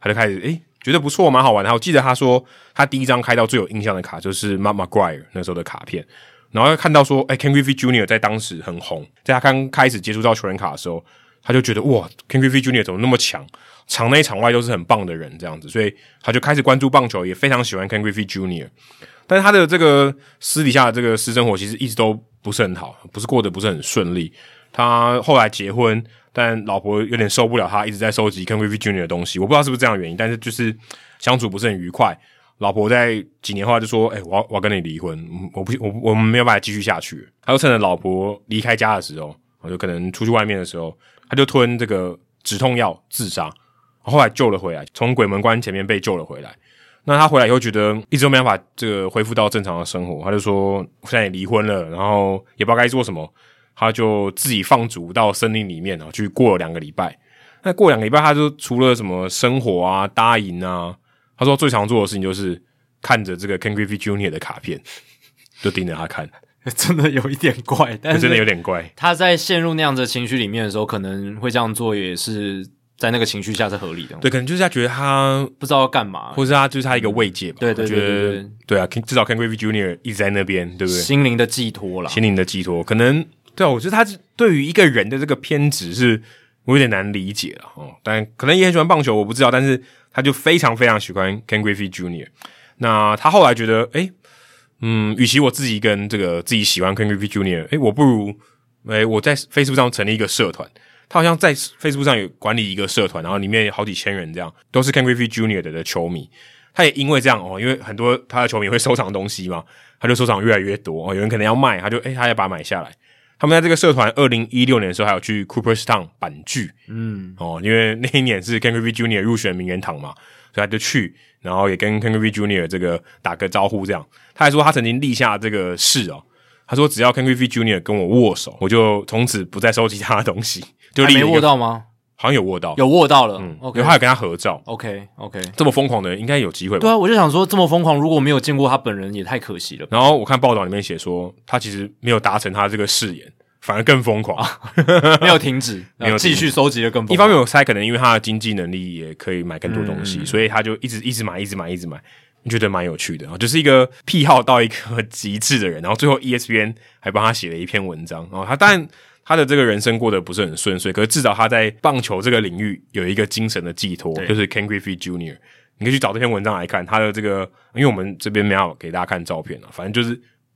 Speaker 2: 他就开始诶、觉得不错，蛮好玩的。我记得他说他第一张开到最有印象的卡就是 Mark McGuire 那时候的卡片，然后看到说诶、k e n Griffey Jr. 在当时很红，在他刚开始接触到球员卡的时候，他就觉得哇，Ken Griffey Jr. 怎么那么强？场内场外都是很棒的人，这样子，所以他就开始关注棒球，也非常喜欢 Ken Griffey Jr. 但是他的这个私底下的这个私生活其实一直都不是很好，不是过得不是很顺利。他后来结婚，但老婆有点受不了他一直在收集 Ken Griffey Jr. 的东西，我不知道是不是这样的原因，但是就是相处不是很愉快。老婆在几年后她就说：“哎、我要我要跟你离婚，嗯我不我不我们没有办法继续下去。”他就趁着老婆离开家的时候，我就可能出去外面的时候，他就吞这个止痛药自杀。后来救了回来，从鬼门关前面被救了回来。那他回来以后觉得一直都没办法这个恢复到正常的生活，他就说现在也离婚了，然后也不知道该做什么，他就自己放逐到森林里面，然后去过了两个礼拜。那过两个礼拜，他就除了什么生活啊、搭营啊，他说最常做的事情就是看着这个 Ken Griffey Jr. 的卡片，就盯着他看，
Speaker 1: 真的有一点怪，但是
Speaker 2: 真的有点怪。
Speaker 1: 他在陷入那样子的情绪里面的时候，可能会这样做，也是在那个情绪下是合理的。
Speaker 2: 对，可能就是他觉得他
Speaker 1: 不知道要干嘛，
Speaker 2: 或是他就是他一个慰藉吧。
Speaker 1: 对对
Speaker 2: 我
Speaker 1: 对对
Speaker 2: 觉得对啊，Ken- 至少 Ken Griffey Jr. 一直在那边，对不对？
Speaker 1: 心灵的寄托啦。
Speaker 2: 心灵的寄托，可能对啊，我觉得他是对于一个人的这个偏执是，我有点难理解了哦。但可能也很喜欢棒球，我不知道，但是他就非常非常喜欢 Ken Griffey Jr. 那他后来觉得，诶，嗯，与其我自己跟这个自己喜欢 Ken Griffey Jr.，诶，我不如，诶，我在 Facebook 上成立一个社团。他好像在 Facebook 上有管理一个社团，然后里面有好几千人，这样都是 Ken Griffey Jr. 的的球迷。他也因为这样哦，因为很多他的球迷会收藏东西嘛，他就收藏越来越多哦，有人可能要卖，他就诶、他也把它买下来。他们在这个社团二零一六年的时候，还有去 Cooperstown 板剧
Speaker 1: 嗯，
Speaker 2: 哦，因为那一年是 Ken Griffey Jr. 入选名人堂嘛，所以他就去，然后也跟 Ken Griffey Jr. 这个打个招呼，这样。他还说他曾经立下这个誓哦，他说只要 Ken Griffey Jr. 跟我握手，我就从此不再收集他的东西，就
Speaker 1: 还
Speaker 2: 立了
Speaker 1: 啊没
Speaker 2: 一个
Speaker 1: 握，到吗？
Speaker 2: 好像有握到，
Speaker 1: 有握到了。
Speaker 2: 嗯，
Speaker 1: OK
Speaker 2: 有还嗯有跟他合照，
Speaker 1: OK OK。
Speaker 2: 这么疯狂的人应该有机会吧？
Speaker 1: 对啊，我就想说，这么疯狂，如果没有见过他本人，也太可惜 了吧。
Speaker 2: 然后我看报道里面写说，他其实没有达成他这个誓言，反而更疯狂。
Speaker 1: 没有停止，
Speaker 2: 没有停止
Speaker 1: 继续收集的更疯
Speaker 2: 一方面我猜可能因为他的经济能力也可以买更多东西，所以他就一直一直买，一直买，一直买。你觉得蛮有趣的，然后就是一个癖好到一个极致的人，然后最后 E ESPN 还帮他写了一篇文章。然后他当然他的这个人生过得不是很顺遂，可是至少他在棒球这个领域有一个精神的寄托，就是 Ken Griffey Jr. 你可以去找这篇文章来看他的这个，因为我们这边没有给大家看照片啊，反正就是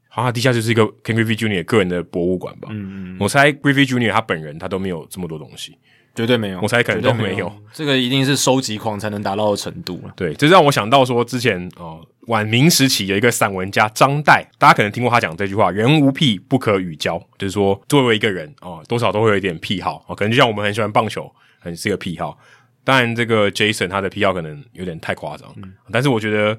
Speaker 2: 好像他地下就是一个 Ken Griffey Jr. 个人的博物馆吧。嗯嗯，我猜 Griffey Jr. 他本人他都没有这么多东西。
Speaker 1: 绝对没有，
Speaker 2: 我猜可能
Speaker 1: 绝对
Speaker 2: 都没
Speaker 1: 没
Speaker 2: 有。
Speaker 1: 这个一定是收集狂才能达到的程度了。
Speaker 2: 对，这让我想到说，之前哦，晚明时期有一个散文家张岱，大家可能听过他讲这句话：“人无癖不可与交”，就是说，作为一个人哦，多少都会有一点癖好哦，可能就像我们很喜欢棒球，很是一个癖好。当然，这个 Jason 他的癖好可能有点太夸张，但是我觉得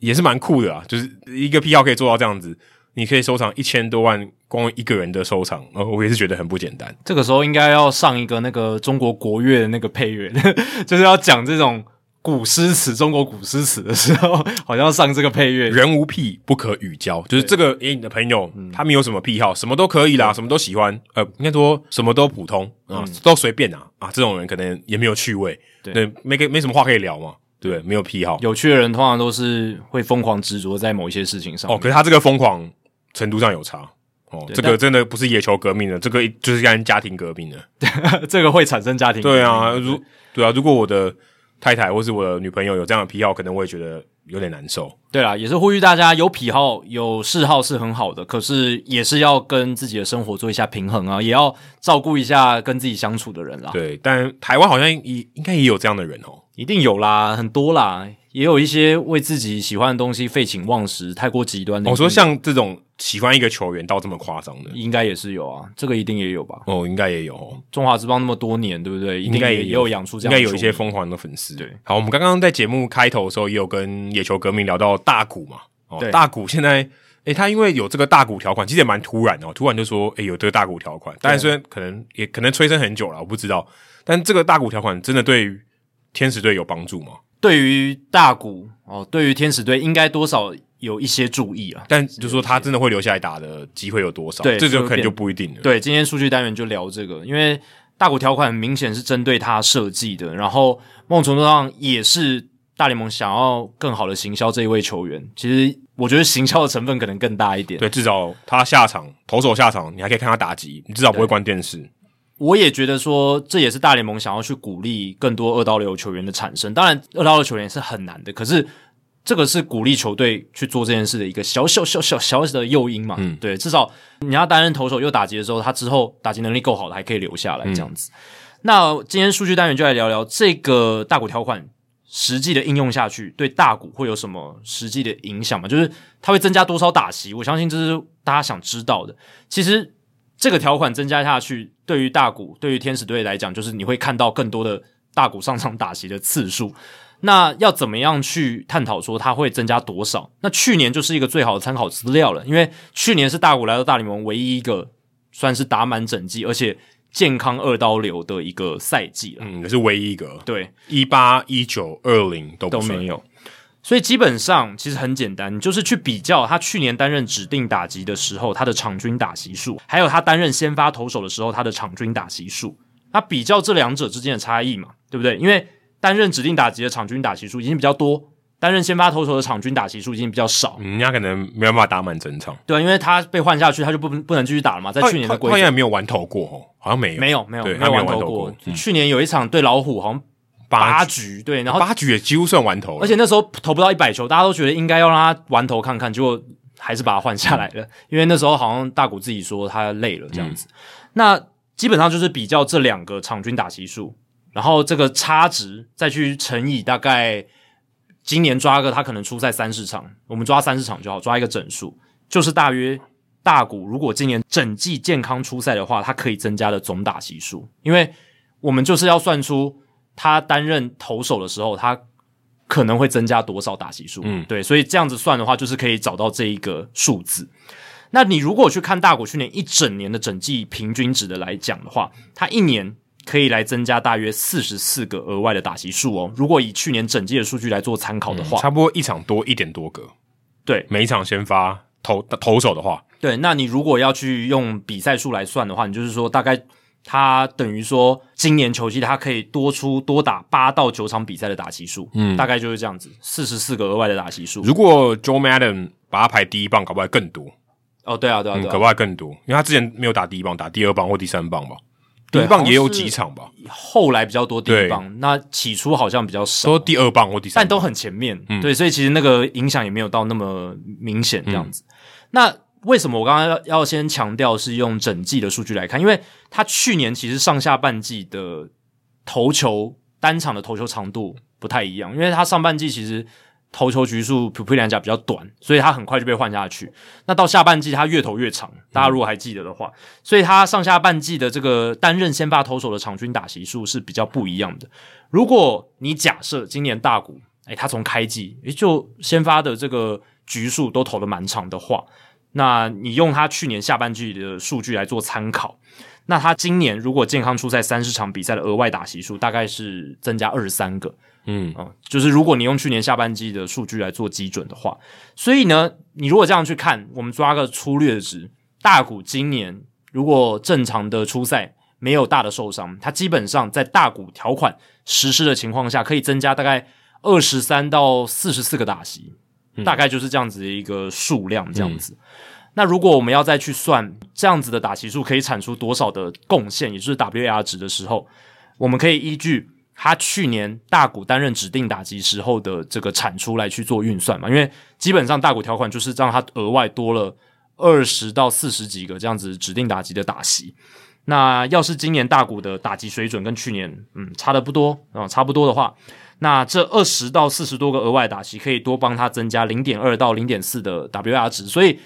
Speaker 2: 也是蛮酷的啊，就是一个癖好可以做到这样子，你可以收藏一千多万，光一个人的收藏，哦，我也是觉得很不简单。
Speaker 1: 这个时候应该要上一个那个中国国乐的那个配乐， 就是要讲这种古诗词、中国古诗词的时候，好像要上这个配乐。
Speaker 2: 人无癖不可与交，就是这个诶，你的朋友
Speaker 1: 嗯
Speaker 2: 他没有什么癖好，什么都可以啦，什么都喜欢，呃，应该说什么都普通啊，都随便啊啊，这种人可能也没有趣味，
Speaker 1: 嗯对
Speaker 2: 对，没个没什么话可以聊嘛，对，没有癖好。
Speaker 1: 有趣的人通常都是会疯狂执着在某一些事情上
Speaker 2: 哦，
Speaker 1: 面。
Speaker 2: 可是他这个疯狂程度上有差哦，这个
Speaker 1: 但
Speaker 2: 真的不是野球革命的，这个就是跟家庭革命的。
Speaker 1: 这个会产生家庭
Speaker 2: 哦对啊，
Speaker 1: 革命
Speaker 2: 如对啊，如果我的太太或是我的女朋友有这样的癖好，可能我也觉得有点难受。
Speaker 1: 对啦，也是呼吁大家有癖好、有嗜好是很好的，可是也是要跟自己的生活做一下平衡啊，也要照顾一下跟自己相处的人啦。
Speaker 2: 对，但台湾好像也应该也有这样的人哦。
Speaker 1: 一定有啦，很多啦，也有一些为自己喜欢的东西废寝忘食、太过极端的。
Speaker 2: 我哦说像这种喜欢一个球员到这么夸张的，
Speaker 1: 应该也是有啊，这个一定也有吧？
Speaker 2: 哦，应该也有，哦，
Speaker 1: 中华之邦那么多年，对不对？一定
Speaker 2: 应该
Speaker 1: 也
Speaker 2: 有
Speaker 1: 有养出这
Speaker 2: 应
Speaker 1: 样的
Speaker 2: 该
Speaker 1: 球迷，
Speaker 2: 有一些疯狂的粉丝。
Speaker 1: 对，
Speaker 2: 好，我们刚刚在节目开头的时候也有跟野球革命聊到大股嘛，哦
Speaker 1: 对，
Speaker 2: 大股现在。诶、他因为有这个大股条款，其实也蛮突然的哦。突然就说，诶、有这个大股条款，当然虽然可能也可能催生很久了，我不知道。但这个大股条款真的对于天使队有帮助吗？
Speaker 1: 对于大股哦，对于天使队应该多少有一些注意啊。
Speaker 2: 但就说他真的会留下来打的机会有多少？
Speaker 1: 对
Speaker 2: 这
Speaker 1: 就
Speaker 2: 就
Speaker 1: 会
Speaker 2: 可能
Speaker 1: 变
Speaker 2: 就不一定了。
Speaker 1: 对，今天数据单元就聊这个，因为大股条款很明显是针对他设计的，然后某种程度上也是大联盟想要更好的行销这一位球员。其实我觉得行销的成分可能更大一点。
Speaker 2: 对，至少他下场，投手下场，你还可以看他打击，你至少不会
Speaker 1: 对
Speaker 2: 关电视。
Speaker 1: 我也觉得说，这也是大联盟想要去鼓励更多二刀流球员的产生。当然，二刀流球员是很难的，可是这个是鼓励球队去做这件事的一个小小小小小小的诱因嘛。
Speaker 2: 嗯
Speaker 1: 对，至少你要担任投手又打击的时候，他之后打击能力够好的还可以留下来这样子。那今天数据单元就来聊聊这个大股条款实际的应用下去，对大股会有什么实际的影响吗？就是它会增加多少打席？我相信这是大家想知道的。其实这个条款增加下去，对于大股、对于天使队来讲，就是你会看到更多的大股上场打席的次数。那要怎么样去探讨说它会增加多少？那去年就是一个最好的参考资料了，因为去年是大股来到大联盟唯一一个算是打满整季，而且健康二刀流的一个赛季了。
Speaker 2: 嗯，也是唯一一个，
Speaker 1: 对，
Speaker 2: 一八、一九、二零都
Speaker 1: 都
Speaker 2: 不算
Speaker 1: 没。有。所以基本上其实很简单，你就是去比较他去年担任指定打击的时候他的场均打席数，还有他担任先发投手的时候他的场均打席数，那比较这两者之间的差异嘛，对不对？因为担任指定打击的场均打席数已经比较多，担任先发投手的场均打席数已经比较少，
Speaker 2: 人嗯家可能没办法打满整场。
Speaker 1: 对啊，因为他被换下去，他就不不能继续打了嘛，在
Speaker 2: 哦
Speaker 1: 去年的规
Speaker 2: 好
Speaker 1: 则
Speaker 2: 像没有完投过哦，好像没有，
Speaker 1: 没有没有
Speaker 2: 对
Speaker 1: 没有
Speaker 2: 他没有
Speaker 1: 玩
Speaker 2: 玩
Speaker 1: 头
Speaker 2: 头过嗯
Speaker 1: 去年有一场对老虎好像八
Speaker 2: 八
Speaker 1: 局，对，然后
Speaker 2: 八局也几乎算完投了，
Speaker 1: 而且那时候投不到一百球，大家都觉得应该要让他玩头看看，结果还是把他换下来
Speaker 2: 嗯
Speaker 1: 了，因为那时候好像大谷自己说他累了这样子。那基本上就是比较这两个场均打席数，然后这个差值再去乘以大概今年抓个他可能出赛三十场，我们抓三十场就好，抓一个整数，就是大约大谷如果今年整季健康出赛的话，他可以增加的总打席数，因为我们就是要算出他担任投手的时候，他可能会增加多少打席数。
Speaker 2: 嗯
Speaker 1: 对，所以这样子算的话，就是可以找到这一个数字。那你如果去看大谷去年一整年的整季平均值的来讲的话，他一年可以来增加大约四十四个额外的打席数哦。如果以去年整季的数据来做参考的话，
Speaker 2: 嗯差不多一场多一点多个，
Speaker 1: 对
Speaker 2: 每一场先发投投手的话，
Speaker 1: 对，那你如果要去用比赛数来算的话，你就是说大概他等于说今年球季他可以多出多打八到九场比赛的打席数，嗯，大概就是这样子，四十四个额外的打席数。
Speaker 2: 如果 Joe Madden 把他排第一棒，搞不好还更多，
Speaker 1: 哦，对啊，对啊，
Speaker 2: 嗯，
Speaker 1: 对
Speaker 2: 搞
Speaker 1: 啊，
Speaker 2: 不好还更多，因为他之前没有打第一棒，打第二棒或第三棒吧，第
Speaker 1: 对
Speaker 2: 一棒也有
Speaker 1: 好像是
Speaker 2: 几场吧，
Speaker 1: 后来比较多第一
Speaker 2: 对
Speaker 1: 棒，那起初好像比较少，
Speaker 2: 都第二棒或第三嗯
Speaker 1: 但
Speaker 2: 棒，
Speaker 1: 都很前面，对，所以其实那个影响也没有到那么明显
Speaker 2: 嗯
Speaker 1: 这样子。那为什么我刚刚要要先强调是用整季的数据来看？因为他去年其实上下半季的投球单场的投球长度不太一样，因为他上半季其实投球局数普普两甲比较短，所以他很快就被换下去。那到下半季他越投越长，大家如果还记得的话，所以他上下半季的这个担任先发投手的场均打席数是比较不一样的。如果你假设今年大谷，诶，他从开季诶就先发的这个局数都投的蛮长的话，那你用他去年下半季的数据来做参考，那他今年如果健康出赛三十场比赛的额外打席数，大概是增加二十三个，
Speaker 2: 嗯，
Speaker 1: 啊、就是如果你用去年下半季的数据来做基准的话，所以呢，你如果这样去看，我们抓个粗略值，大谷今年如果正常的出赛没有大的受伤，他基本上在大谷条款实施的情况下，可以增加大概二十三到四十四个打席，大概就是这样子的一个数量，这样子。那如果我们要再去算这样子的打席数可以产出多少的贡献，也就是 WAR 值的时候，我们可以依据他去年大股担任指定打击时候的这个产出来去做运算嘛，因为基本上大股条款就是让他额外多了二十到四十几个这样子指定打击的打席。那要是今年大股的打击水准跟去年嗯差的不多啊、差不多的话，那这二十到四十多个额外打席可以多帮他增加零点二到零点四的 WR 值，所以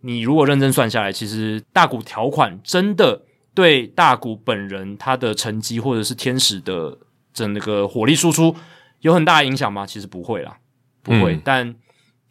Speaker 1: 你如果认真算下来，其实大股条款真的对大股本人他的成绩或者是天使的整个火力输出有很大的影响吗？其实不会啦，不会，
Speaker 2: 嗯
Speaker 1: 但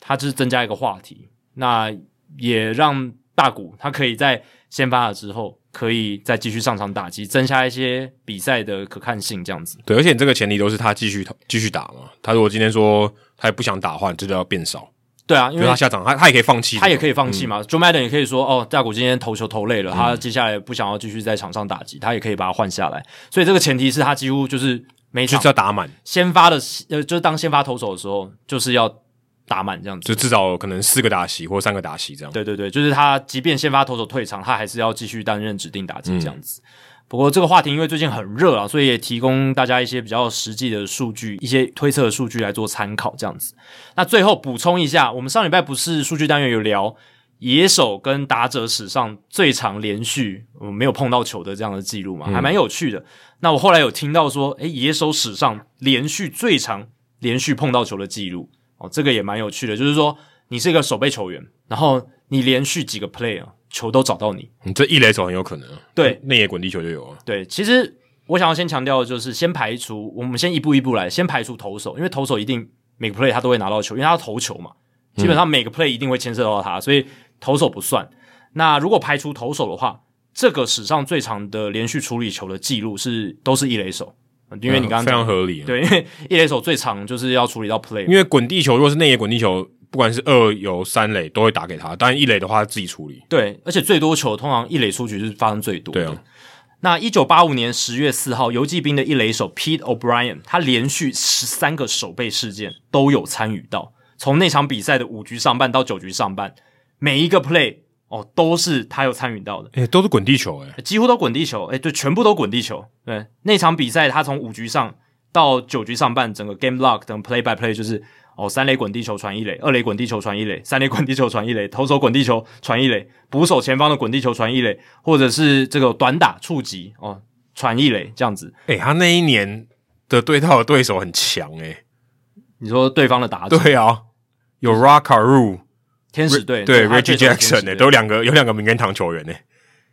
Speaker 1: 它只是增加一个话题，那也让大股他可以在先发了之后。可以再继续上场打击，增加一些比赛的可看性，这样子。
Speaker 2: 对，而且你这个前提都是他继续投继续打嘛，他如果今天说他也不想打的话，你这就要变少，
Speaker 1: 对啊，因
Speaker 2: 因
Speaker 1: 为
Speaker 2: 为他下场他他也可以放弃，
Speaker 1: 他也可以放弃嘛。Joe Madden 也可以说，哦，大谷今天投球投累了，他接下来不想要继续在场上打击，他也可以把他换下来。所以这个前提是他几乎就是每
Speaker 2: 就
Speaker 1: 场
Speaker 2: 是要打满，
Speaker 1: 先发的，呃，就是当先发投手的时候，就是要打满这样子。
Speaker 2: 就至少可能四个打席或三个打席这样。
Speaker 1: 对对对，就是他即便先发投手退场，他还是要继续担任指定打击这样子。不过这个话题因为最近很热啊，所以也提供大家一些比较实际的数据、一些推测的数据来做参考，这样子。那最后补充一下，我们上礼拜不是数据单元有聊野手跟打者史上最长连续、嗯、没有碰到球的这样的记录嘛，还蛮有趣的。那我后来有听到说，诶，野手史上连续最长连续碰到球的记录哦，这个也蛮有趣的，就是说你是一个守备球员，然后你连续几个 play 啊，球都找到你。
Speaker 2: 你嗯这一垒手很有可能啊，
Speaker 1: 对
Speaker 2: 内野滚地球就有啊。
Speaker 1: 对，其实我想要先强调的就是，先排除我们先一步一步来，先排除投手，因为投手一定每个 play 他都会拿到球，因为他要投球嘛，基本上
Speaker 2: 嗯
Speaker 1: 每个 play 一定会牵涉到他，所以投手不算。那如果排除投手的话，这个史上最长的连续处理球的记录是都是一垒手，因为你刚刚
Speaker 2: 非
Speaker 1: 讲
Speaker 2: 常合理啊，
Speaker 1: 对，因为一垒手最长就是要处理到 play，
Speaker 2: 因为滚地球如果是内野滚地球，不管是二游、三垒都会打给他，当然一垒的话他自己处理。
Speaker 1: 对，而且最多球通常一垒出局是发生最多的。
Speaker 2: 对啊
Speaker 1: 那一九八五年十月四号，游击兵的一垒手 Pete O'Brien，他连续十三个守备事件都有参与到，从那场比赛的五局上半到九局上半，每一个 play 哦都是他有参与到的。
Speaker 2: 哎、都是滚地球哎、
Speaker 1: 几乎都滚地球，哎、对，全部都滚地球。对，那场比赛他从五局上到九局上半，整个 game log 等 play by play 就是哦，三垒滚地球传一垒，二垒滚地球传一垒，三垒滚地球传一垒，投手滚地球传一垒，捕手前方的滚地球传一垒，或者是这个短打触及哦传一垒这样子。
Speaker 2: 哎、他那一年的对到的对手很强哎、
Speaker 1: 你说对方的打者，
Speaker 2: 对啊，有 Rockaru
Speaker 1: 天使队
Speaker 2: 对
Speaker 1: 他最
Speaker 2: Reggie
Speaker 1: 多的天使
Speaker 2: Jackson 哎、
Speaker 1: 队
Speaker 2: 都两个有两个名人堂球员哎、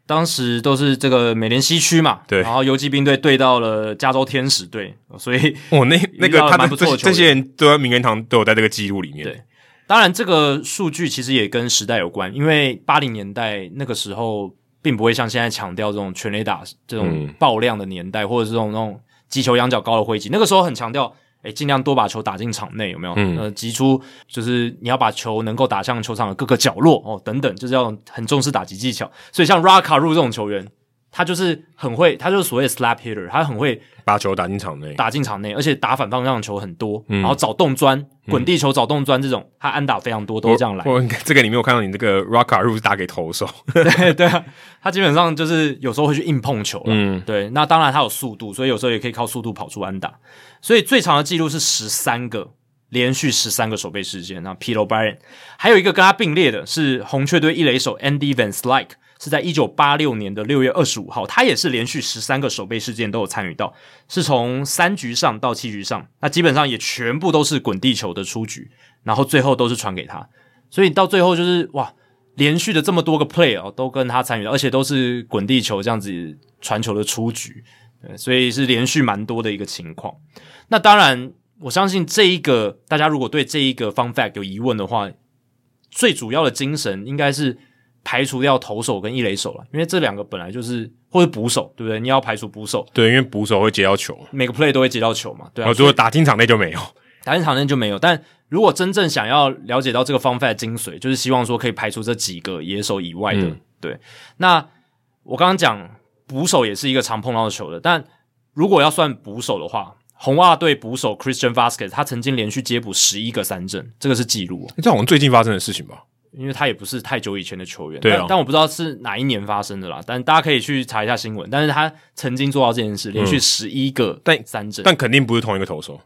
Speaker 1: 当时都是这个美联西区嘛，
Speaker 2: 对
Speaker 1: 然后游击兵队对到了加州天使队，所以
Speaker 2: 哦，那那
Speaker 1: 遇
Speaker 2: 个
Speaker 1: 到了
Speaker 2: 他
Speaker 1: 蛮不
Speaker 2: 的这
Speaker 1: 错的
Speaker 2: 些
Speaker 1: 球员
Speaker 2: 这些人都在名人堂都有在这个记录里面。
Speaker 1: 对当然，这个数据其实也跟时代有关，因为八零年代那个时候并不会像现在强调这种全垒打这种
Speaker 2: 嗯
Speaker 1: 爆量的年代，或者是这种那种击球仰角高的挥击。那个时候很强调，哎，尽量多把球打进场内，有没有？
Speaker 2: 嗯
Speaker 1: 呃，击出就是你要把球能够打向球场的各个角落哦，等等，就是要很重视打击技巧。所以像 Raka 入这种球员，他就是很会，他就是所谓 slap hitter，他很会
Speaker 2: 把球打进场内，
Speaker 1: 打进场内，而且打反方向的球很多，
Speaker 2: 嗯
Speaker 1: 然后找洞砖、滚地球、找洞砖这种，他安打非常多，都
Speaker 2: 我
Speaker 1: 是这样来。
Speaker 2: 我这个里面我看到你这个 Rockaru 是打给投手，
Speaker 1: 对对啊，他基本上就是有时候会去硬碰球了。
Speaker 2: 嗯，
Speaker 1: 对，那当然他有速度，所以有时候也可以靠速度跑出安打。所以最长的记录是十三个，连续十三个守备事件。那 Pete O'Brien 还有一个跟他并列的是红雀队一垒手 Andy Van Slyke，是在一九八六年的六月二十五号，他也是连续十三个守备事件都有参与到，是从三局上到七局上，那基本上也全部都是滚地球的出局，然后最后都是传给他，所以到最后就是哇。连续的这么多个 play 哦，都跟他参与到，而且都是滚地球这样子传球的出局，对，所以是连续蛮多的一个情况。那当然，我相信这一个大家如果对这一个 fun fact 有疑问的话，最主要的精神应该是排除掉投手跟一垒手了，因为这两个本来就是或者捕手，对不对？你要排除捕手，
Speaker 2: 对，因为捕手会接到球，
Speaker 1: 每个 play 都会接到球嘛，对啊，
Speaker 2: 然后如
Speaker 1: 所以
Speaker 2: 果打进场内就没有。
Speaker 1: 打进场内就没有。但如果真正想要了解到这个方法的精髓，就是希望说可以排除这几个野手以外的。
Speaker 2: 嗯
Speaker 1: 对，那我刚刚讲捕手也是一个常碰到的球的，但如果要算捕手的话，红袜队捕手 Christian Vasquez 他曾经连续接捕十一个三振，这个是记录哦，
Speaker 2: 这好像最近发生的事情吧？
Speaker 1: 因为他也不是太久以前的球员。
Speaker 2: 对啊
Speaker 1: 但但我不知道是哪一年发生的啦，但大家可以去查一下新闻。但是他曾经做到这件事，连续十一个
Speaker 2: 嗯但
Speaker 1: 三振。
Speaker 2: 但肯定不是同一个投手，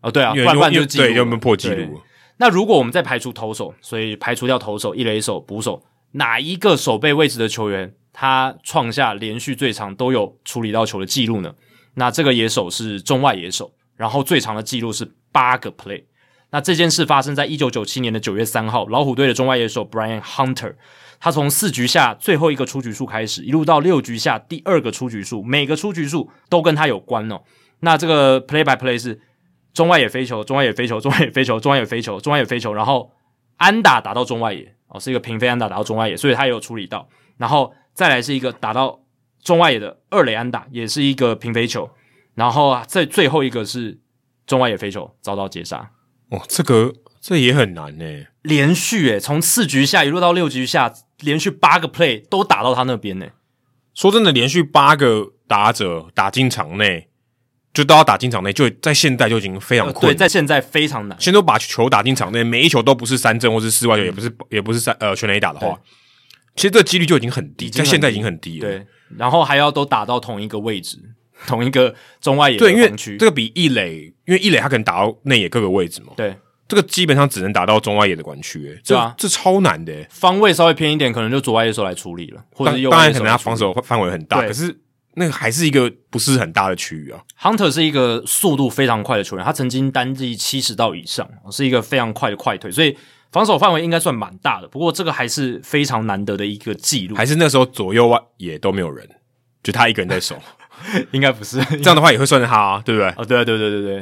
Speaker 1: 哦，对啊，不
Speaker 2: 因为
Speaker 1: 然不然
Speaker 2: 因
Speaker 1: 就
Speaker 2: 为
Speaker 1: 记录
Speaker 2: 对，就没
Speaker 1: 了
Speaker 2: 有破纪
Speaker 1: 对
Speaker 2: 录了。
Speaker 1: 那如果我们再排除投手，所以排除掉投手、一垒手、捕手，哪一个守备位置的球员他创下连续最长都有处理到球的记录呢？那这个野手是中外野手，然后最长的记录是八个 play。那这件事发生在一九九七年的九月三号，老虎队的中外野手 Brian Hunter，他从四局下最后一个出局数开始，一路到六局下第二个出局数，每个出局数都跟他有关哦。那这个 play by play 是中外野飞球，中外野飞球，中外野飞球，中外野飞球，中外野飞球，然后安打打到中外野，哦，是一个平飞安打打到中外野，所以他也有处理到。然后再来是一个打到中外野的二垒安打，也是一个平飞球。然后啊，最最后一个是中外野飞球遭到截杀，
Speaker 2: 哦，这个这也很难呢、
Speaker 1: 连续诶，从四局下一路到六局下，连续八个 play 都打到他那边呢。
Speaker 2: 说真的，连续八个打者打进场内，就都要打进场内，就在现代就已经非常
Speaker 1: 呃
Speaker 2: 困
Speaker 1: 对，
Speaker 2: 难。
Speaker 1: 在现在非常难。嗯
Speaker 2: 先都把球打进场内，每一球都不是三振或是四外球，也不是也不是三呃全垒打的话，其实这几率就已经很低，
Speaker 1: 已经
Speaker 2: 在
Speaker 1: 很低
Speaker 2: 现在已经很低了。
Speaker 1: 对，然后还要都打到同一个位置，同一个中外野
Speaker 2: 对，因
Speaker 1: 的
Speaker 2: 为
Speaker 1: 防区，
Speaker 2: 这个比一垒，因为一垒他可能打到内野各个位置嘛，
Speaker 1: 对
Speaker 2: 这个基本上只能打到中外野的管区、欸，这、
Speaker 1: 对啊
Speaker 2: 这超难的、欸。
Speaker 1: 方位稍微偏一点，可能就左外野手来处理了，或者是
Speaker 2: 当
Speaker 1: 右
Speaker 2: 当
Speaker 1: 外
Speaker 2: 然，
Speaker 1: 野
Speaker 2: 可
Speaker 1: 手
Speaker 2: 能
Speaker 1: 来
Speaker 2: 他
Speaker 1: 处
Speaker 2: 防
Speaker 1: 理
Speaker 2: 守范围很大，
Speaker 1: 对
Speaker 2: 可是那个还是一个不是很大的区域啊。
Speaker 1: Hunter 是一个速度非常快的球员，他曾经单季七十到以上，哦是一个非常快的快腿，所以防守范围应该算蛮大的。不过这个还是非常难得的一个记录，
Speaker 2: 还是那时候左右外野都没有人，就他一个人 在守，
Speaker 1: 应该不是
Speaker 2: 这样的话也会算他、啊，对不对？
Speaker 1: 哦，对对对对对，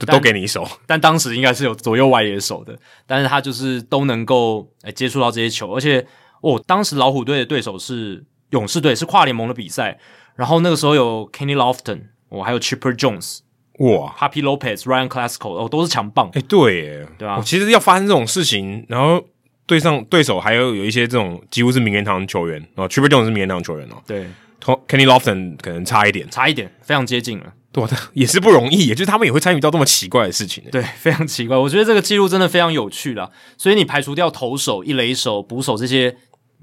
Speaker 2: 都
Speaker 1: 但
Speaker 2: 都给你一手，
Speaker 1: 但当时应该是有左右外野手的，但是他就是都能够诶、接触到这些球，而且哦，当时老虎队的对手是勇士队，是跨联盟的比赛，然后那个时候有 Kenny Lofton，我、哦、还有 Chipper Jones、
Speaker 2: 哇！
Speaker 1: Happy Lopez、Ryan Clasico，哦，都是强棒，
Speaker 2: 哎、对耶，
Speaker 1: 对啊
Speaker 2: 哦其实要发生这种事情，然后对上对手还有有一些这种几乎是名人堂球员哦 t r i p l e Jones 是名人堂球员哦
Speaker 1: 对，
Speaker 2: ，Tom-，Kenny Lofton 可能差一点，
Speaker 1: 差一点，非常接近了。
Speaker 2: 对、啊，但也是不容易，也就是他们也会参与到这么奇怪的事情。
Speaker 1: 对，非常奇怪。我觉得这个记录真的非常有趣啦。所以你排除掉投手、一垒手、捕手这些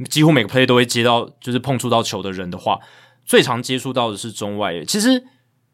Speaker 1: 几乎每个 play 都会接到，就是碰触到球的人的话，最常接触到的是中外野。其实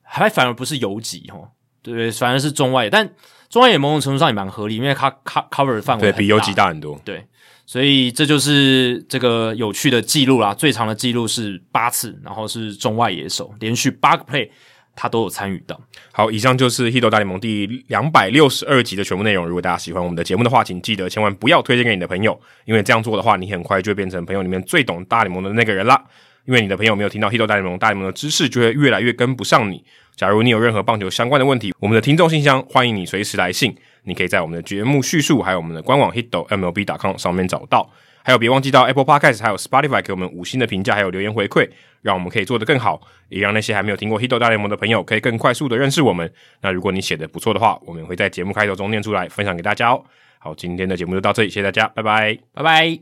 Speaker 1: 还反而不是游击哦，对，反而是中外野。但中外野某种程度上也蛮合理，因为它 co- cover 的范围
Speaker 2: 对
Speaker 1: 很
Speaker 2: 比游击大很多。
Speaker 1: 对，所以这就是这个有趣的记录啦。最长的记录是八次，然后是中外野手连续八个 play 他都有参与到。
Speaker 2: 好，以上就是《h i t o 大联盟》第两百六十二集的全部内容。如果大家喜欢我们的节目的话，请记得千万不要推荐给你的朋友，因为这样做的话，你很快就会变成朋友里面最懂大联盟的那个人啦。因为你的朋友没有听到《h i t o 大联盟》，大联盟的知识就会越来越跟不上你。假如你有任何棒球相关的问题，我们的听众信箱欢迎你随时来信，你可以在我们的节目叙述还有我们的官网 hitmlb.com 上面找到。还有，别忘记到 Apple Podcast 还有 Spotify 给我们五星的评价，还有留言回馈，让我们可以做得更好，也让那些还没有听过《h i t o 大联盟》的朋友可以更快速的认识我们。那如果你写的不错的话，我们也会在节目开头中念出来，分享给大家哦。好，今天的节目就到这里，谢谢大家，拜拜。
Speaker 1: 拜拜。